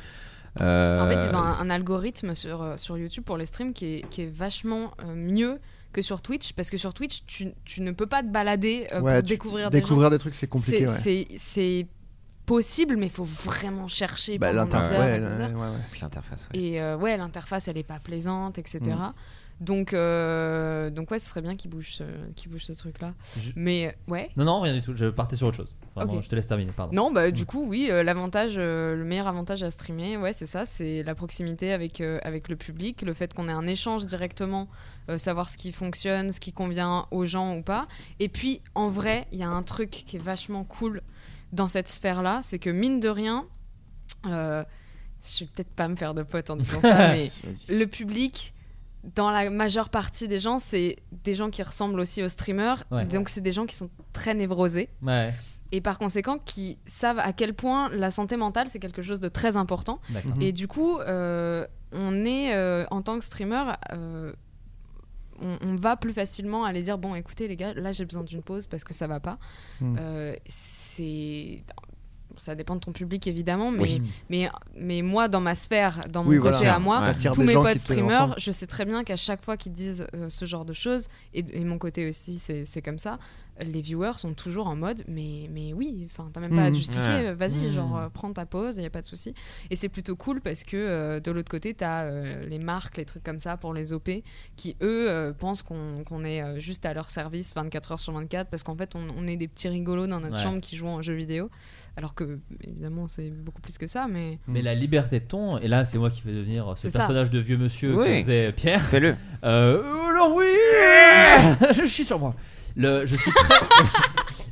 Speaker 7: euh,
Speaker 9: En fait, ils ont un, un algorithme sur, euh, sur YouTube pour les streams qui est, qui est vachement euh, mieux que sur Twitch parce que sur Twitch, tu, tu ne peux pas te balader euh,
Speaker 6: Ouais,
Speaker 9: pour
Speaker 6: tu-
Speaker 9: découvrir des
Speaker 6: découvrir
Speaker 9: gens.
Speaker 6: des trucs, c'est compliqué, ouais.
Speaker 9: C'est c'est possible, mais il faut vraiment chercher
Speaker 6: Bah,
Speaker 9: pendant
Speaker 6: l'inter-
Speaker 9: des heures et
Speaker 6: ouais,
Speaker 9: des
Speaker 6: ouais,
Speaker 9: heures.
Speaker 6: ouais, ouais.
Speaker 7: Puis l'interface,
Speaker 9: Et euh, ouais, l'interface, elle est pas plaisante, etc.
Speaker 7: Mm.
Speaker 9: Donc, euh, donc ouais, ce serait bien qu'ils bougent, ce- qu'ils bougent ce truc-là.
Speaker 8: Je-
Speaker 9: Mais ouais.
Speaker 8: Non, non, rien du tout. Je partais sur autre chose. Vraiment,
Speaker 9: Ok.
Speaker 8: je te laisse terminer, pardon. Mm.
Speaker 9: Non, bah du coup, oui, euh, l'avantage, euh, le meilleur avantage à streamer, ouais, c'est ça, c'est la proximité avec, euh, avec le public, le fait qu'on ait un échange directement, euh, savoir ce qui fonctionne, ce qui convient aux gens ou pas. Et puis, en vrai, il y a un truc qui est vachement cool dans cette sphère-là, c'est que mine de rien, euh, je vais peut-être pas me faire de pote en
Speaker 8: (laughs)
Speaker 9: disant ça, mais le public. Dans la majeure partie des gens, c'est des gens qui ressemblent aussi aux streamers.
Speaker 8: Ouais.
Speaker 9: Donc, c'est des gens qui sont très névrosés
Speaker 8: Ouais.
Speaker 9: et par conséquent qui savent à quel point la santé mentale c'est quelque chose de très important.
Speaker 8: D'accord.
Speaker 10: Mm.
Speaker 9: Et du coup, euh, on est euh, en tant que streamer. euh, on, on va plus facilement aller dire bon écoutez les gars là j'ai besoin d'une pause parce que ça va pas
Speaker 10: Mm.
Speaker 9: Euh, c'est ça dépend de ton public évidemment mais
Speaker 10: Oui.
Speaker 9: mais mais moi dans ma sphère dans mon
Speaker 10: Oui,
Speaker 9: côté
Speaker 10: voilà.
Speaker 9: à moi
Speaker 10: Ouais. T'attires
Speaker 9: tous
Speaker 10: des
Speaker 9: mes
Speaker 10: gens
Speaker 9: potes
Speaker 10: qui te
Speaker 9: streamers
Speaker 10: ressemblent.
Speaker 9: je sais très bien qu'à chaque fois qu'ils disent euh, ce genre de choses et, et mon côté aussi c'est c'est comme ça les viewers sont toujours en mode mais mais oui enfin t'as même pas à
Speaker 10: Mm.
Speaker 9: justifier
Speaker 10: Ouais.
Speaker 9: euh, vas-y
Speaker 10: Mm.
Speaker 9: genre euh, prends ta pause, il n'y a pas de souci. Et c'est plutôt cool parce que euh, de l'autre côté, tu as les marques, les trucs comme ça pour les OP qui, eux, euh, pensent qu'on qu'on est euh, juste à leur service 24 heures sur 24 parce qu'en fait, on, on est des petits rigolos dans notre
Speaker 8: Ouais.
Speaker 9: chambre qui jouent en jeux vidéo. Alors que, évidemment, c'est beaucoup plus que ça, mais.
Speaker 8: Mais la liberté de ton, et là c'est moi qui vais devenir ce
Speaker 9: C'est ça.
Speaker 8: personnage de vieux monsieur
Speaker 9: Oui.
Speaker 8: que faisait Pierre.
Speaker 7: Fais-le.
Speaker 8: Euh, alors
Speaker 9: (laughs)
Speaker 8: oui Je suis sur moi. Le, je suis
Speaker 9: (laughs)
Speaker 8: très.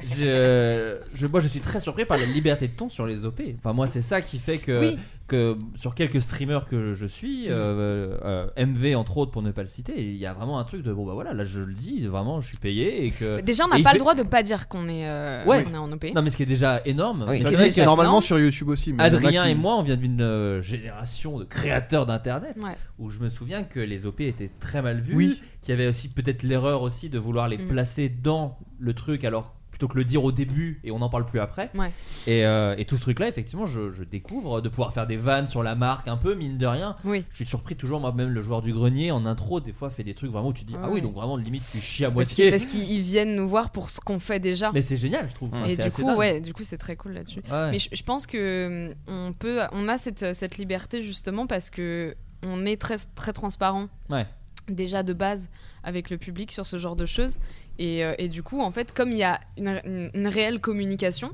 Speaker 8: je, je- moi je suis très surpris par la liberté de ton sur les OP. Enfin, moi c'est ça qui fait que,
Speaker 7: Oui.
Speaker 8: que sur quelques streamers que je suis, euh, euh, MV entre autres pour ne pas le citer, il y a vraiment un truc de bon bah voilà, là je le dis, vraiment je suis payé et que.
Speaker 9: Déjà, on
Speaker 8: et
Speaker 9: n'a
Speaker 8: il
Speaker 9: pas le
Speaker 8: fait-
Speaker 9: droit de pas dire qu'on est, euh,
Speaker 8: Ouais.
Speaker 9: qu'on est en OP.
Speaker 8: Non, mais ce qui est déjà énorme.
Speaker 6: Oui. Ça,
Speaker 8: c'est que
Speaker 6: c'est
Speaker 8: les gars-
Speaker 6: normalement Non. sur YouTube aussi, mais il y en a
Speaker 8: Adrien
Speaker 6: qui-
Speaker 8: et moi, on vient d'une euh, génération de créateurs d'internet
Speaker 9: Ouais.
Speaker 8: où je me souviens que les OP étaient très mal vus.
Speaker 6: Oui.
Speaker 8: Qu'il y avait aussi peut-être l'erreur aussi de vouloir les
Speaker 9: Mm.
Speaker 8: placer dans le truc alors plutôt que le dire au début et on n'en parle plus après.
Speaker 9: Ouais.
Speaker 8: Et, euh, et tout ce truc-là, effectivement, je, je découvre de pouvoir faire des vannes sur la marque un peu, mine de rien.
Speaker 9: Oui.
Speaker 8: Je suis surpris toujours, moi-même, le joueur du grenier en intro, des fois, fait des trucs vraiment où tu dis Ah oui,
Speaker 9: Ouais.
Speaker 8: donc vraiment, limite, tu chies à
Speaker 9: Parce
Speaker 8: moitié.
Speaker 9: qu'ils parce qu'ils- ils viennent nous voir pour ce qu'on fait déjà.
Speaker 8: Mais c'est génial, je trouve. Enfin,
Speaker 9: et
Speaker 8: c'est
Speaker 9: du
Speaker 8: assez
Speaker 9: coup,
Speaker 8: dingue.
Speaker 9: ouais, du coup, c'est très cool là-dessus.
Speaker 8: Ouais.
Speaker 9: Mais je, je pense que hum, on peut, on a cette, cette liberté justement parce que on est très très transparent.
Speaker 8: Ouais.
Speaker 9: Déjà de base avec le public sur ce genre de choses. Et, euh, et du coup, en fait, comme il y a une, une- une réelle communication,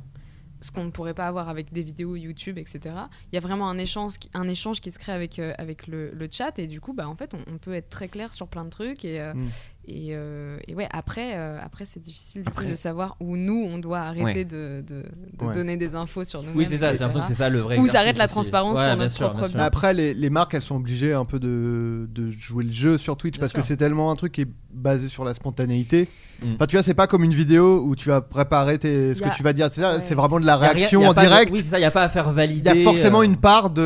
Speaker 9: ce qu'on ne pourrait pas avoir avec des vidéos YouTube, etc., il y a vraiment un échange, un échange qui se crée avec, euh, avec le, le chat. Et du coup, bah, en fait, on, on peut être très clair sur plein de trucs. Et, euh,
Speaker 10: Mm.
Speaker 9: et, euh, et ouais, après, euh, après c'est difficile du
Speaker 8: Après-
Speaker 9: coup, de savoir où nous, on doit arrêter
Speaker 8: Ouais.
Speaker 9: de, de- de
Speaker 6: Ouais.
Speaker 9: donner des infos sur nous.
Speaker 8: Oui, c'est ça, j'ai l'impression que c'est ça le vrai
Speaker 9: Où
Speaker 8: exercice
Speaker 9: s'arrête la
Speaker 8: aussi.
Speaker 9: transparence
Speaker 8: Ouais,
Speaker 9: pour
Speaker 8: bien
Speaker 9: notre
Speaker 8: sûr,
Speaker 9: propre
Speaker 8: bien sûr.
Speaker 9: bien.
Speaker 6: Après, les, les marques, elles sont obligées un peu de, de jouer le jeu sur Twitch
Speaker 8: Bien
Speaker 6: parce
Speaker 8: sûr.
Speaker 6: que c'est tellement un truc qui est basé sur la spontanéité.
Speaker 8: Mm.
Speaker 6: Enfin, tu vois, c'est pas comme une vidéo où tu vas préparer tes- ce
Speaker 8: Y a-
Speaker 6: que tu vas dire, etc. C'est vraiment de la
Speaker 8: Y a rien-
Speaker 6: réaction
Speaker 8: y a
Speaker 6: en
Speaker 8: pas de-
Speaker 6: direct.
Speaker 8: Oui, c'est ça, il n'y a pas à faire
Speaker 6: Il
Speaker 8: valider.
Speaker 6: y a forcément
Speaker 8: euh,
Speaker 6: une part de.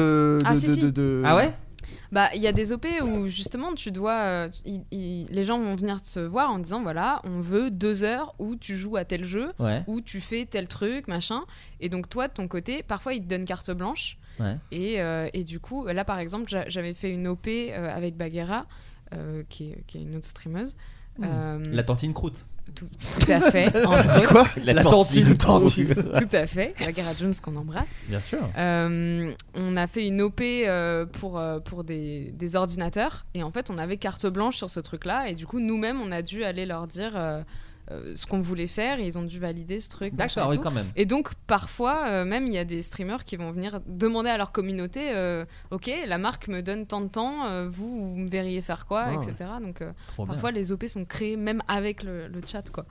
Speaker 6: de-
Speaker 9: Ah, si,
Speaker 6: de-
Speaker 9: si.
Speaker 6: de- de-
Speaker 8: Ah ouais
Speaker 9: Bah, il y a des OP où justement tu dois, euh, il- il- les gens vont venir te voir en disant voilà, on veut deux heures où tu joues à tel jeu,
Speaker 8: Ouais.
Speaker 9: où tu fais tel truc, machin. Et donc toi, de ton côté, parfois ils te donnent carte blanche.
Speaker 8: Ouais.
Speaker 9: Et, euh, et du coup, là par exemple, j'a- j'avais fait une OP euh, avec Bagheera, euh, qui, est, qui est une autre streameuse.
Speaker 8: Hmm.
Speaker 9: Euh,
Speaker 8: La tantine croûte.
Speaker 9: Tout,
Speaker 8: (laughs)
Speaker 9: tout à fait. entre autres.
Speaker 8: Quoi (laughs) La La tantine. tantine.
Speaker 9: Tout, tout à fait. Bagheera Jones qu'on embrasse.
Speaker 8: Bien sûr.
Speaker 9: Euh, on a fait une OP euh, pour, euh, pour des, des ordinateurs et en fait on avait carte blanche sur ce truc là et du coup nous-mêmes on a dû aller leur dire euh, euh, ce qu'on voulait faire et ils ont dû valider ce truc. machin
Speaker 8: D'accord, oui,
Speaker 9: et tout.
Speaker 8: quand même.
Speaker 9: Et donc parfois euh, même il y a des streamers qui vont venir demander à leur communauté euh, ok la marque me donne tant de temps euh, vous, vous me verriez faire quoi
Speaker 7: Ah.
Speaker 9: etc. Donc euh,
Speaker 7: Trop bien.
Speaker 9: parfois les OP sont créés même avec le, le chat quoi.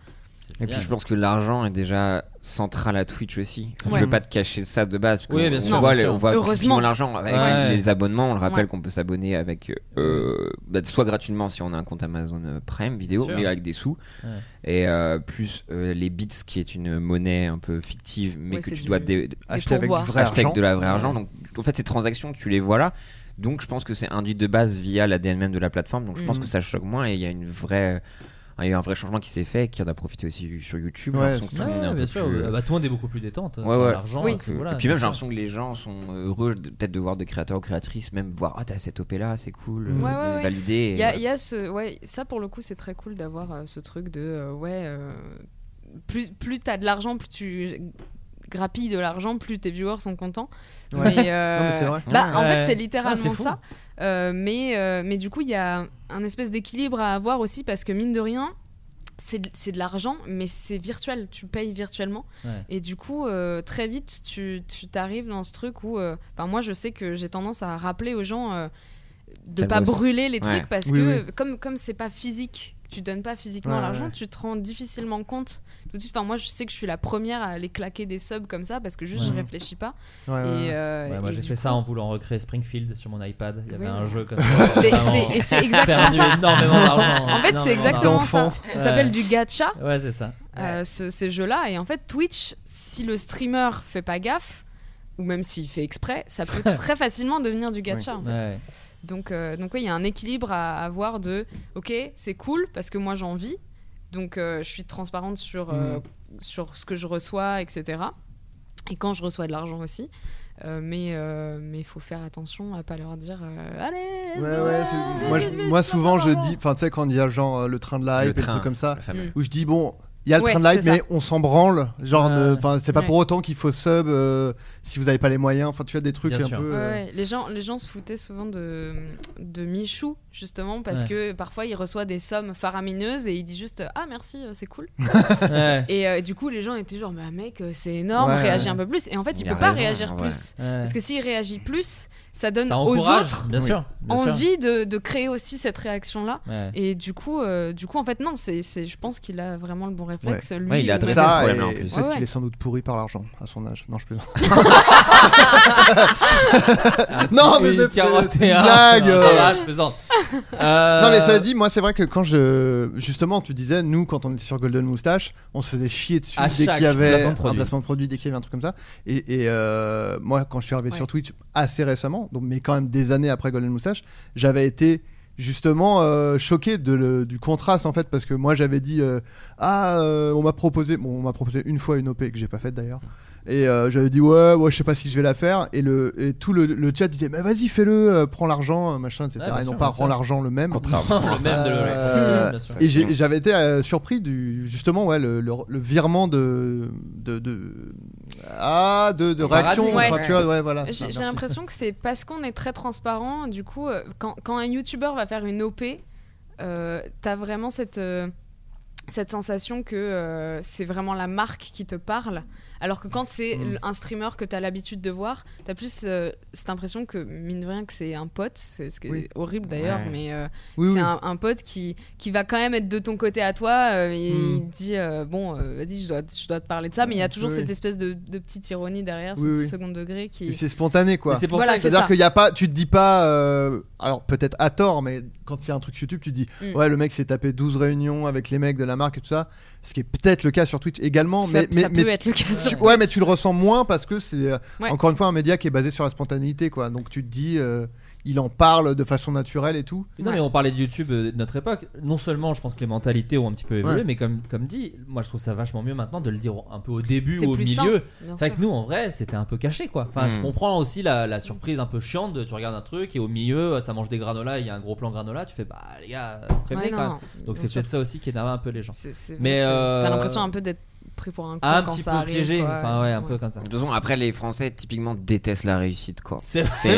Speaker 7: Et puis je pense que l'argent est déjà central à Twitch aussi. Enfin,
Speaker 9: Ouais.
Speaker 7: Je veux pas te cacher ça de base. Parce que
Speaker 8: Oui,
Speaker 7: on,
Speaker 8: bien
Speaker 7: on
Speaker 8: sûr,
Speaker 7: voit,
Speaker 8: bien
Speaker 7: les-
Speaker 8: sûr.
Speaker 7: on voit
Speaker 8: Heureusement.
Speaker 7: typiquement l'argent avec
Speaker 8: Ouais.
Speaker 7: les abonnements. On le rappelle
Speaker 8: Ouais.
Speaker 7: qu'on peut s'abonner avec euh, bah, soit gratuitement si on a un compte Amazon Prime vidéo,
Speaker 8: Bien sûr.
Speaker 7: mais avec des sous.
Speaker 8: Ouais.
Speaker 7: Et euh, plus euh, les bits qui est une monnaie un peu fictive, mais
Speaker 8: Ouais,
Speaker 7: que
Speaker 8: c'est
Speaker 7: tu
Speaker 8: du-
Speaker 7: dois dé-
Speaker 8: des Acheter avec du pourboires. vrai
Speaker 7: acheter avec
Speaker 8: argent.
Speaker 7: de la vraie argent.
Speaker 8: Ouais.
Speaker 7: Donc en fait ces transactions tu les vois là.
Speaker 9: Mm.
Speaker 7: Donc je pense que c'est induit de base via l'ADN même de la plateforme. Donc je pense
Speaker 8: Mhm.
Speaker 7: que ça choque moins et il y a une vraie il y a eu un vrai changement qui s'est fait, qui en a profité aussi sur YouTube. j'ai
Speaker 8: Ouais,
Speaker 7: l'impression que tout le monde est un
Speaker 8: ouais,
Speaker 7: peu
Speaker 8: bien sûr,
Speaker 7: plus,
Speaker 8: ouais.
Speaker 7: euh,
Speaker 8: Bah, tout le monde est beaucoup plus détente,
Speaker 7: Ouais,
Speaker 8: enfin,
Speaker 7: ouais.
Speaker 8: l'argent, Oui. c'est- voilà,
Speaker 7: et puis même,
Speaker 8: bien
Speaker 7: j'ai
Speaker 8: sûr.
Speaker 7: l'impression que les gens sont euh, heureux de- peut-être de voir de créateurs ou créatrices, même voir ah t'as cette op là, c'est cool,
Speaker 9: Ouais,
Speaker 7: euh,
Speaker 9: ouais, ouais.
Speaker 7: valider.
Speaker 9: Il
Speaker 7: et
Speaker 9: y a,
Speaker 7: voilà.
Speaker 9: il y a ce, ouais, ça pour le coup, c'est très cool d'avoir euh, ce truc de euh, ouais, euh, plus plus t'as de l'argent, plus tu grappilles de l'argent, plus tes viewers sont contents.
Speaker 6: Ouais.
Speaker 9: Mais,
Speaker 6: (laughs)
Speaker 9: euh,
Speaker 6: Non, mais c'est vrai.
Speaker 9: Bah, en
Speaker 6: Ouais.
Speaker 9: fait, c'est
Speaker 6: Ah, c'est
Speaker 9: littéralement
Speaker 6: fou.
Speaker 9: ça. Euh, mais euh, mais du coup, il y a un espèce d'équilibre à avoir aussi parce que mine de rien. C'est de, c'est de l'argent, mais c'est virtuel. Tu payes virtuellement.
Speaker 10: Ouais.
Speaker 9: Et du coup, euh, très vite, tu tu t'arrives dans ce truc où. euh, Enfin, moi, je sais que j'ai tendance à rappeler aux gens euh, de pas
Speaker 10: Calmos.
Speaker 9: brûler les
Speaker 10: Ouais.
Speaker 9: trucs parce
Speaker 10: Oui,
Speaker 9: que
Speaker 10: oui.
Speaker 9: comme comme c'est pas physique tu donnes pas physiquement
Speaker 10: Ouais,
Speaker 9: l'argent
Speaker 10: ouais.
Speaker 9: tu te rends difficilement compte tout de suite enfin moi je sais que je suis la première à aller claquer des subs comme ça parce que juste je
Speaker 8: Ouais.
Speaker 9: réfléchis pas
Speaker 8: Ouais,
Speaker 9: et,
Speaker 8: ouais, ouais.
Speaker 9: euh,
Speaker 8: Ouais, moi
Speaker 9: et
Speaker 8: j'ai
Speaker 9: du
Speaker 8: fait ça
Speaker 9: coup-
Speaker 8: en voulant recréer Springfield sur mon iPad. Il y avait
Speaker 9: Oui,
Speaker 8: un
Speaker 9: oui.
Speaker 8: jeu
Speaker 9: (laughs)
Speaker 8: comme ça.
Speaker 9: C'est-
Speaker 8: (laughs) j'ai
Speaker 9: c'est- et c'est
Speaker 8: vraiment
Speaker 9: exactement ça.
Speaker 8: perdu énormément d'argent.
Speaker 9: En fait, c'est
Speaker 8: Énormément
Speaker 9: exactement
Speaker 8: d'argent.
Speaker 9: ça. Ça s'appelle
Speaker 8: Ouais.
Speaker 9: du gacha.
Speaker 8: Ouais, c'est ça.
Speaker 9: euh, ce- ces jeux-là. Et en fait, Twitch, si le streamer fait pas gaffe, ou même s'il fait exprès, ça
Speaker 8: (laughs)
Speaker 9: peut très facilement devenir du gacha.
Speaker 8: Oui.
Speaker 9: En fait.
Speaker 8: Ouais.
Speaker 9: Donc, euh, donc oui, il y a un équilibre à à avoir de, ok, c'est cool parce que moi j'en vis, donc euh, je suis transparente sur, euh,
Speaker 10: Mm.
Speaker 9: sur ce que je reçois, etc. Et quand je reçois de l'argent aussi. Euh, mais euh, mais il faut faire attention à pas leur dire euh, allez let's
Speaker 6: Ouais,
Speaker 9: go,
Speaker 6: ouais, c'est-
Speaker 9: allez,
Speaker 6: moi,
Speaker 9: vite,
Speaker 6: je-
Speaker 9: vite,
Speaker 6: moi,
Speaker 9: vite,
Speaker 6: souvent je
Speaker 9: vite, vite.
Speaker 6: dis, enfin tu sais quand il y a genre euh, le train de
Speaker 7: Le
Speaker 6: la hype et des
Speaker 7: train,
Speaker 6: trucs comme ça,
Speaker 7: le fameux.
Speaker 6: où je dis bon il y a le
Speaker 9: Ouais,
Speaker 6: train de la hype
Speaker 9: c'est ça.
Speaker 6: mais on s'en branle, genre ne- enfin c'est pas
Speaker 9: Ouais.
Speaker 6: pour autant qu'il faut sub euh, si vous n'avez pas les moyens, enfin tu as des trucs
Speaker 8: Bien
Speaker 6: un
Speaker 8: sûr.
Speaker 6: peu.
Speaker 9: Ouais,
Speaker 6: euh,
Speaker 9: ouais. Les, gens, les gens se foutaient souvent de, de Michou, justement, parce
Speaker 6: Ouais.
Speaker 9: que parfois il reçoit des sommes faramineuses et il dit juste Ah merci, euh, c'est cool.
Speaker 8: Ouais.
Speaker 9: Et euh, du coup, les gens étaient genre Bah mec, euh, c'est énorme,
Speaker 8: Ouais,
Speaker 9: réagis
Speaker 8: ouais.
Speaker 9: un peu plus. Et en fait, il,
Speaker 8: Il a
Speaker 9: peut pas
Speaker 8: raison,
Speaker 9: réagir
Speaker 8: en vrai.
Speaker 9: plus.
Speaker 8: Ouais.
Speaker 9: Parce que s'il réagit plus, ça donne
Speaker 8: Ça
Speaker 9: aux
Speaker 8: encourage,
Speaker 9: autres
Speaker 8: bien sûr, bien sûr.
Speaker 9: envie de, de créer aussi cette réaction-là.
Speaker 8: Ouais.
Speaker 9: Et du coup, euh, du coup, en fait, non, c'est c'est- je pense qu'il a vraiment le bon réflexe. Lui, euh, ou-
Speaker 6: ça, et
Speaker 7: en plus.
Speaker 6: Peut-être
Speaker 9: Ouais, ouais.
Speaker 6: qu'il est sans doute pourri par l'argent à son âge. Non, je plaisante.
Speaker 9: (laughs)
Speaker 6: non, mais
Speaker 8: Une
Speaker 6: mais-
Speaker 8: carotte
Speaker 6: c'est
Speaker 8: et
Speaker 6: une
Speaker 8: un-
Speaker 6: blague.
Speaker 8: un
Speaker 6: euh.
Speaker 8: barrage, je plaisante.
Speaker 6: (laughs)
Speaker 8: Euh,
Speaker 6: Non, mais cela dit, moi, c'est vrai que quand je. Justement, tu disais, nous, quand on était sur Golden Moustache, on se faisait chier dessus
Speaker 8: À
Speaker 6: dès
Speaker 8: chaque
Speaker 6: qu'il y avait
Speaker 8: placement de
Speaker 6: un
Speaker 8: produit.
Speaker 6: placement de produit, dès qu'il y avait un truc comme ça. Et, et, euh, moi, quand je suis arrivé
Speaker 8: Ouais.
Speaker 6: sur Twitch assez récemment, donc, mais quand même des années après Golden Moustache, j'avais été. Justement, euh, choqué de le- du contraste en fait, parce que moi j'avais dit euh, ah euh, on m'a proposé bon on m'a proposé une fois une op que j'ai pas faite d'ailleurs et euh, j'avais dit ouais ouais je sais pas si je vais la faire et le et tout le, le chat disait mais vas-y fais-le euh, prends l'argent euh, machin etc
Speaker 8: Ouais, bien
Speaker 6: et non
Speaker 8: sûr,
Speaker 6: pas
Speaker 8: bien
Speaker 6: rends
Speaker 8: sûr.
Speaker 6: l'argent le même
Speaker 8: Contrairement (laughs) au même de-
Speaker 6: Euh,
Speaker 8: Bien sûr.
Speaker 6: et j'ai- j'avais été euh, surpris du justement ouais le, le- le virement de de, de ah de, de réaction
Speaker 9: Ouais.
Speaker 6: enfin, tu vois, ouais,
Speaker 10: Ah,
Speaker 6: voilà
Speaker 9: J'ai j'ai l'impression que c'est parce qu'on est très transparent, du coup, euh, quand, quand un youtubeur va faire une OP, euh, t'as vraiment cette, euh, cette sensation que euh, c'est vraiment la marque qui te parle. Alors que quand c'est
Speaker 10: Mm.
Speaker 9: l- un streamer que t'as l'habitude de voir, t'as plus euh, cette impression que, mine de rien, que c'est un pote, c'est ce qui est
Speaker 10: Oui.
Speaker 9: horrible d'ailleurs,
Speaker 10: Ouais.
Speaker 9: mais euh,
Speaker 10: Oui,
Speaker 9: c'est
Speaker 10: oui.
Speaker 9: un, un pote qui, qui va quand même être de ton côté à toi, euh, et
Speaker 10: Mm.
Speaker 9: il dit, euh, bon, euh, vas-y, je dois, je dois te parler de ça, mais il y a toujours
Speaker 6: Oui,
Speaker 9: cette
Speaker 6: oui.
Speaker 9: espèce de, de petite ironie derrière,
Speaker 6: Oui,
Speaker 9: ce petit
Speaker 6: oui.
Speaker 9: second degré qui...
Speaker 6: Et c'est spontané quoi.
Speaker 9: Mais c'est pour Voilà, ça que-
Speaker 6: à
Speaker 9: c'est
Speaker 6: dire
Speaker 9: ça.
Speaker 6: qu'il y a pas, tu te dis pas, euh, alors peut-être à tort, mais quand c'est un truc YouTube, tu te dis
Speaker 9: Mm.
Speaker 6: ouais le mec s'est tapé 12 réunions avec les mecs de la marque et tout ça, ce qui est peut-être le cas sur Twitch également,
Speaker 9: Ça-
Speaker 6: mais,
Speaker 9: ça
Speaker 6: mais-
Speaker 9: peut
Speaker 6: mais
Speaker 9: être le cas sur
Speaker 6: tu- ouais mais tu le ressens moins parce que c'est euh,
Speaker 9: Ouais.
Speaker 6: encore une fois un média qui est basé sur la spontanéité quoi, donc tu te dis euh, il en parle de façon naturelle et tout.
Speaker 8: Non, mais on parlait de YouTube euh, de notre époque. Non seulement, je pense que les mentalités ont un petit peu évolué,
Speaker 6: Ouais.
Speaker 8: mais comme, comme dit, moi je trouve ça vachement mieux maintenant de le dire au- un peu au début
Speaker 6: C'est
Speaker 8: ou au
Speaker 6: plus
Speaker 8: milieu.
Speaker 6: sain,
Speaker 8: C'est
Speaker 6: bien
Speaker 8: vrai
Speaker 6: sûr.
Speaker 8: que nous, en vrai, c'était un peu caché quoi. Enfin, je
Speaker 6: Hmm.
Speaker 7: Mm.
Speaker 8: comprends aussi la, la surprise un peu chiante de tu regardes un truc et au milieu, euh, ça mange des granolas, il y a un gros plan granola, tu fais bah les gars, prévenez
Speaker 9: Ouais,
Speaker 8: quand
Speaker 9: non,
Speaker 8: même. Donc
Speaker 9: bien
Speaker 8: c'est
Speaker 9: sûr.
Speaker 8: peut-être ça aussi qui énerve un peu les gens.
Speaker 9: c'est vrai
Speaker 8: mais
Speaker 9: que
Speaker 8: euh, Ah,
Speaker 9: t'as l'impression un peu d'être pris pour un con
Speaker 8: un
Speaker 9: quand
Speaker 8: petit
Speaker 9: ça
Speaker 8: peu
Speaker 9: arrive,
Speaker 8: piégé,
Speaker 9: quoi.
Speaker 8: enfin ouais, un
Speaker 9: (laughs)
Speaker 8: peu comme ça.
Speaker 7: De toute façon, après, les Français typiquement détestent la réussite, quoi.
Speaker 8: C'est
Speaker 7: C'est-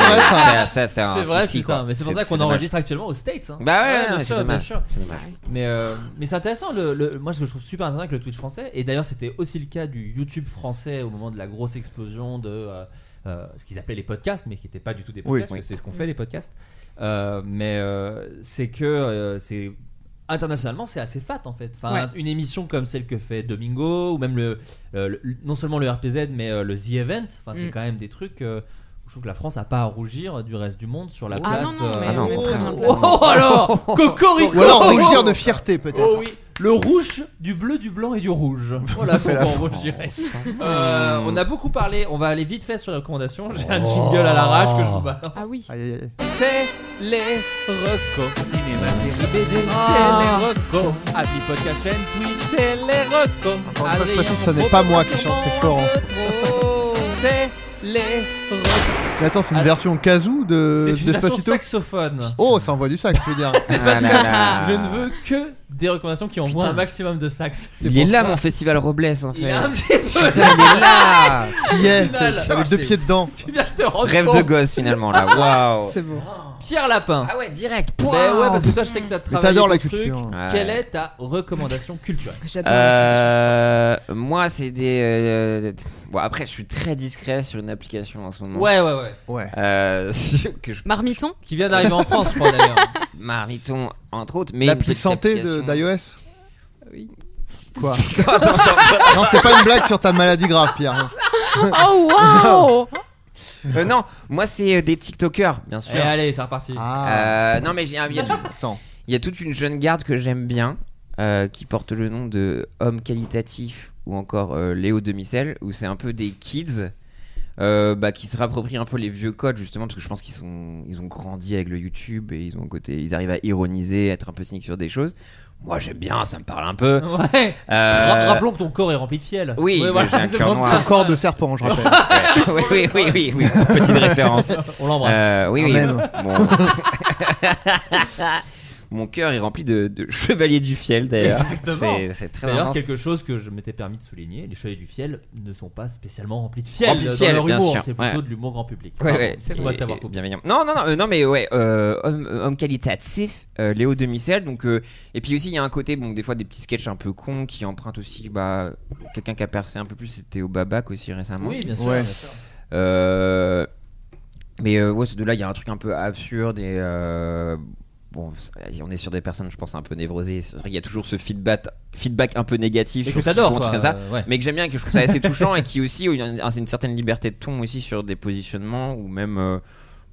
Speaker 7: c'est-
Speaker 6: hein.
Speaker 7: ça, c'est un
Speaker 8: C'est vrai,
Speaker 7: souci,
Speaker 8: putain,
Speaker 7: quoi.
Speaker 8: mais c'est pour ça qu'on
Speaker 7: dommage.
Speaker 8: enregistre actuellement aux States. hein.
Speaker 7: Bah ouais,
Speaker 8: bien
Speaker 7: ouais, c'est
Speaker 8: sûr,
Speaker 7: dommage,
Speaker 8: bien sûr.
Speaker 7: c'est dommage.
Speaker 8: Mais, euh, mais c'est intéressant, le, le- moi ce que je trouve super intéressant avec le Twitch français, et d'ailleurs c'était aussi le cas du YouTube français au moment de la grosse explosion de euh, euh, ce qu'ils appelaient les podcasts, mais qui n'étaient pas du tout des podcasts,
Speaker 7: Oui.
Speaker 8: parce que c'est ce qu'on fait les podcasts. Euh, mais euh, c'est que euh, c'est. Internationalement, c'est assez fat en fait. Enfin,
Speaker 7: Ouais.
Speaker 8: une émission comme celle que fait Domingo, ou même le, euh, le- non seulement le RPZ, mais euh, le The Event. Enfin, c'est
Speaker 7: Mm.
Speaker 8: quand même des trucs. euh, où je trouve que la France n'a pas à rougir du reste du monde sur la
Speaker 7: Ah
Speaker 8: place.
Speaker 7: non, non,
Speaker 8: euh,
Speaker 7: mais Ah non. on est très bien (laughs)
Speaker 8: Oh,
Speaker 7: placé.
Speaker 8: alors Cocorico
Speaker 6: Ou alors rougir de fierté peut-être.
Speaker 8: Oh oui Le rouge, du bleu, du blanc et du
Speaker 7: (laughs)
Speaker 8: rouge. Voilà,
Speaker 7: C'est
Speaker 8: c'est
Speaker 7: la
Speaker 8: bon, je dirais. Euh, on a beaucoup parlé, on va aller vite fait sur les recommandations. J'ai
Speaker 7: Oh.
Speaker 8: un jingle à l'arrache que je vous balance.
Speaker 9: Ah oui.
Speaker 8: C'est les recos. Cinéma, série BD, c'est
Speaker 9: Ah.
Speaker 8: les recos. Happy Podcast Chaîne, Twitch, c'est les
Speaker 6: Encore
Speaker 8: recos.
Speaker 6: une fois, je
Speaker 8: Adrien
Speaker 6: précise, ce n'est
Speaker 8: Monroe,
Speaker 6: pas moi qui chante, c'est Florent.
Speaker 8: Monroe, C'est les recos.
Speaker 6: Mais attends, c'est une version kazoo de
Speaker 8: Ah. C'est une version
Speaker 6: d'Espacito
Speaker 8: saxophone.
Speaker 6: Oh, ça envoie du sax, je veux dire.
Speaker 8: (laughs) C'est
Speaker 7: Ah
Speaker 8: facile.
Speaker 7: là là.
Speaker 8: Je ne veux que des recommandations qui envoient un maximum de sax. C'est
Speaker 7: Il est
Speaker 8: pour
Speaker 7: là
Speaker 8: ça.
Speaker 7: mon festival Robles hein. en
Speaker 8: Il est un
Speaker 7: fait.
Speaker 8: petit peu.
Speaker 7: Putain, il est là
Speaker 6: Qui est
Speaker 8: Final.
Speaker 6: Avec deux pieds dedans.
Speaker 8: Tu viens de te rendre
Speaker 7: Rêve de
Speaker 8: compte.
Speaker 7: gosse finalement
Speaker 9: (laughs)
Speaker 7: là, waouh
Speaker 9: C'est beau.
Speaker 8: Pierre Lapin.
Speaker 7: Ah ouais, direct
Speaker 8: Ben ouais, parce que toi, je sais que t'as
Speaker 6: Mais
Speaker 8: travaillé.
Speaker 6: t'adores la
Speaker 8: ton truc.
Speaker 6: culture.
Speaker 7: Ouais.
Speaker 8: Quelle est ta recommandation culturelle
Speaker 7: (laughs)
Speaker 9: J'adore. la
Speaker 7: Euh, moi, c'est des. euh, Bon, après, je suis très discret sur une application en ce moment.
Speaker 8: Ouais, ouais, ouais.
Speaker 6: Ouais.
Speaker 7: Euh, (laughs) que je
Speaker 9: culture. Marmiton
Speaker 8: Qui vient d'arriver en France, je
Speaker 6: (laughs)
Speaker 8: crois d'ailleurs.
Speaker 7: Mariton, entre autres. Mais
Speaker 6: L'appli
Speaker 7: petite
Speaker 6: santé de-
Speaker 7: application-
Speaker 6: d'iOS
Speaker 9: Oui.
Speaker 7: (laughs)
Speaker 6: Quoi Non, c'est pas une blague sur ta maladie grave, Pierre.
Speaker 9: Oh waouh
Speaker 7: Euh, non, moi, c'est euh, des TikTokers, bien sûr.
Speaker 8: Et Eh, allez, c'est reparti.
Speaker 6: Ah,
Speaker 7: Euh, non, mais j'ai un- il y a tout-
Speaker 6: attends.
Speaker 7: il y a toute une jeune garde que j'aime bien euh, qui porte le nom de Homme Qualitatif ou encore euh, Léo Demicel, où c'est un peu des kids. euh, bah, qui se rapproprient un peu les vieux codes justement parce que je pense qu'ils sont ils ont grandi avec le YouTube et ils ont un côté ils arrivent à ironiser être un peu cyniques sur des choses moi j'aime bien ça me parle un peu
Speaker 8: Ouais.
Speaker 7: Euh,
Speaker 8: Ra- Rappelons que ton corps est rempli de fiel.
Speaker 7: Oui, mais j'ai un
Speaker 8: c'est
Speaker 7: cœur
Speaker 8: pour
Speaker 7: noir.
Speaker 8: ça.
Speaker 6: Un corps de serpent, je rappelle.
Speaker 7: (laughs) (laughs) oui, oui, oui, oui, oui, (laughs) petite référence.
Speaker 8: On l'embrasse.
Speaker 7: Euh, oui,
Speaker 6: Quand
Speaker 7: oui.
Speaker 6: même.
Speaker 7: Bon. Mon cœur est rempli de, de chevaliers du fiel d'ailleurs.
Speaker 8: Exactement.
Speaker 7: Euh, C'est- C'est très
Speaker 8: D'ailleurs,
Speaker 7: intense.
Speaker 8: quelque chose que je m'étais permis de souligner, les chevaliers du fiel ne sont pas spécialement remplis de fiel
Speaker 7: Remplis de
Speaker 8: dans
Speaker 7: fiel,
Speaker 8: leur
Speaker 7: bien
Speaker 8: humour,
Speaker 7: sûr,
Speaker 8: c'est plutôt
Speaker 7: ouais.
Speaker 8: de l'humour grand public.
Speaker 7: Ouais,
Speaker 8: Pardon,
Speaker 7: ouais,
Speaker 8: excuse-moi de t'avoir
Speaker 7: et-
Speaker 8: coupé.
Speaker 7: bienveillant. Non, non, non, euh, non, mais ouais, euh, homme, euh, homme qualitatif, euh, Léo Demicel. Donc, euh, et puis aussi, il y a un côté, bon, des fois, des petits sketchs un peu cons qui empruntent aussi, bah, quelqu'un qui a percé un peu plus, c'était au Babac aussi récemment.
Speaker 8: Oui, bien sûr.
Speaker 6: Ouais.
Speaker 8: bien sûr.
Speaker 7: Euh, mais euh, ouais, de là, il y a un truc un peu absurde et. euh, Bon, ça- on est sur des personnes, je pense, un peu névrosées. C'est vrai qu'il y a toujours ce feedback, feedback un peu négatif
Speaker 8: Et
Speaker 7: sur
Speaker 8: que
Speaker 7: ce qu'ils
Speaker 8: t'adores,
Speaker 7: font, un
Speaker 8: toi.
Speaker 7: truc comme ça.
Speaker 8: euh, ouais.
Speaker 7: Mais que j'aime bien, que je trouve ça assez touchant et qui aussi, où il y a une, une certaine liberté de ton aussi sur des positionnements ou même euh,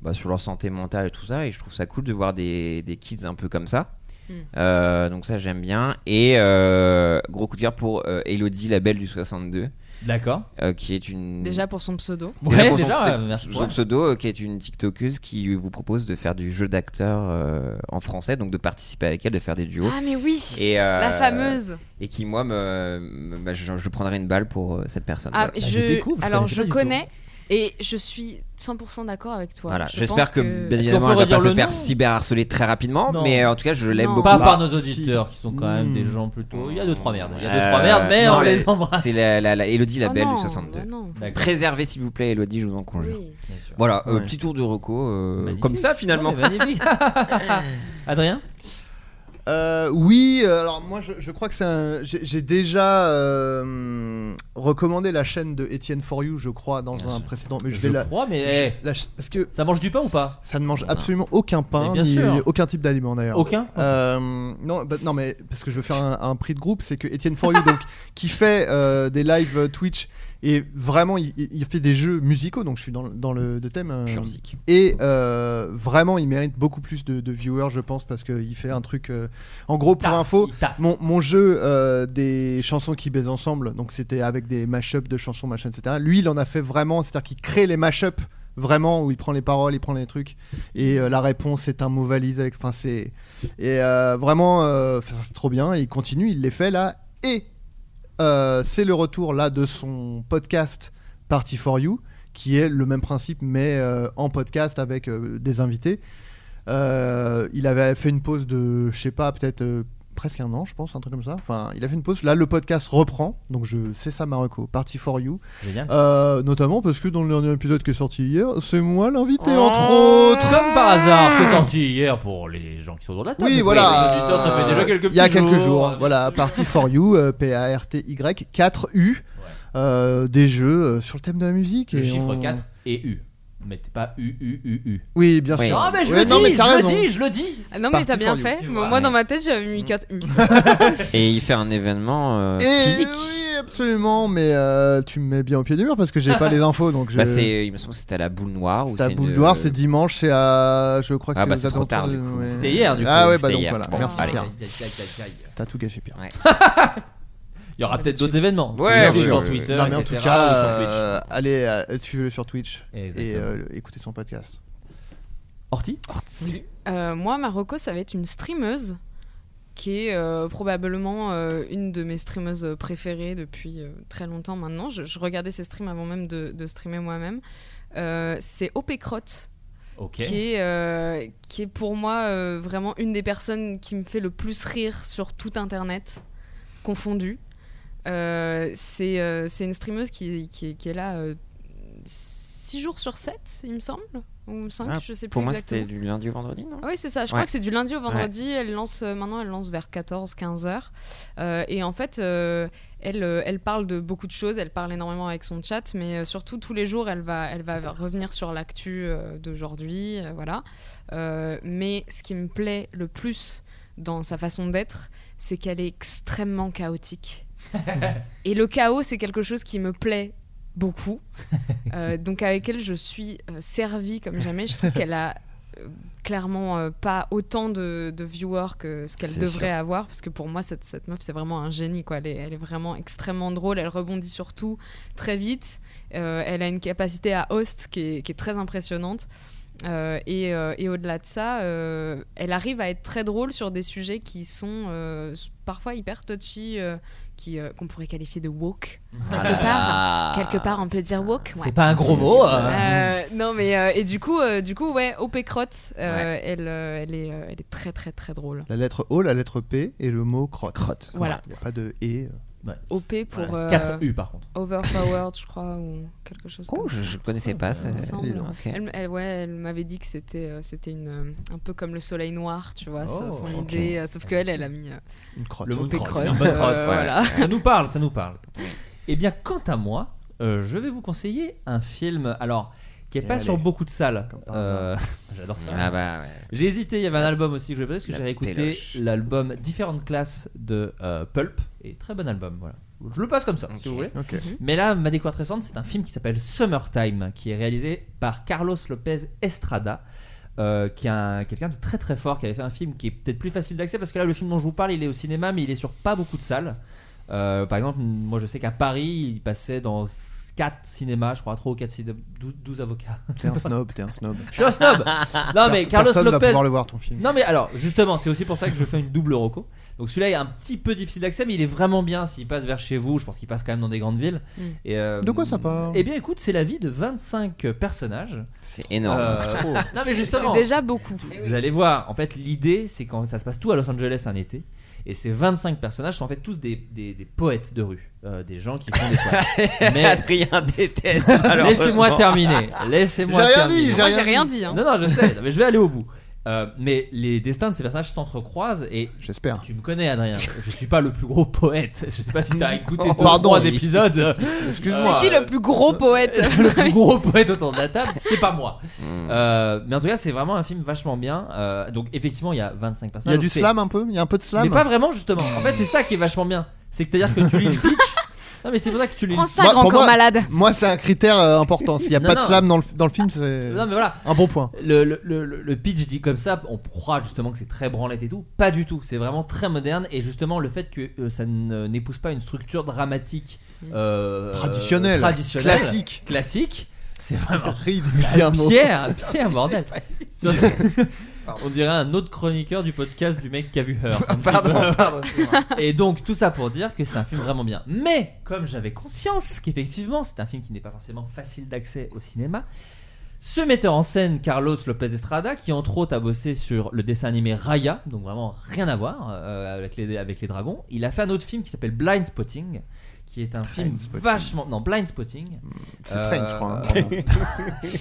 Speaker 7: bah, sur leur santé mentale et tout ça. Et je trouve ça cool de voir des, des kids un peu comme ça.
Speaker 9: Mm.
Speaker 8: Hmm.
Speaker 7: Euh, donc ça, j'aime bien. Et euh, gros coup de cœur pour euh, Elodie, la belle du 62,
Speaker 8: D'accord.
Speaker 7: euh, qui est une.
Speaker 9: Déjà pour son pseudo.
Speaker 7: Déjà,
Speaker 8: Ouais,
Speaker 7: pour son
Speaker 8: déjà,
Speaker 7: pseudo-
Speaker 8: ouais, merci
Speaker 7: son
Speaker 8: pour elle.
Speaker 7: pseudo, euh, qui est une TikTokeuse qui vous propose de faire du jeu d'acteur euh, en français, donc de participer avec elle, de faire des duos.
Speaker 9: Ah mais oui
Speaker 7: Et, euh,
Speaker 9: La fameuse.
Speaker 7: Et qui, moi, me, me- bah, je, je prendrai une balle pour euh, cette personne.
Speaker 9: Ah,
Speaker 7: Voilà.
Speaker 9: je,
Speaker 8: je découvre, je
Speaker 9: alors
Speaker 8: connaissais
Speaker 9: je
Speaker 8: pas du
Speaker 9: connais et je suis 100% d'accord avec toi.
Speaker 7: Voilà.
Speaker 9: Je
Speaker 7: J'espère
Speaker 9: pense
Speaker 7: que, bien évidemment,
Speaker 8: qu'on
Speaker 7: elle
Speaker 8: peut
Speaker 7: va pas
Speaker 8: redire
Speaker 7: se
Speaker 8: le
Speaker 7: faire
Speaker 8: nom
Speaker 7: cyberharceler très rapidement,
Speaker 8: Non.
Speaker 7: mais en tout cas, je l'aime
Speaker 9: Non.
Speaker 7: beaucoup. Hmm.
Speaker 8: Pas
Speaker 6: Bah,
Speaker 8: par nos
Speaker 6: si.
Speaker 8: auditeurs qui sont quand même des
Speaker 6: Mm.
Speaker 8: gens plutôt. Il y a deux trois merdes. Il y a deux
Speaker 7: Euh,
Speaker 8: trois merdes, mais
Speaker 7: non,
Speaker 8: on
Speaker 7: mais
Speaker 8: les embrasse.
Speaker 7: C'est la, la, la Elodie,
Speaker 9: Ah
Speaker 7: la belle
Speaker 9: non,
Speaker 7: du 62.
Speaker 9: bah non.
Speaker 8: D'accord.
Speaker 7: Préservez, s'il vous plaît, Elodie, je vous en conjure.
Speaker 9: Oui.
Speaker 8: Bien sûr.
Speaker 7: Voilà, euh,
Speaker 6: Ouais.
Speaker 7: petit tour de reco, euh,
Speaker 8: Magnifique.
Speaker 7: comme ça finalement.
Speaker 8: Non, mais magnifique. (laughs) Adrien
Speaker 6: Euh, oui, euh, alors moi je, je crois que c'est un. J'ai j'ai déjà euh, recommandé la chaîne de Etienne For You, je crois, dans un précédent. Mais je, vais la.
Speaker 8: crois, mais
Speaker 6: la ch- parce que
Speaker 8: eh, ça mange du pain ou pas
Speaker 6: ça ne mange
Speaker 7: Voilà.
Speaker 6: absolument aucun pain,
Speaker 8: Mais bien
Speaker 6: ni
Speaker 8: sûr.
Speaker 6: aucun type d'aliment d'ailleurs.
Speaker 8: Aucun
Speaker 6: Euh, non, bah, non, mais parce que je veux faire un, un prix de groupe, c'est que Etienne For You,
Speaker 8: (laughs)
Speaker 6: donc, qui fait euh, des lives euh, Twitch et vraiment il, il- il fait des jeux musicaux, donc je suis dans, le- dans le de thème. euh,
Speaker 7: Pure zik.
Speaker 6: et euh, vraiment, il mérite beaucoup plus de, de viewers, je pense, parce qu'il fait un truc. euh, En gros, pour
Speaker 8: Taf,
Speaker 6: info,
Speaker 8: il taffe.
Speaker 6: mon, mon jeu euh, des chansons qui baisent ensemble, donc c'était avec des mashups de chansons, machin, etc. Lui, il en a fait vraiment, c'est-à-dire qu'il crée les mashups vraiment où il prend les paroles, il prend les trucs et euh, la réponse est un mot valise avec. Enfin, c'est et euh, vraiment, euh, enfin, c'est trop bien. Et il continue, il les fait là et euh, c'est le retour là de son podcast Party for You qui est le même principe mais euh, en podcast avec euh, des invités. Euh, il avait fait une pause de, je sais pas, peut-être euh, presque un an, je pense, un truc comme ça. Enfin, il a fait une pause. Là, le podcast reprend, donc je c'est ça Marocco, Party for You,
Speaker 8: Génial.
Speaker 6: Euh, notamment parce que dans le dernier épisode qui est sorti hier, c'est moi l'invité entre
Speaker 8: Oh,
Speaker 6: autres.
Speaker 8: Comme par hasard, c'est sorti hier pour les gens qui sont dans la table.
Speaker 6: Ah. Oui,
Speaker 8: mais
Speaker 6: voilà.
Speaker 8: pour les auditeurs, ça fait déjà quelques
Speaker 6: Il y a
Speaker 8: petits
Speaker 6: quelques jours,
Speaker 8: jours.
Speaker 6: voilà, Party for You, euh, P-A-R-T-Y, 4U, euh, des jeux euh, sur le thème de la musique.
Speaker 8: (laughs) Le
Speaker 6: et
Speaker 8: chiffre
Speaker 6: on-
Speaker 8: 4 et U. Mettez pas U, U, U, U.
Speaker 6: Oui, bien
Speaker 7: Oui.
Speaker 6: sûr.
Speaker 8: Ah, mais je
Speaker 6: Ouais,
Speaker 8: le
Speaker 6: non,
Speaker 8: dis,
Speaker 6: mais
Speaker 8: je
Speaker 6: t'as
Speaker 8: le
Speaker 6: raison.
Speaker 8: dis, je le dis.
Speaker 9: Ah non
Speaker 6: Party
Speaker 9: mais t'as
Speaker 6: for
Speaker 9: bien
Speaker 6: you.
Speaker 9: fait.
Speaker 8: Tu
Speaker 9: Moi
Speaker 7: (laughs)
Speaker 8: vois.
Speaker 9: (laughs) dans ma tête j'avais mis 4 U.
Speaker 7: Et il fait un événement euh,
Speaker 6: Et
Speaker 7: physique.
Speaker 6: oui, absolument, mais euh, tu me mets bien au pied du mur parce que j'ai pas les infos donc je.
Speaker 7: Bah, c'est, il me semble que c'était à la boule noire. ou
Speaker 3: Oh,
Speaker 6: C'est à
Speaker 7: une-
Speaker 6: Boule Noire, c'est dimanche, c'est à. Je crois que
Speaker 7: Ah,
Speaker 6: c'est
Speaker 7: bah,
Speaker 6: aux
Speaker 7: c'est trop tard,
Speaker 6: alentours
Speaker 7: du
Speaker 6: de-
Speaker 7: coup.
Speaker 6: ouais.
Speaker 7: C'était hier, du
Speaker 6: Ah
Speaker 7: coup,
Speaker 6: ouais, bah
Speaker 7: c'était
Speaker 6: donc
Speaker 7: hier.
Speaker 6: voilà.
Speaker 7: Bon,
Speaker 6: Merci
Speaker 7: allez.
Speaker 6: Pierre.
Speaker 8: Aïe, aïe, aïe, aïe, aïe.
Speaker 6: T'as tout gâché Pierre.
Speaker 8: Il y aura peut-être d'autres événements.
Speaker 7: Ouais, bien
Speaker 8: Ou sur
Speaker 7: sûr.
Speaker 8: Twitter,
Speaker 6: Non, mais en tout
Speaker 8: etc.,
Speaker 6: cas,
Speaker 8: ou sur Twitch.
Speaker 6: euh, allez euh, suivez-le sur Twitch et
Speaker 8: Exactement.
Speaker 6: euh, écoutez son podcast.
Speaker 8: Horty
Speaker 9: Oui. Euh, moi, Marocco, ça va être une streameuse qui est euh, probablement euh, une de mes streameuses préférées depuis euh, très longtemps maintenant. Je, je regardais ses streams avant même de, de streamer moi-même. Euh, c'est OP Crotte,
Speaker 8: Ok.
Speaker 9: qui, est, euh, qui est pour moi euh, vraiment une des personnes qui me fait le plus rire sur tout Internet, confondu. Euh, c'est euh, c'est une streameuse qui, qui, est- qui est là 6 jours sur 7, il me semble, ou 5,
Speaker 7: Ah,
Speaker 9: je sais plus
Speaker 7: Pour moi,
Speaker 9: exactement.
Speaker 7: c'était du lundi au vendredi, non
Speaker 9: Ah Oui, c'est ça. Je
Speaker 7: Ouais.
Speaker 9: crois que c'est du lundi au vendredi. Elle lance euh, maintenant, elle lance vers 14-15 heures. Euh, et en fait, euh, elle, euh, elle parle de beaucoup de choses. Elle parle énormément avec son chat, mais euh, surtout tous les jours, elle va, elle va revenir sur l'actu euh, d'aujourd'hui, euh, voilà. Euh, mais ce qui me plaît le plus dans sa façon d'être, c'est qu'elle est extrêmement
Speaker 7: (laughs)
Speaker 9: chaotique. et le chaos, c'est quelque chose qui me plaît beaucoup. Euh, donc avec elle, je suis euh, servie comme jamais. Je trouve qu'elle a euh, clairement euh, pas autant de, de viewers que ce qu'elle
Speaker 7: C'est
Speaker 9: devrait
Speaker 7: sûr.
Speaker 9: avoir, parce que pour moi, cette, cette meuf, c'est vraiment un génie. Quoi. Elle, est, elle est vraiment extrêmement drôle, elle rebondit sur tout très vite. Euh, elle a une capacité à host qui est, qui est très impressionnante. Euh, et euh, et au-delà de ça, euh, elle arrive à être très drôle sur des sujets qui sont euh, s- parfois hyper touchy, euh, qui, euh, qu'on pourrait qualifier de woke. quelque part, quelque part, on peut dire woke. ouais.
Speaker 8: C'est pas un gros mot. euh.
Speaker 9: Euh, non mais euh, et du coup euh, du coup ouais OP crotte euh, elle euh, elle est euh, elle est très très très drôle
Speaker 6: La lettre O, la lettre P et le mot crotte.
Speaker 7: Crotte.
Speaker 9: Voilà.
Speaker 6: Il n'y a pas de E.
Speaker 9: OP pour
Speaker 8: Voilà.
Speaker 9: euh,
Speaker 8: 4 U par contre.
Speaker 9: overpowered je crois ou quelque chose
Speaker 7: Oh,
Speaker 9: comme
Speaker 7: je, je connaissais pas. ce-
Speaker 6: euh,
Speaker 9: Il me semble.
Speaker 7: Ok.
Speaker 9: Elle, elle- ouais, elle m'avait dit que c'était euh, c'était une euh, un peu comme le soleil noir, tu vois, ça,
Speaker 8: Oh,
Speaker 9: son
Speaker 8: ok.
Speaker 9: idée. euh, sauf qu'elle, elle a mis euh,
Speaker 6: Une crotte.
Speaker 8: Le mot
Speaker 9: OP
Speaker 8: crotte,
Speaker 9: crotte.
Speaker 8: un peu crotte,
Speaker 9: euh,
Speaker 8: ouais.
Speaker 9: voilà.
Speaker 8: Ça nous parle, ça nous parle. Eh bien, quant à moi, euh, je vais vous conseiller un film. Alors. Qui est
Speaker 6: Et
Speaker 8: pas sur
Speaker 6: allez.
Speaker 8: beaucoup de salles.
Speaker 6: Comme par
Speaker 8: Euh, (laughs) J'adore ça.
Speaker 7: Ah bah ouais.
Speaker 8: J'ai hésité, il y avait un album aussi que je voulais passer parce que
Speaker 7: La
Speaker 8: j'avais écouté
Speaker 7: péloche.
Speaker 8: l'album Différentes classes de euh, Pulp. Et très bon album, voilà. Je le passe comme ça, si vous voulez.
Speaker 6: Ok.
Speaker 8: Mm. Mais là, ma découverte récente, c'est un film qui s'appelle Summertime, qui est réalisé par Carlos Lopez Estrada, euh, qui est un- quelqu'un de très très fort, qui avait fait un film qui est peut-être plus facile d'accès, parce que là, le film dont je vous parle, il est au cinéma, mais il est sur pas beaucoup de salles. Euh, par exemple, moi je sais qu'à Paris, il passait dans 4 cinémas, je crois, 3 ou 4 cinémas, 12, avocats. (laughs)
Speaker 6: T'es un snob, t'es un snob.
Speaker 8: Je suis un snob Non mais
Speaker 6: Personne
Speaker 8: Carlos
Speaker 6: va
Speaker 8: Lopez
Speaker 6: pouvoir le voir ton film.
Speaker 8: non mais alors justement c'est aussi pour ça que je fais une double reco. Donc celui-là est un petit peu difficile d'accès mais il est vraiment bien s'il passe vers chez vous. Je pense qu'il passe quand même dans des grandes villes.
Speaker 9: Mm.
Speaker 8: Et, euh,
Speaker 6: De quoi ça parle
Speaker 8: Eh bien écoute c'est la vie de 25 personnages.
Speaker 7: C'est énorme.
Speaker 8: Euh,
Speaker 6: (laughs) Trop.
Speaker 8: non mais
Speaker 9: C'est
Speaker 8: justement
Speaker 9: déjà beaucoup.
Speaker 8: vous allez voir en fait l'idée c'est quand ça se passe tout à Los Angeles un été. Et ces 25 personnages sont en fait tous des, des- des poètes de rue, Euh, des gens qui
Speaker 7: (laughs)
Speaker 8: font des poèmes. Mais
Speaker 7: Adrien déteste. malheureusement.
Speaker 8: (laughs) laissez-moi terminer,
Speaker 6: J'ai
Speaker 8: laissez-moi
Speaker 6: rien
Speaker 8: terminer.
Speaker 6: dit, j'ai
Speaker 9: Moi, j'ai
Speaker 6: rien dit.
Speaker 9: rien dit. hein.
Speaker 8: Non, non, je sais, non, mais je vais aller au bout. Euh, mais les destins de ces personnages s'entrecroisent et
Speaker 6: J'espère.
Speaker 8: tu me connais, Adrien. Je suis pas le plus gros poète. Je sais pas si t'as écouté deux,
Speaker 6: Oh, Pardon.
Speaker 8: trois
Speaker 6: (laughs)
Speaker 8: épisodes. euh,
Speaker 6: Excuse-moi.
Speaker 9: C'est qui le plus gros poète
Speaker 8: le plus gros poète autour de la table, c'est pas moi.
Speaker 6: Hmm.
Speaker 8: Euh, mais en tout cas, c'est vraiment un film vachement bien. Euh, donc effectivement, il y a 25
Speaker 6: Il y
Speaker 8: personnages.
Speaker 6: a du
Speaker 8: donc c'est-
Speaker 6: slam un peu Il y a un peu de slam
Speaker 8: Mais pas vraiment justement. En fait, c'est ça qui est vachement bien. C'est que c'est-à-dire que tu lis
Speaker 6: (laughs)
Speaker 8: le pitch. Non, mais c'est pour ça que tu lis.
Speaker 9: (laughs) Prends
Speaker 8: le-
Speaker 9: ça,
Speaker 6: Moi,
Speaker 9: grand
Speaker 6: pour
Speaker 9: corps
Speaker 6: moi- (laughs)
Speaker 9: malade.
Speaker 6: Moi, c'est un critère euh, important. S'il n'y a
Speaker 8: Non,
Speaker 6: pas de
Speaker 8: non.
Speaker 6: slam dans le, dans le film, c'est
Speaker 8: Non, mais voilà.
Speaker 6: un bon point.
Speaker 8: le, le, le- le pitch dit comme ça, on croit justement que c'est très branlette et tout. Pas du tout, c'est vraiment très moderne. Et justement, le fait que euh, ça ne- n'épouse pas une structure dramatique euh,
Speaker 6: Traditionnel.
Speaker 8: traditionnelle,
Speaker 6: Classique.
Speaker 8: classique,
Speaker 6: (laughs)
Speaker 8: c'est vraiment.
Speaker 6: Ride, il dit un mot.
Speaker 8: Pierre, Pierre,
Speaker 6: (laughs)
Speaker 8: bordel! On dirait un autre chroniqueur du podcast du mec qui a vu Her.
Speaker 6: (laughs)
Speaker 8: un petit peu.
Speaker 7: Pardon, pardon.
Speaker 8: Et donc tout ça pour dire que c'est un film vraiment bien. Mais comme j'avais conscience qu'effectivement c'est un film qui n'est pas forcément facile d'accès au cinéma, ce metteur en scène Carlos Lopez Estrada, qui entre autres a bossé sur le dessin animé Raya, donc vraiment rien à voir euh, avec, les, avec les dragons, il a fait un autre film qui s'appelle Blind Spotting, qui est un film
Speaker 6: Blindspotting.
Speaker 8: vachement... Non, Blind Spotting.
Speaker 6: C'est French, je crois. hein.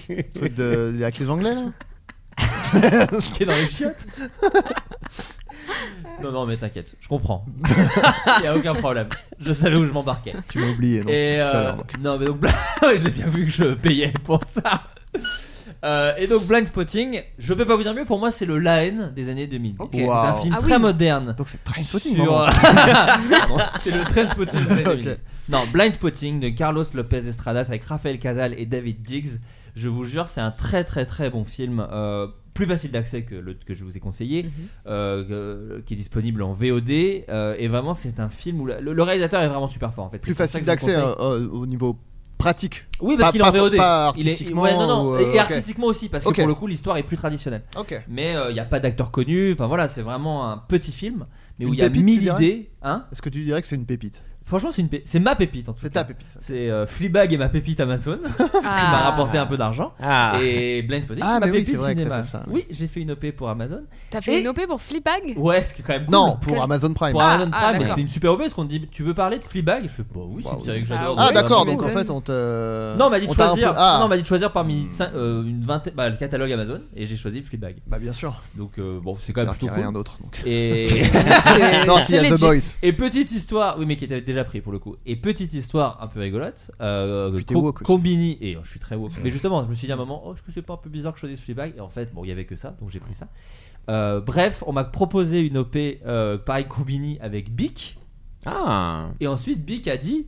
Speaker 8: Euh,
Speaker 6: (laughs) Truc de- Avec les Anglais, là
Speaker 8: qui est dans les chiottes. non, non, mais t'inquiète, je comprends. (laughs) Il a aucun problème. Je savais où je m'embarquais.
Speaker 6: Tu m'as oublié, non
Speaker 8: Et
Speaker 6: tout à
Speaker 8: euh, (laughs)
Speaker 6: l'heure, donc.
Speaker 8: non, mais donc, ouais, je l'ai bien vu que je payais pour ça. Euh, et donc Blind Spotting, je peux pas vous dire mieux, pour moi c'est le Laen des années 2000. C'est un
Speaker 6: Wow.
Speaker 8: film
Speaker 6: Ah
Speaker 8: très
Speaker 6: oui.
Speaker 8: moderne.
Speaker 6: Donc c'est Trainspotting,
Speaker 8: Sur- euh, (laughs)
Speaker 6: vraiment.
Speaker 8: c'est le Train
Speaker 6: (laughs)
Speaker 8: Spotting des années
Speaker 6: Ok.
Speaker 8: 2000. Non, Blind Spotting de Carlos Lopez Estradas avec Rafael Casal et David Diggs. Je vous jure, c'est un très très très bon film. euh, plus facile d'accès que le que je vous ai conseillé, euh, que- qui est disponible en VOD. euh, et vraiment, c'est un film où la- le, le réalisateur est vraiment super fort en fait.
Speaker 6: Plus
Speaker 8: C'est pour ça
Speaker 6: facile
Speaker 8: que je vous
Speaker 6: d'accès
Speaker 8: conseille.
Speaker 6: euh, euh, au niveau pratique.
Speaker 8: Oui, parce
Speaker 6: Pas-
Speaker 8: qu'il est en
Speaker 6: pas-
Speaker 8: VOD.
Speaker 6: Pas
Speaker 8: Il est-
Speaker 6: artistiquement.
Speaker 8: ouais, non, non,
Speaker 6: ou,
Speaker 8: et
Speaker 6: euh, ok.
Speaker 8: artistiquement aussi, parce que
Speaker 6: Ok.
Speaker 8: pour le coup, l'histoire est plus traditionnelle.
Speaker 6: Ok.
Speaker 8: Mais euh, il n'y a pas d'acteur connu. Enfin voilà, c'est vraiment un petit film, mais où
Speaker 6: Une
Speaker 8: il y a
Speaker 6: pépite,
Speaker 8: mille
Speaker 6: tu dirais
Speaker 8: idées. Hein
Speaker 6: Est-ce que tu dirais que c'est une pépite
Speaker 8: Franchement, c'est une pé- c'est ma pépite en tout cas. C'est ta
Speaker 6: pépite.
Speaker 8: C'est euh, Fleabag et ma pépite Amazon (laughs) qui m'a
Speaker 9: Ah.
Speaker 8: rapporté un peu d'argent.
Speaker 6: Ah.
Speaker 8: Et Blindspotting,
Speaker 6: Ah,
Speaker 8: c'est ma
Speaker 6: mais oui,
Speaker 8: pépite
Speaker 6: c'est vrai que t'as
Speaker 8: cinéma.
Speaker 6: fait ça,
Speaker 8: Oui, j'ai fait une OP pour Amazon.
Speaker 9: T'as fait
Speaker 8: Et-
Speaker 9: une OP pour Fleabag
Speaker 8: Ouais, ce qui est quand même cool.
Speaker 6: Non, pour Amazon Prime.
Speaker 8: Pour
Speaker 6: Ah,
Speaker 8: Amazon
Speaker 9: ah,
Speaker 8: Prime, mais
Speaker 9: d'accord.
Speaker 8: c'était une super OP parce qu'on dit tu veux parler de Fleabag Je fais bah oui, c'est une série que j'adore.
Speaker 6: Ah,
Speaker 8: Ouais,
Speaker 6: d'accord,
Speaker 8: bah,
Speaker 6: donc en
Speaker 8: ouais.
Speaker 6: fait on te.
Speaker 8: Non, on m'a dit de
Speaker 6: on t'a un
Speaker 8: choisir.
Speaker 6: peu- Ah,
Speaker 8: Non, on m'a dit de choisir parmi cin- euh, une vingtaine, bah, le catalogue Amazon, et j'ai choisi Fleabag.
Speaker 6: Bah bien sûr.
Speaker 8: Donc euh, bon, c'est quand même
Speaker 6: C'est-à-dire qu'il
Speaker 8: plutôt
Speaker 6: y a
Speaker 8: cool.
Speaker 6: rien d'autre, donc.
Speaker 8: Et
Speaker 6: (laughs)
Speaker 8: (laughs)
Speaker 6: C'est- Non, s'il y a c'est The legit. Boys.
Speaker 8: Et petite histoire, oui, mais qui était déjà pris pour le coup. Et petite histoire un peu rigolote. Euh,
Speaker 6: Puis t'es
Speaker 8: Co-
Speaker 6: woke aussi.
Speaker 8: Combini et euh, je suis très woke. mais justement, je me suis dit à un moment, oh, est-ce que c'est pas un peu bizarre que je choisisse Fleabag Et en fait, bon, il y avait que ça, donc j'ai pris ça. Euh, bref, on m'a proposé une OP euh, pareil Combini avec Bic.
Speaker 7: Ah.
Speaker 8: Et ensuite, Bic a dit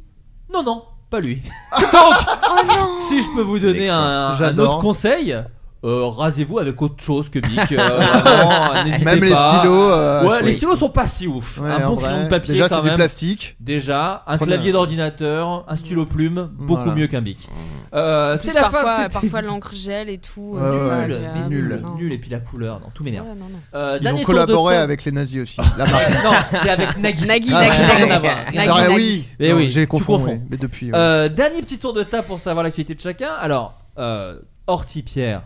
Speaker 8: non, non,
Speaker 6: (laughs)
Speaker 8: pas lui. Donc,
Speaker 6: Oh
Speaker 8: si je peux vous donner un, un
Speaker 6: J'adore.
Speaker 8: autre conseil. euh, rasez-vous avec autre chose que
Speaker 6: (laughs)
Speaker 8: Bic. euh, vraiment, n'hésitez
Speaker 6: Même les
Speaker 8: pas.
Speaker 6: stylos, euh,
Speaker 8: ouais, les
Speaker 6: oui.
Speaker 8: stylos sont pas si ouf.
Speaker 6: Ouais,
Speaker 8: un
Speaker 6: en
Speaker 8: bon
Speaker 6: vrai.
Speaker 8: crayon de papier
Speaker 6: Déjà,
Speaker 8: quand
Speaker 6: c'est du
Speaker 8: même.
Speaker 6: plastique.
Speaker 8: Déjà, un
Speaker 6: Prenez
Speaker 8: clavier
Speaker 6: un.
Speaker 8: d'ordinateur, un stylo plume, beaucoup
Speaker 6: Voilà. Mmh.
Speaker 8: mieux qu'un Bic. Euh,
Speaker 9: Plus
Speaker 8: c'est la
Speaker 9: parfois,
Speaker 8: fin de cette
Speaker 9: parfois l'encre gel et tout.
Speaker 6: Ouais,
Speaker 9: c'est
Speaker 6: ouais,
Speaker 9: pas
Speaker 6: ouais,
Speaker 9: agréable.
Speaker 6: mais nul.
Speaker 9: Non.
Speaker 8: Nul et puis la couleur, non, tout m'énerve.
Speaker 9: Ouais, non, non.
Speaker 8: Euh,
Speaker 6: Ils
Speaker 8: dernier
Speaker 6: ont
Speaker 8: tour de
Speaker 6: collaboré
Speaker 8: table.
Speaker 6: avec les nazis aussi. La marque.
Speaker 8: (laughs) Non, c'est
Speaker 9: (laughs)
Speaker 8: avec Nagui.
Speaker 9: Nagui,
Speaker 8: Ah,
Speaker 9: Nagui,
Speaker 8: rien
Speaker 9: Nagui.
Speaker 8: à voir, rien à
Speaker 9: Nagui,
Speaker 8: voir.
Speaker 6: Ah
Speaker 9: Nagui.
Speaker 6: oui,
Speaker 8: Mais eh oui,
Speaker 6: j'ai
Speaker 8: tu
Speaker 6: confondu.
Speaker 8: confonds.
Speaker 6: oui, Mais depuis. ouais.
Speaker 8: Euh, dernier petit tour de table pour savoir l'actualité de chacun. Alors, euh, Horty Pierre,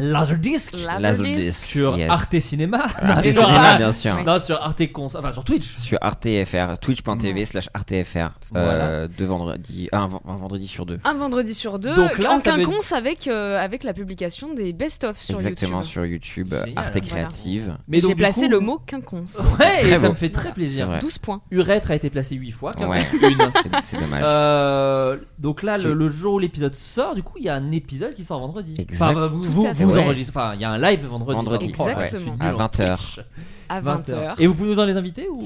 Speaker 8: Laserdisc
Speaker 9: Laserdisc.
Speaker 8: sur
Speaker 7: Yes.
Speaker 8: Arte Cinéma.
Speaker 7: Arte
Speaker 8: Non, sur-
Speaker 7: Cinéma, bien sûr.
Speaker 8: Non, sur Arte Cons, enfin sur Twitch.
Speaker 7: Sur RTFR, twitch.tv slash RTFR, euh,
Speaker 8: Voilà.
Speaker 7: de vendredi, ah, un, ven- un vendredi sur deux.
Speaker 9: Un vendredi sur deux,
Speaker 8: Donc là,
Speaker 9: en
Speaker 8: ça veut-
Speaker 9: quinconce avec, euh, avec la publication des best-of sur
Speaker 7: Exactement,
Speaker 9: YouTube.
Speaker 7: sur YouTube, euh,
Speaker 8: Génial.
Speaker 7: Arte
Speaker 8: Voilà.
Speaker 7: Créative.
Speaker 8: Mais donc,
Speaker 9: J'ai
Speaker 8: du
Speaker 9: placé
Speaker 8: coup-
Speaker 9: le mot quinconce.
Speaker 8: Ouais, et
Speaker 7: Très
Speaker 8: ça
Speaker 7: beau.
Speaker 8: me fait très plaisir.
Speaker 7: Voilà.
Speaker 9: 12 points.
Speaker 8: Urètre a été placé 8 fois, Quinconce
Speaker 7: Ouais,
Speaker 8: une.
Speaker 7: c'est- c'est dommage.
Speaker 8: (laughs) Euh, donc là, le, le jour où l'épisode sort, du coup, il y a un épisode qui sort vendredi.
Speaker 7: Exact.
Speaker 8: Enfin, vous,
Speaker 9: Tout
Speaker 8: vous,
Speaker 9: à fait.
Speaker 8: vous
Speaker 7: Ouais.
Speaker 8: enregistrez. Enfin, il y a un live vendredi.
Speaker 7: Vendredi,
Speaker 8: Oh là là,
Speaker 9: Exactement.
Speaker 8: je suis nul
Speaker 7: à
Speaker 8: en
Speaker 7: 20h.
Speaker 8: Twitch.
Speaker 9: À
Speaker 8: 20
Speaker 9: 20h.
Speaker 8: Et vous pouvez nous en les inviter ou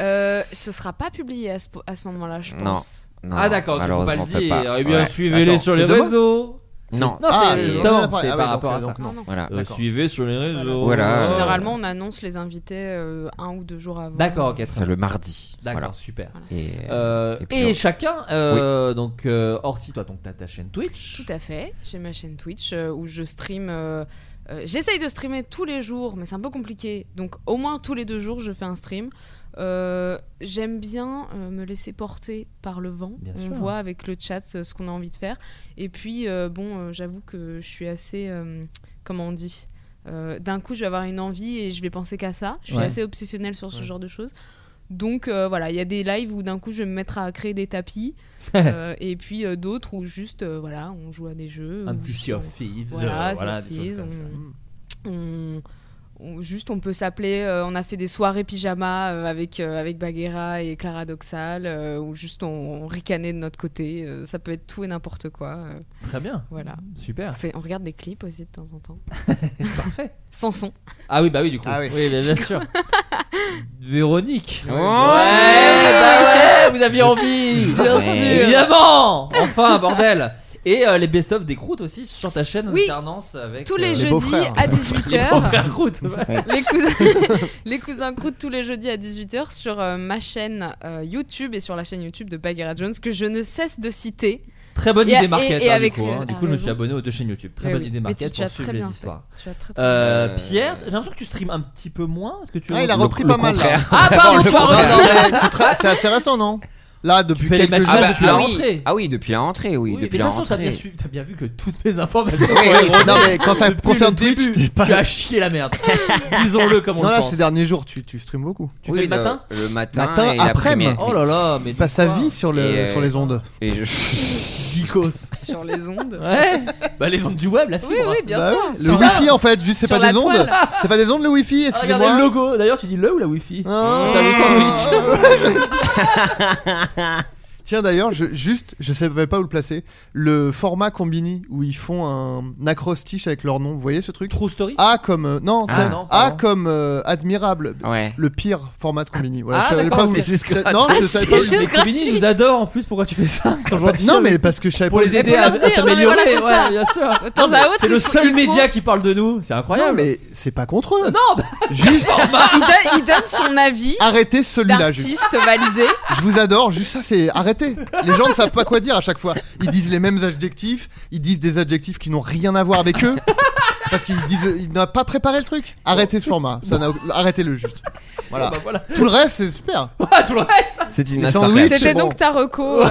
Speaker 9: Euh, ce sera pas publié à ce, à ce moment-là, je
Speaker 7: Non.
Speaker 9: pense.
Speaker 7: Non,
Speaker 8: Ah d'accord, ok, faut pas
Speaker 7: malheureusement,
Speaker 8: le
Speaker 7: on peut
Speaker 8: dire.
Speaker 7: pas.
Speaker 8: Eh bien,
Speaker 7: Ouais.
Speaker 8: suivez-les
Speaker 6: Attends,
Speaker 8: sur les
Speaker 6: c'est demain
Speaker 8: réseaux.
Speaker 7: Non,
Speaker 8: Non,
Speaker 6: Ah,
Speaker 8: c'est
Speaker 6: c'est
Speaker 8: justement,
Speaker 6: demain après.
Speaker 8: c'est
Speaker 6: Ah ouais,
Speaker 8: par
Speaker 6: donc,
Speaker 8: rapport à
Speaker 6: donc,
Speaker 8: ça.
Speaker 9: Ah
Speaker 6: non.
Speaker 9: non.
Speaker 7: voilà.
Speaker 8: Euh,
Speaker 6: D'accord.
Speaker 8: suivez sur les réseaux. Euh,
Speaker 7: Voilà.
Speaker 9: Généralement, on annonce les invités euh, un ou deux jours avant.
Speaker 8: D'accord, ok. très
Speaker 7: C'est
Speaker 8: bien.
Speaker 7: le mardi.
Speaker 8: D'accord,
Speaker 7: Voilà.
Speaker 8: super.
Speaker 7: Et,
Speaker 8: Euh,
Speaker 7: et puis
Speaker 8: et
Speaker 7: on-
Speaker 8: chacun, euh, donc euh, Horty, toi, donc t'as ta chaîne Twitch.
Speaker 9: Tout à fait. J'ai ma chaîne Twitch euh, où je stream. euh, euh, J'essaye de streamer tous les jours, mais c'est un peu compliqué. Donc, au moins tous les deux jours, je fais un stream. Euh, J'aime bien euh, me laisser porter par le vent.
Speaker 8: Bien
Speaker 9: On
Speaker 8: sûr.
Speaker 9: voit avec le chat euh, ce ce qu'on a envie de faire. Et puis, euh, bon, euh, j'avoue que je suis assez. euh, comment on dit Euh, D'un coup, je vais avoir une envie et je vais penser qu'à ça. Je suis
Speaker 8: Ouais.
Speaker 9: assez obsessionnelle sur ce
Speaker 8: Ouais.
Speaker 9: genre de choses. Donc euh, voilà, il y a des lives où d'un coup je vais me mettre à créer des tapis euh, et puis euh, d'autres où juste euh, voilà, on joue à des jeux.
Speaker 8: Un
Speaker 9: ou
Speaker 8: petit
Speaker 9: juste,
Speaker 8: Sea
Speaker 9: on-
Speaker 8: of Thieves.
Speaker 9: Voilà,
Speaker 8: euh, voilà,
Speaker 9: Sea
Speaker 8: des
Speaker 9: of
Speaker 8: choses
Speaker 9: Thieves,
Speaker 8: comme ça.
Speaker 9: on- on- juste on peut s'appeler. euh, on a fait des soirées pyjama euh, avec euh, avec Baguera et Clara Doxal euh, où juste on, on ricanait de notre côté. euh, ça peut être tout et n'importe quoi. euh,
Speaker 8: Très bien,
Speaker 9: voilà. On, (laughs)
Speaker 8: super,
Speaker 9: fait- on regarde des clips aussi de temps en temps.
Speaker 8: parfait.
Speaker 9: Sans son.
Speaker 8: Ah oui, bah oui, du coup.
Speaker 6: Ah oui.
Speaker 8: bien, bien sûr.
Speaker 9: (laughs)
Speaker 8: Véronique.
Speaker 7: Ouais,
Speaker 8: Ouais, bah ouais, vous aviez envie.
Speaker 9: Bien
Speaker 7: sûr.
Speaker 8: Évidemment. Enfin, bordel. Et euh, les best-of des croûtes aussi sur ta chaîne en
Speaker 9: Oui.
Speaker 8: alternance avec
Speaker 9: Tous les,
Speaker 8: euh,
Speaker 9: jeudis
Speaker 6: beaux-frères.
Speaker 8: (laughs)
Speaker 9: à
Speaker 8: les
Speaker 9: 18h.
Speaker 8: beaux-frères croûtes. Ouais. (laughs)
Speaker 9: les cousins, (laughs) les cousins Croûte tous les jeudis à 18h sur euh, ma chaîne euh, YouTube et sur la chaîne YouTube de Bagheera Jones que je ne cesse de citer.
Speaker 8: Très bonne
Speaker 9: Et-
Speaker 8: idée
Speaker 9: et-
Speaker 8: market.
Speaker 9: et
Speaker 8: hein,
Speaker 9: avec
Speaker 8: du coup,
Speaker 9: le-
Speaker 8: hein. Du
Speaker 9: ah,
Speaker 8: coup, je me
Speaker 9: raison.
Speaker 8: suis abonné aux deux chaînes YouTube. Très
Speaker 9: Mais
Speaker 8: bonne
Speaker 9: oui.
Speaker 8: idée
Speaker 9: Mais tu,
Speaker 8: market
Speaker 9: tu as
Speaker 8: pour
Speaker 9: très
Speaker 8: suivre les
Speaker 9: bien fait.
Speaker 8: histoires.
Speaker 9: Tu as très, très
Speaker 8: Euh,
Speaker 7: Euh,
Speaker 8: Pierre, j'ai l'impression que tu streams un petit peu moins. Est-ce que tu
Speaker 6: Ah, il a repris
Speaker 7: le
Speaker 6: pas mal. là.
Speaker 7: contraire.
Speaker 8: Ah pardon,
Speaker 6: Non,
Speaker 8: soir-
Speaker 6: non, mais c'est très- c'est assez récent, non Là, depuis
Speaker 8: fais les
Speaker 6: quelques
Speaker 8: matchs
Speaker 6: jours.
Speaker 8: là,
Speaker 6: depuis
Speaker 8: depuis la
Speaker 6: la-
Speaker 8: rentrée. rentrée.
Speaker 7: Ah oui, depuis la rentrée, oui.
Speaker 8: Oui, mais de
Speaker 7: depuis
Speaker 8: toute
Speaker 7: la
Speaker 8: façon,
Speaker 7: rentrée.
Speaker 8: t'as bien, su- t'as bien vu que toutes mes informations.
Speaker 7: Oui, oui,
Speaker 8: sont
Speaker 6: Non, mais quand ça
Speaker 8: Depuis
Speaker 6: concerne
Speaker 8: le
Speaker 6: Twitch,
Speaker 8: début,
Speaker 6: t'es pas-
Speaker 8: tu as chié
Speaker 6: (laughs)
Speaker 8: la merde. Disons-le comme on
Speaker 6: Non,
Speaker 8: le
Speaker 6: là,
Speaker 8: pense.
Speaker 6: ces derniers jours, tu, tu streames beaucoup.
Speaker 8: Tu
Speaker 7: Oui,
Speaker 8: fais le matin
Speaker 7: Le matin,
Speaker 6: Matin,
Speaker 7: et
Speaker 6: après-midi.
Speaker 7: l'après-midi.
Speaker 8: Oh là là, mais
Speaker 6: Il passe sa vie sur, le,
Speaker 7: Et, euh,
Speaker 6: sur les ondes.
Speaker 7: Et je-
Speaker 8: Chicos. (laughs)
Speaker 9: sur les ondes.
Speaker 8: Ouais. Bah les ondes du web, la fibre.
Speaker 9: Oui, oui, bien
Speaker 6: Bah
Speaker 9: sûr. hein,
Speaker 6: ouais,
Speaker 9: Sur
Speaker 6: Le
Speaker 9: la-
Speaker 6: wifi en fait, juste c'est
Speaker 9: sur
Speaker 6: pas
Speaker 9: la
Speaker 6: des ondes.
Speaker 9: toile.
Speaker 6: C'est pas des ondes le wifi,
Speaker 8: Ah, regardez
Speaker 6: excusez-moi.
Speaker 8: le logo. D'ailleurs, tu dis le ou la wifi
Speaker 6: Ah.
Speaker 8: T'as le sandwich.
Speaker 6: Tiens d'ailleurs, je, juste, je savais pas où le placer. Le format Combini où ils font un acrostiche avec leur nom. Vous voyez ce truc
Speaker 8: True Story.
Speaker 6: A comme euh, non,
Speaker 8: Ah,
Speaker 6: tiens,
Speaker 8: non,
Speaker 6: A
Speaker 8: pardon.
Speaker 6: comme euh, admirable.
Speaker 7: Ouais.
Speaker 6: Le pire format de Combini. Voilà,
Speaker 8: Ah,
Speaker 6: je savais
Speaker 8: d'accord,
Speaker 6: pas où.
Speaker 8: c'est
Speaker 6: le-
Speaker 8: juste
Speaker 6: non, (laughs) je savais pas où.
Speaker 8: Mais Combini nous adore en plus, pourquoi tu fais ça Ils sont
Speaker 6: Bah,
Speaker 8: gentils
Speaker 6: non
Speaker 8: avec-
Speaker 6: mais parce que je savais
Speaker 8: pour
Speaker 6: pas
Speaker 8: les
Speaker 6: où-
Speaker 8: aider
Speaker 9: faut
Speaker 8: à,
Speaker 9: leur
Speaker 8: à
Speaker 9: dire, non, mais
Speaker 8: s'améliorer,
Speaker 9: voilà, c'est ça.
Speaker 8: ouais, bien sûr.
Speaker 9: De temps à autre,
Speaker 8: C'est le
Speaker 9: il faut-
Speaker 8: seul
Speaker 9: il faut-
Speaker 8: média qui parle de nous, c'est
Speaker 6: Non
Speaker 8: incroyable.
Speaker 6: mais c'est pas contre eux.
Speaker 8: Non, bah, (laughs)
Speaker 6: Juste
Speaker 9: Il donne, il donne son avis
Speaker 8: Ah,
Speaker 6: arrêtez celui-là juste.
Speaker 8: (laughs)
Speaker 9: d'artiste validé.
Speaker 6: Je vous adore, juste ça c'est arrêtez. Les gens ne savent pas quoi dire à chaque fois. Ils disent les mêmes adjectifs, ils disent des adjectifs qui n'ont rien à voir avec eux. Parce qu'ils disent, il n'a pas préparé le truc. Arrêtez ce format. Ça n'a- Arrêtez-le juste. Voilà.
Speaker 8: bah, voilà. (laughs)
Speaker 6: Tout le reste, c'est super.
Speaker 8: Ouais, tout le reste.
Speaker 7: C'est une
Speaker 6: Les
Speaker 7: masterclass.
Speaker 8: Bah,
Speaker 6: sandwichs.
Speaker 9: C'était
Speaker 6: bon.
Speaker 9: donc ta reco. euh,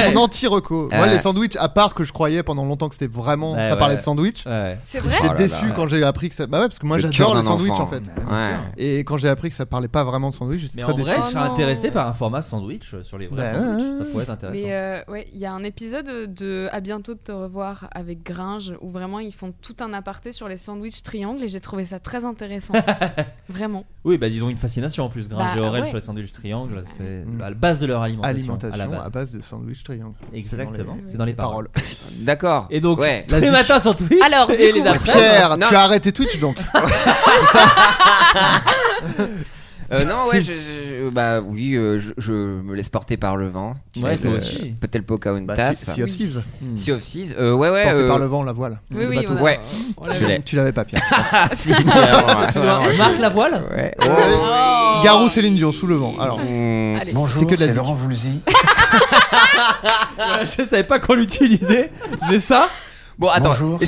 Speaker 6: C'est mon anti-reco. Moi,
Speaker 7: Euh.
Speaker 6: les sandwichs, à part que je croyais pendant longtemps que c'était vraiment.
Speaker 8: Ouais,
Speaker 6: ça parlait
Speaker 8: ouais.
Speaker 6: de sandwich.
Speaker 8: Ouais.
Speaker 9: c'est vrai
Speaker 7: Oh
Speaker 6: J'étais
Speaker 7: là
Speaker 6: déçu
Speaker 7: là.
Speaker 6: quand j'ai appris que ça. Bah ouais, parce que moi,
Speaker 7: Le
Speaker 6: j'adore
Speaker 7: cœur
Speaker 6: les
Speaker 7: d'un
Speaker 6: sandwichs
Speaker 7: enfant.
Speaker 6: en fait.
Speaker 7: Ouais.
Speaker 6: Et quand j'ai appris que ça parlait pas vraiment de sandwich, j'étais
Speaker 8: Mais
Speaker 6: très
Speaker 8: en
Speaker 6: déçu.
Speaker 8: vrai, je
Speaker 9: Oh
Speaker 8: serais
Speaker 9: non.
Speaker 8: intéressé par un format sandwich euh, sur les vrais
Speaker 6: Bah,
Speaker 8: sandwichs.
Speaker 6: ouais.
Speaker 8: Ça pourrait être intéressant.
Speaker 9: Mais euh, ouais, il y a un épisode de À bientôt de te revoir avec Gringe où vraiment ils font tout un aparté sur les sandwichs triangles et j'ai trouvé ça
Speaker 8: (laughs)
Speaker 9: très intéressant. vraiment.
Speaker 8: Oui, bah disons une fascination en plus, Gringe
Speaker 9: euh, Bah,
Speaker 8: et Aurel
Speaker 9: ouais.
Speaker 8: sur les sandwichs triangles, c'est
Speaker 6: Mm.
Speaker 8: la base de leur alimentation.
Speaker 6: Alimentation
Speaker 8: à la
Speaker 6: à
Speaker 8: base.
Speaker 6: base de sandwich triangle. C'est dans les
Speaker 8: Exactement, c'est dans les paroles.
Speaker 6: Paroles.
Speaker 7: D'accord.
Speaker 8: Et donc,
Speaker 7: ouais.
Speaker 8: tous les
Speaker 6: Vas-y.
Speaker 8: matins sur Twitch,
Speaker 9: Alors, du
Speaker 8: et les
Speaker 9: coup-
Speaker 8: après-
Speaker 6: Pierre,
Speaker 7: Non.
Speaker 6: tu as arrêté Twitch donc.
Speaker 7: Euh, non, ouais, je, je- bah oui, euh, je, je me laisse porter par le vent.
Speaker 8: Ouais, toi
Speaker 7: Euh,
Speaker 8: aussi.
Speaker 7: Peut-être Pocahontas.
Speaker 6: Bah, si- si
Speaker 7: Sea
Speaker 6: of Thieves.
Speaker 8: Hmm.
Speaker 7: of Thieves. Euh, ouais, ouais.
Speaker 6: Porté
Speaker 7: euh,
Speaker 6: par le vent, la voile.
Speaker 9: Oui,
Speaker 6: Mmh, Le
Speaker 9: oui,
Speaker 6: bateau.
Speaker 9: on a-
Speaker 7: Ouais.
Speaker 9: on l'a
Speaker 7: Je
Speaker 9: vu.
Speaker 7: l'ai.
Speaker 6: Tu l'avais pas, Pierre.
Speaker 8: (laughs)
Speaker 7: Ah, si, si, vraiment, ouais, vraiment, je-
Speaker 8: Marc la voile
Speaker 7: Ouais.
Speaker 9: Oh.
Speaker 6: Garou, Céline Dion, sous le vent. Alors,
Speaker 7: Mmh.
Speaker 9: Allez.
Speaker 6: c'est que de la dick.
Speaker 8: (laughs) Je savais pas qu'on l'utilisait. J'ai ça.
Speaker 7: Bon, attends. est-ce que-
Speaker 6: Oh,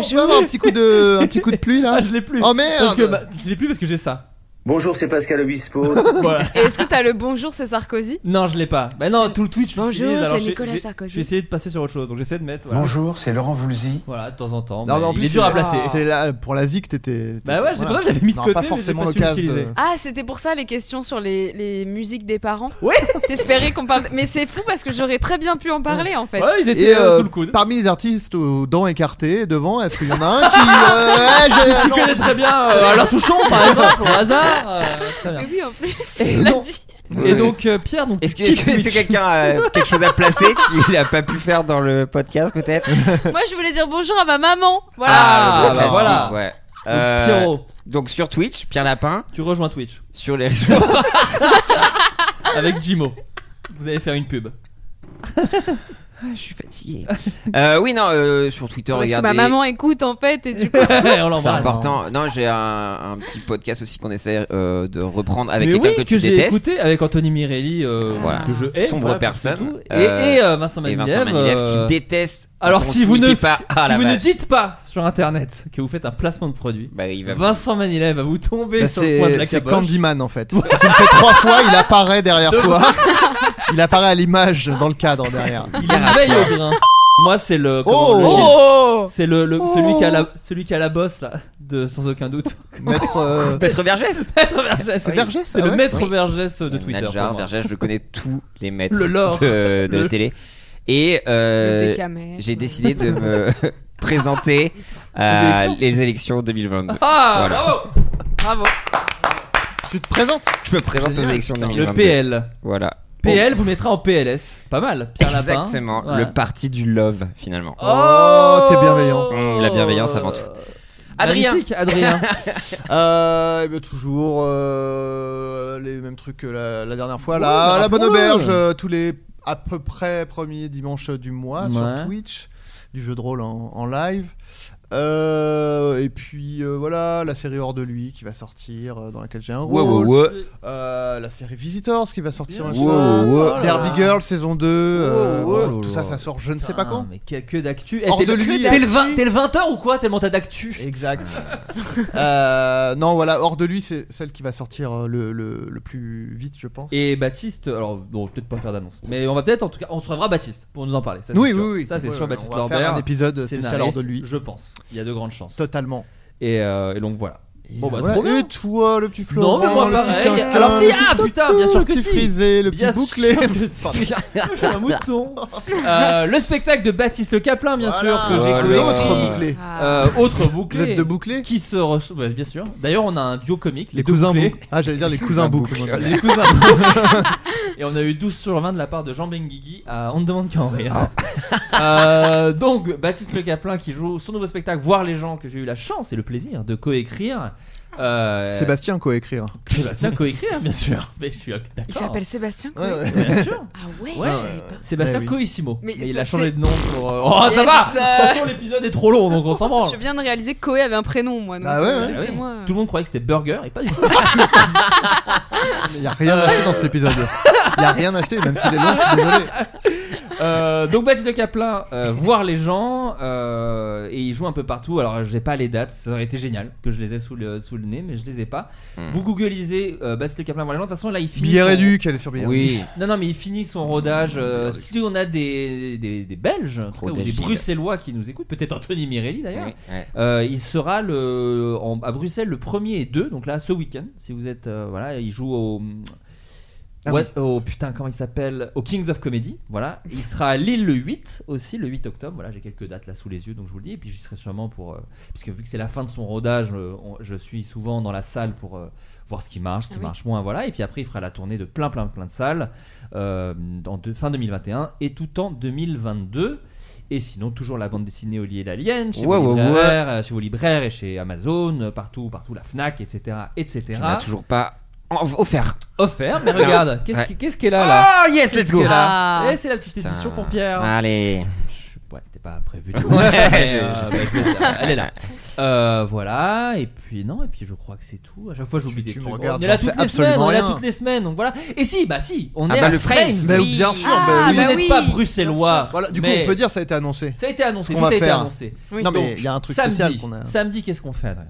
Speaker 6: je peux avoir un petit coup de, un petit coup de pluie là.
Speaker 8: Ah, je l'ai plus.
Speaker 6: Oh, merde.
Speaker 8: Parce que, bah, je l'ai plus parce que j'ai ça.
Speaker 10: Bonjour, c'est Pascal Obispo.
Speaker 8: (laughs) Voilà.
Speaker 9: (laughs) Et est-ce que t'as le bonjour, c'est Sarkozy
Speaker 8: Non, je l'ai pas. Bah non, tout le Twitch. je
Speaker 9: Bonjour,
Speaker 8: l'utilise, alors
Speaker 9: c'est
Speaker 8: je vais-
Speaker 9: Nicolas
Speaker 8: je vais-
Speaker 9: Sarkozy.
Speaker 8: Je vais essayer de passer sur autre chose, donc j'essaie de mettre. Voilà,
Speaker 10: Bonjour, c'est Laurent Voulzy.
Speaker 8: Voilà, de temps en temps.
Speaker 6: Non, mais en
Speaker 8: il
Speaker 6: plus,
Speaker 8: est dur à
Speaker 6: c'est-
Speaker 8: placer.
Speaker 6: C'est là pour la zik, t'étais.
Speaker 8: Bah ouais, c'est pour ça que je l'avais mis de
Speaker 6: Non,
Speaker 8: côté,
Speaker 6: Pas
Speaker 8: mais j'ai
Speaker 6: forcément
Speaker 8: pas su
Speaker 6: l'occasion.
Speaker 8: l'utiliser.
Speaker 6: de-
Speaker 9: Ah, c'était pour ça les questions sur les, les musiques des parents
Speaker 8: Ouais.
Speaker 9: T'espérais qu'on parle. Mais c'est fou parce que j'aurais très bien pu en parler en fait.
Speaker 8: Ouais, ils étaient
Speaker 6: Et
Speaker 8: euh,
Speaker 6: euh,
Speaker 8: sous le coude.
Speaker 6: parmi les artistes aux dents écartées, devant, est-ce qu'il y en a un qui. euh, (laughs) ouais, je-
Speaker 8: Tu
Speaker 6: non.
Speaker 8: connais très bien euh, Alain Souchon,
Speaker 6: (laughs)
Speaker 8: par exemple, au hasard. euh, très bien.
Speaker 9: Mais oui, en plus,
Speaker 8: Et
Speaker 9: il l'a
Speaker 8: non.
Speaker 9: dit.
Speaker 8: Et donc, euh, Pierre, donc.
Speaker 7: Est-ce que,
Speaker 8: quitte
Speaker 7: est-ce que- est-ce que
Speaker 8: Twitch.
Speaker 7: quelqu'un a quelque chose à placer qu'il a pas pu faire dans le podcast peut-être
Speaker 9: Moi, je voulais dire bonjour à ma maman. Voilà.
Speaker 8: Ah,
Speaker 7: le
Speaker 8: bah
Speaker 7: classique,
Speaker 8: voilà.
Speaker 7: ouais.
Speaker 8: Donc,
Speaker 7: Euh,
Speaker 8: Pierrot,
Speaker 7: donc sur Twitch, Pierre Lapin,
Speaker 8: tu rejoins Twitch
Speaker 7: sur les réseaux.
Speaker 8: (laughs) avec Jimo. Vous allez faire une pub.
Speaker 7: Ah, je suis fatigué. Euh, oui non, euh, sur Twitter
Speaker 9: Parce que
Speaker 7: regardez.
Speaker 9: ma maman écoute en fait et du coup.
Speaker 8: (laughs) On l'embrasse.
Speaker 7: C'est important. Non, j'ai un, un petit podcast aussi qu'on essaie euh, de reprendre avec
Speaker 8: Mais
Speaker 7: quelqu'un
Speaker 8: oui,
Speaker 7: que
Speaker 8: que,
Speaker 7: tu
Speaker 8: j'ai
Speaker 7: détestes.
Speaker 8: écouté avec Anthony Mirelli, euh,
Speaker 7: Voilà.
Speaker 8: que je hais.
Speaker 7: Sombre
Speaker 8: voilà, plus
Speaker 7: personne.
Speaker 8: que tout.
Speaker 7: Euh,
Speaker 8: et, et, euh, Vincent
Speaker 7: Et
Speaker 8: Manilev.
Speaker 7: Vincent Manilev
Speaker 8: euh,
Speaker 7: qui déteste.
Speaker 8: Alors
Speaker 7: qu'on
Speaker 8: si vous ne
Speaker 7: signifie pas- Ah,
Speaker 8: si
Speaker 7: la
Speaker 8: vous ne
Speaker 7: vache.
Speaker 8: dites pas sur internet que vous faites un placement de produit,
Speaker 7: Bah, il va
Speaker 8: Vincent Manilev va vous tomber
Speaker 6: Bah,
Speaker 8: sur le coin de
Speaker 6: C'est
Speaker 8: la
Speaker 6: c'est
Speaker 8: caboche.
Speaker 6: Candyman en
Speaker 8: (laughs)
Speaker 6: fait. Si tu le fais trois fois, il apparaît derrière toi. (laughs) Il apparaît à l'image dans le cadre derrière.
Speaker 8: Il
Speaker 7: Ah,
Speaker 8: veille au grain. Moi c'est le comment
Speaker 6: Oh.
Speaker 8: le-
Speaker 9: Oh
Speaker 8: c'est le, le- celui qui a la celui qui a la bosse là, de sans
Speaker 7: (laughs)
Speaker 8: aucun doute.
Speaker 6: Maître. euh,
Speaker 7: Maître Vergès.
Speaker 8: (laughs) Maître Vergès.
Speaker 6: C'est
Speaker 8: oui.
Speaker 6: Vergès,
Speaker 8: c'est
Speaker 6: ah
Speaker 8: le
Speaker 6: ouais
Speaker 8: maître
Speaker 7: Oui.
Speaker 8: Vergès de
Speaker 7: Euh,
Speaker 8: Twitter.
Speaker 7: Nadjar,
Speaker 8: pour moi.
Speaker 7: Vergès, je connais tous les
Speaker 8: (laughs)
Speaker 7: maîtres
Speaker 8: Le lore.
Speaker 7: de, de
Speaker 8: Le-
Speaker 7: la télé. Et euh,
Speaker 9: Le décamètre.
Speaker 7: j'ai décidé de
Speaker 8: (laughs)
Speaker 7: me présenter à
Speaker 8: élections
Speaker 7: les élections 2022.
Speaker 8: Ah
Speaker 7: Voilà.
Speaker 8: bravo
Speaker 9: Bravo.
Speaker 6: Tu te présentes
Speaker 7: Je me présente aux
Speaker 6: Génial,
Speaker 7: élections
Speaker 6: putain. Le
Speaker 8: Ah, Le
Speaker 7: 2022.
Speaker 8: PL.
Speaker 7: Voilà.
Speaker 8: PL vous mettra en PLS. Pas hein. mal. Pierre Lapin.
Speaker 7: Exactement.
Speaker 8: Voilà.
Speaker 7: Le parti du love, finalement.
Speaker 6: Oh, t'es bienveillant.
Speaker 7: Mmh, la bienveillance avant tout.
Speaker 8: Euh, Adrien.
Speaker 7: Adrien.
Speaker 8: Magnifique, (laughs) Adrien.
Speaker 6: Euh, eh bien, toujours euh, les mêmes trucs que la, la dernière fois.
Speaker 8: Ouais,
Speaker 6: là,
Speaker 8: bah,
Speaker 6: la bonne
Speaker 8: ouais.
Speaker 6: auberge, euh, tous les à peu près premiers dimanches du mois
Speaker 8: Ouais.
Speaker 6: sur Twitch, du jeu de rôle en, en live. Euh, et puis euh, voilà, la série Hors de lui qui va sortir, euh, dans laquelle j'ai un
Speaker 7: Ouais,
Speaker 6: rôle.
Speaker 7: ouais, ouais.
Speaker 6: Euh, la série Visitors qui va sortir un
Speaker 7: Wow,
Speaker 6: jour.
Speaker 7: wow.
Speaker 6: Derby Girl saison 2. euh,
Speaker 8: Wow, wow.
Speaker 6: bon, tout ça, ça sort je ne sais pas
Speaker 8: Putain,
Speaker 6: quand.
Speaker 8: Mais que, que d'actu. Eh,
Speaker 6: Hors
Speaker 8: t'es
Speaker 6: de
Speaker 8: le-
Speaker 6: lui,
Speaker 8: T'es le,
Speaker 6: euh.
Speaker 8: 20, t'es le 20h ou quoi Tellement t'as d'actu.
Speaker 6: Exact. Euh, non, voilà, hors de lui, c'est celle qui va sortir euh, le, le- le plus vite, je pense.
Speaker 8: Et Baptiste, alors bon, peut-être pas faire d'annonce, mais on va peut-être en tout cas, on se reverra Baptiste pour nous en parler. Ça, c'est
Speaker 6: oui,
Speaker 8: sûr.
Speaker 6: oui, oui.
Speaker 8: Ça c'est
Speaker 6: Ouais,
Speaker 8: sûr,
Speaker 6: on
Speaker 8: Baptiste
Speaker 6: va faire
Speaker 8: Lambert.
Speaker 6: un épisode spécial hors
Speaker 8: scénariste,
Speaker 6: de lui.
Speaker 8: je pense. Il y a de grandes chances.
Speaker 6: Totalement.
Speaker 8: Et, euh, et donc voilà. Bon bah
Speaker 6: Voilà.
Speaker 8: trop bien.
Speaker 6: Et toi, le petit Florent
Speaker 8: Non mais moi
Speaker 6: le petit
Speaker 8: pareil.
Speaker 6: quinquin,
Speaker 8: Alors si
Speaker 6: le
Speaker 8: ah
Speaker 6: petit
Speaker 8: putain bien sûr que
Speaker 6: toutou,
Speaker 8: si.
Speaker 6: Le petit frisé, le
Speaker 8: Bien
Speaker 6: petit
Speaker 8: sûr
Speaker 6: bouclé.
Speaker 8: que si. Je suis
Speaker 6: (laughs)
Speaker 8: un mouton. Euh, le spectacle de Baptiste Le Caplin bien
Speaker 6: Voilà.
Speaker 8: sûr que j'ai
Speaker 6: Voilà.
Speaker 8: coécrit.
Speaker 6: Autre bouclé.
Speaker 9: Ah.
Speaker 8: Euh, autre bouclé.
Speaker 6: Vous êtes deux
Speaker 8: bouclés Qui se reço- bah, bien sûr. D'ailleurs on a un duo comique les,
Speaker 6: Les
Speaker 8: deux
Speaker 6: cousins
Speaker 8: bouclés.
Speaker 6: boucles. Ah, j'allais dire les cousins boucles. moi.
Speaker 8: Les cousins
Speaker 6: (laughs)
Speaker 8: boucles. Et on a eu 12 sur 20 de la part de Jean Benguigui à On ne demande qu'à en rire.
Speaker 6: Ah.
Speaker 8: Euh, donc Baptiste Le Caplin qui joue son nouveau spectacle Voir les gens que j'ai eu la chance et le plaisir de coécrire. Euh,
Speaker 6: Sébastien
Speaker 8: (laughs)
Speaker 6: coécrire.
Speaker 8: Sébastien coécrire, bien sûr. Mais je suis d'accord.
Speaker 9: Il s'appelle Sébastien Coé
Speaker 6: Ouais, ouais.
Speaker 8: Bien sûr.
Speaker 9: Ah ouais,
Speaker 8: Ouais.
Speaker 9: je savais pas.
Speaker 8: Sébastien
Speaker 6: Eh oui.
Speaker 8: Coissimo.
Speaker 9: Mais
Speaker 8: Mais, il a
Speaker 9: c'est-
Speaker 8: changé de nom pour. euh, Oh, ça
Speaker 9: Yes,
Speaker 8: va (laughs)
Speaker 9: euh.
Speaker 8: Attention, l'épisode est trop long donc on s'en branle.
Speaker 9: (laughs)
Speaker 8: Eh
Speaker 9: Je viens de réaliser que Coé avait un prénom, moi. Donc,
Speaker 6: Bah ouais,
Speaker 9: euh,
Speaker 6: ouais.
Speaker 9: laissez-moi, euh,
Speaker 8: Tout le monde croyait que c'était Burger et pas du tout. (laughs)
Speaker 6: Il n'y a rien acheté dans cet épisode. Il n'y a rien acheté, même s'il est long, je suis
Speaker 8: (laughs)
Speaker 6: désolé.
Speaker 8: Euh, donc Baptiste de Caplin, euh, voir les gens euh, et il joue un peu partout. Alors j'ai pas les dates, ça aurait été génial que je les ai sous le, sous le nez, mais je les ai pas. Vous googlisez euh, Baptiste de Caplin voir les gens. De toute façon là il finit.
Speaker 6: Hmm. Billet
Speaker 8: son-
Speaker 6: réduc, elle est sur Billet
Speaker 7: Oui.
Speaker 8: Non non mais il finit son rodage. euh, si on a des, des, des Belges en tout cas, ou des
Speaker 7: Rodagile.
Speaker 8: Bruxellois qui nous écoutent, peut-être Anthony Mirelli
Speaker 7: (laughs)
Speaker 8: d'ailleurs.
Speaker 7: Ouais, ouais.
Speaker 8: Euh, il sera le, en- à Bruxelles le 1er et 2, donc là ce week-end. Si vous êtes. euh, voilà, il joue au.
Speaker 6: Ah
Speaker 8: What- au- putain, comment il s'appelle Au Kings of Comedy. Voilà. Il sera à Lille le 8 aussi, le 8 octobre. Voilà, j'ai quelques dates là sous les yeux, donc je vous le dis. Et puis j'y serai sûrement pour. euh, parce que vu que c'est la fin de son rodage, euh, on- je suis souvent dans la salle pour. euh, voir ce qui marche, ce qui
Speaker 9: Ah oui.
Speaker 8: marche moins, voilà. Et puis après, il fera la tournée de plein, plein, plein de salles euh, en deux- fin 2021 et tout en 2022. Et sinon, toujours la bande dessinée Oli et l'Alien, chez,
Speaker 7: Ouais,
Speaker 8: vos
Speaker 7: ouais,
Speaker 8: libraires, euh, chez vos libraires et chez Amazon, euh, partout, partout, la Fnac, etc. etc.
Speaker 7: Tu m'as toujours pas en- offert.
Speaker 8: Offert, mais regarde, qu'est-ce
Speaker 7: Ouais.
Speaker 8: qui- qu'est-ce qu'elle a
Speaker 6: Ah,
Speaker 8: là
Speaker 7: Oh yes, let's
Speaker 8: Qu'est-ce
Speaker 7: go.
Speaker 8: qu'elle a
Speaker 9: Ah.
Speaker 8: Eh, C'est la petite
Speaker 7: Putain.
Speaker 8: édition pour Pierre.
Speaker 7: Allez.
Speaker 8: Je- Ouais, c'était pas prévu.
Speaker 6: (laughs)
Speaker 8: du tout. (laughs)
Speaker 7: Ouais,
Speaker 8: Mais,
Speaker 7: je- je
Speaker 8: euh,
Speaker 7: sais.
Speaker 8: bah, écoute, euh, elle est là. Euh, voilà, et puis non, et puis je crois que c'est tout. À chaque fois, j'oublie
Speaker 6: Tu-
Speaker 8: des
Speaker 6: tu me
Speaker 8: trucs.
Speaker 6: regardes,
Speaker 8: on est là
Speaker 6: j'en sais
Speaker 8: toutes les
Speaker 6: absolument
Speaker 8: semaines, on est là
Speaker 6: rien.
Speaker 8: toutes les semaines, donc voilà. Et si, bah si, on
Speaker 7: Ah
Speaker 8: est
Speaker 7: bah,
Speaker 8: à
Speaker 7: le
Speaker 8: Frames.
Speaker 7: Frames.
Speaker 6: Mais bien sûr,
Speaker 9: Ah,
Speaker 6: bah
Speaker 8: Vous
Speaker 6: oui.
Speaker 9: bah
Speaker 8: n'êtes
Speaker 9: oui.
Speaker 8: pas bruxellois.
Speaker 6: Voilà, du coup,
Speaker 8: mais
Speaker 6: on peut dire ça a été annoncé.
Speaker 8: Ça a été
Speaker 6: ce
Speaker 8: annoncé,
Speaker 6: qu'on
Speaker 8: tout a
Speaker 6: va
Speaker 8: été
Speaker 6: faire.
Speaker 8: annoncé.
Speaker 9: Oui.
Speaker 6: Non, mais
Speaker 8: Donc,
Speaker 6: il y a un truc
Speaker 8: samedi,
Speaker 6: spécial qu'on a.
Speaker 8: Samedi, qu'est-ce qu'on fait, Adrien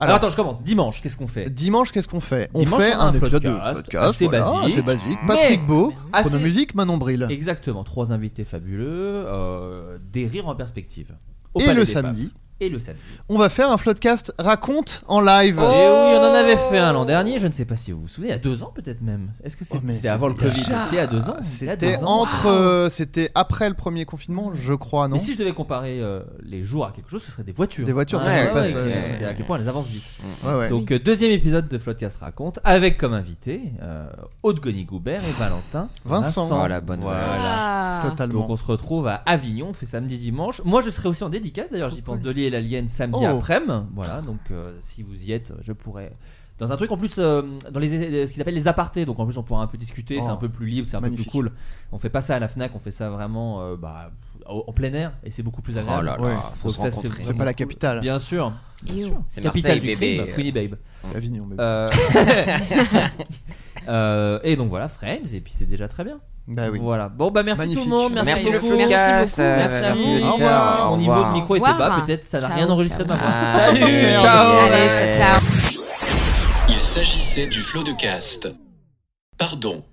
Speaker 8: Alors
Speaker 6: Alors,
Speaker 8: attends, je commence. Dimanche, qu'est-ce qu'on fait
Speaker 6: Dimanche, qu'est-ce qu'on fait On
Speaker 8: Dimanche,
Speaker 6: fait
Speaker 8: on a
Speaker 6: un
Speaker 8: un
Speaker 6: épisode
Speaker 8: podcast,
Speaker 6: de podcast.
Speaker 8: assez
Speaker 6: voilà,
Speaker 8: basique.
Speaker 6: assez basique.
Speaker 8: Mais-
Speaker 6: Patrick Beau,
Speaker 8: Assez-
Speaker 6: Chronomusique, Manon Bril.
Speaker 8: Exactement, trois invités fabuleux, euh, des rires en perspective. Au
Speaker 6: Et
Speaker 8: Palais
Speaker 6: le
Speaker 8: des Papes.
Speaker 6: samedi,
Speaker 8: Et le samedi.
Speaker 6: on va faire un floodcast raconte en live.
Speaker 8: Et oui, on en avait fait un l'an dernier, je ne sais pas si vous vous souvenez, il y a deux ans peut-être même. Est-ce que
Speaker 6: Oh, mais
Speaker 8: c'était avant le
Speaker 6: c'était
Speaker 8: Covid
Speaker 6: déjà-
Speaker 8: C'est à deux ans il y a
Speaker 6: C'était
Speaker 8: deux ans.
Speaker 6: entre, euh, c'était après le premier confinement, je crois, non
Speaker 8: Mais si je devais comparer euh, les jours à quelque chose, ce serait des voitures.
Speaker 6: Des voitures, euh,
Speaker 7: ouais,
Speaker 8: ouais,
Speaker 7: ouais,
Speaker 8: ouais,
Speaker 7: ouais.
Speaker 8: ouais, à quel point elles avancent vite.
Speaker 6: Ouais, ouais.
Speaker 8: Donc, euh, deuxième épisode de Floodcast Raconte, avec comme invité euh, Aude Gonigoubert et Valentin.
Speaker 6: Vincent.
Speaker 7: Oh, la bonne
Speaker 8: Voilà.
Speaker 9: Ah.
Speaker 6: Totalement.
Speaker 8: Donc on se retrouve à Avignon, on fait samedi dimanche. Moi je serai aussi en dédicace d'ailleurs, j'y pense Dolly et l'Alien samedi
Speaker 6: Oh.
Speaker 8: après-midi. Voilà, donc euh, si vous y êtes, je pourrais dans un truc en plus euh, dans les ce qu'ils appellent les apartés. Donc en plus on pourra un peu discuter,
Speaker 6: Oh.
Speaker 8: c'est un peu plus libre, c'est un
Speaker 6: Magnifique.
Speaker 8: peu plus cool. On fait pas ça à la Fnac, on fait ça vraiment euh, bah, au- en plein air et c'est beaucoup plus agréable.
Speaker 7: là là,
Speaker 6: Ouais.
Speaker 7: faut se
Speaker 8: Donc ça,
Speaker 7: rencontrer.
Speaker 8: vraiment
Speaker 6: pas la
Speaker 8: cool.
Speaker 6: capitale.
Speaker 8: Ah. Bien sûr. Bien
Speaker 9: Et
Speaker 8: sûr.
Speaker 9: où
Speaker 7: C'est
Speaker 8: Capitale
Speaker 7: Marseille,
Speaker 8: du
Speaker 7: bébé.
Speaker 8: crime, Free Babe.
Speaker 6: C'est Avignon, mais bon.
Speaker 8: Euh, (laughs) euh, et donc voilà, Frames, et puis c'est déjà très bien.
Speaker 6: Bah oui.
Speaker 8: Voilà. Bon bah merci
Speaker 6: Magnifique.
Speaker 8: tout le monde, merci,
Speaker 7: Merci,
Speaker 9: Merci
Speaker 7: le
Speaker 8: beaucoup.
Speaker 9: beaucoup.
Speaker 7: Floodcast,
Speaker 9: Merci beaucoup.
Speaker 7: euh,
Speaker 9: Merci.
Speaker 7: merci les
Speaker 8: Au
Speaker 7: auditeurs.
Speaker 8: revoir. Mon
Speaker 7: Au
Speaker 8: niveau de
Speaker 7: revoir.
Speaker 8: micro était
Speaker 9: Au revoir.
Speaker 8: bas, peut-être ça n'a
Speaker 9: Ciao,
Speaker 8: rien enregistré de ma voix.
Speaker 7: Ah.
Speaker 8: Salut,
Speaker 6: Merde.
Speaker 8: ciao.
Speaker 9: Allez, ciao, ciao.
Speaker 4: Il s'agissait du flot de caste. Pardon.